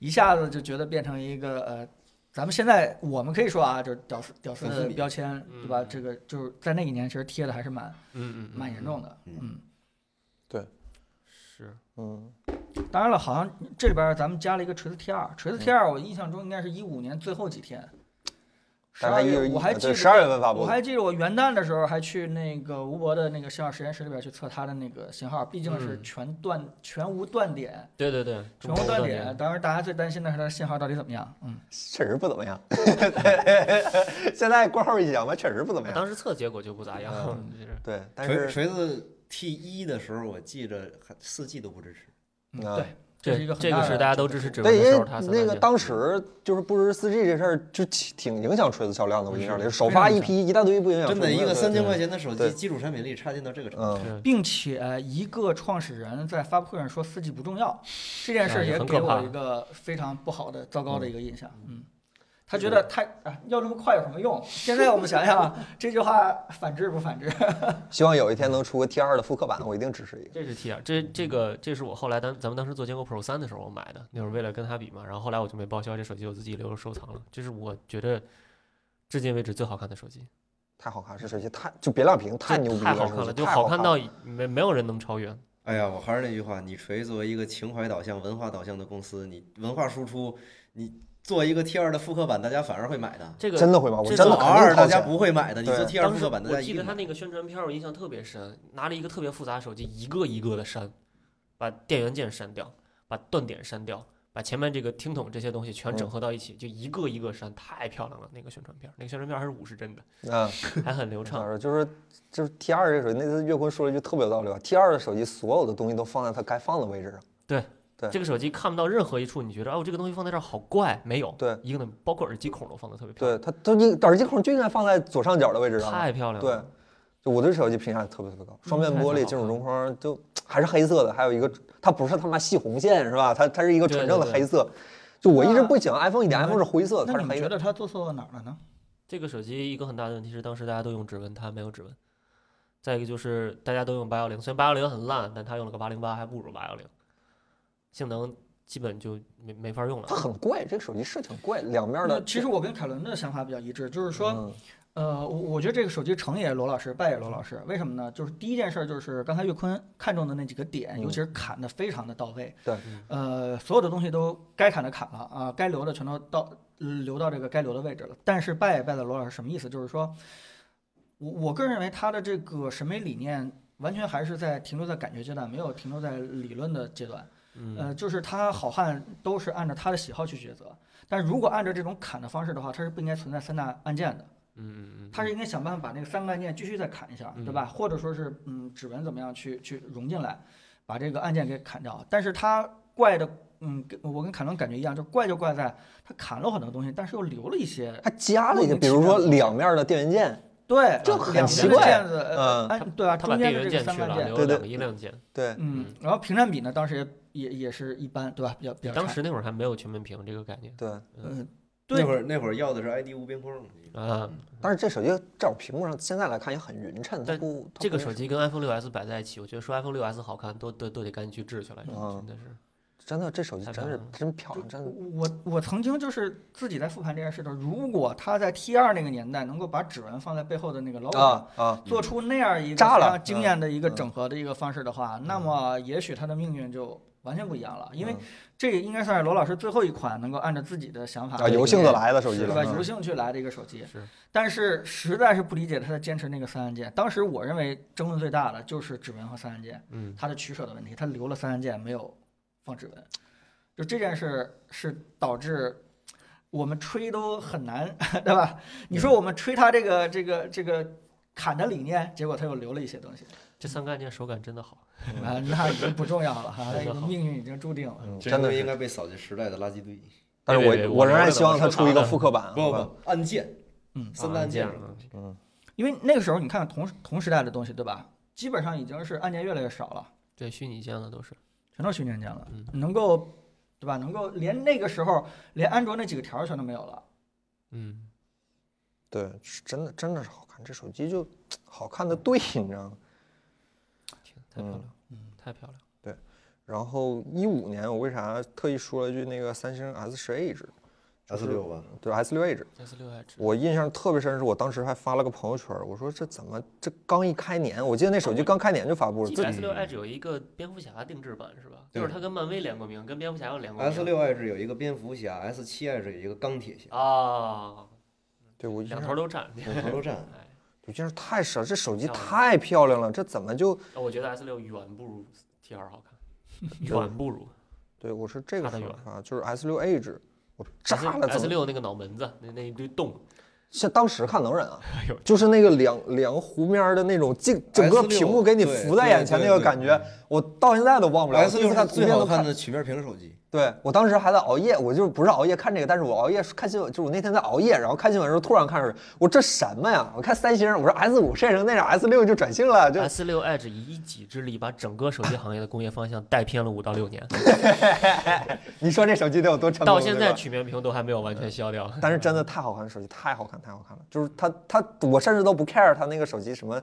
[SPEAKER 5] 一下子就觉得变成一个呃，咱们现在我们可以说啊，就是屌丝屌丝
[SPEAKER 4] 粉丝
[SPEAKER 5] 的
[SPEAKER 4] 迷
[SPEAKER 5] 标签，对吧？
[SPEAKER 3] 嗯
[SPEAKER 5] 这个就是在那一年其实贴的还是蛮
[SPEAKER 3] 嗯
[SPEAKER 5] 蛮严重的，嗯。
[SPEAKER 3] 是
[SPEAKER 1] 嗯，
[SPEAKER 5] 当然了，好像这里边儿咱们加了一个锤子 T 二，锤子 T 二我印象中应该是一五年最后几天，十
[SPEAKER 1] 大概
[SPEAKER 5] 二
[SPEAKER 1] 一呃
[SPEAKER 5] 月我还记
[SPEAKER 1] 十二
[SPEAKER 5] 得。
[SPEAKER 1] 月份发布
[SPEAKER 5] 我
[SPEAKER 1] 的，
[SPEAKER 5] 还记得我元旦的时候还去那个吴博的那个信号实验室里边去测它的那个信号，毕竟是
[SPEAKER 7] 嗯
[SPEAKER 5] 全断、全无断点，
[SPEAKER 7] 对对对，
[SPEAKER 5] 全无断点。当时大家最担心的是它的信号到底怎么样。嗯，
[SPEAKER 1] 确实不怎么样。 现在挂号一想吧，确实不怎么样。
[SPEAKER 7] 当时测结果就不咋样，
[SPEAKER 1] 嗯
[SPEAKER 7] 就是
[SPEAKER 1] 对，但
[SPEAKER 4] 锤
[SPEAKER 1] 是
[SPEAKER 4] 锤子 T 一的时候，我记着还四 G 都不支持。
[SPEAKER 5] 嗯
[SPEAKER 1] 啊
[SPEAKER 5] 对，这是一个很
[SPEAKER 7] 这
[SPEAKER 5] 大
[SPEAKER 7] 个
[SPEAKER 5] 的
[SPEAKER 7] 是大家都支持指纹
[SPEAKER 1] 对，因
[SPEAKER 7] 的时候，
[SPEAKER 1] 为
[SPEAKER 7] 它
[SPEAKER 1] 哎那个当时就是不支持四 G 这事儿，就挺挺影响锤子销量的。我印象里，首发一批一大堆不影响
[SPEAKER 4] 真的，
[SPEAKER 1] 锤
[SPEAKER 4] 一
[SPEAKER 1] 子
[SPEAKER 4] 个三千块钱的手
[SPEAKER 1] 对
[SPEAKER 4] 机，基础产品力差劲到这个程度。
[SPEAKER 1] 嗯，
[SPEAKER 5] 并且呃一个创始人在发布会上说四 G 不重要，这件事
[SPEAKER 7] 啊
[SPEAKER 5] 儿
[SPEAKER 7] 也
[SPEAKER 5] 也
[SPEAKER 7] 很
[SPEAKER 5] 给
[SPEAKER 7] 可怕
[SPEAKER 5] 我一个非常不好的、糟糕的一个印象。嗯，他觉得太啊要这么快有什么 用？现在我们想想啊这句话反制不反制？
[SPEAKER 1] 希望有一天能出个 T 二的复刻版，我一定支持一个。
[SPEAKER 7] 这是 T 二，这这个这是我后来当咱们当时做坚果 Pro 三的时候我买的，那会儿为了跟它比嘛，然后后来我就没报销，这手机我自己留着收藏了，这是我觉得至今为止最好看的手机，
[SPEAKER 1] 太好看，这手机太就别亮屏，太
[SPEAKER 7] 这
[SPEAKER 1] 牛逼
[SPEAKER 7] 太好
[SPEAKER 1] 手
[SPEAKER 7] 看
[SPEAKER 1] 机
[SPEAKER 7] 了，就
[SPEAKER 1] 太
[SPEAKER 7] 好
[SPEAKER 1] 好
[SPEAKER 7] 看到没没有人能超越。
[SPEAKER 4] 哎呀，我还是那句话，你锤作为一个情怀导向、文化导向的公司，你文化输出，你做一个 T 二的复刻版，大家反而会买的。
[SPEAKER 7] 这个
[SPEAKER 1] 真的会吗？我
[SPEAKER 7] 这
[SPEAKER 1] 真的
[SPEAKER 4] 做
[SPEAKER 1] 肯
[SPEAKER 4] R 二
[SPEAKER 1] 定
[SPEAKER 4] 大
[SPEAKER 1] 掏
[SPEAKER 4] 家
[SPEAKER 1] 钱。
[SPEAKER 4] 不会买的，你做
[SPEAKER 1] 对
[SPEAKER 4] T 二
[SPEAKER 7] 当
[SPEAKER 4] 复
[SPEAKER 7] 时
[SPEAKER 4] 刻版，大
[SPEAKER 7] 我
[SPEAKER 4] 家
[SPEAKER 7] 记
[SPEAKER 4] 一
[SPEAKER 7] 得
[SPEAKER 4] 定
[SPEAKER 7] 他
[SPEAKER 4] 买。
[SPEAKER 7] 那个宣传片儿，我印象特别深，拿了一个特别复杂的手机，一个一个的删，把电源键删掉，把断点删掉，把前面这个听筒这些东西全
[SPEAKER 1] 嗯
[SPEAKER 7] 整合到一起，就一个一个删，太漂亮了那个宣传片儿，那个宣传片儿还是五 十帧的，
[SPEAKER 1] 嗯，
[SPEAKER 7] 还很流
[SPEAKER 1] 我
[SPEAKER 7] 畅
[SPEAKER 1] 想。说就是就是 T 二这个手机，那次岳坤说了一句特别有道理话，T 啊二的手机所有的东西都放在它该放的位置上。 对
[SPEAKER 7] 这个手机看不到任何一处，你觉得哦，这个东西放在这儿好怪，没有，
[SPEAKER 1] 对
[SPEAKER 7] 一个呢，包括耳机孔都放的特别漂
[SPEAKER 1] 对，
[SPEAKER 7] 亮，
[SPEAKER 1] 它它应耳机孔就应该放在左上角的位置上。
[SPEAKER 7] 太
[SPEAKER 5] 嗯
[SPEAKER 7] 漂亮
[SPEAKER 1] 对
[SPEAKER 7] 了，，
[SPEAKER 1] 就我对手机评价也特别特别高，双面玻璃，
[SPEAKER 7] 太好
[SPEAKER 1] 金属中框，就还是黑色的，还有一个它不是他妈细红线是吧？它它是一个纯正的
[SPEAKER 7] 对对对
[SPEAKER 1] 黑色。就我一直
[SPEAKER 5] 那
[SPEAKER 1] 不喜欢 iPhone 一点
[SPEAKER 5] 那
[SPEAKER 1] ，iPhone 是灰色的，它
[SPEAKER 5] 那你
[SPEAKER 1] 是
[SPEAKER 5] 们
[SPEAKER 1] 黑
[SPEAKER 5] 觉
[SPEAKER 1] 的。
[SPEAKER 5] 得他做错到哪儿了呢？
[SPEAKER 7] 这个手机一个很大的问题是，当时大家都用指纹，它没有指纹。再一个就是大家都用八幺零，虽然八幺零很烂，但它用了个八零八，还不如八幺零，性能基本就没没法用了
[SPEAKER 1] 它。很贵，这个手机是挺贵，两面的
[SPEAKER 5] 那。其实我跟凯伦的想法比较一致，就是说，
[SPEAKER 1] 嗯
[SPEAKER 5] 呃，我我觉得这个手机成也罗老师，败也罗老师。为什么呢？就是第一件事儿就是刚才岳坤看中的那几个点，
[SPEAKER 1] 嗯
[SPEAKER 5] 尤其是砍的非常的到位。
[SPEAKER 1] 对，
[SPEAKER 5] 呃，所有的东西都该砍的砍了啊，该留的全都到呃留到这个该留的位置了。但是败也败在罗老师什么意思？就是说我我个人认为他的这个审美理念完全还是在停留在感觉阶段，没有停留在理论的阶段。
[SPEAKER 7] 嗯，
[SPEAKER 5] 呃，就是他好汉都是按照他的喜好去抉择，但如果按照这种砍的方式的话，它是不应该存在三大按键的。
[SPEAKER 7] 嗯嗯
[SPEAKER 5] 他是应该想办法把那个三个按键继续再砍一下，对吧？或者说是嗯，指纹怎么样去去融进来，把这个按键给砍掉。但是他怪的，嗯，跟我跟凯伦感觉一样，就怪就怪在他砍了很多东西，但是又留了一些。
[SPEAKER 1] 还加了一个，比如说两面的电源键，
[SPEAKER 5] 对，
[SPEAKER 1] 这很
[SPEAKER 5] 两
[SPEAKER 1] 奇
[SPEAKER 5] 边的
[SPEAKER 1] 怪
[SPEAKER 5] 键子，
[SPEAKER 1] 嗯
[SPEAKER 5] 呃按对啊，
[SPEAKER 7] 他把
[SPEAKER 5] 中
[SPEAKER 7] 电
[SPEAKER 5] 间的
[SPEAKER 7] 源
[SPEAKER 5] 这个
[SPEAKER 7] 键
[SPEAKER 5] 三
[SPEAKER 7] 去
[SPEAKER 5] 个按
[SPEAKER 7] 了，
[SPEAKER 5] 键，
[SPEAKER 7] 留
[SPEAKER 1] 对
[SPEAKER 7] 了
[SPEAKER 1] 对
[SPEAKER 7] 两个音量键。
[SPEAKER 1] 对，
[SPEAKER 5] 嗯
[SPEAKER 7] 嗯，
[SPEAKER 5] 然后屏占比呢，当时也也也是一般，对吧？比较比较
[SPEAKER 7] 当
[SPEAKER 5] 差
[SPEAKER 7] 时那会儿还没有全面屏这个概念
[SPEAKER 1] 对，
[SPEAKER 5] 嗯，对
[SPEAKER 4] 那会儿那会儿要的是 ID 无边框，
[SPEAKER 7] 啊。
[SPEAKER 1] 但是这手机照屏幕上现在来看也很匀称，它
[SPEAKER 7] 但
[SPEAKER 1] 不它
[SPEAKER 7] 这个
[SPEAKER 1] 不
[SPEAKER 7] 手机跟 iPhone 6 S 摆在一起，我觉得说 iPhone 6 S 好看，都都都得赶紧去治去了，
[SPEAKER 1] 嗯
[SPEAKER 7] 真的是。
[SPEAKER 1] 真的这手机
[SPEAKER 7] 太
[SPEAKER 1] 真
[SPEAKER 7] 漂
[SPEAKER 1] 是
[SPEAKER 7] 亮了
[SPEAKER 1] 真漂亮，真的
[SPEAKER 5] 我我曾经就是自己在复盘这件事的时候，如果他在 T 二那个年代能够把指纹放在背后的那个 logo 上，
[SPEAKER 1] 啊啊！
[SPEAKER 5] 做出那样一个
[SPEAKER 1] 扎
[SPEAKER 5] 非
[SPEAKER 1] 了
[SPEAKER 5] 常惊
[SPEAKER 1] 嗯
[SPEAKER 5] 艳的一个
[SPEAKER 1] 嗯
[SPEAKER 5] 整合的一个方式的话，那么也许它的命运就完全不一样了，因为啊
[SPEAKER 1] 嗯
[SPEAKER 5] 这个应该算是罗老师最后一款能够按照自己的想法
[SPEAKER 1] 啊，由性子来的手机
[SPEAKER 5] 是
[SPEAKER 1] 了
[SPEAKER 5] 吧？
[SPEAKER 1] 嗯
[SPEAKER 5] 由兴趣来的一个手机
[SPEAKER 7] 是，
[SPEAKER 5] 但是实在是不理解他的坚持那个三按键。当时我认为争论最大的就是指纹和三按键，
[SPEAKER 7] 嗯，
[SPEAKER 5] 他的取舍的问题，他留了三按键没有放指纹，就这件事是导致我们吹都很难， 对吧？你
[SPEAKER 7] 嗯
[SPEAKER 5] 说我们吹他这个这个这个砍的理念，结果他又留了一些东西，
[SPEAKER 7] 这三个按键手感真的好。
[SPEAKER 5] 啊，那已经不重要了 哈，
[SPEAKER 7] 嗯真的好
[SPEAKER 5] 命运已经注定了。
[SPEAKER 1] 嗯
[SPEAKER 4] 这
[SPEAKER 1] 真的
[SPEAKER 4] 东西
[SPEAKER 1] 是
[SPEAKER 4] 应该被扫进时代的垃圾堆。
[SPEAKER 1] 但是
[SPEAKER 7] 别别
[SPEAKER 1] 我
[SPEAKER 7] 别
[SPEAKER 1] 我仍
[SPEAKER 7] 我
[SPEAKER 1] 然
[SPEAKER 7] 留着
[SPEAKER 1] 希望
[SPEAKER 7] 我
[SPEAKER 1] 它
[SPEAKER 7] 收
[SPEAKER 1] 出一
[SPEAKER 7] 藏
[SPEAKER 1] 个
[SPEAKER 7] 着
[SPEAKER 1] 复刻版，
[SPEAKER 4] 不
[SPEAKER 1] 好吧
[SPEAKER 4] 不，按键，
[SPEAKER 5] 嗯
[SPEAKER 4] 三
[SPEAKER 7] 啊
[SPEAKER 4] 大
[SPEAKER 7] 按
[SPEAKER 4] 按键
[SPEAKER 7] 键
[SPEAKER 4] 这种
[SPEAKER 7] 啊
[SPEAKER 4] 东西。
[SPEAKER 5] 因为那个时候你看同时同时代的东西，对吧？基本上已经是按键越来越少了。
[SPEAKER 7] 对，虚拟键的都是，
[SPEAKER 5] 全都是虚拟按键了
[SPEAKER 7] 嗯，
[SPEAKER 5] 能够对吧？能够连那个时候连安卓那几个条儿全都没有了。
[SPEAKER 7] 嗯，
[SPEAKER 1] 对，是真的真的是好看，这手机就好看的对，你知道吗？
[SPEAKER 7] 天，
[SPEAKER 1] 嗯
[SPEAKER 7] 太漂亮了，太漂亮了，
[SPEAKER 1] 然后一五年我为啥特意说了句那个三星 S 十 Edge，
[SPEAKER 4] S 六吧，
[SPEAKER 1] 对 S 六 Edge，
[SPEAKER 7] S 六 H，
[SPEAKER 1] 我印象特别深是我当时还发了个朋友圈儿，我说这怎么这刚一开年，我记得那手机刚开年就发布了，
[SPEAKER 7] 记
[SPEAKER 1] 这
[SPEAKER 7] 得 S 六 Edge 有一个蝙蝠侠定制版是吧？
[SPEAKER 4] 对
[SPEAKER 7] 就是它跟漫威连过名，跟蝙蝠侠又连过名。
[SPEAKER 4] S 六 Edge 有一个蝙蝠侠，S 七 Edge 有一个钢铁侠，
[SPEAKER 7] 啊，
[SPEAKER 1] 对我印
[SPEAKER 7] 两
[SPEAKER 1] 象
[SPEAKER 7] 头都占。
[SPEAKER 4] 两头都占。
[SPEAKER 7] 哎，
[SPEAKER 1] 我印象太深，这手机
[SPEAKER 7] 漂亮
[SPEAKER 1] 太漂亮了，这怎么就
[SPEAKER 7] 我觉得 S 六远不如 T 二好看，远不如。
[SPEAKER 1] 对我是这个
[SPEAKER 7] 差得
[SPEAKER 1] 时候
[SPEAKER 7] 远
[SPEAKER 1] 发，就是 S 六 Edge，我 炸了，
[SPEAKER 7] S
[SPEAKER 1] 怎么
[SPEAKER 7] 六那个脑门子，那那一堆洞，
[SPEAKER 1] 像当时看能忍 啊
[SPEAKER 4] 哎
[SPEAKER 7] 呦，
[SPEAKER 1] 就是那个两两湖面儿的那种镜，整个
[SPEAKER 4] S6
[SPEAKER 1] 屏幕给你
[SPEAKER 4] 对
[SPEAKER 1] 浮在
[SPEAKER 4] 对
[SPEAKER 1] 眼前
[SPEAKER 4] 对
[SPEAKER 1] 那个
[SPEAKER 4] 对
[SPEAKER 1] 感觉，我到现在都忘不了。
[SPEAKER 4] S
[SPEAKER 1] 第一次
[SPEAKER 4] 六是
[SPEAKER 1] 看图
[SPEAKER 4] 最
[SPEAKER 1] 片
[SPEAKER 4] 好
[SPEAKER 1] 都
[SPEAKER 4] 看的曲面屏手机，
[SPEAKER 1] 对我当时还在熬夜，我就不是熬夜看这个，但是我熬夜看新闻，就是我那天在熬夜，然后看新闻的时候突然看着，我说这什么呀？我看三星，我说 S 五晒成那样，S 六就转性了，
[SPEAKER 4] 啊
[SPEAKER 1] 就
[SPEAKER 7] S 六 Edge 以一己之力把整个手机行业的工业方向带偏了五到 六年，
[SPEAKER 1] 你说这手机得有多成功？
[SPEAKER 7] 到现
[SPEAKER 1] 对
[SPEAKER 7] 在
[SPEAKER 1] 吧
[SPEAKER 7] 曲面屏都还没有完全消掉。
[SPEAKER 1] 但是真的太好看，手机太好看，太好看了。就是它，它，我甚至都不 care 它那个手机什么，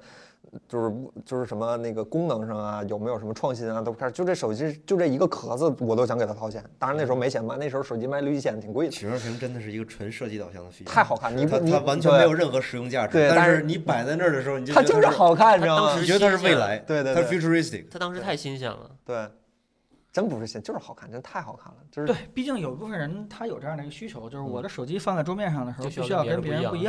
[SPEAKER 1] 就是就是什么那个功能上啊，有没有什么创新啊，都不 care。就这手机，就这一个壳子，我都想给它掏钱。当然那时候没钱买，那时候手机卖六七千，挺贵
[SPEAKER 7] 嗯
[SPEAKER 1] 的。
[SPEAKER 4] 曲面屏真的是一个纯设计导向的ฟี
[SPEAKER 1] 太好看，你
[SPEAKER 4] 它
[SPEAKER 1] 不，你
[SPEAKER 4] 它完全没有
[SPEAKER 1] 对
[SPEAKER 4] 任何实用价值，
[SPEAKER 1] 对但
[SPEAKER 4] 但
[SPEAKER 1] 是
[SPEAKER 4] 你摆在那儿的时候，你就
[SPEAKER 1] 它
[SPEAKER 4] 觉
[SPEAKER 1] 就
[SPEAKER 4] 得
[SPEAKER 1] 是好看，你知道
[SPEAKER 7] 它当
[SPEAKER 1] 吗
[SPEAKER 7] 时？
[SPEAKER 4] 你觉得它是未来，
[SPEAKER 1] 对对
[SPEAKER 4] 它
[SPEAKER 1] 对
[SPEAKER 4] 是 futuristic。
[SPEAKER 7] 它当时太新鲜了，
[SPEAKER 1] 对，真不是新，就是好看，真太好看了，就是
[SPEAKER 5] 对，毕竟有一部分人他有这样的一个需求，就是我的手机放在桌面上的时候，
[SPEAKER 7] 嗯就需要
[SPEAKER 5] 必须要
[SPEAKER 7] 跟
[SPEAKER 5] 跟
[SPEAKER 7] 别
[SPEAKER 5] 别
[SPEAKER 7] 人
[SPEAKER 5] 人不
[SPEAKER 7] 不一嗯
[SPEAKER 5] 一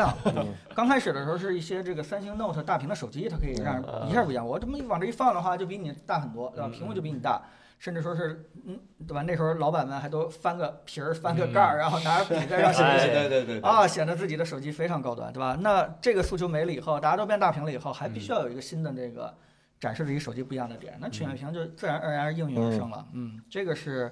[SPEAKER 5] 样。刚开始的时候是一些这个三星 Note 大屏的手机，它可以让人
[SPEAKER 7] 嗯
[SPEAKER 5] 一下不一样。我这么一往这一放的话，就比你大很多，对吧？
[SPEAKER 7] 嗯
[SPEAKER 5] 屏幕就比你大，甚至说是，嗯，对吧？那时候老板们还都翻个皮儿、翻个盖儿，然后拿着笔在上写一
[SPEAKER 7] 嗯哎
[SPEAKER 5] 写。
[SPEAKER 4] 对对 对对
[SPEAKER 5] 啊，显得自己的手机非常高端，对吧？那这个诉求没了以后，大家都变大屏了以后，还必须要有一个新的这个展示自己手机不一样的点，那曲面屏就自然而然应运而生了。嗯，这个是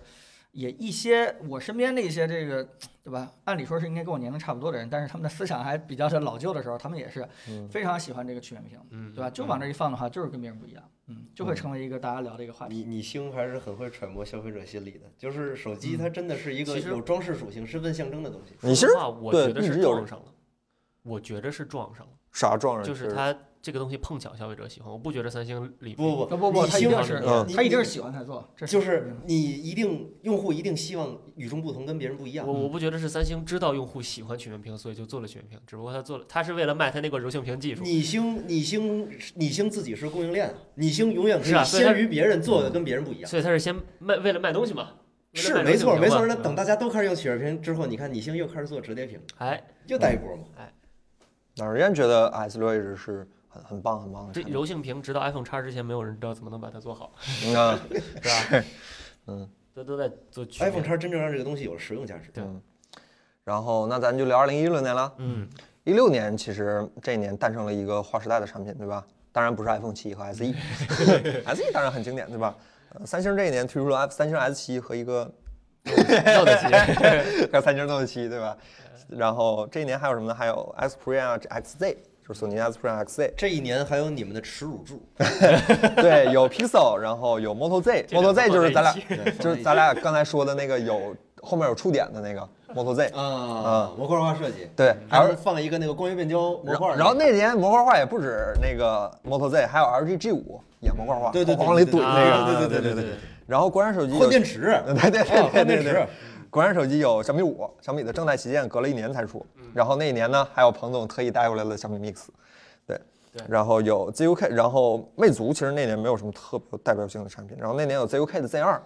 [SPEAKER 5] 也一些我身边的一些这个，对吧？按理说是应该跟我年龄差不多的人，但是他们的思想还比较的老旧的时候，他们也是
[SPEAKER 1] 嗯
[SPEAKER 5] 非常喜欢这个曲面屏，
[SPEAKER 7] 嗯，
[SPEAKER 5] 对吧？就往这一放的话，就是跟别人不一样，嗯，就会成为一个大家聊的一个话题。
[SPEAKER 4] 你你星还是很会揣摩消费者心理的，就是手机
[SPEAKER 5] 嗯
[SPEAKER 4] 它真的是一个
[SPEAKER 7] 其实
[SPEAKER 4] 有装饰属性、身份象征的东西。
[SPEAKER 1] 你其
[SPEAKER 7] 说
[SPEAKER 1] 实
[SPEAKER 7] 实话，我
[SPEAKER 1] 对
[SPEAKER 7] 觉得
[SPEAKER 1] 一
[SPEAKER 7] 是
[SPEAKER 1] 直有
[SPEAKER 7] 撞
[SPEAKER 1] 人
[SPEAKER 7] 上了，我觉得是撞上了，
[SPEAKER 1] 啥撞上
[SPEAKER 7] 就是它这个东西碰巧消费者喜欢，我不觉得三星里
[SPEAKER 4] 不不
[SPEAKER 5] 不不不，
[SPEAKER 4] 你
[SPEAKER 5] 他一
[SPEAKER 4] 星
[SPEAKER 5] 定是
[SPEAKER 1] 嗯
[SPEAKER 5] 他一定是喜欢才做，这
[SPEAKER 4] 就是你一定用户一定希望与众不同，跟别人不一样
[SPEAKER 7] 我。我不觉得是三星知道用户喜欢曲面屏，所以就做了曲面屏，只不过他做了，他是为了卖他那个柔性屏技术。
[SPEAKER 4] 你星你星你星自己是供应链，你星永远可
[SPEAKER 7] 是啊
[SPEAKER 4] 以
[SPEAKER 7] 所以它
[SPEAKER 4] 先于别人做的跟别人不一样。
[SPEAKER 7] 所以他是先卖为了卖东西嘛？为了
[SPEAKER 4] 是
[SPEAKER 7] 卖
[SPEAKER 4] 没
[SPEAKER 7] 流行
[SPEAKER 4] 错没
[SPEAKER 7] 屏
[SPEAKER 4] 错，
[SPEAKER 7] 嘛
[SPEAKER 4] 那等大家都开始用曲面屏之后，你看你星又开始做折叠屏，
[SPEAKER 7] 哎，
[SPEAKER 4] 又带一波嘛。
[SPEAKER 1] 老人家觉得哎 S 六 Edge 是很很棒很棒的
[SPEAKER 7] 这
[SPEAKER 1] 产
[SPEAKER 4] 嗯
[SPEAKER 1] 品。
[SPEAKER 7] 柔性屏直到 iPhone 叉之前，没有人知道怎么能把它做好，
[SPEAKER 1] 嗯啊
[SPEAKER 7] 是吧？
[SPEAKER 1] 嗯，
[SPEAKER 7] 都都在做曲
[SPEAKER 4] iPhone
[SPEAKER 7] 面。
[SPEAKER 4] 叉真正让这个东西有了实用价值。
[SPEAKER 7] 对
[SPEAKER 1] 嗯，然后那咱就聊二零一六年了。
[SPEAKER 7] 嗯，
[SPEAKER 1] 一六年其实这一年诞生了一个划时代的产品，对吧？当然不是 iPhone 七和 SE，SE E 当然很经典，对吧？呃，三星这一年推出了 F- 三星 S 七和一个
[SPEAKER 7] 闹得急。
[SPEAKER 1] 和三星 Note 七，对吧？然后这一年还有什么呢？还有 X Prime 啊这，XZ，就是索尼 X Prime XZ，
[SPEAKER 4] 这一年还有你们的耻辱柱，
[SPEAKER 1] 对，有 Pixel，然 后有 Moto
[SPEAKER 7] 这
[SPEAKER 1] Z，Moto
[SPEAKER 7] 两个
[SPEAKER 1] Z 就是咱俩
[SPEAKER 7] 放在，
[SPEAKER 1] 就是咱俩刚才说的那个有后面有触点的那个 Moto Z，
[SPEAKER 7] 嗯
[SPEAKER 4] 啊，模块化设计，
[SPEAKER 1] 对，还
[SPEAKER 4] 还
[SPEAKER 1] 有
[SPEAKER 4] 是放一个那个光学变焦模
[SPEAKER 1] 然
[SPEAKER 4] 块儿。
[SPEAKER 1] 然后那年模块化也不止那个 Moto Z，还有 LG G 五也模块化，
[SPEAKER 4] 对对对
[SPEAKER 1] 往里怼
[SPEAKER 4] 对
[SPEAKER 1] 那个。
[SPEAKER 4] 对对
[SPEAKER 7] 对
[SPEAKER 4] 对对
[SPEAKER 7] 对，
[SPEAKER 1] 然后国产手机有
[SPEAKER 4] 换电池，
[SPEAKER 1] 对对对
[SPEAKER 4] 啊
[SPEAKER 1] 对
[SPEAKER 4] 换
[SPEAKER 1] 对
[SPEAKER 4] 电
[SPEAKER 1] 对
[SPEAKER 4] 池
[SPEAKER 1] 对。，国产手机有小米五，小米的正代旗舰隔了一年才出，然后那一年呢，还有彭总特意带过来的小米 Mix，对，
[SPEAKER 7] 对
[SPEAKER 1] 然后有 ZUK，然后魅族其实那年没有什么特别有代表性的产品，然后那年有 ZUK 的 Z 二，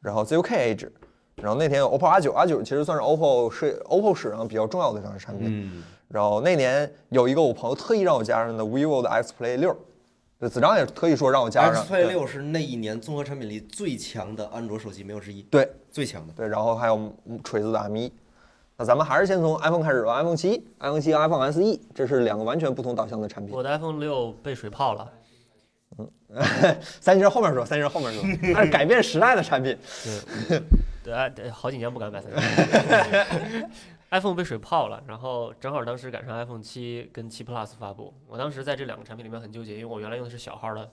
[SPEAKER 1] 然后 ZUK Edge，然后那年有 OPPO R 九，R 九其实算是 OPPO 是 OPPO 史上比较重要的一张产品，
[SPEAKER 4] 嗯，
[SPEAKER 1] 然后那年有一个我朋友特意让我加上的 vivo 的 X Play 六，对，子章也特意说让我加上
[SPEAKER 4] X Play
[SPEAKER 1] 对
[SPEAKER 4] 六是那一年综合产品力最强的安卓手机，没有之一，
[SPEAKER 1] 对
[SPEAKER 4] 最强的。
[SPEAKER 1] 对，然后还有嗯锤子的 M 一。那咱们还是先从 iPhone 开始吧，iPhone 七、iPhone 七和 iPhone SE，这是两个完全不同导向的产品
[SPEAKER 7] 我。的 iPhone 六被水泡了，
[SPEAKER 1] 三星后面说，三星后面说， 它是改变时代的产品。
[SPEAKER 7] 对哎对，好几年不敢买三星。iPhone 被水泡了，然后正好当时赶上 iPhone 七跟七 Plus 发布，我当时在这两个产品里面很纠结，因为我原来用的是小号的，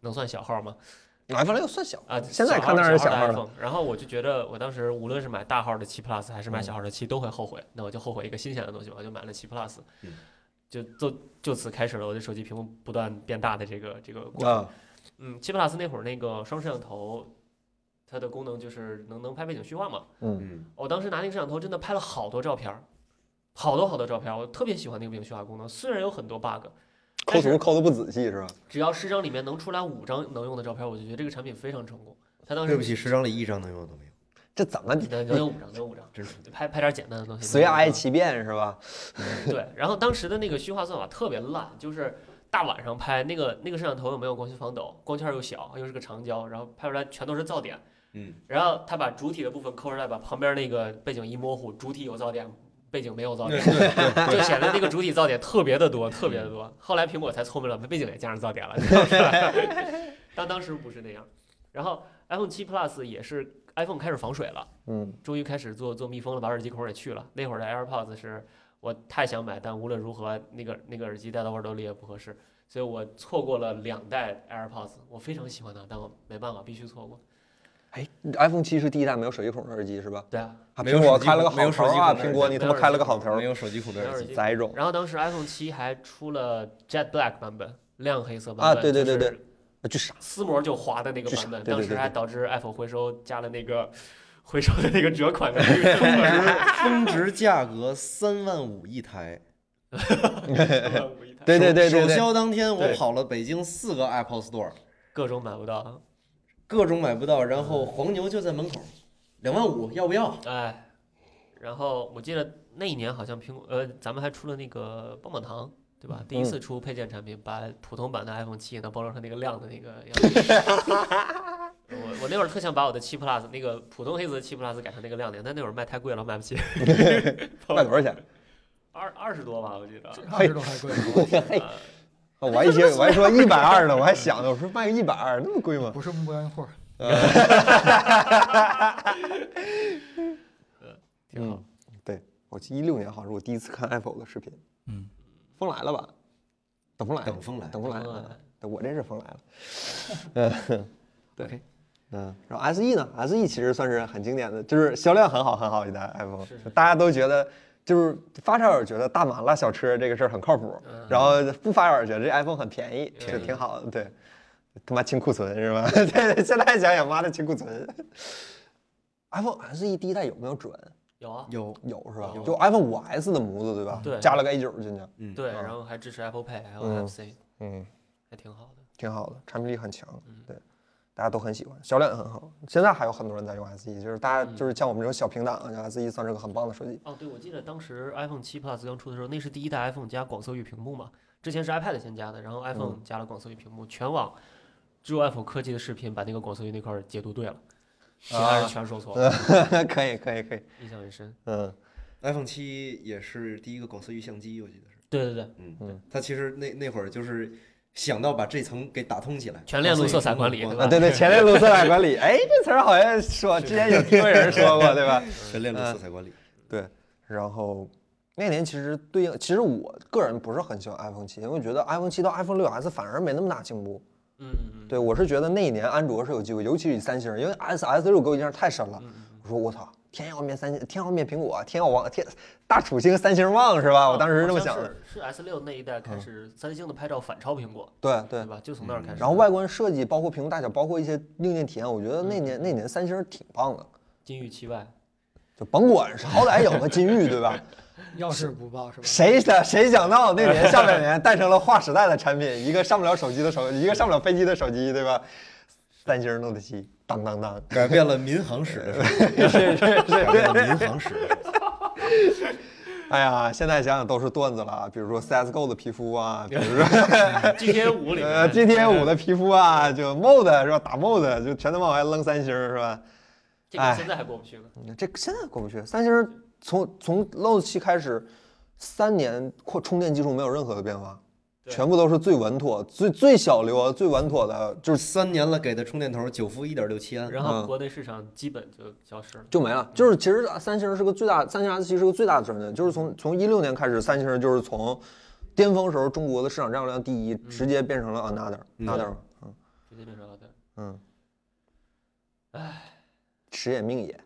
[SPEAKER 7] 能算小号吗？
[SPEAKER 4] 嗯
[SPEAKER 1] iPhone 六算小
[SPEAKER 7] 啊，
[SPEAKER 1] 现在看当然是
[SPEAKER 7] 小
[SPEAKER 1] 小
[SPEAKER 7] 号
[SPEAKER 1] 号
[SPEAKER 7] 的
[SPEAKER 1] 了。
[SPEAKER 7] iPhone。然后我就觉得，我当时无论是买大号的七 Plus 还是
[SPEAKER 1] 嗯
[SPEAKER 7] 买小号的七，都会后悔。那我就后悔一个新鲜的东西，我就买了七 Plus，
[SPEAKER 4] 嗯
[SPEAKER 7] 就就就此开始了我对手机屏幕不断变大的这个这个过程。
[SPEAKER 1] 啊，
[SPEAKER 7] 嗯，七 Plus 那会儿那个双摄像头，它的功能就是能能拍背景虚化嘛。
[SPEAKER 4] 嗯
[SPEAKER 7] 我当时拿那个摄像头真的拍了好多照片儿，好多好多照片儿，我特别喜欢那个背景虚化功能，虽然有很多 bug，
[SPEAKER 1] 抠
[SPEAKER 7] 但
[SPEAKER 1] 图
[SPEAKER 7] 是
[SPEAKER 1] 抠的不仔细是吧？
[SPEAKER 7] 只要十张里面能出来五张能用的照片儿，我就觉得这个产品非常成功。它当
[SPEAKER 4] 嗯
[SPEAKER 7] 时
[SPEAKER 4] 对不起，十张里一张能用的都没有，
[SPEAKER 1] 这怎么
[SPEAKER 7] 能能有五张，能有五张，
[SPEAKER 4] 真是
[SPEAKER 7] 拍拍点简单的东西。
[SPEAKER 1] 随
[SPEAKER 7] 能有五张
[SPEAKER 1] i 其变是吧？
[SPEAKER 7] 对，然后当时的那个虚化算法特别烂，就是大晚上拍那个那个摄像头又没有光学防抖，光圈又小，又是个长焦，然后拍出来全都是噪点。
[SPEAKER 4] 嗯，
[SPEAKER 7] 然后他把主体的部分抠出来，把旁边那个背景一模糊，主体有噪点，背景没有噪点，就显得那个主体噪点特别的多，特别的多。后来苹果才聪明了，把背景也加上噪点了，但当时不是那样。然后 iPhone 7 Plus 也是 iPhone 开始防水了。
[SPEAKER 1] 嗯，
[SPEAKER 7] 终于开始做做密封了，把耳机孔也去了。那会儿的 AirPods 是我太想买，但无论如何那个那个耳机戴到耳朵里也不合适，所以我错过了两代 AirPods。我非常喜欢它，但我没办法，必须错过。
[SPEAKER 1] iPhone 七是第一代没有手机孔的耳机是吧？
[SPEAKER 7] 对啊，
[SPEAKER 1] 啊，
[SPEAKER 4] 没有
[SPEAKER 1] 苹果
[SPEAKER 4] 手机
[SPEAKER 1] 开了个
[SPEAKER 4] 没
[SPEAKER 1] 好
[SPEAKER 4] 有手
[SPEAKER 1] 头
[SPEAKER 4] 机
[SPEAKER 1] 儿啊！
[SPEAKER 4] 孔的
[SPEAKER 1] 苹果
[SPEAKER 4] 耳
[SPEAKER 1] 你
[SPEAKER 7] 机
[SPEAKER 1] 他妈开了个好头
[SPEAKER 4] 嗯没
[SPEAKER 1] 儿，
[SPEAKER 4] 有手机孔的
[SPEAKER 7] 没有
[SPEAKER 4] 耳
[SPEAKER 7] 耳
[SPEAKER 4] 机。
[SPEAKER 7] 机。
[SPEAKER 1] 栽种
[SPEAKER 7] 然后当时 iPhone 七还出了 Jet Black 版本，亮黑色版
[SPEAKER 1] 啊
[SPEAKER 7] 本，
[SPEAKER 1] 对对对
[SPEAKER 7] 就是
[SPEAKER 1] 对啊巨傻，
[SPEAKER 7] 撕膜就划的那个
[SPEAKER 1] 就是
[SPEAKER 7] 版本，
[SPEAKER 1] 对对
[SPEAKER 7] 当时
[SPEAKER 1] 对
[SPEAKER 7] 还
[SPEAKER 1] 对
[SPEAKER 7] 导致 Apple 回收加了那个回收的那个折款的 那个政策
[SPEAKER 4] 峰值价格三万五一台，
[SPEAKER 7] 我一台
[SPEAKER 1] 对对对对
[SPEAKER 4] 首
[SPEAKER 1] 对，
[SPEAKER 4] 销当天我
[SPEAKER 7] 对
[SPEAKER 4] 跑了北京四个 Apple Store，
[SPEAKER 7] 各种买不到，
[SPEAKER 4] 各种买不到，然
[SPEAKER 1] 嗯
[SPEAKER 4] 后黄牛就在门口，两万五要不要？
[SPEAKER 7] 哎，然后我记得那一年好像苹果呃，咱们还出了那个棒棒糖，对吧？第一次出配件产品，把普通版的 iPhone 七也能包装成那个亮的那个样子。 我我那会儿特想把我的七 Plus 那个普通黑色的七 Plus 改成那个亮点，但那会儿卖太贵了，买不起，
[SPEAKER 1] 卖多少钱？
[SPEAKER 7] 二二十多吧，我记得。
[SPEAKER 5] 二十多还贵，
[SPEAKER 1] 嘿，
[SPEAKER 7] 呃
[SPEAKER 1] 啊我还一 些我还说一百二呢，我还想呢，我说卖个一百二那么贵吗？
[SPEAKER 5] 不是目标用户。
[SPEAKER 7] 挺好
[SPEAKER 1] 嗯，对，我记一六年好像是我第一次看 Apple 的视频，
[SPEAKER 5] 嗯，
[SPEAKER 1] 风来了吧？等风来了，
[SPEAKER 4] 等风来
[SPEAKER 1] 等风来
[SPEAKER 7] 等风来
[SPEAKER 1] 了
[SPEAKER 7] 了，
[SPEAKER 1] 对我这是风来了，嗯，对，嗯，然后 SE 呢？SE 其实算是很经典的，就是销量很好很好一代 iPhone，
[SPEAKER 7] 是是
[SPEAKER 1] 大家都觉得。就是发烧友觉得大马拉小车这个事儿很靠谱，然后不发烧友觉得这 iPhone 很便宜，这挺好的。对，他妈清库存是吧？ 对，现在想想妈的清库存。iPhone SE 第一代有没有准？
[SPEAKER 7] 有啊，
[SPEAKER 4] 有，
[SPEAKER 1] 有是吧
[SPEAKER 7] 有？
[SPEAKER 1] 就 iPhone 五 S 的模子对吧？
[SPEAKER 7] 对
[SPEAKER 1] 加了个 A 九进去，
[SPEAKER 4] 嗯，
[SPEAKER 7] 对，然后还支持 Apple Pay，还有
[SPEAKER 1] 嗯
[SPEAKER 7] NFC，
[SPEAKER 1] 嗯，
[SPEAKER 7] 还挺好的。
[SPEAKER 1] 挺好的，产品力很强，
[SPEAKER 7] 嗯
[SPEAKER 1] 对，大家都很喜欢，销量也很好。现在还有很多人在用 SE，就是大
[SPEAKER 7] 嗯
[SPEAKER 1] 家就是像我们这种小平档，SE 算是个很棒的手机。
[SPEAKER 7] 哦，对，我记得当时 iPhone 7 Plus 刚出的时候，那是第一代 iPhone 加广色域屏幕嘛，之前是 iPad 先加的，
[SPEAKER 1] 嗯
[SPEAKER 7] 然后 iPhone 加了广色域屏幕，全网只有 Apple 科技的视频把那个广色域那块儿解读对了，其他
[SPEAKER 1] 啊
[SPEAKER 7] 人全 说错了，
[SPEAKER 1] 可以，可以，可以，
[SPEAKER 7] 印象很深。
[SPEAKER 1] 嗯
[SPEAKER 4] iPhone 七也是第一个广色域相机，我记得是，
[SPEAKER 7] 对对对，
[SPEAKER 4] 嗯，它其实那那会儿就是想到把这层给打通起来，
[SPEAKER 7] 全链路色彩管理
[SPEAKER 4] 广色域
[SPEAKER 1] 啊，
[SPEAKER 7] 对吧
[SPEAKER 1] 对对，前列路色彩管理，哎，这词儿好像说之前有听过人说过，对吧？
[SPEAKER 4] 全链路色彩管理，
[SPEAKER 1] 对，然后那年其实对应，其实我个人不是很喜欢 iPhone 七，因为我觉得 iPhone 七到 iPhone 六 S 反而没那么大进步。
[SPEAKER 7] 嗯嗯
[SPEAKER 1] 对，我是觉得那一年安卓是有机会，尤其是三星，因为 S S 六给我印象太深
[SPEAKER 7] 嗯
[SPEAKER 1] 了。我说我操，天要灭三星，天要灭苹果，天要亡天大楚星三星旺是吧？我当时是这么想的。
[SPEAKER 7] 哦是是 S 6那一代开始，三星的拍照反超苹果，
[SPEAKER 1] 对对嗯
[SPEAKER 7] 对。吧？就从那儿开始。
[SPEAKER 1] 然后外观设计，包括屏幕大小，包括一些硬件体验，我觉得那
[SPEAKER 7] 嗯
[SPEAKER 1] 年那年三星挺棒的，
[SPEAKER 7] 金玉其 外，
[SPEAKER 1] 就甭管是好歹有个金玉对吧？
[SPEAKER 5] 要是不报是吧？
[SPEAKER 1] 谁想谁想到那年下半年诞生了划时代的产品，一个上不了手机的手，一个上不了飞机的手机，对吧？三星弄的机，当当当，
[SPEAKER 4] 改变了民 航史的手机，
[SPEAKER 1] 是是是。
[SPEAKER 4] 改变了民航史的手机。
[SPEAKER 1] 哎呀，现在想想都是段子了，比如说 CSGO 的皮肤啊，比如说
[SPEAKER 7] GTA 五里
[SPEAKER 1] 呃
[SPEAKER 7] 面
[SPEAKER 1] GTA 五的皮肤啊，就 MOD 是吧？打 MOD 就全他妈往外扔三星是吧？
[SPEAKER 7] 这个现在还过不去呢。
[SPEAKER 1] 哎嗯这现在过不去，三星从从 Note 七开始，三年扩充电技术没有任何的变化。
[SPEAKER 7] 对
[SPEAKER 1] 全部都是最稳妥、最最小流、啊最稳妥的，就是。
[SPEAKER 4] 三年了，给的充电头九伏一点六七安，
[SPEAKER 7] 然后
[SPEAKER 1] 嗯
[SPEAKER 7] 国内市场基本就消失了。
[SPEAKER 1] 就没了。就是其实三星是个最大，三星 S 七是个最大的转变，就是从从一六年开始，三星就是从巅峰时候中国的市场占有量第一，直接变成了 another another，
[SPEAKER 7] 直接变成了对。
[SPEAKER 1] 嗯，时也命也。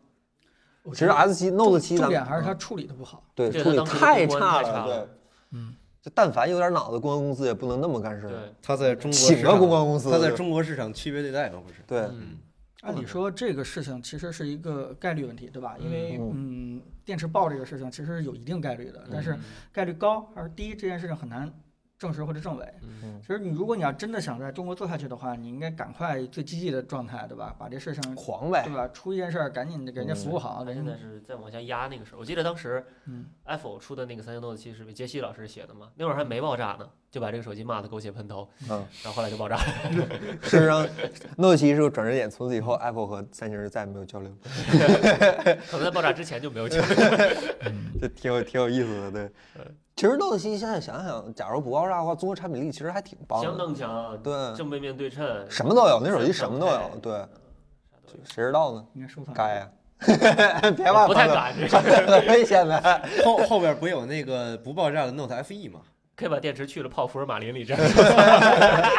[SPEAKER 5] 我
[SPEAKER 1] 其实
[SPEAKER 5] 觉得
[SPEAKER 1] S 七 Note 七
[SPEAKER 5] 重
[SPEAKER 1] 咱
[SPEAKER 5] 点
[SPEAKER 1] 们嗯
[SPEAKER 5] 还是它处理的不好。
[SPEAKER 1] 对
[SPEAKER 7] 对
[SPEAKER 1] 处
[SPEAKER 7] 它
[SPEAKER 1] 理
[SPEAKER 7] 当时的
[SPEAKER 1] 太
[SPEAKER 7] 公关
[SPEAKER 1] 差
[SPEAKER 7] 太差
[SPEAKER 1] 对
[SPEAKER 7] 了，
[SPEAKER 5] 嗯，
[SPEAKER 1] 就但凡有点脑子，公关公司也不能那么干事儿。
[SPEAKER 7] 对，
[SPEAKER 4] 他在中国
[SPEAKER 1] 请
[SPEAKER 4] 市
[SPEAKER 1] 个
[SPEAKER 4] 场
[SPEAKER 1] 公关公司
[SPEAKER 4] 他在
[SPEAKER 1] 就
[SPEAKER 4] 中国市场区别对待吗？不是，
[SPEAKER 1] 对，
[SPEAKER 7] 嗯，
[SPEAKER 5] 按理说这个事情其实是一个概率问题，对吧？因为嗯，电池爆这个事情其实是有一定概率的，
[SPEAKER 1] 嗯
[SPEAKER 5] 但是概率高还是低这件事情很难证实或者证伪。
[SPEAKER 7] 嗯
[SPEAKER 5] 其实你如果你要真的想在中国做下去的话，你应该赶快最积极的状态，对吧？把这事情
[SPEAKER 1] 狂呗
[SPEAKER 5] 对。吧？出一件事儿赶紧给人
[SPEAKER 1] 嗯
[SPEAKER 5] 家服务好，
[SPEAKER 7] 他
[SPEAKER 5] 啊人
[SPEAKER 7] 现在
[SPEAKER 5] 家
[SPEAKER 7] 是在往下压那个事儿。我记得当时
[SPEAKER 5] 嗯
[SPEAKER 7] Apple 出的那个三星 Note 七是杰西老师写的嘛，那会儿还没爆炸呢，就把这个手机骂得狗血喷头，
[SPEAKER 1] 嗯
[SPEAKER 7] 然后后来就爆炸了。
[SPEAKER 1] 事实上 ，Note 七是个转折点，从此以后，Apple 和三星人再也没有交流，
[SPEAKER 7] 可能在爆炸之前就没有交流。
[SPEAKER 1] 这挺有挺有意思的。对，
[SPEAKER 7] 嗯
[SPEAKER 1] 其实 Note 七现在想想，假如不爆炸的话，综合产品力其实还挺棒
[SPEAKER 7] 相
[SPEAKER 1] 的。
[SPEAKER 7] 当强，啊
[SPEAKER 1] 对
[SPEAKER 7] 正背面对称，
[SPEAKER 1] 什么都有那手机
[SPEAKER 7] 三
[SPEAKER 1] 什么都有
[SPEAKER 7] 上配
[SPEAKER 1] 对
[SPEAKER 7] 啥都有
[SPEAKER 1] 谁知道呢？
[SPEAKER 5] 应该收藏。
[SPEAKER 1] 该呀、 别把
[SPEAKER 7] 嗯不太
[SPEAKER 1] 放
[SPEAKER 7] 敢，这
[SPEAKER 1] 到，很危险的。
[SPEAKER 4] 后后边不有那个不爆炸的 Note E FE 吗？
[SPEAKER 7] 可以把电池去了泡福尔马林里这样。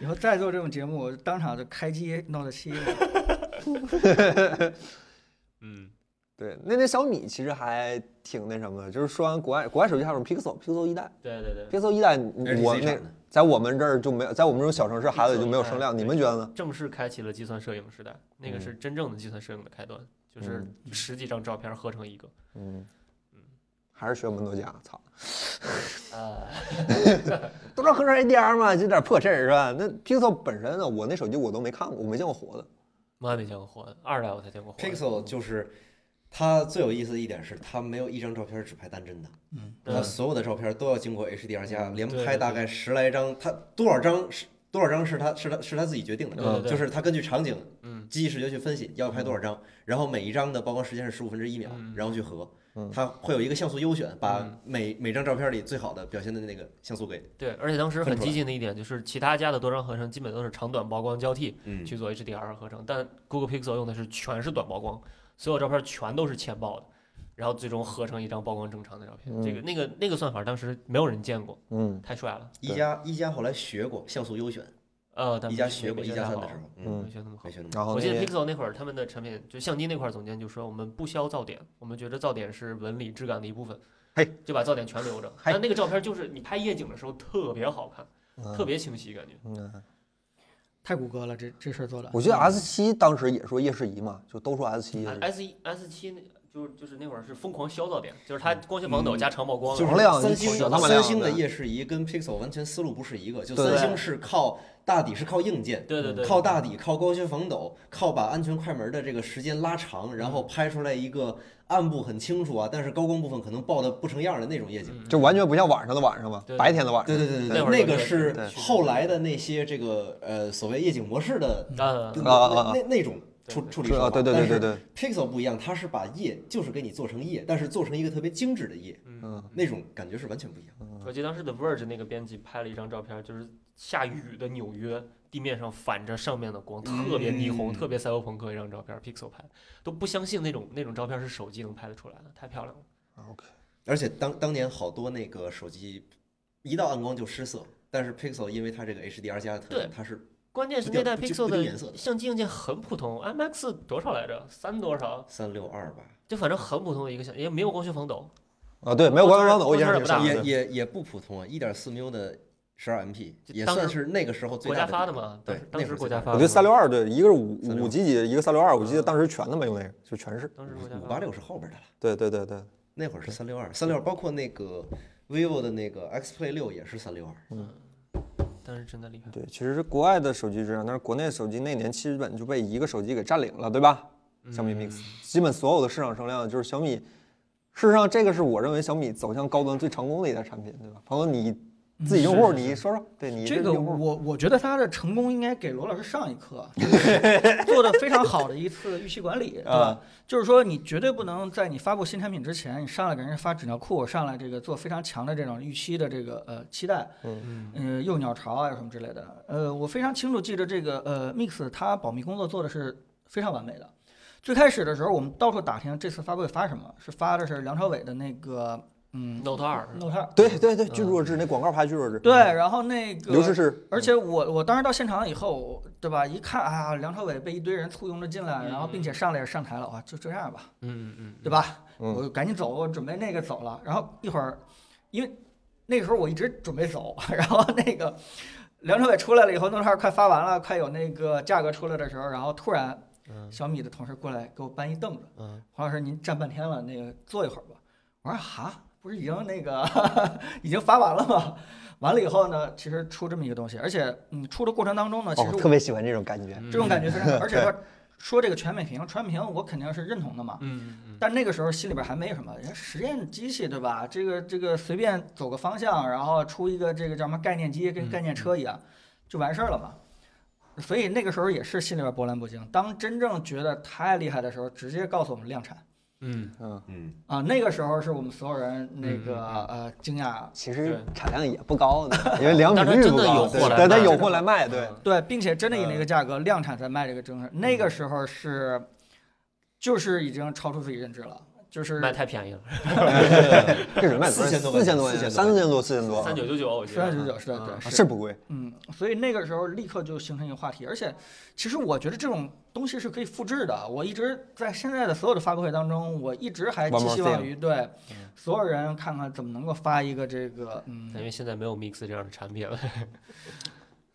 [SPEAKER 5] 以后再做这种节目，我当场就开机 Note 七。
[SPEAKER 3] 嗯，
[SPEAKER 1] 对，那那小米其实还挺那什么的，就是说完国外国外手机还有什么 Pixel Pixel 一代
[SPEAKER 7] 对对对，
[SPEAKER 1] ，Pixel 一代
[SPEAKER 4] LG
[SPEAKER 1] 我
[SPEAKER 4] E 产
[SPEAKER 1] 那
[SPEAKER 4] 的
[SPEAKER 1] 在我们这儿就没有，在我们这种小城市孩子就没有声量，
[SPEAKER 7] Pixel 一代
[SPEAKER 1] 你们觉得呢？
[SPEAKER 7] 正式开启了计算摄影时代，那个是真正的计算摄影的开端，就是十几张照片合成一个。
[SPEAKER 1] 嗯，还是学门多加，操，
[SPEAKER 7] 呃，
[SPEAKER 1] 都知道合成 ADR 嘛，就点破事儿是吧？那 Pixel 本身呢，我那手机我都没看过，我没见过活的。
[SPEAKER 7] 我还没见过活的，二代我才见过活的。
[SPEAKER 4] Pixel 就是它最有意思的一点是，它没有一张照片只拍单帧的，
[SPEAKER 5] 嗯，
[SPEAKER 4] 它所有的照片都要经过 HDR 加，连
[SPEAKER 7] 对
[SPEAKER 4] 拍
[SPEAKER 7] 对
[SPEAKER 4] 大
[SPEAKER 7] 对
[SPEAKER 4] 概十来张，它多少张是多少张是它是它是它自己决定的，
[SPEAKER 7] 对对对
[SPEAKER 4] 就是它根据场景
[SPEAKER 7] 嗯
[SPEAKER 4] 机器视觉去分析要拍多少张，然后每一张的曝光时间是十五分之一秒
[SPEAKER 7] 嗯，
[SPEAKER 4] 然后去合
[SPEAKER 1] 嗯。
[SPEAKER 4] 它会有一个像素优选，把
[SPEAKER 7] 嗯
[SPEAKER 4] 每每张照片里最好的表现的那个像素给，
[SPEAKER 7] 对，而且当时
[SPEAKER 4] 分
[SPEAKER 7] 很
[SPEAKER 4] 出来
[SPEAKER 7] 激进的一点就是，其他家的多张合成基本都是长短曝光交替
[SPEAKER 4] 嗯
[SPEAKER 7] 去做 HDR 合成，但 Google Pixel 用的是全是短曝光，所有照片全都是前曝的，然后最终合成一张曝光正常的照片。
[SPEAKER 4] 嗯
[SPEAKER 7] 这个那个那个算法当时没有人见过，
[SPEAKER 1] 嗯
[SPEAKER 7] 太帅了。
[SPEAKER 4] 一加一加后来学过像素优选，
[SPEAKER 7] 呃，但
[SPEAKER 4] 一加
[SPEAKER 7] 没
[SPEAKER 4] 学过
[SPEAKER 7] 没
[SPEAKER 4] 一
[SPEAKER 7] 学
[SPEAKER 4] 加
[SPEAKER 7] 太
[SPEAKER 4] 三
[SPEAKER 7] 好
[SPEAKER 4] 的时候，嗯，
[SPEAKER 1] 嗯
[SPEAKER 7] 没学那么好
[SPEAKER 4] 没。学那么
[SPEAKER 1] 然后
[SPEAKER 7] 我记
[SPEAKER 1] 那
[SPEAKER 7] 得
[SPEAKER 1] 个
[SPEAKER 7] Pixel 那会儿他们的产品就相机那块儿，总监就说我们不消噪点，我们觉得噪点是纹理质感的一部分
[SPEAKER 1] 嘿，
[SPEAKER 7] 就把噪点全留着。
[SPEAKER 1] 嘿
[SPEAKER 7] 但那个照片就是你拍夜景的时候特别好看，特
[SPEAKER 1] 嗯，
[SPEAKER 7] 别清晰感觉。
[SPEAKER 1] 嗯
[SPEAKER 5] 太谷歌了，这这事儿做的。
[SPEAKER 1] 我记得 S 七当时也说夜视仪嘛，就都说 S 七
[SPEAKER 4] 嗯
[SPEAKER 1] 夜视仪
[SPEAKER 7] S 一 S 七那就是就是那会儿是疯狂消噪点，就是它光学防抖加长曝光，
[SPEAKER 4] 嗯就是
[SPEAKER 1] 黄亮
[SPEAKER 4] 三
[SPEAKER 1] 你
[SPEAKER 4] 星
[SPEAKER 1] 小他妈
[SPEAKER 4] 三
[SPEAKER 1] 亮
[SPEAKER 4] 星的
[SPEAKER 1] 对
[SPEAKER 4] 夜视仪跟 Pixel 完全思路不是一个，就
[SPEAKER 1] 对
[SPEAKER 4] 三星是靠大底是靠硬件，
[SPEAKER 7] 对对对，
[SPEAKER 4] 靠大底靠光学防抖，靠把安全快门的这个时间拉长，然后拍出来一个暗部很清楚啊，但是高光部分可能爆的不成样儿的那种夜景。
[SPEAKER 7] 嗯
[SPEAKER 1] 就完全不像晚上的晚上嘛
[SPEAKER 7] 对，
[SPEAKER 1] 白天的晚
[SPEAKER 4] 对
[SPEAKER 1] 上。嗯
[SPEAKER 4] 对对
[SPEAKER 7] 那
[SPEAKER 4] 对，
[SPEAKER 7] 会儿
[SPEAKER 4] 那
[SPEAKER 7] 有
[SPEAKER 4] 个
[SPEAKER 7] 点
[SPEAKER 4] 是
[SPEAKER 7] 对
[SPEAKER 4] 后来的那些这个呃所谓夜景模式的
[SPEAKER 7] 呃
[SPEAKER 4] 那
[SPEAKER 1] 啊啊啊
[SPEAKER 4] 那那种处
[SPEAKER 7] 对
[SPEAKER 4] 处理
[SPEAKER 1] 是
[SPEAKER 4] 手
[SPEAKER 1] 啊，
[SPEAKER 4] 法，
[SPEAKER 1] 对对
[SPEAKER 4] 但
[SPEAKER 1] 对
[SPEAKER 4] 是
[SPEAKER 1] 对对，
[SPEAKER 4] Pixel 不一样，它是把夜就是给你做成夜，但是做成一个特别精致的夜，
[SPEAKER 7] 嗯
[SPEAKER 1] 嗯，
[SPEAKER 4] 那种感觉是完全不一样的。
[SPEAKER 7] 我记得当时 The Verge 那个编辑拍了一张照片，就是下雨的纽约，地面上反着上面的光，特别霓
[SPEAKER 4] 嗯
[SPEAKER 7] 虹，特别赛博朋克一张照片，Pixel 拍的，都不相信那种那种照片是手机能拍得出来的，太漂亮了。
[SPEAKER 4] 而且当当年好多那个手机一到暗光就失色，但是 Pixel 因为它这个 HDR 加的特点，
[SPEAKER 7] 对
[SPEAKER 4] 它是
[SPEAKER 7] 关键是
[SPEAKER 4] 不掉
[SPEAKER 7] 那代
[SPEAKER 4] 不就
[SPEAKER 7] Pixel
[SPEAKER 4] 不掉颜色
[SPEAKER 7] 的
[SPEAKER 4] 的
[SPEAKER 7] 相机硬件很普通，IMX 多少来着？三多少？
[SPEAKER 4] 三六二吧，
[SPEAKER 7] 就反正很普通的一个相，也没有光学防抖，
[SPEAKER 1] 啊对，没有官方的，
[SPEAKER 7] 光
[SPEAKER 1] 我印
[SPEAKER 7] 圈
[SPEAKER 1] 象挺
[SPEAKER 7] 也不
[SPEAKER 1] 深
[SPEAKER 7] 大
[SPEAKER 1] 的
[SPEAKER 4] 也
[SPEAKER 1] 对
[SPEAKER 4] 也也不普通啊，一点四 m 的十二 MP
[SPEAKER 7] 就
[SPEAKER 4] 也
[SPEAKER 7] 当时
[SPEAKER 4] 算是那个时候最
[SPEAKER 7] 国
[SPEAKER 4] 大
[SPEAKER 7] 家
[SPEAKER 4] 的
[SPEAKER 7] 发的嘛，
[SPEAKER 4] 对
[SPEAKER 7] 当时当
[SPEAKER 4] 那会
[SPEAKER 7] 时
[SPEAKER 4] 儿最
[SPEAKER 7] 国家
[SPEAKER 4] 大
[SPEAKER 7] 发
[SPEAKER 1] 我
[SPEAKER 7] 的嘛，
[SPEAKER 1] 觉得三六二对，一个是五
[SPEAKER 4] 362
[SPEAKER 1] 五 G 几，一个三六二，我记得
[SPEAKER 7] 嗯
[SPEAKER 1] 当时全他妈用那个，就全是。
[SPEAKER 7] 当时国家
[SPEAKER 4] 五
[SPEAKER 7] 发
[SPEAKER 4] 八
[SPEAKER 7] 的
[SPEAKER 4] 六是后边的了，
[SPEAKER 1] 对对对对，
[SPEAKER 4] 那会儿是三六二，三六二包括那个 vivo 的那个 X Play 六也是三六二，
[SPEAKER 7] 当时真的厉害。
[SPEAKER 1] 对，其实是国外的手机是这样，但是国内手机那年基本就被一个手机给占领了，对吧？小米 Mix，、基本所有的市场声量就是小米。事实上，这个是我认为小米走向高端最成功的一代产品，对吧？朋友，你
[SPEAKER 5] 嗯
[SPEAKER 1] 自己用户，你说说，对你
[SPEAKER 5] 这
[SPEAKER 1] 是
[SPEAKER 5] 个
[SPEAKER 1] 用户，
[SPEAKER 5] 我我觉得他的成功应该给罗老师上一课，就是 做的非常好的一次预期管理，对吧
[SPEAKER 1] 啊？
[SPEAKER 5] 就是说你绝对不能在你发布新产品之前，你上来给人家发纸尿裤，上来这个做非常强的这种预期的这个呃期待，
[SPEAKER 7] 嗯，
[SPEAKER 5] 呃幼鸟巢啊什么之类的。呃，我非常清楚记得这个呃 Mix 它保密工作做的是非常完美的。最开始的时候，我们到处打听这次发布会发什么，是发的是梁朝伟的那个嗯
[SPEAKER 7] Note 二
[SPEAKER 5] ，Note 二，
[SPEAKER 1] 对对对，巨弱智那广告拍巨弱智，
[SPEAKER 5] 对，，然后那个
[SPEAKER 1] 刘诗诗，
[SPEAKER 5] 而且我我当时到现场以后，对吧？一看啊，梁朝伟被一堆人簇拥着进来，然后并且上来也上台了，哇，就这样吧，
[SPEAKER 7] 嗯嗯
[SPEAKER 5] 对吧？
[SPEAKER 1] 嗯
[SPEAKER 5] 我赶紧走，我准备那个走了。然后一会儿，因为那个时候我一直准备走，然后那个梁朝伟出来了以后，弄号快发完了，快有那个价格出来的时候，然后突然
[SPEAKER 7] 嗯
[SPEAKER 5] 小米的同事过来给我搬一凳子，
[SPEAKER 7] 嗯，
[SPEAKER 5] 黄老师您站半天了，那个坐一会儿吧。我说哈，不是已经那个 已经发完了吗？完了以后呢，其实出这么一个东西，而且嗯，出的过程当中呢，其
[SPEAKER 1] 哦，
[SPEAKER 5] 实
[SPEAKER 1] 我
[SPEAKER 5] 我嗯
[SPEAKER 1] 特别喜嗯欢这种感觉。
[SPEAKER 5] 这种感觉非常好，而且说说这个全美屏，全美屏我肯定是认同的嘛。
[SPEAKER 3] 嗯嗯
[SPEAKER 5] 但那个时候心里边还没什么，人家实验机器对吧？这个这个随便走个方向，然后出一个这个叫什么概念机，
[SPEAKER 7] 嗯
[SPEAKER 5] 跟概念车一样，就完事儿了嘛。所以那个时候也是心里边波澜不惊。当真正觉得太厉害的时候，直接告诉我们量产
[SPEAKER 3] 嗯
[SPEAKER 1] 嗯，
[SPEAKER 4] 嗯，
[SPEAKER 5] 啊！那个时候是我们所有人
[SPEAKER 7] 嗯
[SPEAKER 5] 那个呃惊讶，
[SPEAKER 1] 其
[SPEAKER 3] 对
[SPEAKER 1] 实产量也不高的，因为良品
[SPEAKER 7] 但是
[SPEAKER 1] 率
[SPEAKER 7] 真
[SPEAKER 1] 不
[SPEAKER 7] 的
[SPEAKER 1] 高，
[SPEAKER 7] 有
[SPEAKER 1] 对
[SPEAKER 7] 货来
[SPEAKER 1] 但它
[SPEAKER 7] 卖
[SPEAKER 1] 有货来卖，对，
[SPEAKER 5] 对，并且真的以那个
[SPEAKER 7] 呃
[SPEAKER 5] 价格量产在卖这个真事。那
[SPEAKER 7] 嗯
[SPEAKER 5] 个时候是就是已经超出自己认知了，就是
[SPEAKER 7] 卖太便宜了，
[SPEAKER 1] 这人卖多少？
[SPEAKER 4] 4000多
[SPEAKER 1] 四千多
[SPEAKER 4] 块钱
[SPEAKER 1] 三千多，四千多，
[SPEAKER 7] 三九九九，我记得
[SPEAKER 5] 三九九是的，对，
[SPEAKER 7] 嗯
[SPEAKER 1] 啊是不贵。
[SPEAKER 5] 嗯，所以那个时候立刻就形成一个话题，而且其实我觉得这种东西是可以复制的。我一直在现在的所有的发布会当中，我一直还
[SPEAKER 1] One
[SPEAKER 5] 寄
[SPEAKER 1] more
[SPEAKER 5] 希望于对
[SPEAKER 1] 嗯
[SPEAKER 5] 所有人看看怎么能够发一个这个嗯
[SPEAKER 7] 因，为现在没有 Mix 这样的产品了。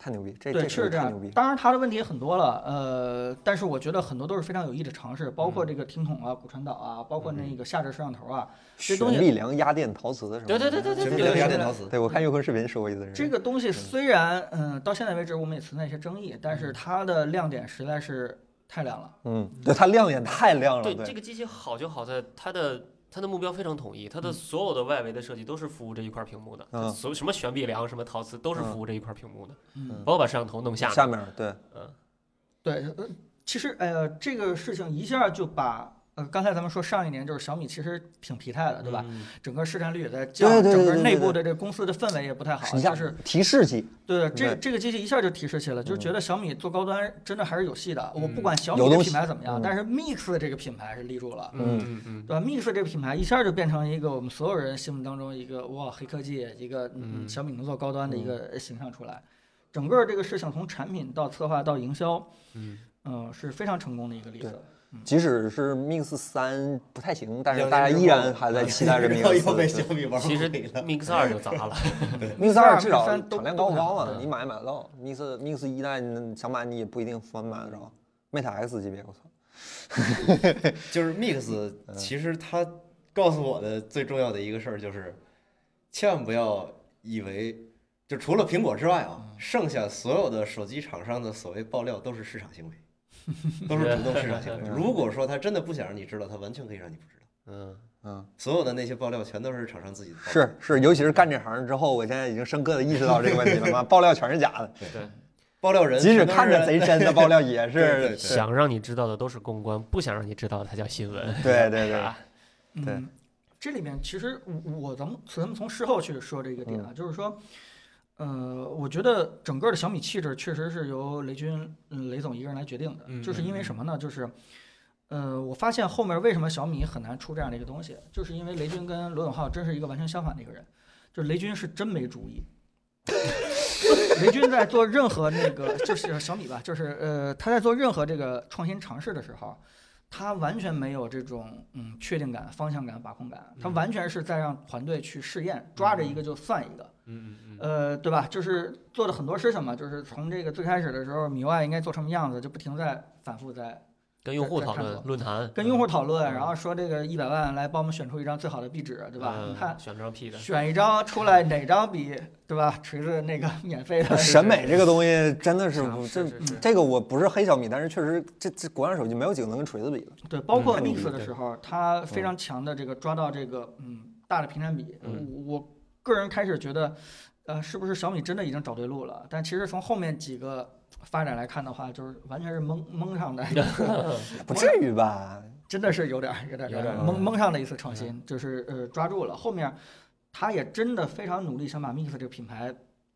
[SPEAKER 1] 太牛逼，这
[SPEAKER 5] 对，
[SPEAKER 1] 这
[SPEAKER 5] 是这
[SPEAKER 1] 太
[SPEAKER 5] 样
[SPEAKER 1] 牛。逼。
[SPEAKER 5] 当然他的问题也很多了，呃，但是我觉得很多都是非常有益的尝试，包
[SPEAKER 1] 嗯
[SPEAKER 5] 括这个听筒啊、骨传导啊，包括那个下置摄像头啊，这东西
[SPEAKER 1] 旋力梁压电陶瓷什么的。
[SPEAKER 7] 对对对对对
[SPEAKER 4] 全
[SPEAKER 7] 对
[SPEAKER 4] 民
[SPEAKER 5] 对
[SPEAKER 4] 能
[SPEAKER 5] 对
[SPEAKER 4] 压
[SPEAKER 5] 对
[SPEAKER 4] 电陶瓷，
[SPEAKER 1] 对，我看优酷视频说过一次。
[SPEAKER 5] 这个东西虽然嗯、到现在为止我们也存在一些争议，但是它的亮点实在是太亮了。
[SPEAKER 1] 嗯，对，它亮眼太亮了。
[SPEAKER 7] 对
[SPEAKER 1] 啊对，
[SPEAKER 7] 这个机器好就好在它的它的目标非常统一，它的所有的外围的设计都是服务这一块屏幕的，它
[SPEAKER 1] 嗯
[SPEAKER 7] 所有什么悬臂梁、什么陶瓷都是服务这一块屏幕的，
[SPEAKER 5] 嗯
[SPEAKER 7] 包括把摄像头弄下
[SPEAKER 1] 下
[SPEAKER 7] 面，
[SPEAKER 1] 面对，
[SPEAKER 7] 嗯
[SPEAKER 5] 对，呃，其实呃，这个事情一下就把呃，刚才咱们说上一年就是小米其实挺疲态的，对吧？？
[SPEAKER 7] 嗯
[SPEAKER 5] 整个市占率也在降，
[SPEAKER 1] 对对对对
[SPEAKER 5] 整个
[SPEAKER 1] 对
[SPEAKER 5] 内
[SPEAKER 1] 对
[SPEAKER 5] 部的这个公司的氛围也不太好，
[SPEAKER 1] 一
[SPEAKER 5] 就
[SPEAKER 1] 下
[SPEAKER 5] 是
[SPEAKER 1] 提示器，
[SPEAKER 5] 对对这
[SPEAKER 1] 对
[SPEAKER 5] 这个机器一下就提示起了，就是觉得小米做高端真的还是有戏的。我不管小
[SPEAKER 1] 嗯
[SPEAKER 5] 米
[SPEAKER 1] 有
[SPEAKER 5] 这
[SPEAKER 1] 东
[SPEAKER 5] 品
[SPEAKER 1] 西
[SPEAKER 5] 牌怎么样，
[SPEAKER 1] 嗯
[SPEAKER 5] 但是 Mix 这个品牌是立住了。
[SPEAKER 7] 嗯 嗯
[SPEAKER 5] 对吧？Mix 这个品牌一下就变成一个我们所有人心目当中一个哇黑科技，一个嗯
[SPEAKER 7] 嗯
[SPEAKER 5] 小米能做高端的一个形象出来。整个这个事情从产品到策划到营销，
[SPEAKER 7] 嗯
[SPEAKER 5] 嗯、是非常成功的一个例
[SPEAKER 1] 对
[SPEAKER 5] 子。
[SPEAKER 1] 即使是 Mix 三不太行，但是
[SPEAKER 4] 两
[SPEAKER 1] 大家
[SPEAKER 4] 年之
[SPEAKER 1] 依然
[SPEAKER 4] 后
[SPEAKER 1] 还在期待着
[SPEAKER 4] 然后 又被
[SPEAKER 1] Mix
[SPEAKER 4] 小
[SPEAKER 1] 对。
[SPEAKER 4] 米
[SPEAKER 7] 嗯，
[SPEAKER 4] 玩
[SPEAKER 7] 其实
[SPEAKER 4] 毁了。
[SPEAKER 7] Mix 二就砸了，
[SPEAKER 1] Mix
[SPEAKER 5] 二
[SPEAKER 1] 二至少
[SPEAKER 5] Mix 三都
[SPEAKER 1] 产量高不高
[SPEAKER 5] 都
[SPEAKER 1] 嘛，
[SPEAKER 5] 不嗯太
[SPEAKER 1] 你买也买得到。Mix Mix 一代你想买你也不一定翻买得着，Mate X 级别我操，
[SPEAKER 4] 就是 Mix，其
[SPEAKER 1] 嗯
[SPEAKER 4] 实它告诉我的最重要的一个事儿就是，千万不要以为就除了苹果之外
[SPEAKER 1] 嗯
[SPEAKER 4] 啊，剩下所有的手机厂商的所谓爆料都是市场行为， 都是主动市场行
[SPEAKER 1] 嗯
[SPEAKER 4] 为。如果说他真的不想让你知道，他完全可以让你不知道。
[SPEAKER 7] 嗯，
[SPEAKER 1] 嗯，
[SPEAKER 4] 所有的那些爆料全都是厂商自己的爆料
[SPEAKER 1] 是是，尤其是干这行之后，我现在已经深刻的意识到这个问题了 嘛，爆料全是假的，
[SPEAKER 7] 对，
[SPEAKER 4] 爆料人，
[SPEAKER 1] 即使看着贼真的爆料也
[SPEAKER 4] 对
[SPEAKER 1] 是
[SPEAKER 4] 对，对
[SPEAKER 7] 想让你知道的都是公关，不想让你知道的才叫新闻。
[SPEAKER 1] 对对对。 对
[SPEAKER 5] 嗯，这里面其实我我咱们咱们从事后去说这个点啊，就是说，呃，我觉得整个的小米气质确实是由雷军、嗯雷总一个人来决定的，就是因为什么呢？就是，呃，我发现后面为什么小米很难出这样的一个东西，就是因为雷军跟罗永浩真是一个完全相反的一个人，就是雷军是真没主意。 雷军在做任何那个，就是小米吧，就是呃，他在做任何这个创新尝试的时候，他完全没有这种嗯确定感、方向感、把控感，
[SPEAKER 7] 嗯
[SPEAKER 5] 他完全是在让团队去试验，抓着一个就算一个，
[SPEAKER 7] 嗯嗯
[SPEAKER 5] 呃，对吧？就是做的很多事情嘛，就是从这个最开始的时候，MIUI 应该做什么样子，就不停在反复在
[SPEAKER 7] 跟用户
[SPEAKER 5] 在
[SPEAKER 7] 讨
[SPEAKER 5] 看
[SPEAKER 7] 论
[SPEAKER 5] 过
[SPEAKER 7] 论坛，
[SPEAKER 5] 跟用户讨论，
[SPEAKER 7] 嗯
[SPEAKER 5] 然后说这个一百万来帮我们选出一张最好的壁纸，对吧？
[SPEAKER 7] 嗯
[SPEAKER 5] 你看
[SPEAKER 7] 选张屁的，
[SPEAKER 5] 选一张出来哪张比对吧？锤子那个 免费的
[SPEAKER 1] 审美这个东西真的是
[SPEAKER 7] 啊
[SPEAKER 1] 不，
[SPEAKER 7] 是
[SPEAKER 1] 这
[SPEAKER 7] 是是
[SPEAKER 1] 这个我不是黑小米，但是确实这这国产手机没有几个能跟锤子比的。
[SPEAKER 5] 对，包括
[SPEAKER 1] 嗯
[SPEAKER 5] Mix
[SPEAKER 1] 对
[SPEAKER 5] 的时候，它非常强的这个抓到这个嗯大的屏占比。
[SPEAKER 7] 嗯
[SPEAKER 5] 我我个人开始觉得，呃，是不是小米真的已经找对路了？但其实从后面几个发展来看的话，就是完全是蒙蒙上的，
[SPEAKER 1] 也不至于吧？
[SPEAKER 5] 真的是有点儿有点儿
[SPEAKER 7] 有点儿嗯
[SPEAKER 5] 蒙蒙上的一次创新，就是呃抓住了。后面他也真的非常努力想把 Mix 这个品牌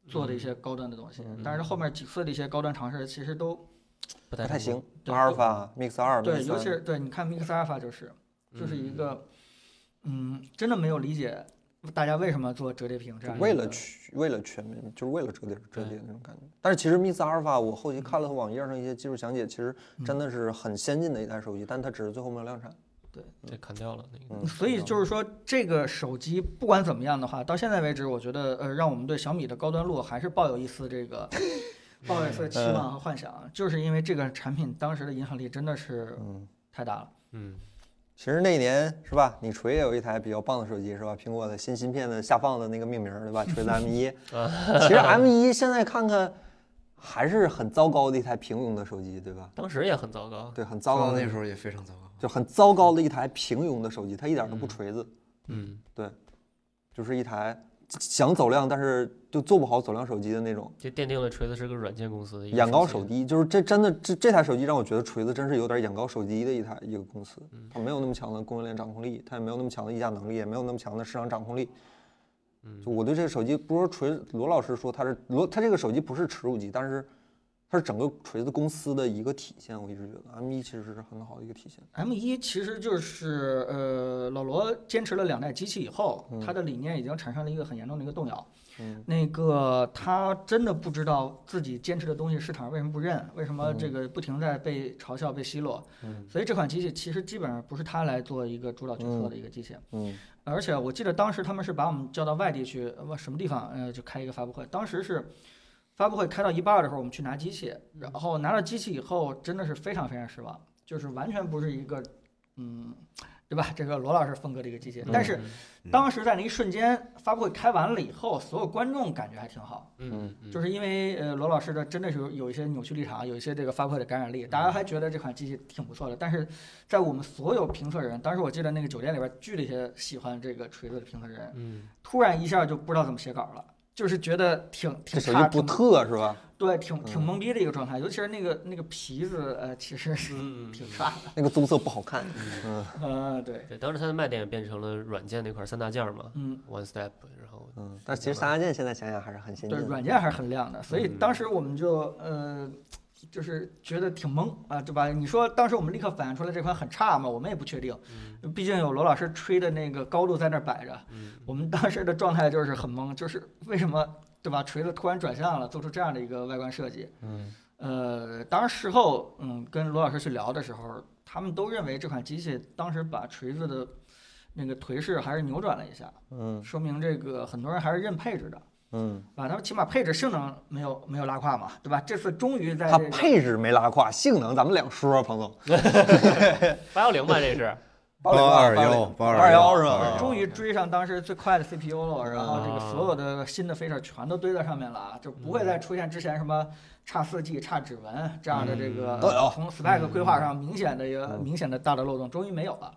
[SPEAKER 5] 做的
[SPEAKER 7] 嗯
[SPEAKER 5] 一些高端的东西，但是后面几次的一些高端尝试其实都
[SPEAKER 7] 不
[SPEAKER 1] 不太
[SPEAKER 7] 太成
[SPEAKER 1] 行
[SPEAKER 7] 功。。
[SPEAKER 5] 对
[SPEAKER 1] 阿尔法、Mix 二、
[SPEAKER 5] 对，
[SPEAKER 1] Mix
[SPEAKER 5] 尤
[SPEAKER 1] 三
[SPEAKER 5] 其是对，你看 Mix Alpha 嗯就是，就是一个，嗯，真的没有理解大家为什么做折叠屏
[SPEAKER 1] 就
[SPEAKER 5] 这样一个？
[SPEAKER 1] 为了去，为了全面，就是为了折叠折叠那种感觉。但是其实 Mix Alpha，我后期看了网页上一些技术详解，其实
[SPEAKER 5] 嗯
[SPEAKER 1] 真的是很先进的一台手机，但它只是最后没有量产。
[SPEAKER 7] 对，砍掉了那个。
[SPEAKER 1] 嗯，
[SPEAKER 5] 所以
[SPEAKER 1] 嗯
[SPEAKER 5] 就是说，这个手机不管怎么样的话，到现在为止，我觉得呃，让我们对小米的高端路还是抱有一丝这个抱有一丝期
[SPEAKER 1] 嗯
[SPEAKER 5] 望和幻想，就是因为这个产品当时的影响力真的是
[SPEAKER 1] 嗯，
[SPEAKER 5] 太大了。
[SPEAKER 7] 嗯，
[SPEAKER 1] 其实那年是吧，你锤也有一台比较棒的手机是吧？苹果的新芯片的下放的那个命名对吧？锤子 M 一，其实 M 一现在看看还是很糟糕的一台平庸的手机对吧？
[SPEAKER 7] 当时也很糟糕。
[SPEAKER 1] 对，很糟
[SPEAKER 4] 糟
[SPEAKER 1] 糕
[SPEAKER 4] 糕
[SPEAKER 1] 的
[SPEAKER 4] 那时候也非常糟糕。
[SPEAKER 1] 就很糟糕的一台平庸的手机，它一点都不锤子，
[SPEAKER 7] 嗯，
[SPEAKER 1] 就是一台想走量但是就做不好走量手机的那种。
[SPEAKER 7] 就奠定了锤子是个软件公司的一个
[SPEAKER 1] 眼高
[SPEAKER 7] 雏
[SPEAKER 1] 手
[SPEAKER 7] 形。
[SPEAKER 1] 低，就是这真的这这台手机让我觉得锤子真是有点眼高手低的一台一个公司，
[SPEAKER 5] 嗯
[SPEAKER 1] 它没有那么强的供应链掌控力，它也没有那么强的议价能力，也没有那么强的市场掌控力。
[SPEAKER 5] 嗯
[SPEAKER 1] 就我对这个手机，不是说锤子罗老师说它是罗，它这个手机不是耻辱机，但是它是整个锤子公司的一个体现。我一直觉得 M 一其实是很好的一个体现。
[SPEAKER 5] M 一其实就是呃，老罗坚持了两代机器以后，他的理念已经产生了一个很严重的一个动摇。
[SPEAKER 1] 嗯
[SPEAKER 5] 那个他真的不知道自己坚持的东西市场为什么不认，为什么这个不停在被嘲笑、被奚落。
[SPEAKER 1] 嗯
[SPEAKER 5] 所以这款机器其实基本上不是他来做一个主导决策的一个机器。
[SPEAKER 1] 嗯
[SPEAKER 5] 而且我记得当时他们是把我们叫到外地去，呃，什么地方，呃，就开一个发布会。当时是发布会开到一半儿的时候，我们去拿机器，然后拿到机器以后，真的是非常非常失望，就是完全不是一个，嗯，对吧？这个罗老师风格的一个机器。但
[SPEAKER 7] 嗯
[SPEAKER 5] 是当时在那一瞬间，发布会开完了以后，所有观众感觉还挺好，
[SPEAKER 7] 嗯，嗯
[SPEAKER 5] 就是因为呃罗老师的真的是有有一些扭曲立场，有一些这个发布会的感染力，大家
[SPEAKER 7] 嗯
[SPEAKER 5] 还觉得这款机器挺不错的。但是在我们所有评测人，当时我记得那个酒店里边聚了一些喜欢这个锤子的评测人，
[SPEAKER 7] 嗯
[SPEAKER 5] 突然一下就不知道怎么写稿了，就是觉得挺挺
[SPEAKER 1] 这手机
[SPEAKER 5] 差，
[SPEAKER 1] 不
[SPEAKER 5] 挺
[SPEAKER 1] 特是吧？
[SPEAKER 5] 对，挺挺
[SPEAKER 1] 嗯
[SPEAKER 5] 懵逼的一个状态。尤其是那个那个皮子，呃，其实是
[SPEAKER 7] 嗯，嗯
[SPEAKER 5] 挺差的。
[SPEAKER 1] 那个棕色不好看。嗯
[SPEAKER 5] 呃，对，
[SPEAKER 7] 对，当时它的卖点也变成了软件那块儿三大件儿嘛
[SPEAKER 5] 嗯，
[SPEAKER 7] ，One Step，然后
[SPEAKER 1] 嗯，但其实三家店现在想想还是很先
[SPEAKER 5] 对，
[SPEAKER 1] 进的。
[SPEAKER 5] 软件还是很亮的，所以当时我们就呃。就是觉得挺懵啊，对吧？你说当时我们立刻反应出来这款很差嘛，我们也不确定，毕竟有罗老师吹的那个高度在那儿摆着，我们当时的状态就是很懵，就是为什么对吧？锤子突然转向了，做出这样的一个外观设计，
[SPEAKER 1] 嗯
[SPEAKER 5] 呃，当然事后，嗯，跟罗老师去聊的时候，他们都认为这款机器当时把锤子的那个颓势还是扭转了一下，
[SPEAKER 1] 嗯
[SPEAKER 5] 说明这个很多人还是认配置的，
[SPEAKER 1] 嗯，
[SPEAKER 5] 啊，他们起码配置性能没有没有拉胯嘛，对吧？这次终于在
[SPEAKER 1] 它
[SPEAKER 5] 这个
[SPEAKER 1] 配置没拉胯，性能咱们两说，彭总。
[SPEAKER 7] 八幺零吧，这是。
[SPEAKER 1] 820 821是吧？嗯
[SPEAKER 5] 终于追上当时最快的 CPU 了，然后这
[SPEAKER 1] 啊
[SPEAKER 5] 个所有的新的 feature 全都堆到上面了啊，就不会
[SPEAKER 1] 嗯
[SPEAKER 5] 再出现之前什么差四 G、差指纹这样的这个
[SPEAKER 1] 嗯都有
[SPEAKER 5] 从 spec 规划上明显的一个
[SPEAKER 1] 嗯
[SPEAKER 5] 明显的大的漏洞，终于没有了。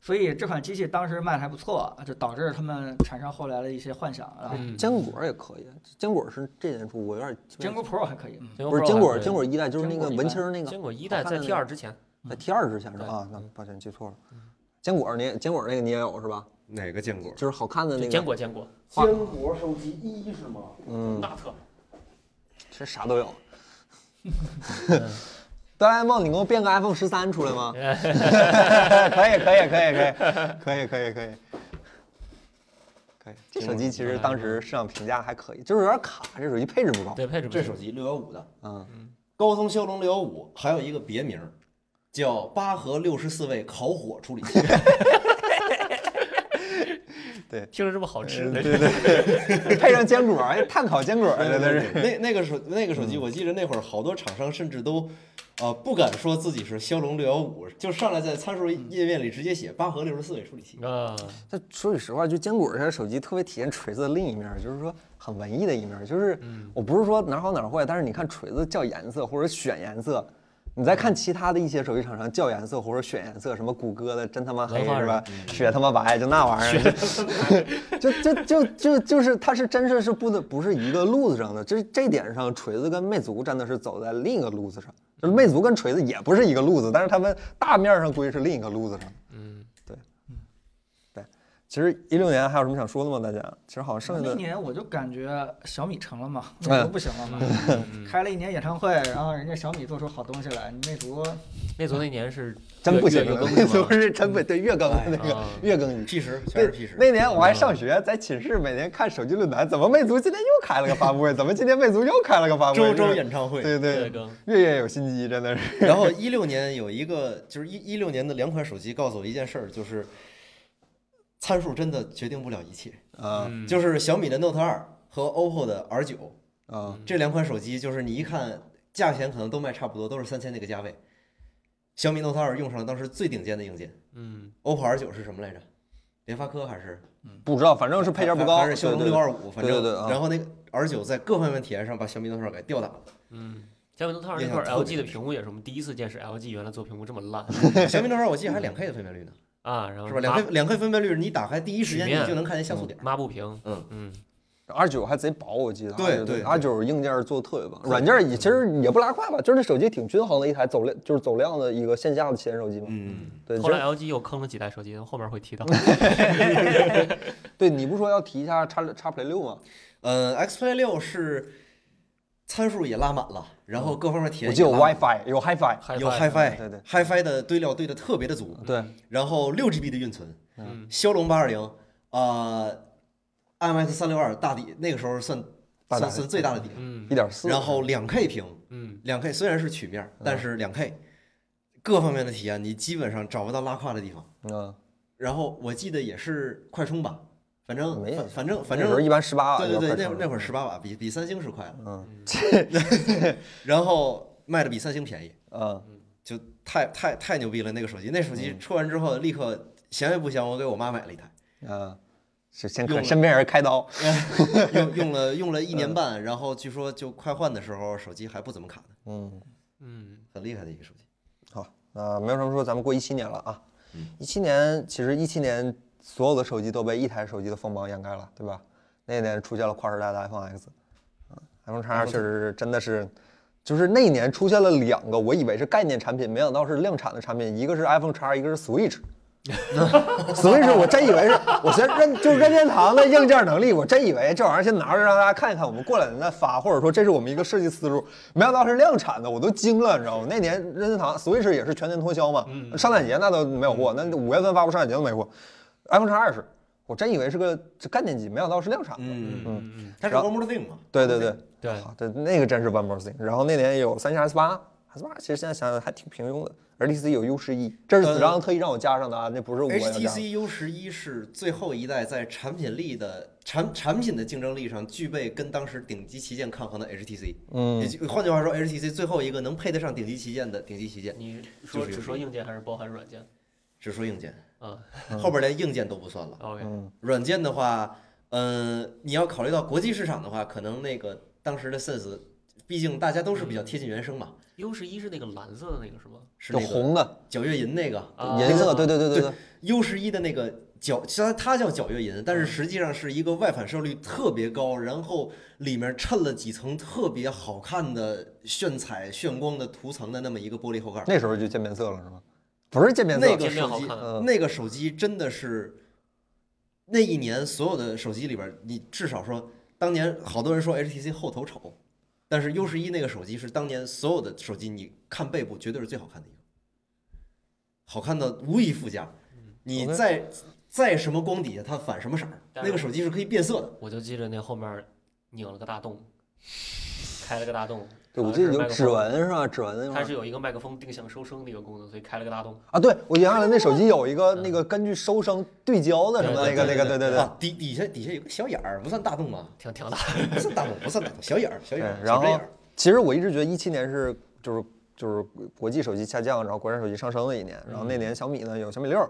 [SPEAKER 5] 所以这款机器当时卖的还不错，啊就导致他们产生后来的一些幻想啊。
[SPEAKER 7] 嗯
[SPEAKER 1] 坚果也可以，坚果是这年出，我有点
[SPEAKER 5] 坚果 Pro 还可以，嗯
[SPEAKER 1] 不是坚果，坚
[SPEAKER 7] 果
[SPEAKER 1] 果一代就是那
[SPEAKER 5] 坚
[SPEAKER 1] 个
[SPEAKER 5] 果一代
[SPEAKER 1] 文青儿那
[SPEAKER 7] 还可以
[SPEAKER 1] 个
[SPEAKER 7] 坚果一代
[SPEAKER 1] 好
[SPEAKER 7] 在
[SPEAKER 1] 看的
[SPEAKER 7] T 二之前，
[SPEAKER 1] 在 T 二之前是吧？啊，那抱歉记错了。坚果那坚果那个你也有是吧？
[SPEAKER 4] 哪个坚果？
[SPEAKER 1] 就是好看的那
[SPEAKER 7] 就
[SPEAKER 1] 个
[SPEAKER 7] 坚，果坚果，
[SPEAKER 1] 花
[SPEAKER 10] 坚果手机一是吗？
[SPEAKER 1] 嗯，
[SPEAKER 7] 那特
[SPEAKER 1] 其实啥都有。哆啦 A 梦，你给我变个 iPhone 十三出来吗？可以，可以，可以，可以，可以，可以，可以，可以。这手机其实当时市场评价还可以，就是有点卡，这手机配置不高。
[SPEAKER 7] 对配置不
[SPEAKER 4] 这
[SPEAKER 7] 行
[SPEAKER 4] 手机六幺五的，啊
[SPEAKER 1] 嗯，
[SPEAKER 4] 高通骁龙六幺五，还有一个别名儿叫八核六十四位烤火处 理器。
[SPEAKER 7] 听着这么好吃，
[SPEAKER 1] 呃对对对， 配上坚果，哎，碳烤坚果，对对对。
[SPEAKER 4] 那那个手那个手机，我记得那会儿好多厂商甚至都，呃，不敢说自己是骁龙六幺五，就上来在参数页面里直接写八核六十四位处理器。
[SPEAKER 7] 啊，
[SPEAKER 1] 但说句实话，就坚果这台手机特别体现锤子的另一面，就是说很文艺的一面。就是我不是说哪儿好哪儿坏，但是你看锤子叫颜色或者选颜色，你再看其他的一些手机厂商叫颜色或者选颜色，什么谷歌的真他妈黑
[SPEAKER 7] 文化
[SPEAKER 1] 是吧？雪他妈白就那玩意儿，就就就就就是它是真是是不能不是一个路子上的，就是这点上锤子跟魅族真的是走在另一个路子上，就是魅族跟锤子也不是一个路子，但是他们大面上归是另一个路子上。
[SPEAKER 7] 嗯，
[SPEAKER 1] 对，其实一六年还有什么想说的吗？大家，其实好像剩下
[SPEAKER 5] 那
[SPEAKER 1] 的
[SPEAKER 5] 年我就感觉小米成了嘛，
[SPEAKER 1] 哎
[SPEAKER 5] 魅族不行了嘛， 开了一年演唱会，然后人家小米做出好东西来，你魅族
[SPEAKER 7] 魅族那年是
[SPEAKER 1] 真不行
[SPEAKER 7] 月月
[SPEAKER 1] 了
[SPEAKER 7] 更，
[SPEAKER 1] 那
[SPEAKER 7] 是
[SPEAKER 1] 都
[SPEAKER 7] 吗？
[SPEAKER 1] 是真不对月更 的那个
[SPEAKER 7] 啊
[SPEAKER 1] 月更。
[SPEAKER 4] P 十全是 P 十，
[SPEAKER 1] 那年我还上学，在寝室每天看手机论坛，怎么魅族今天又开了个发布会？怎么今天魅族又开了个发布
[SPEAKER 4] 周
[SPEAKER 1] 会？
[SPEAKER 4] 周演唱会。
[SPEAKER 1] 对
[SPEAKER 7] 月
[SPEAKER 1] 对，
[SPEAKER 7] 更
[SPEAKER 1] 月月有心机，真的是。
[SPEAKER 4] 然后一六年有一个，就是一一六年的两款手机告诉我一件事儿，就是参数真的决定不了一切。
[SPEAKER 1] 啊
[SPEAKER 4] 就是小米的 Note 二和 OPPO 的 R 九
[SPEAKER 1] 啊
[SPEAKER 4] 这两款手机，就是你一看价钱可能都卖差不多，都是三千那个价位。小米 Note 二用上了当时最顶尖的硬件
[SPEAKER 7] 嗯，
[SPEAKER 4] ，OPPO R 九是什么来着？联发科还是？
[SPEAKER 1] 不知道，反正是配件不高，
[SPEAKER 4] 还是骁龙
[SPEAKER 1] 对对
[SPEAKER 4] 六二五，反
[SPEAKER 1] 对
[SPEAKER 4] 正
[SPEAKER 1] 对对啊
[SPEAKER 4] 然后那个 R 九在各方面体验上把小米 Note 二给吊打了。
[SPEAKER 7] 小米诺特二
[SPEAKER 4] 印象
[SPEAKER 7] 那块
[SPEAKER 4] 特别
[SPEAKER 7] LG 的
[SPEAKER 4] 深
[SPEAKER 7] 屏幕也是我们第一次见识 LG 原来做屏幕这么 烂
[SPEAKER 4] 小米 Note 二我记得还两 K 的分辨率呢，
[SPEAKER 7] 啊，然后
[SPEAKER 4] 是吧？两 K 两 K 分辨率，你打开第一时间
[SPEAKER 7] 曲面
[SPEAKER 4] 你就能看见像素点儿。
[SPEAKER 7] 抹布屏，
[SPEAKER 4] 嗯
[SPEAKER 7] 嗯，
[SPEAKER 1] 二九还贼薄，我记得。
[SPEAKER 4] 对
[SPEAKER 1] 对
[SPEAKER 4] 对嗯
[SPEAKER 1] 二九硬件做的特别棒，软件也其实也不拉胯吧，就是这手机挺均衡的一台走量，就是走量的一个线下的旗舰手机嘛。
[SPEAKER 4] 嗯，
[SPEAKER 1] 对，就
[SPEAKER 7] 后来
[SPEAKER 1] 是
[SPEAKER 7] LG 又坑了几代手机，后面会 提到。
[SPEAKER 1] 对你不说要提一下叉叉 Play 六吗？
[SPEAKER 4] 呃，Xplay 六是参数也拉满了，然后各方面体
[SPEAKER 1] 嗯
[SPEAKER 4] 验
[SPEAKER 1] 我
[SPEAKER 4] 也
[SPEAKER 1] 记得有
[SPEAKER 4] 拉满
[SPEAKER 1] WiFi，有 HiFi。
[SPEAKER 4] 有
[SPEAKER 7] HiFi
[SPEAKER 4] HiFi，
[SPEAKER 1] 对对嗯
[SPEAKER 4] HiFi 的堆料堆的特别的足，
[SPEAKER 1] 对，
[SPEAKER 4] 然后六 GB 的运存，
[SPEAKER 7] 嗯
[SPEAKER 4] 骁龙八二零，呃，IMX 三六二大底，那个时候算
[SPEAKER 1] 大
[SPEAKER 4] 算
[SPEAKER 1] 底
[SPEAKER 4] 算最大的底，
[SPEAKER 7] 嗯
[SPEAKER 1] 一点四。
[SPEAKER 4] 然后两 K 屏，
[SPEAKER 7] 嗯，
[SPEAKER 4] 两 K 虽然是曲面，
[SPEAKER 1] 嗯
[SPEAKER 4] 但是两 K 各方面的体验你基本上找不到拉胯的地方。
[SPEAKER 1] 嗯，
[SPEAKER 4] 然后我记得也是快充吧，反正
[SPEAKER 1] 没有
[SPEAKER 4] 反反正反
[SPEAKER 1] 那时候
[SPEAKER 4] 正
[SPEAKER 1] 一般十八瓦啊
[SPEAKER 4] 对
[SPEAKER 1] 就要
[SPEAKER 4] 对
[SPEAKER 1] 快
[SPEAKER 4] 对，
[SPEAKER 1] 充了。
[SPEAKER 4] 那会儿那会儿十八瓦，比比三星是快了，
[SPEAKER 1] 嗯
[SPEAKER 4] 然后卖的比三星便宜，
[SPEAKER 1] 嗯，
[SPEAKER 4] 就太太太牛逼了那个手机，那手机出完之后立刻嫌也不香，我给我妈买了一台。
[SPEAKER 1] 啊，是先
[SPEAKER 4] 用
[SPEAKER 1] 看
[SPEAKER 4] 了
[SPEAKER 1] 身边人开刀，
[SPEAKER 4] 用用了用了一年半，然后据说就快换的时候手机还不怎么卡呢，
[SPEAKER 1] 嗯，
[SPEAKER 7] 嗯，
[SPEAKER 4] 很厉害的一个手机。
[SPEAKER 1] 好，那没有什么说，咱们过一七年了啊，一七年其实一七年所有的手机都被一台手机的锋芒掩盖了，对吧？那一年出现了跨时代的 iPhone X，嗯，iPhone X 确实是真的是，就是那一年出现了两个我以为是概念产品，没想到是量产的产品，一个是 iPhone X，一个是 Switch。Switch 我真以为是，我先任就是任天堂的硬件能力，我真以为这玩意儿先拿着让大家看一看，我们过两年再发，或者说这是我们一个设计思路，没想到是量产的，我都惊了，你知道吗？那年任天堂 Switch 也是全年脱销嘛，圣诞节那都没有货，那五月份发布圣诞节都没货，iPhone X 二十，我真以为是个这概念机，没想到是量产的，
[SPEAKER 4] 嗯
[SPEAKER 1] 嗯，
[SPEAKER 4] 它是
[SPEAKER 1] 然后
[SPEAKER 4] One More Thing 嘛？
[SPEAKER 1] 对对对
[SPEAKER 7] 对
[SPEAKER 1] 好对，那个真是 one more thing。然后那年有三星 S 八，S 八其实现在想想还挺平庸的，HTC 有 U 1 1这是子章特意让我加上的啊，那不是我要加的。
[SPEAKER 4] HTC U 十一是最后一代在产品力的产产品的竞争力上具备跟当时顶级旗舰抗衡的 HTC，
[SPEAKER 1] 嗯
[SPEAKER 4] 也就换句话说，HTC 最后一个能配得上顶级旗舰的顶级旗舰，
[SPEAKER 7] 你说
[SPEAKER 4] 就是
[SPEAKER 7] 只说硬件还是包含软件？
[SPEAKER 4] 只说硬件，
[SPEAKER 7] 啊
[SPEAKER 1] 嗯
[SPEAKER 4] 后边连硬件都不算了。
[SPEAKER 7] ，OK，
[SPEAKER 4] 软件的话，嗯、你要考虑到国际市场的话，可能那个当时的 Sense，毕竟大家都是比较贴近原生嘛，
[SPEAKER 7] u 十一是那个蓝色的那个是吗？
[SPEAKER 4] 是
[SPEAKER 1] 嗯就
[SPEAKER 4] 那个
[SPEAKER 1] 红的、
[SPEAKER 4] 皎月银那个，
[SPEAKER 7] 啊
[SPEAKER 1] 银色，对对对对对，
[SPEAKER 4] U 十一的那个皎，虽然它叫皎月银，
[SPEAKER 7] 嗯
[SPEAKER 4] 但是实际上是一个外反射率特别高，然后里面衬了几层特别好看的炫彩炫光的涂层的那么一个玻璃后盖儿。
[SPEAKER 1] 那时候就渐变色了是吗？不是渐变色，
[SPEAKER 4] 那个
[SPEAKER 7] 界面
[SPEAKER 4] 手
[SPEAKER 7] 好
[SPEAKER 4] 机
[SPEAKER 7] 看，
[SPEAKER 1] 嗯
[SPEAKER 4] 那个手机真的是那一年所有的手机里边儿，你至少说当年好多人说 HTC 后头丑，但是 U 十一那个手机是当年所有的手机，你看背部绝对是最好看的一个，好看的无以复加。你
[SPEAKER 1] ，OK
[SPEAKER 4] 在在什么光底下它反什么色儿，
[SPEAKER 7] 但
[SPEAKER 4] 那个手机是可以变色的。
[SPEAKER 7] 我就记着那后面拧了个大洞， 开了个大洞。
[SPEAKER 1] 对，我
[SPEAKER 7] 好像
[SPEAKER 1] 记得有
[SPEAKER 7] 是麦克
[SPEAKER 1] 指
[SPEAKER 7] 风，
[SPEAKER 1] 纹是吧？指纹那玩意
[SPEAKER 7] 它
[SPEAKER 1] 儿
[SPEAKER 7] 是有一个麦克风定向收声的一个功能，所以开了个大洞。
[SPEAKER 1] 啊，对我原来那手机有一个那个根据收声对焦的什么那
[SPEAKER 7] 对
[SPEAKER 1] 个那
[SPEAKER 7] 对
[SPEAKER 1] 个，对对对。
[SPEAKER 4] 啊，底底下底下有个小眼儿，不算大洞吧？
[SPEAKER 7] 挺挺大，
[SPEAKER 4] 不算大洞，不算大洞，小眼儿，小 眼儿，
[SPEAKER 1] 对嗯然
[SPEAKER 4] 小针眼
[SPEAKER 1] 后
[SPEAKER 4] 儿。
[SPEAKER 1] 其实我一直觉得一七年是就是就是国际手机下降，然后国产手机上升的一年。然后那年小米呢有小米六，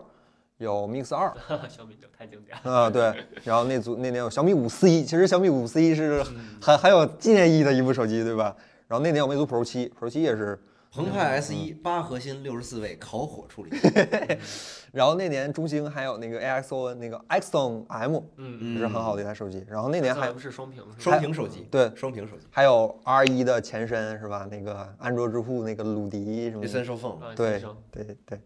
[SPEAKER 1] 有 Mix 二，
[SPEAKER 7] 小米就太经典了。
[SPEAKER 1] 啊，对，然后那组那年有小米五四一，其实小米五四一是很很有纪念意义的一部手机，对吧？然后那年有魅族 Pro 七，Pro 七也是，
[SPEAKER 4] 澎湃 S
[SPEAKER 1] 嗯
[SPEAKER 4] 一八核心六十四位烤火处理，
[SPEAKER 1] 然后那年中兴还有那个 AXO 那个 Axon M，
[SPEAKER 7] 嗯，
[SPEAKER 1] 也是很好的一台手机。然后那年
[SPEAKER 7] 咱
[SPEAKER 1] 还
[SPEAKER 7] 们是双屏是吧？
[SPEAKER 4] 双屏手机，
[SPEAKER 1] 对
[SPEAKER 4] 双屏手机，
[SPEAKER 1] 还有 R 一的前身是吧？那个安卓之父那个鲁迪什么
[SPEAKER 4] 第
[SPEAKER 1] 的
[SPEAKER 4] 三，受风。
[SPEAKER 7] 啊，
[SPEAKER 1] 对
[SPEAKER 7] 先生
[SPEAKER 1] 对对。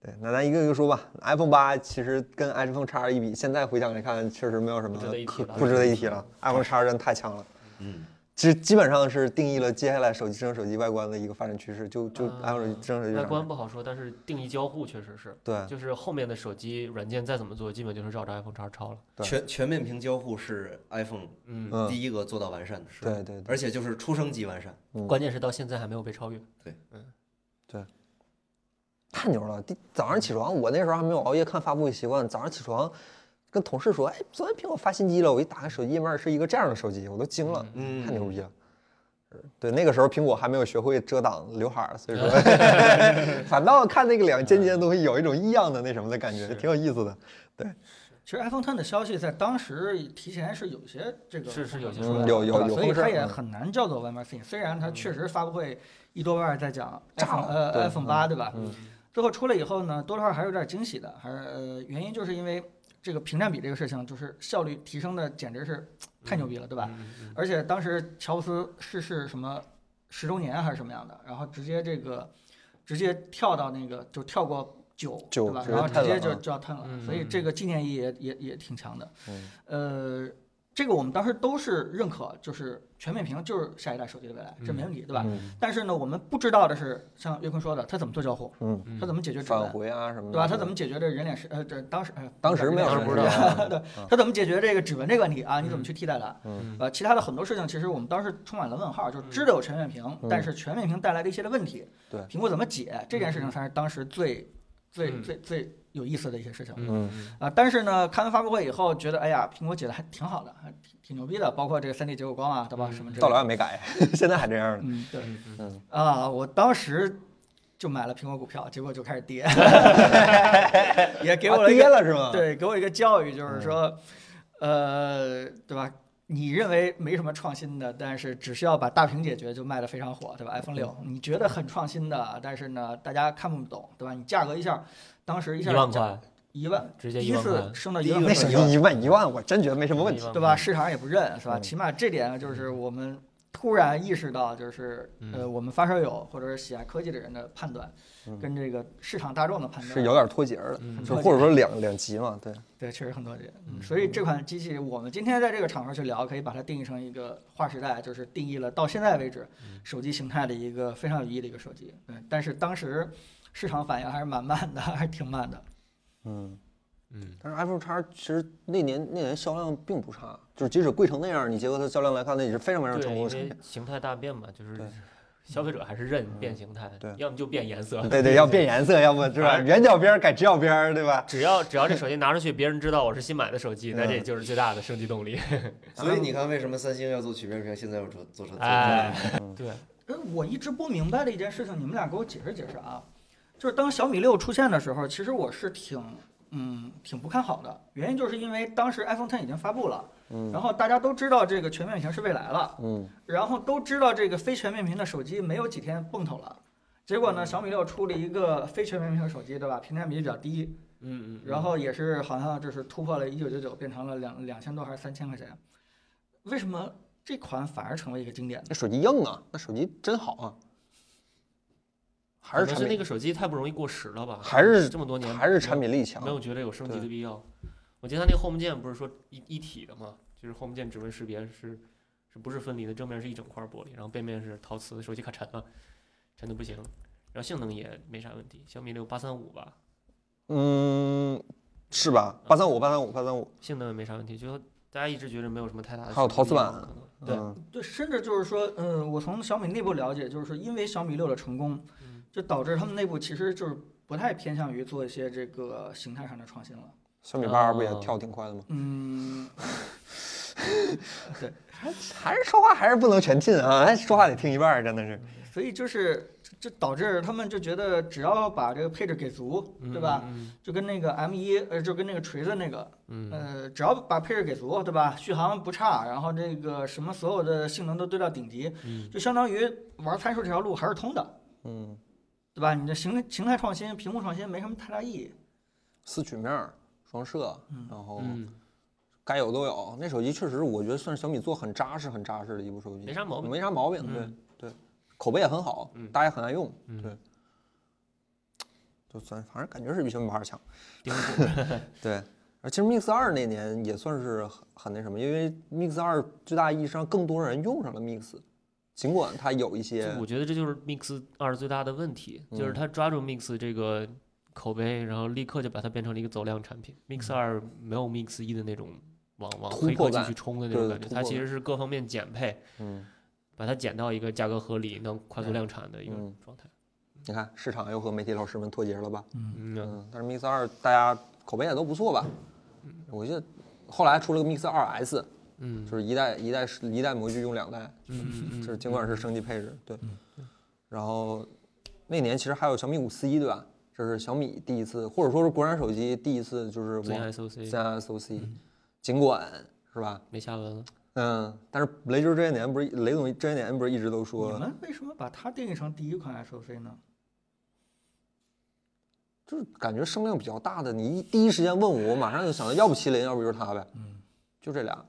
[SPEAKER 1] 对，那咱一个一个说吧。iPhone 八其实跟 iPhone 叉一比，现在回想来看，确实没有什么
[SPEAKER 7] 不值得一
[SPEAKER 1] 可
[SPEAKER 7] 提了
[SPEAKER 1] 不值得一提了。iPhone 叉真的太强了，
[SPEAKER 4] 嗯，
[SPEAKER 1] 其实基本上是定义了接下来手机智能手机外观的一个发展趋势，就就
[SPEAKER 7] 嗯
[SPEAKER 1] iPhone 智能手机
[SPEAKER 7] 外
[SPEAKER 1] 上
[SPEAKER 7] 观
[SPEAKER 1] 面
[SPEAKER 7] 不好说，但是定义交互确实是，
[SPEAKER 1] 对
[SPEAKER 7] 就是后面的手机软件再怎么做，基本就是绕着 iPhone 叉抄了。
[SPEAKER 1] 对
[SPEAKER 4] 全全面屏交互是 iPhone
[SPEAKER 7] 嗯，
[SPEAKER 1] 嗯
[SPEAKER 4] 第一个做到完善的，是
[SPEAKER 1] 对对对
[SPEAKER 4] 而且就是出生级完善。
[SPEAKER 1] 嗯
[SPEAKER 7] 关键是到现在还没有被超越。
[SPEAKER 1] 太牛了！第早上起床，我那时候还没有熬夜看发布会习惯，早上起床跟同事说，哎，昨天苹果发新机了，我一打开手机页面是一个这样的手机，我都惊了，
[SPEAKER 4] 嗯
[SPEAKER 1] 太牛逼了。是对，那个时候苹果还没有学会遮挡刘海儿，所以说反倒看那个两尖尖的东西有一种异样的那什么的感觉，挺有意思的。
[SPEAKER 5] 其实 iPhone Ten 的消息在当时提前是有些这个
[SPEAKER 7] 是是有些
[SPEAKER 5] 说
[SPEAKER 7] 说
[SPEAKER 5] 法
[SPEAKER 7] 法
[SPEAKER 1] 嗯有有
[SPEAKER 5] 对吧
[SPEAKER 1] 有
[SPEAKER 5] 所以
[SPEAKER 1] 风
[SPEAKER 5] 它
[SPEAKER 1] 声
[SPEAKER 5] 也
[SPEAKER 1] 嗯
[SPEAKER 5] 很难叫做 One More Thing。虽然它确实发布会一多半儿在讲
[SPEAKER 1] 炸
[SPEAKER 5] iPhone
[SPEAKER 1] 了对
[SPEAKER 5] 呃 iPhone 八对吧？
[SPEAKER 1] 嗯
[SPEAKER 5] 最后出来以后呢，多多少少还是有点惊喜的，还是呃原因就是因为这个屏占比这个事情，就是效率提升的简直是太牛逼了，对吧？而且当时乔布斯逝世什么十周年还是什么样的，然后直接这个直接跳到那个就跳过九
[SPEAKER 1] 九
[SPEAKER 5] 对吧？
[SPEAKER 1] 直接
[SPEAKER 5] 然后
[SPEAKER 1] 探
[SPEAKER 5] 直
[SPEAKER 1] 了
[SPEAKER 5] 接就
[SPEAKER 1] 啊
[SPEAKER 5] 就要探了，
[SPEAKER 7] 嗯
[SPEAKER 5] 所以
[SPEAKER 7] 嗯
[SPEAKER 5] 这个纪念意义也也也挺强的。
[SPEAKER 1] 嗯
[SPEAKER 5] 呃，这个我们当时都是认可，就是全面屏就是下一代手机的未来，这没问题，对吧？
[SPEAKER 1] 嗯
[SPEAKER 5] 但是呢，我们不知道的是，像岳坤说的，他怎么做交互，
[SPEAKER 1] 嗯，
[SPEAKER 5] 他怎么解决指
[SPEAKER 1] 返
[SPEAKER 5] 纹，
[SPEAKER 1] 回啊什么的，
[SPEAKER 5] 对吧？他怎么解决这人脸识呃这当时呃
[SPEAKER 1] 当时没有
[SPEAKER 5] 人
[SPEAKER 1] 人
[SPEAKER 5] 脸识
[SPEAKER 1] 知
[SPEAKER 5] 别
[SPEAKER 1] 道啊？
[SPEAKER 5] 对，他怎么解决这个指纹这个问题啊？你怎么
[SPEAKER 7] 嗯
[SPEAKER 5] 去替代它？
[SPEAKER 1] 嗯
[SPEAKER 5] 呃，其他的很多事情，其实我们当时充满了问号，就是知道有全面屏，但是全面屏带来的一些的问题，
[SPEAKER 1] 对
[SPEAKER 5] 苹果怎么解这件事情
[SPEAKER 7] 嗯
[SPEAKER 5] 才是当时最最
[SPEAKER 7] 嗯
[SPEAKER 5] 最最有意思的一些事情。
[SPEAKER 1] 嗯
[SPEAKER 5] 啊，但是呢，看完发布会以后，觉得哎呀，苹果解的还挺好的，还挺挺牛逼的，包括这个三 D 结构光啊，对吧？
[SPEAKER 7] 嗯
[SPEAKER 5] 什么 之
[SPEAKER 1] 到
[SPEAKER 5] 类
[SPEAKER 1] 老
[SPEAKER 5] 的。
[SPEAKER 1] 也没改，现在还这样呢。
[SPEAKER 5] 嗯，对
[SPEAKER 7] 嗯嗯
[SPEAKER 1] 嗯，
[SPEAKER 5] 啊，我当时就买了苹果股票，结果就开始跌，也给我
[SPEAKER 1] 啊
[SPEAKER 5] 了一
[SPEAKER 1] 跌
[SPEAKER 5] 个、
[SPEAKER 1] 了是吗？，
[SPEAKER 5] 对，给我一个教育，
[SPEAKER 7] 嗯
[SPEAKER 5] 就是说，呃，对吧？你认为没什么创新的，但是只需要把大屏解决就卖得非常火，对吧？iPhone 六，
[SPEAKER 7] 嗯
[SPEAKER 5] 你觉得很创新的，但是呢，大家看不懂，对吧？你价格一下，当时一
[SPEAKER 7] 一
[SPEAKER 5] 下
[SPEAKER 7] 万
[SPEAKER 5] 价
[SPEAKER 7] 块，
[SPEAKER 5] 一万，
[SPEAKER 7] 直接
[SPEAKER 5] 第
[SPEAKER 7] 一
[SPEAKER 5] 一
[SPEAKER 7] 万
[SPEAKER 5] 次
[SPEAKER 7] 块，嗯
[SPEAKER 5] 升到
[SPEAKER 4] 第
[SPEAKER 5] 一
[SPEAKER 4] 一
[SPEAKER 5] 万
[SPEAKER 4] 个
[SPEAKER 5] 块
[SPEAKER 1] 那
[SPEAKER 5] 钱
[SPEAKER 4] 是
[SPEAKER 1] 是
[SPEAKER 4] 一
[SPEAKER 1] 一万一万，我真觉得没什么问题。
[SPEAKER 7] 题
[SPEAKER 5] 对吧？？市场也不认，是吧？
[SPEAKER 1] 嗯
[SPEAKER 5] 起码这点就是我们突然意识到，就是呃，
[SPEAKER 7] 嗯
[SPEAKER 5] 我们发烧友或者是喜爱科技的人的判断
[SPEAKER 1] 嗯，
[SPEAKER 5] 跟这个市场大众的判
[SPEAKER 1] 是
[SPEAKER 5] 断
[SPEAKER 1] 有点脱节儿的，
[SPEAKER 7] 嗯
[SPEAKER 1] 就或者说两两极嘛，对，
[SPEAKER 5] 对，确实很多节。
[SPEAKER 7] 嗯
[SPEAKER 5] 所以这款机器，我们今天在这个场合去聊，可以把它定义成一个划时代，就是定义了到现在为止
[SPEAKER 7] 嗯
[SPEAKER 5] 手机形态的一个非常有意义的一个手机。嗯，但是当时市场反应还是蛮慢的，还是挺慢的。
[SPEAKER 1] 嗯。
[SPEAKER 7] 嗯，
[SPEAKER 1] 但是 iPhone 叉其实那年那年销量并不差，就是即使贵成那样，你结合它销量来看，那也是非常非常
[SPEAKER 7] 对，
[SPEAKER 1] 成功
[SPEAKER 7] 因
[SPEAKER 1] 的产品
[SPEAKER 7] 为。形态大变嘛，就是
[SPEAKER 1] 对嗯
[SPEAKER 7] 消费者还是认变形态，
[SPEAKER 1] 对
[SPEAKER 7] 要么就变颜色，
[SPEAKER 1] 对对，要变颜色，要不是吧？
[SPEAKER 7] 而
[SPEAKER 1] 圆角边儿改直角边儿，对吧？
[SPEAKER 7] 只要只要这手机拿出去，别人知道我是新买的手机，那
[SPEAKER 1] 嗯
[SPEAKER 7] 这就是最大的升级动力。
[SPEAKER 4] 所以你看，为什么三星要做曲面屏，现在要做做成这样？
[SPEAKER 7] 哎，对，
[SPEAKER 5] 呃，我一直不明白的一件事情，你们俩给我解释解释啊。就是当小米六出现的时候，其实我是挺嗯挺不看好的，原因就是因为当时 iPhone Ten 已经发布了，
[SPEAKER 1] 嗯
[SPEAKER 5] 然后大家都知道这个全面屏是未来了，
[SPEAKER 1] 嗯，
[SPEAKER 5] 然后都知道这个非全面屏的手机没有几天蹦头了。结果呢，小米六出了一个非全面屏的手机，对吧？屏占比比较低，
[SPEAKER 7] 嗯嗯，
[SPEAKER 5] 然后也是好像就是突破了一九九九，变成了两两千多还是三千块钱。为什么这款反而成为一个经典呢？
[SPEAKER 1] 那手机硬啊，那手机真好啊，还是
[SPEAKER 7] 可能
[SPEAKER 1] 产
[SPEAKER 7] 是那
[SPEAKER 1] 品，
[SPEAKER 7] 个手机太不容易过时了吧？
[SPEAKER 1] 还是
[SPEAKER 7] 这么多年，
[SPEAKER 1] 还是产品力强
[SPEAKER 7] 没。有觉得有升级
[SPEAKER 1] 对
[SPEAKER 7] 的必要。我记得它那个 Home 键不是说一一体的嘛，就是 Home 键指纹识别是是不是分离的？正面是一整块玻璃，然后背面是陶瓷，手机可沉了，沉的不行。然后性能也没啥问题，小米六八三五吧，
[SPEAKER 1] 嗯，是吧？八三五，八三五，八三五。
[SPEAKER 7] 性能也没啥问题，就大家一直觉得没有什么太大的升级必要。
[SPEAKER 1] 还有陶瓷版
[SPEAKER 7] 可能，对，
[SPEAKER 1] 嗯
[SPEAKER 5] 对，甚至就是说，嗯，我从小米内部了解，就是说，因为小米六的成功，
[SPEAKER 7] 嗯
[SPEAKER 5] 就导致他们内部其实就是不太偏向于做一些这个形态上的创新了。
[SPEAKER 1] 小米八不也
[SPEAKER 7] 啊
[SPEAKER 1] 跳挺快的吗？
[SPEAKER 5] 嗯，
[SPEAKER 1] 还是说话还是不能全信啊，哎说话得听一半儿，真的是。
[SPEAKER 5] 所以就是这导致他们就觉得，只要把这个配置给足，对吧？
[SPEAKER 7] 嗯？
[SPEAKER 5] 就跟那个 M 一，呃，就跟那个锤子那个，
[SPEAKER 7] 嗯，嗯
[SPEAKER 5] 呃，只要把配置给足，对吧？续航不差，然后这个什么所有的性能都堆到顶级，
[SPEAKER 7] 嗯
[SPEAKER 5] 就相当于玩参数这条路还是通的。
[SPEAKER 1] 嗯，
[SPEAKER 5] 对吧？你这形形态创新、屏幕创新没什么太大意义。
[SPEAKER 1] 四曲面儿，双摄，
[SPEAKER 5] 嗯
[SPEAKER 1] 然后
[SPEAKER 7] 嗯，
[SPEAKER 1] 该有都有。那手机确实，我觉得算是小米做很扎实、很扎实的一部手机，
[SPEAKER 7] 没啥毛病
[SPEAKER 1] 没啥毛病。对
[SPEAKER 7] 嗯
[SPEAKER 1] 对，口碑也很好
[SPEAKER 7] 嗯，
[SPEAKER 1] 大家也很爱用。
[SPEAKER 7] 嗯
[SPEAKER 1] 对，就算反正感觉是比新闻八 强。
[SPEAKER 7] 丁库
[SPEAKER 1] 对，而其实 Mix 二那年也算是很很那什么，因为 Mix 二最大意义上更多人用上了 Mix，尽管它有一些
[SPEAKER 7] 就我觉得这就是 Mix 二最大的问题，就是
[SPEAKER 1] 嗯
[SPEAKER 7] 他抓住 Mix 这个口碑，然后立刻就把它变成了一个走量产品。Mix 二没有 Mix 一的那种往
[SPEAKER 1] 嗯
[SPEAKER 7] 往
[SPEAKER 1] 突
[SPEAKER 7] 黑
[SPEAKER 1] 破
[SPEAKER 7] 科技
[SPEAKER 1] 感
[SPEAKER 7] 去冲的那种
[SPEAKER 1] 对
[SPEAKER 7] 感觉，
[SPEAKER 1] 突
[SPEAKER 7] 它
[SPEAKER 1] 破
[SPEAKER 7] 其
[SPEAKER 1] 感
[SPEAKER 7] 实是各方面减配，
[SPEAKER 1] 嗯，
[SPEAKER 7] 把它减到一个价格合理、能快速量产的一个
[SPEAKER 1] 嗯
[SPEAKER 7] 状态。
[SPEAKER 1] 你看市场又和媒体老师们脱节了吧？
[SPEAKER 7] 嗯，那
[SPEAKER 1] 嗯，但是 Mix 二大家口碑也都不错吧？我记得后来出了个 Mix 二 S，
[SPEAKER 7] 嗯
[SPEAKER 1] 就是一代一代一代模具用两代，
[SPEAKER 7] 嗯嗯，
[SPEAKER 1] 就是尽管是升级配置，对。然后那年其实还有小米五 C 对吧？这是小米第一次，或者说是国产手机第一次就是
[SPEAKER 7] 最
[SPEAKER 1] 往
[SPEAKER 7] SOC
[SPEAKER 1] 三 SOC，尽
[SPEAKER 7] 嗯
[SPEAKER 1] 管是吧？
[SPEAKER 7] 没下文了。
[SPEAKER 1] 嗯，但是雷军这些年不是雷总这些年不是一直都
[SPEAKER 5] 你
[SPEAKER 1] 说，
[SPEAKER 5] 们为什么把它定义成第一款 SOC 呢？
[SPEAKER 1] 就是感觉声量比较大的，你一第一时间问我，我马上就想到，要不麒麟，要不就是它呗。嗯，就这俩。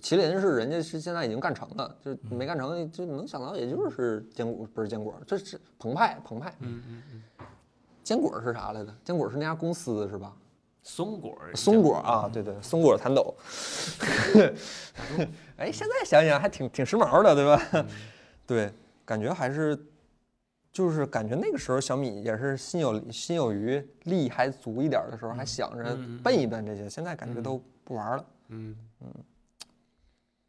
[SPEAKER 1] 麒麟是人家是现在已经干成了，就没干成，就能想到也就是坚果，不是坚果，这是澎湃，澎湃。
[SPEAKER 7] 嗯嗯嗯，
[SPEAKER 1] 坚果是啥来着？坚果是那家公司是吧？
[SPEAKER 7] 松果儿
[SPEAKER 1] 松果
[SPEAKER 7] 嗯
[SPEAKER 1] 啊，对对，松果弹抖。 哎，现在想想还挺挺时髦的，对
[SPEAKER 7] 嗯
[SPEAKER 1] 吧？ 对，感觉还是，就是感觉那个时候小米也是心有心有余力还足一点的时候，还想着
[SPEAKER 7] 嗯嗯
[SPEAKER 1] 奔一奔这些，现在感觉都不玩了。
[SPEAKER 7] 嗯，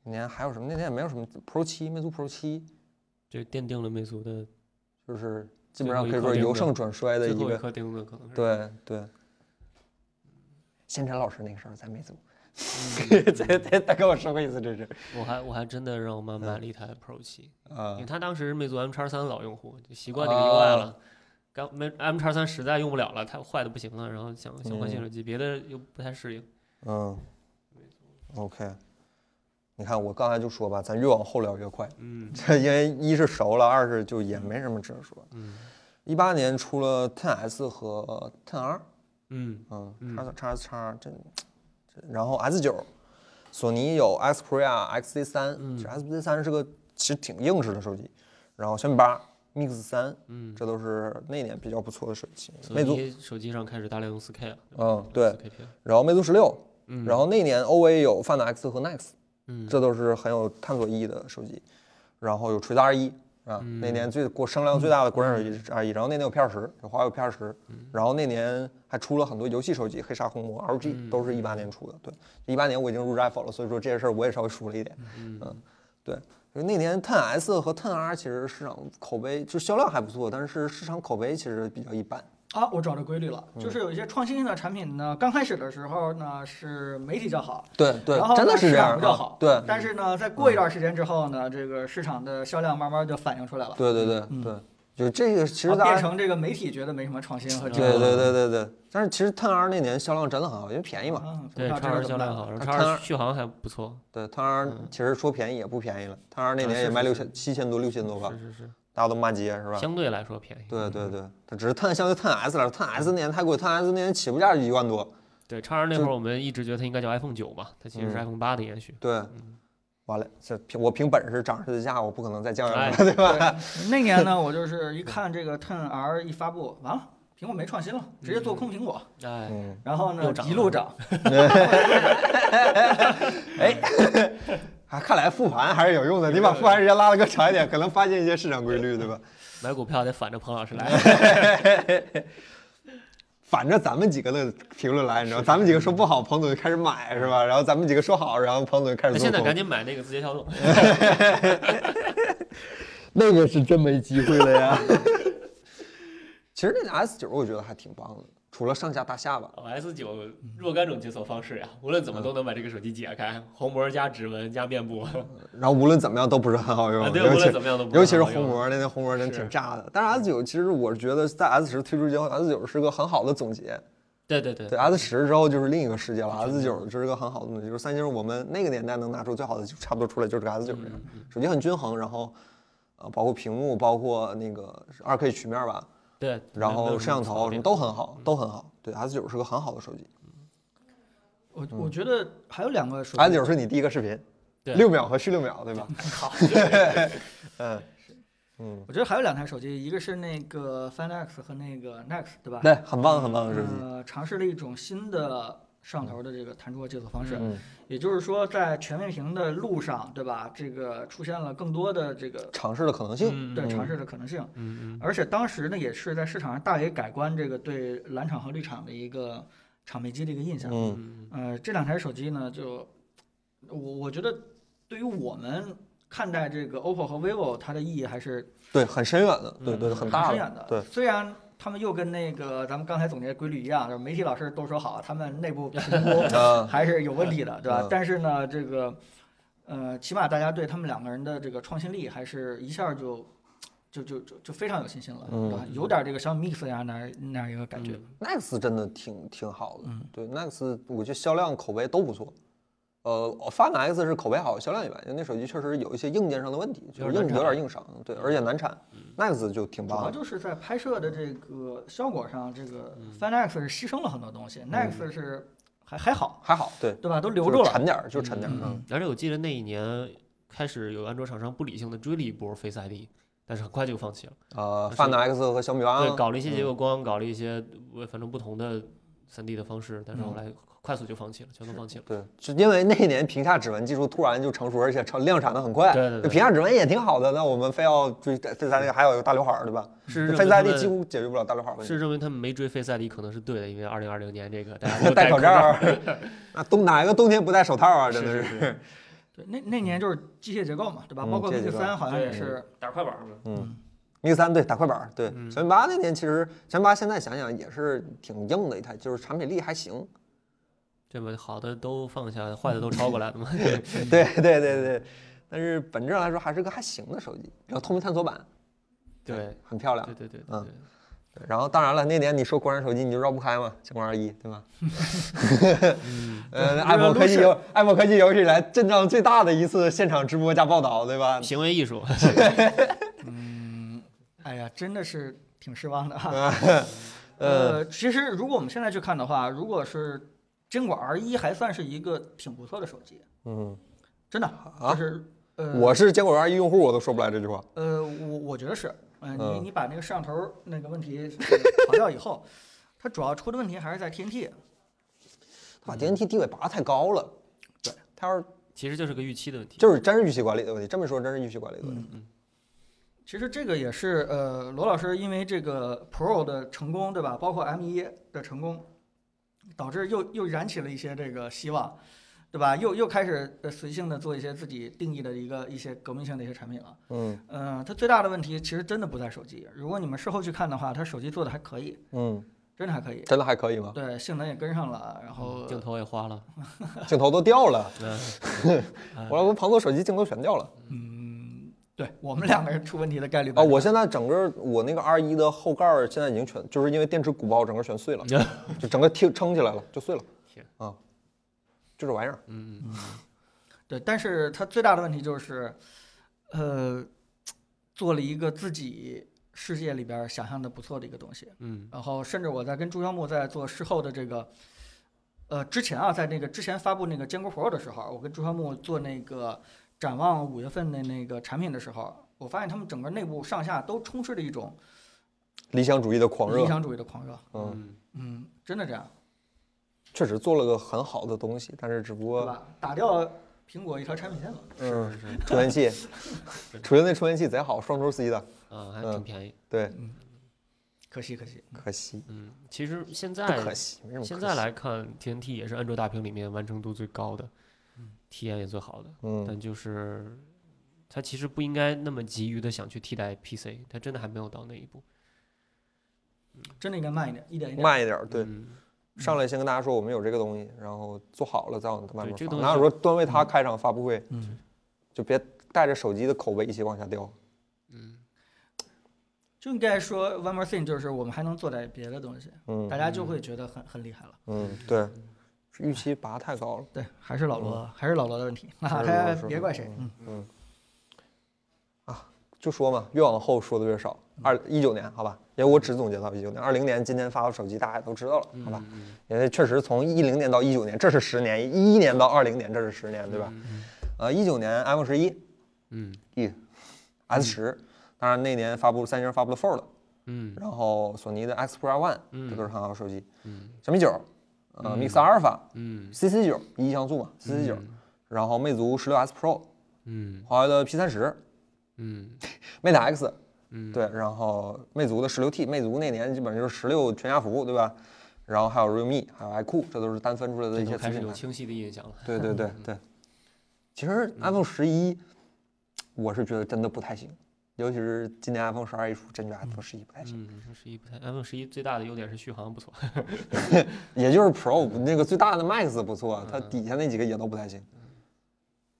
[SPEAKER 1] 那年还有什么？那年也没有什么 Pro 七，魅族 Pro 七，
[SPEAKER 7] 这奠定了魅族的
[SPEAKER 1] 就是基
[SPEAKER 7] 最
[SPEAKER 1] 本上
[SPEAKER 7] 后一
[SPEAKER 1] 可以
[SPEAKER 7] 颗
[SPEAKER 1] 说
[SPEAKER 7] 钉
[SPEAKER 1] 由
[SPEAKER 7] 子
[SPEAKER 1] 盛转衰的
[SPEAKER 7] 最
[SPEAKER 1] 一
[SPEAKER 7] 后一
[SPEAKER 1] 个。
[SPEAKER 7] 颗钉子，可能是。
[SPEAKER 1] 对对，先晨老师那个时候在魅族，
[SPEAKER 7] 嗯
[SPEAKER 1] 再再再跟我说过一次这事儿。
[SPEAKER 7] 我还我还真的让我妈
[SPEAKER 1] 嗯
[SPEAKER 7] 买了一台 Pro 七，
[SPEAKER 1] 啊
[SPEAKER 7] 因为她当时是魅族 M 叉三老用户，就习惯这
[SPEAKER 1] 哦
[SPEAKER 7] 个 UI 了。刚没 M 叉三实在用不了了，太坏的不行了，然后想想换新手机，别的又不太适应。
[SPEAKER 1] 嗯，OK，你看我刚才就说吧，咱越往后聊越快，
[SPEAKER 7] 嗯
[SPEAKER 1] 这因为一是熟了，二是就也没什么值得说。
[SPEAKER 7] 嗯
[SPEAKER 1] 一八年出了 Ten S 和 Ten R，
[SPEAKER 7] 嗯
[SPEAKER 1] 嗯
[SPEAKER 7] 嗯
[SPEAKER 1] ，X X S X 这，这然后 S 九，索尼有 X Korea XZ 三，
[SPEAKER 7] 嗯
[SPEAKER 1] 这 XZ 三是个其实挺硬实的手机，然后小米八 Mix 三，
[SPEAKER 7] 嗯，
[SPEAKER 1] 这都是那年比较不错的手机。
[SPEAKER 7] 索
[SPEAKER 1] 魅族，
[SPEAKER 7] 尼手机上开始大量用 4K 了。
[SPEAKER 1] 嗯，对，
[SPEAKER 7] 4K 片。
[SPEAKER 1] 然后魅族十六，
[SPEAKER 7] 嗯，
[SPEAKER 1] 然后那年 OVA 有 Find X 和 Nex。
[SPEAKER 7] 嗯
[SPEAKER 1] 这都是很有探索意义的手机。然后有锤子 R 一啊，那年最国声量最大的国产手机是 R 一，然后那年有 P 二十，有华为 P 二十，然后那年还出了很多游戏手机，黑鲨、红魔、LG 都是一八年出的。对，一八年我已经入职 iPhone 了，所以说这些事儿我也稍微熟了一点。嗯，对，就那年 Ten S 和 Ten R 其实市场口碑就销量还不错，但是市场口碑其实比较一般。
[SPEAKER 5] 啊，我找着规律了，
[SPEAKER 7] 嗯
[SPEAKER 5] 就是有一些创新性的产品呢，刚开始的时候呢是媒体较好，
[SPEAKER 1] 对对
[SPEAKER 5] 然后，呢
[SPEAKER 1] 真的是
[SPEAKER 5] 市
[SPEAKER 1] 这
[SPEAKER 5] 场
[SPEAKER 1] 样
[SPEAKER 5] 比较
[SPEAKER 1] 啊
[SPEAKER 5] 好。，
[SPEAKER 1] 对
[SPEAKER 5] 但是呢，在过一段时间之后呢，这个市场的销量慢慢就反映出来了，
[SPEAKER 1] 对对对对，就这个其实
[SPEAKER 5] 嗯啊
[SPEAKER 1] 大家
[SPEAKER 5] 变成这个媒体觉得没什么创新和
[SPEAKER 1] 对
[SPEAKER 5] 进步
[SPEAKER 1] 对对对对，但是其实 Ten R 那年销量真的很好，因为便宜嘛。
[SPEAKER 5] 嗯，
[SPEAKER 7] 对
[SPEAKER 5] 不
[SPEAKER 7] X
[SPEAKER 5] 知道这
[SPEAKER 7] 二
[SPEAKER 5] 个
[SPEAKER 7] 销
[SPEAKER 5] 怎么办
[SPEAKER 7] 量好，然后 X
[SPEAKER 1] 它
[SPEAKER 7] 二续航还不错。
[SPEAKER 1] 对，Ten R
[SPEAKER 7] 嗯
[SPEAKER 1] 其实说便宜也不便宜了，Ten R 那
[SPEAKER 7] 啊
[SPEAKER 1] 年
[SPEAKER 7] 是
[SPEAKER 1] 也卖
[SPEAKER 7] 是
[SPEAKER 1] 六
[SPEAKER 7] 是
[SPEAKER 1] 千七千多六千多吧
[SPEAKER 7] 是，是是，
[SPEAKER 1] 大家都骂街是吧？
[SPEAKER 7] 相对来说便宜。
[SPEAKER 1] 对对对，它只是 Ten 相对 Ten S 来说，Ten S 那年太贵，Ten S 那年起步价就一万多。
[SPEAKER 7] 对 X 二那
[SPEAKER 1] 就
[SPEAKER 7] 会儿我们一直觉得它应该叫 iPhone 九嘛，它其实是
[SPEAKER 1] 嗯
[SPEAKER 7] iPhone 八的延续。
[SPEAKER 1] 对，完了，这凭我凭本事涨这个价，我不可能再降下来
[SPEAKER 7] 哎
[SPEAKER 1] 了，对吧？
[SPEAKER 5] 那年呢，我就是一看这个 Ten R 一发布，完了，苹果没创新了，直接做空苹果，
[SPEAKER 7] 哎，
[SPEAKER 1] 嗯，
[SPEAKER 5] 然后呢
[SPEAKER 7] 嗯又涨了
[SPEAKER 5] 一 路涨，
[SPEAKER 1] 啊，看来复盘 还是有用的，你把复盘时间拉得更长一点，可能发现一些市场规律，对吧？
[SPEAKER 7] 买股票得反着彭老师 来。
[SPEAKER 1] 反着咱们几个的评论来，你知道，咱们几个说不好，彭总就开始买是吧？然后咱们几个说好，然后彭总就开始
[SPEAKER 7] 那
[SPEAKER 1] 做空。
[SPEAKER 7] 现在赶紧买那个字节跳动。
[SPEAKER 1] 那个是真没机会了 呀。其实那个 S 九我觉得还挺棒的，除了上下大下巴，
[SPEAKER 7] S 九若干种解锁方式
[SPEAKER 1] 嗯
[SPEAKER 7] 呀、无论怎么都能把这个手机解开，虹膜加指纹加面部，啊，
[SPEAKER 1] 然后无论怎么样都不是很好用，
[SPEAKER 7] 对，
[SPEAKER 1] 嗯尤
[SPEAKER 7] 无
[SPEAKER 1] 其
[SPEAKER 7] 论怎么样都不
[SPEAKER 1] 尤其是
[SPEAKER 7] 很
[SPEAKER 1] 红
[SPEAKER 7] 好用，
[SPEAKER 1] 魔，那那红魔真
[SPEAKER 7] 是
[SPEAKER 1] 挺炸的。但是 S 九其实我觉得在 S 十推出之后，S 九是个很好的总结。
[SPEAKER 7] 对对对
[SPEAKER 1] 对啊 S 十之后就是另一个世界了，S 九就是个很好的总结，就是三星我们那个年代能拿出最好的，就差不多出来就是个 S 九这样，手机很均衡，然后呃包括屏幕，包括那个二 K 曲面吧，
[SPEAKER 7] 对，
[SPEAKER 1] 然后摄像头什么都很好，
[SPEAKER 7] 嗯
[SPEAKER 1] 都很好。对，S 九是个很好的手机。
[SPEAKER 5] 我我觉得还有两个手机
[SPEAKER 1] S 九是你第一个视频，
[SPEAKER 7] 对
[SPEAKER 1] 六秒和续六秒，对吧？好，嗯，嗯，
[SPEAKER 5] 我觉得还有两台手机，一个是那个 Find X 和那个 Next，对吧？
[SPEAKER 1] 对，很棒很棒的手机，
[SPEAKER 5] 呃，尝试了一种新的摄像头的这个弹出和解锁方式，
[SPEAKER 1] 嗯
[SPEAKER 5] 也就是说，在全面屏的路上，对吧？这个出现了更多的这个
[SPEAKER 1] 尝试的可能性，
[SPEAKER 3] 嗯
[SPEAKER 5] 对
[SPEAKER 1] 嗯
[SPEAKER 5] 尝试的可能性。
[SPEAKER 3] 嗯嗯
[SPEAKER 5] 而且当时呢，也是在市场上大为改观这个对蓝厂和绿厂的一个厂媒机的一个印象。
[SPEAKER 1] 嗯
[SPEAKER 3] 嗯
[SPEAKER 5] 呃，这两台手机呢，就我我觉得对于我们看待这个 OPPO 和 vivo 它的意义还是
[SPEAKER 1] 对，很深远的，对
[SPEAKER 3] 嗯
[SPEAKER 1] 对，
[SPEAKER 5] 很
[SPEAKER 1] 很大
[SPEAKER 5] 深
[SPEAKER 1] 的，
[SPEAKER 5] 远的。
[SPEAKER 1] 对
[SPEAKER 5] 虽然他们又跟那个咱们刚才总结的规律一样，就是媒体老师都说好，他们内部评 估
[SPEAKER 1] 啊，
[SPEAKER 5] 还是有问题的，对吧
[SPEAKER 1] 嗯？
[SPEAKER 5] 但是呢，这个呃，起码大家对他们两个人的这个创新力，还是一下就就就就就非常有信心了，
[SPEAKER 1] 嗯
[SPEAKER 5] 对吧？有点这个小米 Mix 那样那那样一个感觉。
[SPEAKER 1] Next 真的挺挺好的，
[SPEAKER 5] 嗯
[SPEAKER 1] 对 Next 我觉得销量口碑都不错。呃，Find X 是口碑好，销量一般，因为那手机确实有一些硬件上的问题，就是
[SPEAKER 3] 有点
[SPEAKER 1] 硬
[SPEAKER 3] 难
[SPEAKER 1] 有点硬伤，对，而且难产。Next 就挺
[SPEAKER 5] 主要
[SPEAKER 1] 棒的，
[SPEAKER 5] 就是在拍摄的这个效果上，这个
[SPEAKER 1] 嗯
[SPEAKER 5] Find X 是牺牲了很多东西、n e x t 是还还好，
[SPEAKER 1] 还好，对，
[SPEAKER 5] 对吧？都
[SPEAKER 1] 嗯
[SPEAKER 5] 留
[SPEAKER 1] 就
[SPEAKER 5] 住
[SPEAKER 1] 是
[SPEAKER 5] 了。
[SPEAKER 1] 沉点儿，就沉点儿，嗯，
[SPEAKER 7] 而且我记得那一年开始有安卓厂商不理性的追了一波 Face ID，但是很快就放弃了。
[SPEAKER 1] 呃
[SPEAKER 7] 是
[SPEAKER 1] ，Find X 和小米八
[SPEAKER 7] 对，搞了一些结
[SPEAKER 1] 嗯
[SPEAKER 7] 构光，搞了一些呃反正不同的3 D 的方式，但是后
[SPEAKER 5] 嗯
[SPEAKER 7] 来快速就放弃了，全都放弃了。
[SPEAKER 1] 对，是因为那一年屏下指纹技术突然就成熟，而且成量产的很快。
[SPEAKER 7] 对对对
[SPEAKER 1] 屏下指纹也挺好的，那我们非要追 Face ID，还有一个大刘海儿，对吧
[SPEAKER 7] 是认为
[SPEAKER 1] ？Face
[SPEAKER 7] 他
[SPEAKER 1] ID
[SPEAKER 7] 们
[SPEAKER 1] 几乎解决不了大刘海儿问题。
[SPEAKER 7] 是认为他们没追 Face ID 可能是对的，因为二零二零年这个大家 都
[SPEAKER 1] 戴口
[SPEAKER 7] 口
[SPEAKER 1] 罩儿， 那冬哪个冬天不戴手套啊？真的
[SPEAKER 3] 是
[SPEAKER 1] 是，
[SPEAKER 3] 是 是，
[SPEAKER 5] 对，那那年就是机械结构嘛，对吧？
[SPEAKER 1] 嗯
[SPEAKER 5] 包括
[SPEAKER 1] 机械
[SPEAKER 5] Mix
[SPEAKER 1] 结构
[SPEAKER 5] 三好像也
[SPEAKER 3] 对
[SPEAKER 5] 是，
[SPEAKER 3] 打快板儿嘛。
[SPEAKER 1] 嗯。米三对打快板儿，对
[SPEAKER 3] 嗯
[SPEAKER 1] 小米八那年其实小米八现在想想也是挺硬的一台，就是产品力还 行。
[SPEAKER 7] 这么好的都放下，坏的都抄过来 了嘛。
[SPEAKER 1] 对对对对，但是本质上来说还是个还行的手机，然后透明探索板
[SPEAKER 7] 对
[SPEAKER 1] 很漂亮
[SPEAKER 7] 对。对对对
[SPEAKER 1] 嗯
[SPEAKER 7] 对。
[SPEAKER 1] 对然后当然了，那年你说国产手机你就绕不开嘛，强光二一 对吧？ 呃，爱博科技有爱博科技有史以来阵仗最大的一次现场直播加报道，对吧？
[SPEAKER 7] 行为艺术，
[SPEAKER 5] 嗯，哎呀，真的是挺失望的啊。
[SPEAKER 1] 嗯
[SPEAKER 5] 呃，其实如果我们现在去看的话，如果是坚果 R 一还算是一个挺不错的手机，
[SPEAKER 1] 嗯，
[SPEAKER 5] 真的，
[SPEAKER 1] 啊
[SPEAKER 5] 就是呃，
[SPEAKER 1] 我是坚果二一用户，我都说不来这句话。
[SPEAKER 5] 呃，我我觉得是，嗯、你
[SPEAKER 1] 嗯
[SPEAKER 5] 你把那个摄像头儿那个问题 呃刨掉以后，它主要出的问题还是在 TNT。
[SPEAKER 1] 把 DNT 地位拔得太高了。
[SPEAKER 5] 对，
[SPEAKER 1] 他要是
[SPEAKER 7] 其实就是个预期的问题。
[SPEAKER 1] 就是真是预期管理的问题，这么说真是预期管理的问题。
[SPEAKER 5] 嗯，其实这个也是呃，罗老师因为这个 Pro 的成功，对吧？包括 M 一的成功，导致又又燃起了一些这个希望，对吧？又又开始呃随性的做一些自己定义的一个一些革命性的一些产品了。
[SPEAKER 1] 嗯
[SPEAKER 5] 嗯，它最大的问题其实真的不在手机。如果你们事后去看的话，它手机做的还可以，
[SPEAKER 1] 嗯，
[SPEAKER 5] 真的还可以。
[SPEAKER 1] 真的还可以吗？
[SPEAKER 5] 对，性能也跟上了，然后
[SPEAKER 7] 镜头也花了，
[SPEAKER 1] 镜头都掉了，
[SPEAKER 7] 嗯，
[SPEAKER 1] 我老婆旁坐手机镜头全掉了。
[SPEAKER 5] 嗯，对我们两个人出问题的概率
[SPEAKER 1] 啊，我现在整个我那个 R 一的后盖儿现在已经全，就是因为电池鼓包整个全碎 了，就整个听撑起来了，就碎了
[SPEAKER 7] 天。
[SPEAKER 1] 啊，就这玩意儿。
[SPEAKER 7] 嗯，
[SPEAKER 5] 对，但是它最大的问题就是，呃，做了一个自己世界里边儿想象的不错的一个东西，
[SPEAKER 7] 嗯
[SPEAKER 5] 然后甚至我在跟朱萧木在做事后的这个，呃，之前啊，在那个之前发布那个坚果 Pro 的时候，我跟朱萧木做那个展望五月份的那个产品的时候，我发现他们整个内部上下都充斥着一种
[SPEAKER 1] 理想主义的狂热
[SPEAKER 5] 理，想主义的狂热，
[SPEAKER 1] 嗯，
[SPEAKER 7] 嗯，
[SPEAKER 5] 嗯，真的这样，
[SPEAKER 1] 确实做了个很好的东西，但是只不
[SPEAKER 5] 对
[SPEAKER 1] 过，
[SPEAKER 5] 吧？打掉苹果一条产品线了。
[SPEAKER 1] 嗯，
[SPEAKER 7] 是是，
[SPEAKER 1] 充电器， 除了那充电器贼好，双头 C 的，
[SPEAKER 7] 啊，
[SPEAKER 1] 嗯
[SPEAKER 7] 还挺便宜。
[SPEAKER 1] 对，
[SPEAKER 5] 嗯可惜可惜，
[SPEAKER 1] 可惜，
[SPEAKER 7] 嗯，其实现
[SPEAKER 1] 不
[SPEAKER 7] 在
[SPEAKER 1] 可惜，没什么可惜。
[SPEAKER 7] 现在来看，TNT 也是安卓大屏里面完成度最高的，体验也最好的，
[SPEAKER 1] 嗯，
[SPEAKER 7] 但就是它其实不应该那么急于的想去替代 PC，它真的还没有到那一步。
[SPEAKER 5] 嗯真的应该慢一点，一点一点。
[SPEAKER 1] 慢一点儿，对。
[SPEAKER 7] 嗯
[SPEAKER 1] 上来先跟大家说我们有这个东西，然后做好了再往慢
[SPEAKER 7] 对
[SPEAKER 1] 慢
[SPEAKER 7] 这个
[SPEAKER 1] 放。
[SPEAKER 7] 东西
[SPEAKER 1] 那
[SPEAKER 7] 是
[SPEAKER 1] 如果端为它开场发布会，
[SPEAKER 5] 嗯，
[SPEAKER 1] 就别带着手机的口碑一起往下掉。
[SPEAKER 7] 嗯，
[SPEAKER 5] 就应该说 one more thing，就是我们还能做点别的东西，
[SPEAKER 1] 嗯
[SPEAKER 5] 大家就会觉得很很厉害了。
[SPEAKER 1] 嗯，对，是预期拔太高了。
[SPEAKER 5] 对，还是老罗，嗯还是老罗的问题， 那
[SPEAKER 1] 还是
[SPEAKER 5] 还
[SPEAKER 1] 罗说
[SPEAKER 5] 别怪谁。嗯，
[SPEAKER 1] 就说嘛，越往后说的越少。
[SPEAKER 7] 嗯
[SPEAKER 1] 二一九年，好吧，因为我只总结到一九年，二零年今天发布手机，大家也都知道
[SPEAKER 7] 嗯
[SPEAKER 1] 了，好吧？因为确实从一零年到一九年，这是十年；一一年到二零年，这是
[SPEAKER 7] 嗯
[SPEAKER 1] 十年，对吧？呃，一九年 iPhone 十一，
[SPEAKER 7] 嗯，
[SPEAKER 1] S 十当然那年发布三星发布了 Fold，
[SPEAKER 11] 嗯
[SPEAKER 1] 然后索尼的 Xperia One，
[SPEAKER 11] 嗯
[SPEAKER 1] 这都是很好的手机。
[SPEAKER 11] 嗯
[SPEAKER 1] 小米九，呃，Mix Alpha、
[SPEAKER 11] 嗯
[SPEAKER 1] CC 九一亿像素嘛，CC 九，然后魅族十六 S Pro，
[SPEAKER 11] 嗯
[SPEAKER 1] 华为的 P 三十
[SPEAKER 11] 嗯
[SPEAKER 1] ，Mate X，
[SPEAKER 11] 嗯，
[SPEAKER 1] 对，然后魅族的十六 T，魅族那年基本就是十六全家福，对吧？然后还有 realme，还有 iQOO，这都是单分出来的
[SPEAKER 11] 这
[SPEAKER 1] 一
[SPEAKER 11] 都
[SPEAKER 1] 些
[SPEAKER 11] 开
[SPEAKER 1] 子
[SPEAKER 11] 始有
[SPEAKER 1] 品牌。
[SPEAKER 11] 清晰的印象了。
[SPEAKER 1] 对对
[SPEAKER 11] 嗯
[SPEAKER 1] 对对，其实 iPhone 十一，我是觉得真的不太行，尤其是今年 iPhone 十二一出，真觉得 iPhone 十一不太行。
[SPEAKER 11] 嗯，iPhone 十一不太，iPhone
[SPEAKER 7] 啊
[SPEAKER 11] 十一最大的优点是续航不错。
[SPEAKER 1] 也就是 Pro 不那个最大的 Max 不错，它
[SPEAKER 11] 嗯
[SPEAKER 1] 底下那几个也都不太行，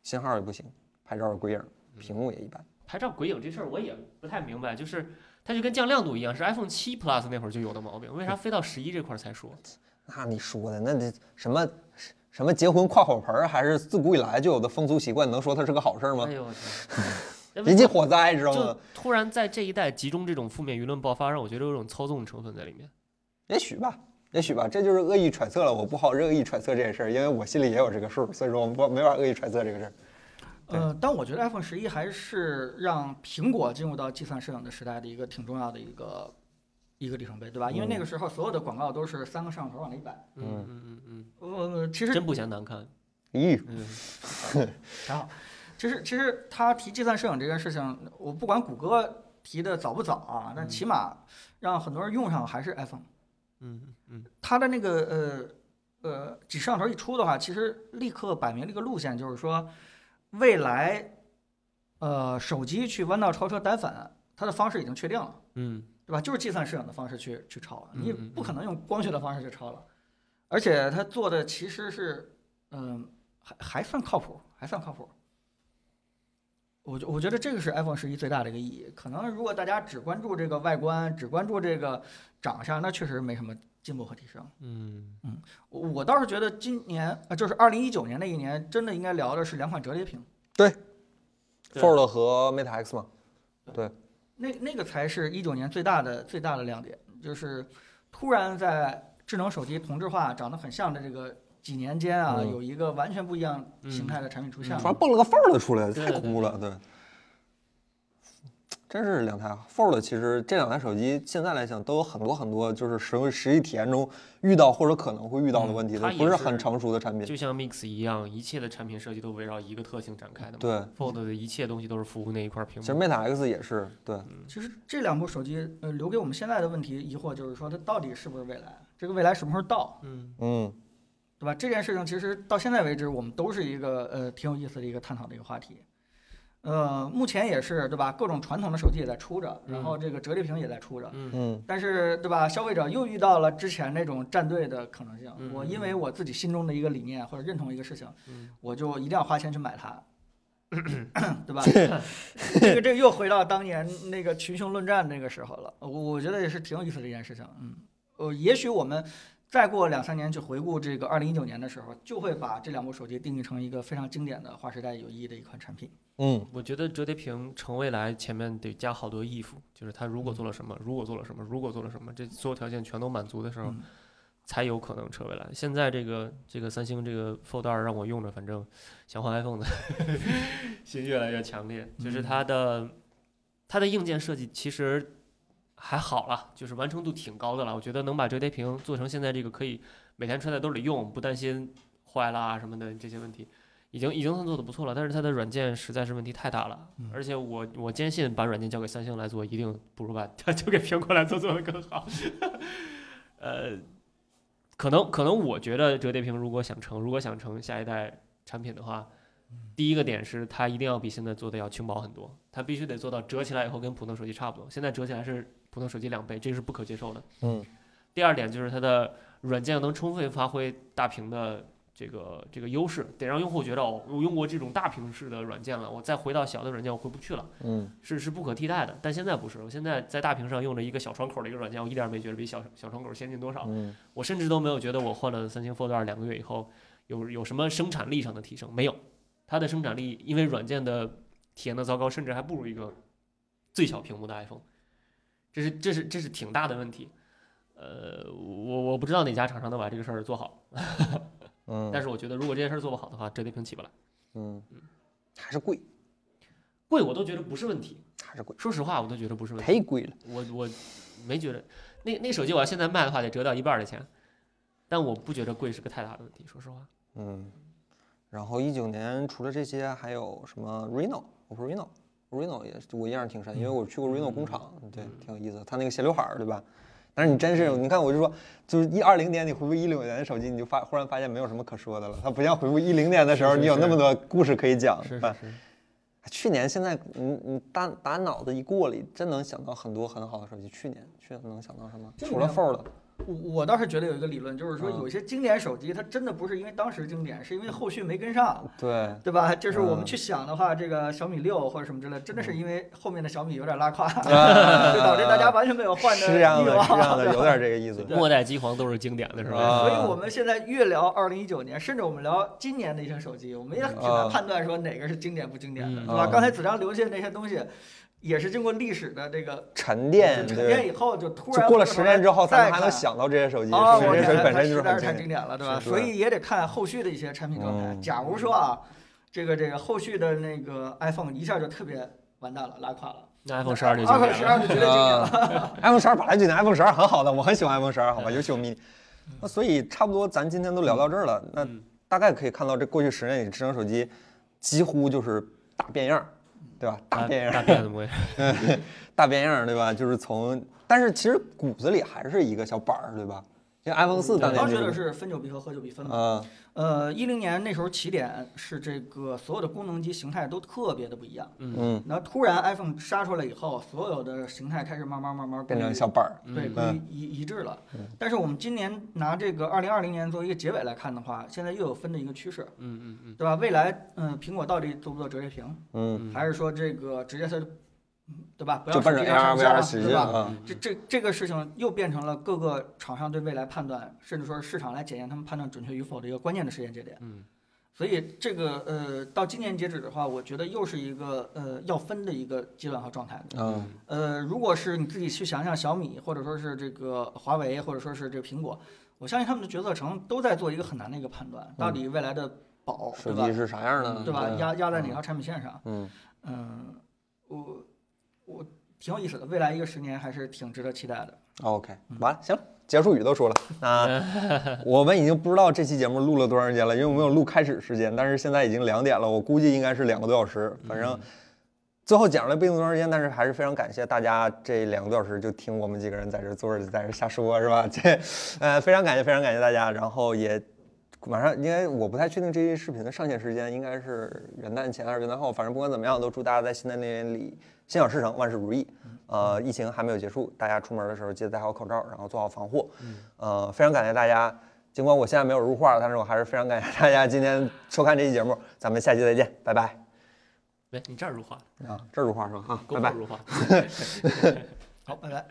[SPEAKER 1] 信号也不行，拍照也鬼影，
[SPEAKER 11] 嗯
[SPEAKER 1] 屏幕也一般。
[SPEAKER 7] 拍照鬼影这事儿我也不太明白，就是它就跟降亮度一样，是 iPhone 七 Plus 那会儿就有的毛病，为啥非到十一这块儿才说？
[SPEAKER 1] 那你说的那这什么什么结婚跨火盆儿，还是自古以来就有的风俗习惯，能说它是个好事儿吗
[SPEAKER 7] 哎？呦我天！那
[SPEAKER 1] 人家火灾知道
[SPEAKER 7] 就
[SPEAKER 1] 吗？
[SPEAKER 7] 突然在这一代集中这种负面舆论爆发，让我觉得有种操纵成分在里面。
[SPEAKER 1] 也许吧，也许吧，这就是恶意揣测了。我不好恶意揣测这件事儿，因为我心里也有这个数，所以说我不没法恶意揣测这个事儿。
[SPEAKER 5] 呃，但我觉得 iPhone 十一还是让苹果进入到计算摄影的时代的一个挺重要的一个一个里程碑，对吧？因为那个时候所有的广告都是三个摄像头往那一摆，
[SPEAKER 11] 嗯嗯嗯
[SPEAKER 5] 呃，其
[SPEAKER 7] 真
[SPEAKER 5] 实
[SPEAKER 7] 不嫌难看。
[SPEAKER 1] 咦，
[SPEAKER 11] 嗯
[SPEAKER 5] 还好，其实其实他提计算摄影这件事情，我不管谷歌提的早不早啊，但起码让很多人用上还是 iPhone。
[SPEAKER 11] 嗯嗯
[SPEAKER 5] 它的那个呃呃几摄像头一出的话，其实立刻摆明了一个路线，就是说未来呃手机去弯道超车单反，它的方式已经确定了，
[SPEAKER 11] 嗯
[SPEAKER 5] 对吧？就是计算摄影的方式去去超了，
[SPEAKER 11] 嗯
[SPEAKER 5] 你也不可能用光学的方式去超了，而且它做的其实是嗯、还还算靠谱，还算靠谱。我觉我觉得这个是 iPhone 十一最大的一个意义。可能如果大家只关注这个外观，只关注这个长相，那确实没什么进步和提升。
[SPEAKER 11] 嗯
[SPEAKER 5] 我我倒是觉得今年啊，呃就是二零一九年那一年，真的应该聊的是两款折叠屏，
[SPEAKER 7] 对
[SPEAKER 1] Fold 和 Mate X 嘛，
[SPEAKER 5] 那那个才是一九年最大的最大的亮点，就是突然在智能手机同质化、长得很像的这个几年间啊，
[SPEAKER 1] 嗯
[SPEAKER 5] 有一个完全不一样形态的产品出
[SPEAKER 11] 嗯
[SPEAKER 5] 现了。
[SPEAKER 1] 突然蹦了个 Fold 出来，
[SPEAKER 7] 对
[SPEAKER 1] 太恐怖了，对。真是两台 Fold，其实这两台手机现在来讲都有很多很多就是使用实际体验中遇到或者可能会遇到的问题，
[SPEAKER 7] 嗯它
[SPEAKER 1] 它
[SPEAKER 7] 也
[SPEAKER 1] 不是
[SPEAKER 7] 是
[SPEAKER 1] 很成熟的产品。
[SPEAKER 7] 就像 Mix 一样，一切的产品设计都围绕一个特性展开的嘛。
[SPEAKER 1] 对，
[SPEAKER 7] Fold 的一切东西都是服务那一块屏
[SPEAKER 1] 其
[SPEAKER 7] 幕。
[SPEAKER 1] 实 Mate X 也是，对，
[SPEAKER 5] 其实这两部手机，呃，留给我们现在的问题疑惑就是说，它到底是不是未来？这个未来什么时候到，
[SPEAKER 7] 嗯，
[SPEAKER 1] 嗯，
[SPEAKER 5] 对吧？这件事情其实到现在为止，我们都是一个呃挺有意思的一个探讨的一个话题。呃，目前也是对吧？各种传统的手机也在出着，然后这个折叠屏也在出着，
[SPEAKER 1] 嗯，
[SPEAKER 5] 但是对吧？消费者又遇到了之前那种站队的可能性。
[SPEAKER 7] 嗯
[SPEAKER 5] 我因为我自己心中的一个理念或者认同一个事情，我就一定要花钱去买 它，对吧？这个这个又回到当年那个群雄论战那个时候了。我我觉得也是挺有意思的一件事情。嗯，呃，也许我们再过两三年去回顾这个二零一九年的时候，就会把这两部手机定义成一个非常经典的划时代有意义的一款产品。
[SPEAKER 1] 嗯，
[SPEAKER 7] 我觉得折叠屏成未来前面得加好多 if，就是它如果做了什么，如果做了什么，如果做了什么，这所有条件全都满足的时候，
[SPEAKER 5] 嗯
[SPEAKER 7] 才有可能成未来。现在这个这个三星这个 Fold 二让我用着，反正想换 iPhone 的 心越来越强烈，就是它的、它的硬件设计其实还好了，就是完成度挺高的了。我觉得能把折叠屏做成现在这个可以每天揣在兜里用，不担心坏啦什么的这些问题。已经已经算做的不错了，但是它的软件实在是问题太大了，而且我我坚信把软件交给三星来做，一定不如把 交给苹果来做做的更好。 呃，可能可能我觉得折叠屏如果想成，如果想成下一代产品的话，第一个点是它一定要比现在做的要轻薄很多，它必须得做到折起来以后跟普通手机差不多。现在折起来是普通手机两倍，这是不可接受的。
[SPEAKER 1] 嗯。
[SPEAKER 7] 第二点就是它的软件能充分发挥大屏的这个这个优势，得让用户觉得哦，我用过这种大屏式的软件了，我再回到小的软件我回不去了。
[SPEAKER 1] 嗯，
[SPEAKER 7] 是是不可替代的。但现在不是，我现在在大屏上用了一个小窗口的一个软件，我一点儿没觉得比小小窗口先进多少。
[SPEAKER 1] 嗯，
[SPEAKER 7] 我甚至都没有觉得我换了三星 Fold 二两个月以后有有什么生产力上的提升，没有。它的生产力因为软件的体验的糟糕，甚至还不如一个最小屏幕的 iPhone，这是这是这是挺大的问题。呃，我我不知道哪家厂商能把这个事儿做好，
[SPEAKER 1] 嗯，
[SPEAKER 7] 但是我嗯觉得如果这件事儿做不好的话，折叠屏起不来，
[SPEAKER 1] 嗯，还是贵，
[SPEAKER 7] 贵我都觉得不是问题。
[SPEAKER 1] 还是贵，
[SPEAKER 3] 说实话，我都觉得不是问题。
[SPEAKER 1] 忒贵了。
[SPEAKER 3] 我我没觉得，那那手机我要现在卖的话，得折掉一半儿的钱，但我不觉得贵是个太大的问题，说实话。
[SPEAKER 1] 嗯，然后一九年除了这些，还有什么 Reno？我说 Reno。Reno 也是我印象挺深，因为我去过
[SPEAKER 12] 嗯
[SPEAKER 1] Reno 工厂，对，挺有意思的。他那个斜刘海儿，对吧？但是你真
[SPEAKER 12] 嗯
[SPEAKER 1] 是，你看我就说，就是一二零年你回顾一六年的手机，你就发忽然发现没有什么可说的了。它不像回顾一零年的时候，
[SPEAKER 12] 是是
[SPEAKER 1] 你有那么多故事可以讲。
[SPEAKER 12] 是
[SPEAKER 1] 吧哎
[SPEAKER 12] 是是，
[SPEAKER 1] 去年现在，嗯嗯，打打脑子一过里，真能想到很多很好的手机。去年去年能想到什么？
[SPEAKER 5] 这
[SPEAKER 1] 除了
[SPEAKER 5] 里面
[SPEAKER 1] Fold，
[SPEAKER 5] 我我倒是觉得有一个理论，就是说
[SPEAKER 1] 嗯
[SPEAKER 5] 有些经典手机它真的不是因为当时经典，是因为后续没跟上，
[SPEAKER 1] 对，
[SPEAKER 5] 对吧？就是我们
[SPEAKER 1] 嗯
[SPEAKER 5] 去想的话，这个小米六或者什么之类，真的是因为后面的小米有点 拉胯，
[SPEAKER 1] 啊
[SPEAKER 5] 就导致大家完全没有换
[SPEAKER 1] 是
[SPEAKER 5] 的
[SPEAKER 1] 这样
[SPEAKER 5] 欲
[SPEAKER 1] 的，是这样
[SPEAKER 5] 望。
[SPEAKER 1] 的，有点这个意 思。
[SPEAKER 3] 末代机皇都是经典的，是吧？
[SPEAKER 1] 啊
[SPEAKER 5] 所以我们现在越聊二零一九年，甚至我们聊今年的一些手机，我们也很难
[SPEAKER 1] 啊
[SPEAKER 5] 判断说哪个是经典不经典的，
[SPEAKER 3] 嗯
[SPEAKER 5] 对
[SPEAKER 1] 啊
[SPEAKER 5] 吧？刚才子章留下的那些东西，也是经过历史的这个
[SPEAKER 1] 沉淀，
[SPEAKER 5] 嗯沉
[SPEAKER 1] 对
[SPEAKER 5] 淀，以后，就突
[SPEAKER 1] 就
[SPEAKER 5] 然
[SPEAKER 1] 过了
[SPEAKER 5] 回头
[SPEAKER 1] 十年之后，咱
[SPEAKER 5] 再
[SPEAKER 1] 们还能
[SPEAKER 5] 看
[SPEAKER 1] 想到这些手机，
[SPEAKER 5] 哦，
[SPEAKER 1] 是
[SPEAKER 5] 我
[SPEAKER 1] 不是
[SPEAKER 5] 天
[SPEAKER 1] 这手机
[SPEAKER 5] 它
[SPEAKER 1] 本身就是
[SPEAKER 5] 它
[SPEAKER 1] 很
[SPEAKER 5] 实
[SPEAKER 1] 经
[SPEAKER 5] 在是太
[SPEAKER 1] 典
[SPEAKER 5] 经。典了，对
[SPEAKER 1] 是
[SPEAKER 5] 吧？
[SPEAKER 1] 是
[SPEAKER 5] 所以也得看后续的一些产品状态。
[SPEAKER 1] 嗯
[SPEAKER 5] 假如说啊，这个这个后续的那个 iPhone 一下就特别完蛋了，拉胯了。
[SPEAKER 3] 那 iPhone 十二就经
[SPEAKER 5] iPhone
[SPEAKER 3] 典
[SPEAKER 5] 十
[SPEAKER 3] 了。
[SPEAKER 5] 二就绝对经
[SPEAKER 1] 啊
[SPEAKER 5] 典了。
[SPEAKER 1] iPhone 十二本来就那 iPhone 十二很好的，我很喜欢 iPhone 十二，好
[SPEAKER 5] 嗯
[SPEAKER 1] 吧，尤其我 mini。那所以差不多咱今天都聊到这儿了，那
[SPEAKER 12] 嗯
[SPEAKER 1] 大概可以看到这过去十年里，智能手机几乎就是大变样儿，对吧？
[SPEAKER 5] 嗯
[SPEAKER 1] 大变样
[SPEAKER 3] 啊大
[SPEAKER 1] 儿，
[SPEAKER 3] 变的模样，
[SPEAKER 1] 大变样儿，对吧？就是从，但是其实骨子里还是一个小板儿，对吧？像 iPhone 四当
[SPEAKER 5] 我
[SPEAKER 1] 年
[SPEAKER 5] 嗯当时
[SPEAKER 1] 就
[SPEAKER 5] 的
[SPEAKER 1] 是，
[SPEAKER 5] 是分久必合，合久必分嘛。
[SPEAKER 1] 嗯
[SPEAKER 5] 呃，一零年那时候起点是这个所有的功能机形态都特别的不一样，
[SPEAKER 1] 嗯，
[SPEAKER 5] 然后突然 iPhone 杀出来以后，所有的形态开始慢慢慢慢
[SPEAKER 1] 变成
[SPEAKER 5] 归于
[SPEAKER 1] 小板儿，
[SPEAKER 5] 对，
[SPEAKER 12] 嗯
[SPEAKER 5] 归于
[SPEAKER 1] 嗯
[SPEAKER 5] 一一致了。但是我们今年拿这个二零二零年作为一个结尾来看的话，现在又有分的一个趋势，
[SPEAKER 12] 嗯嗯嗯
[SPEAKER 5] 对吧？未来，嗯、苹果到底做不做折叠屏，
[SPEAKER 1] 嗯，
[SPEAKER 12] 嗯，
[SPEAKER 5] 还是说这个直接它就，嗯对吧？不要
[SPEAKER 1] 就奔
[SPEAKER 5] 手
[SPEAKER 1] 着
[SPEAKER 5] 机
[SPEAKER 1] AR
[SPEAKER 5] 上上下
[SPEAKER 1] VR
[SPEAKER 5] 了
[SPEAKER 1] 使
[SPEAKER 5] 对
[SPEAKER 1] 劲
[SPEAKER 5] 吧？
[SPEAKER 1] 啊，
[SPEAKER 5] 这这这个事情又变成了各个厂商对未来判断，甚至说是市场来检验他们判断准确与否的一个关键的时间节点。
[SPEAKER 12] 嗯，
[SPEAKER 5] 所以这个呃，到今年截止的话，我觉得又是一个呃要分的一个阶段和状态。
[SPEAKER 1] 嗯
[SPEAKER 5] 呃，如果是你自己去想想小米，或者说是这个华为，或者说是这个苹果，我相信他们的决策层都在做一个很难的一个判断，到底未来的宝，
[SPEAKER 1] 嗯手
[SPEAKER 5] 对吧
[SPEAKER 1] 机？是啥样的，
[SPEAKER 5] 对吧？压压在哪
[SPEAKER 1] 嗯
[SPEAKER 5] 条产品线上？
[SPEAKER 1] 嗯，
[SPEAKER 5] 嗯，我我挺有意思的，未来一个十年还是挺值得期待的。
[SPEAKER 1] OK，完了，行了，结束语都说了。那我们已经不知道这期节目录了多长时间了，因为我们有录开始时间，但是现在已经两点了，我估计应该是两个多小时。反正最后讲了并不多长时间，但是还是非常感谢大家这两个多小时就听我们几个人在这坐着在这瞎说，是吧？ 这呃，非常感谢，非常感谢大家。然后也马上，因为我不太确定这期视频的上线时间应该是元旦前还是元旦后，反正不管怎么样，都祝大家在新的一年里心想事成，万事如意。呃，疫情还没有结束，大家出门的时候记得戴好口罩，然后做好防护。呃，非常感谢大家，尽管我现在没有入画，但是我还是非常感谢大家今天收看这期节目，咱们下期再见，拜拜。
[SPEAKER 3] 没，你这儿入画，
[SPEAKER 1] 啊，这入画是吧？啊，
[SPEAKER 3] 够
[SPEAKER 1] 拜
[SPEAKER 3] 不
[SPEAKER 1] 拜。
[SPEAKER 3] 入画？
[SPEAKER 5] 好，拜拜。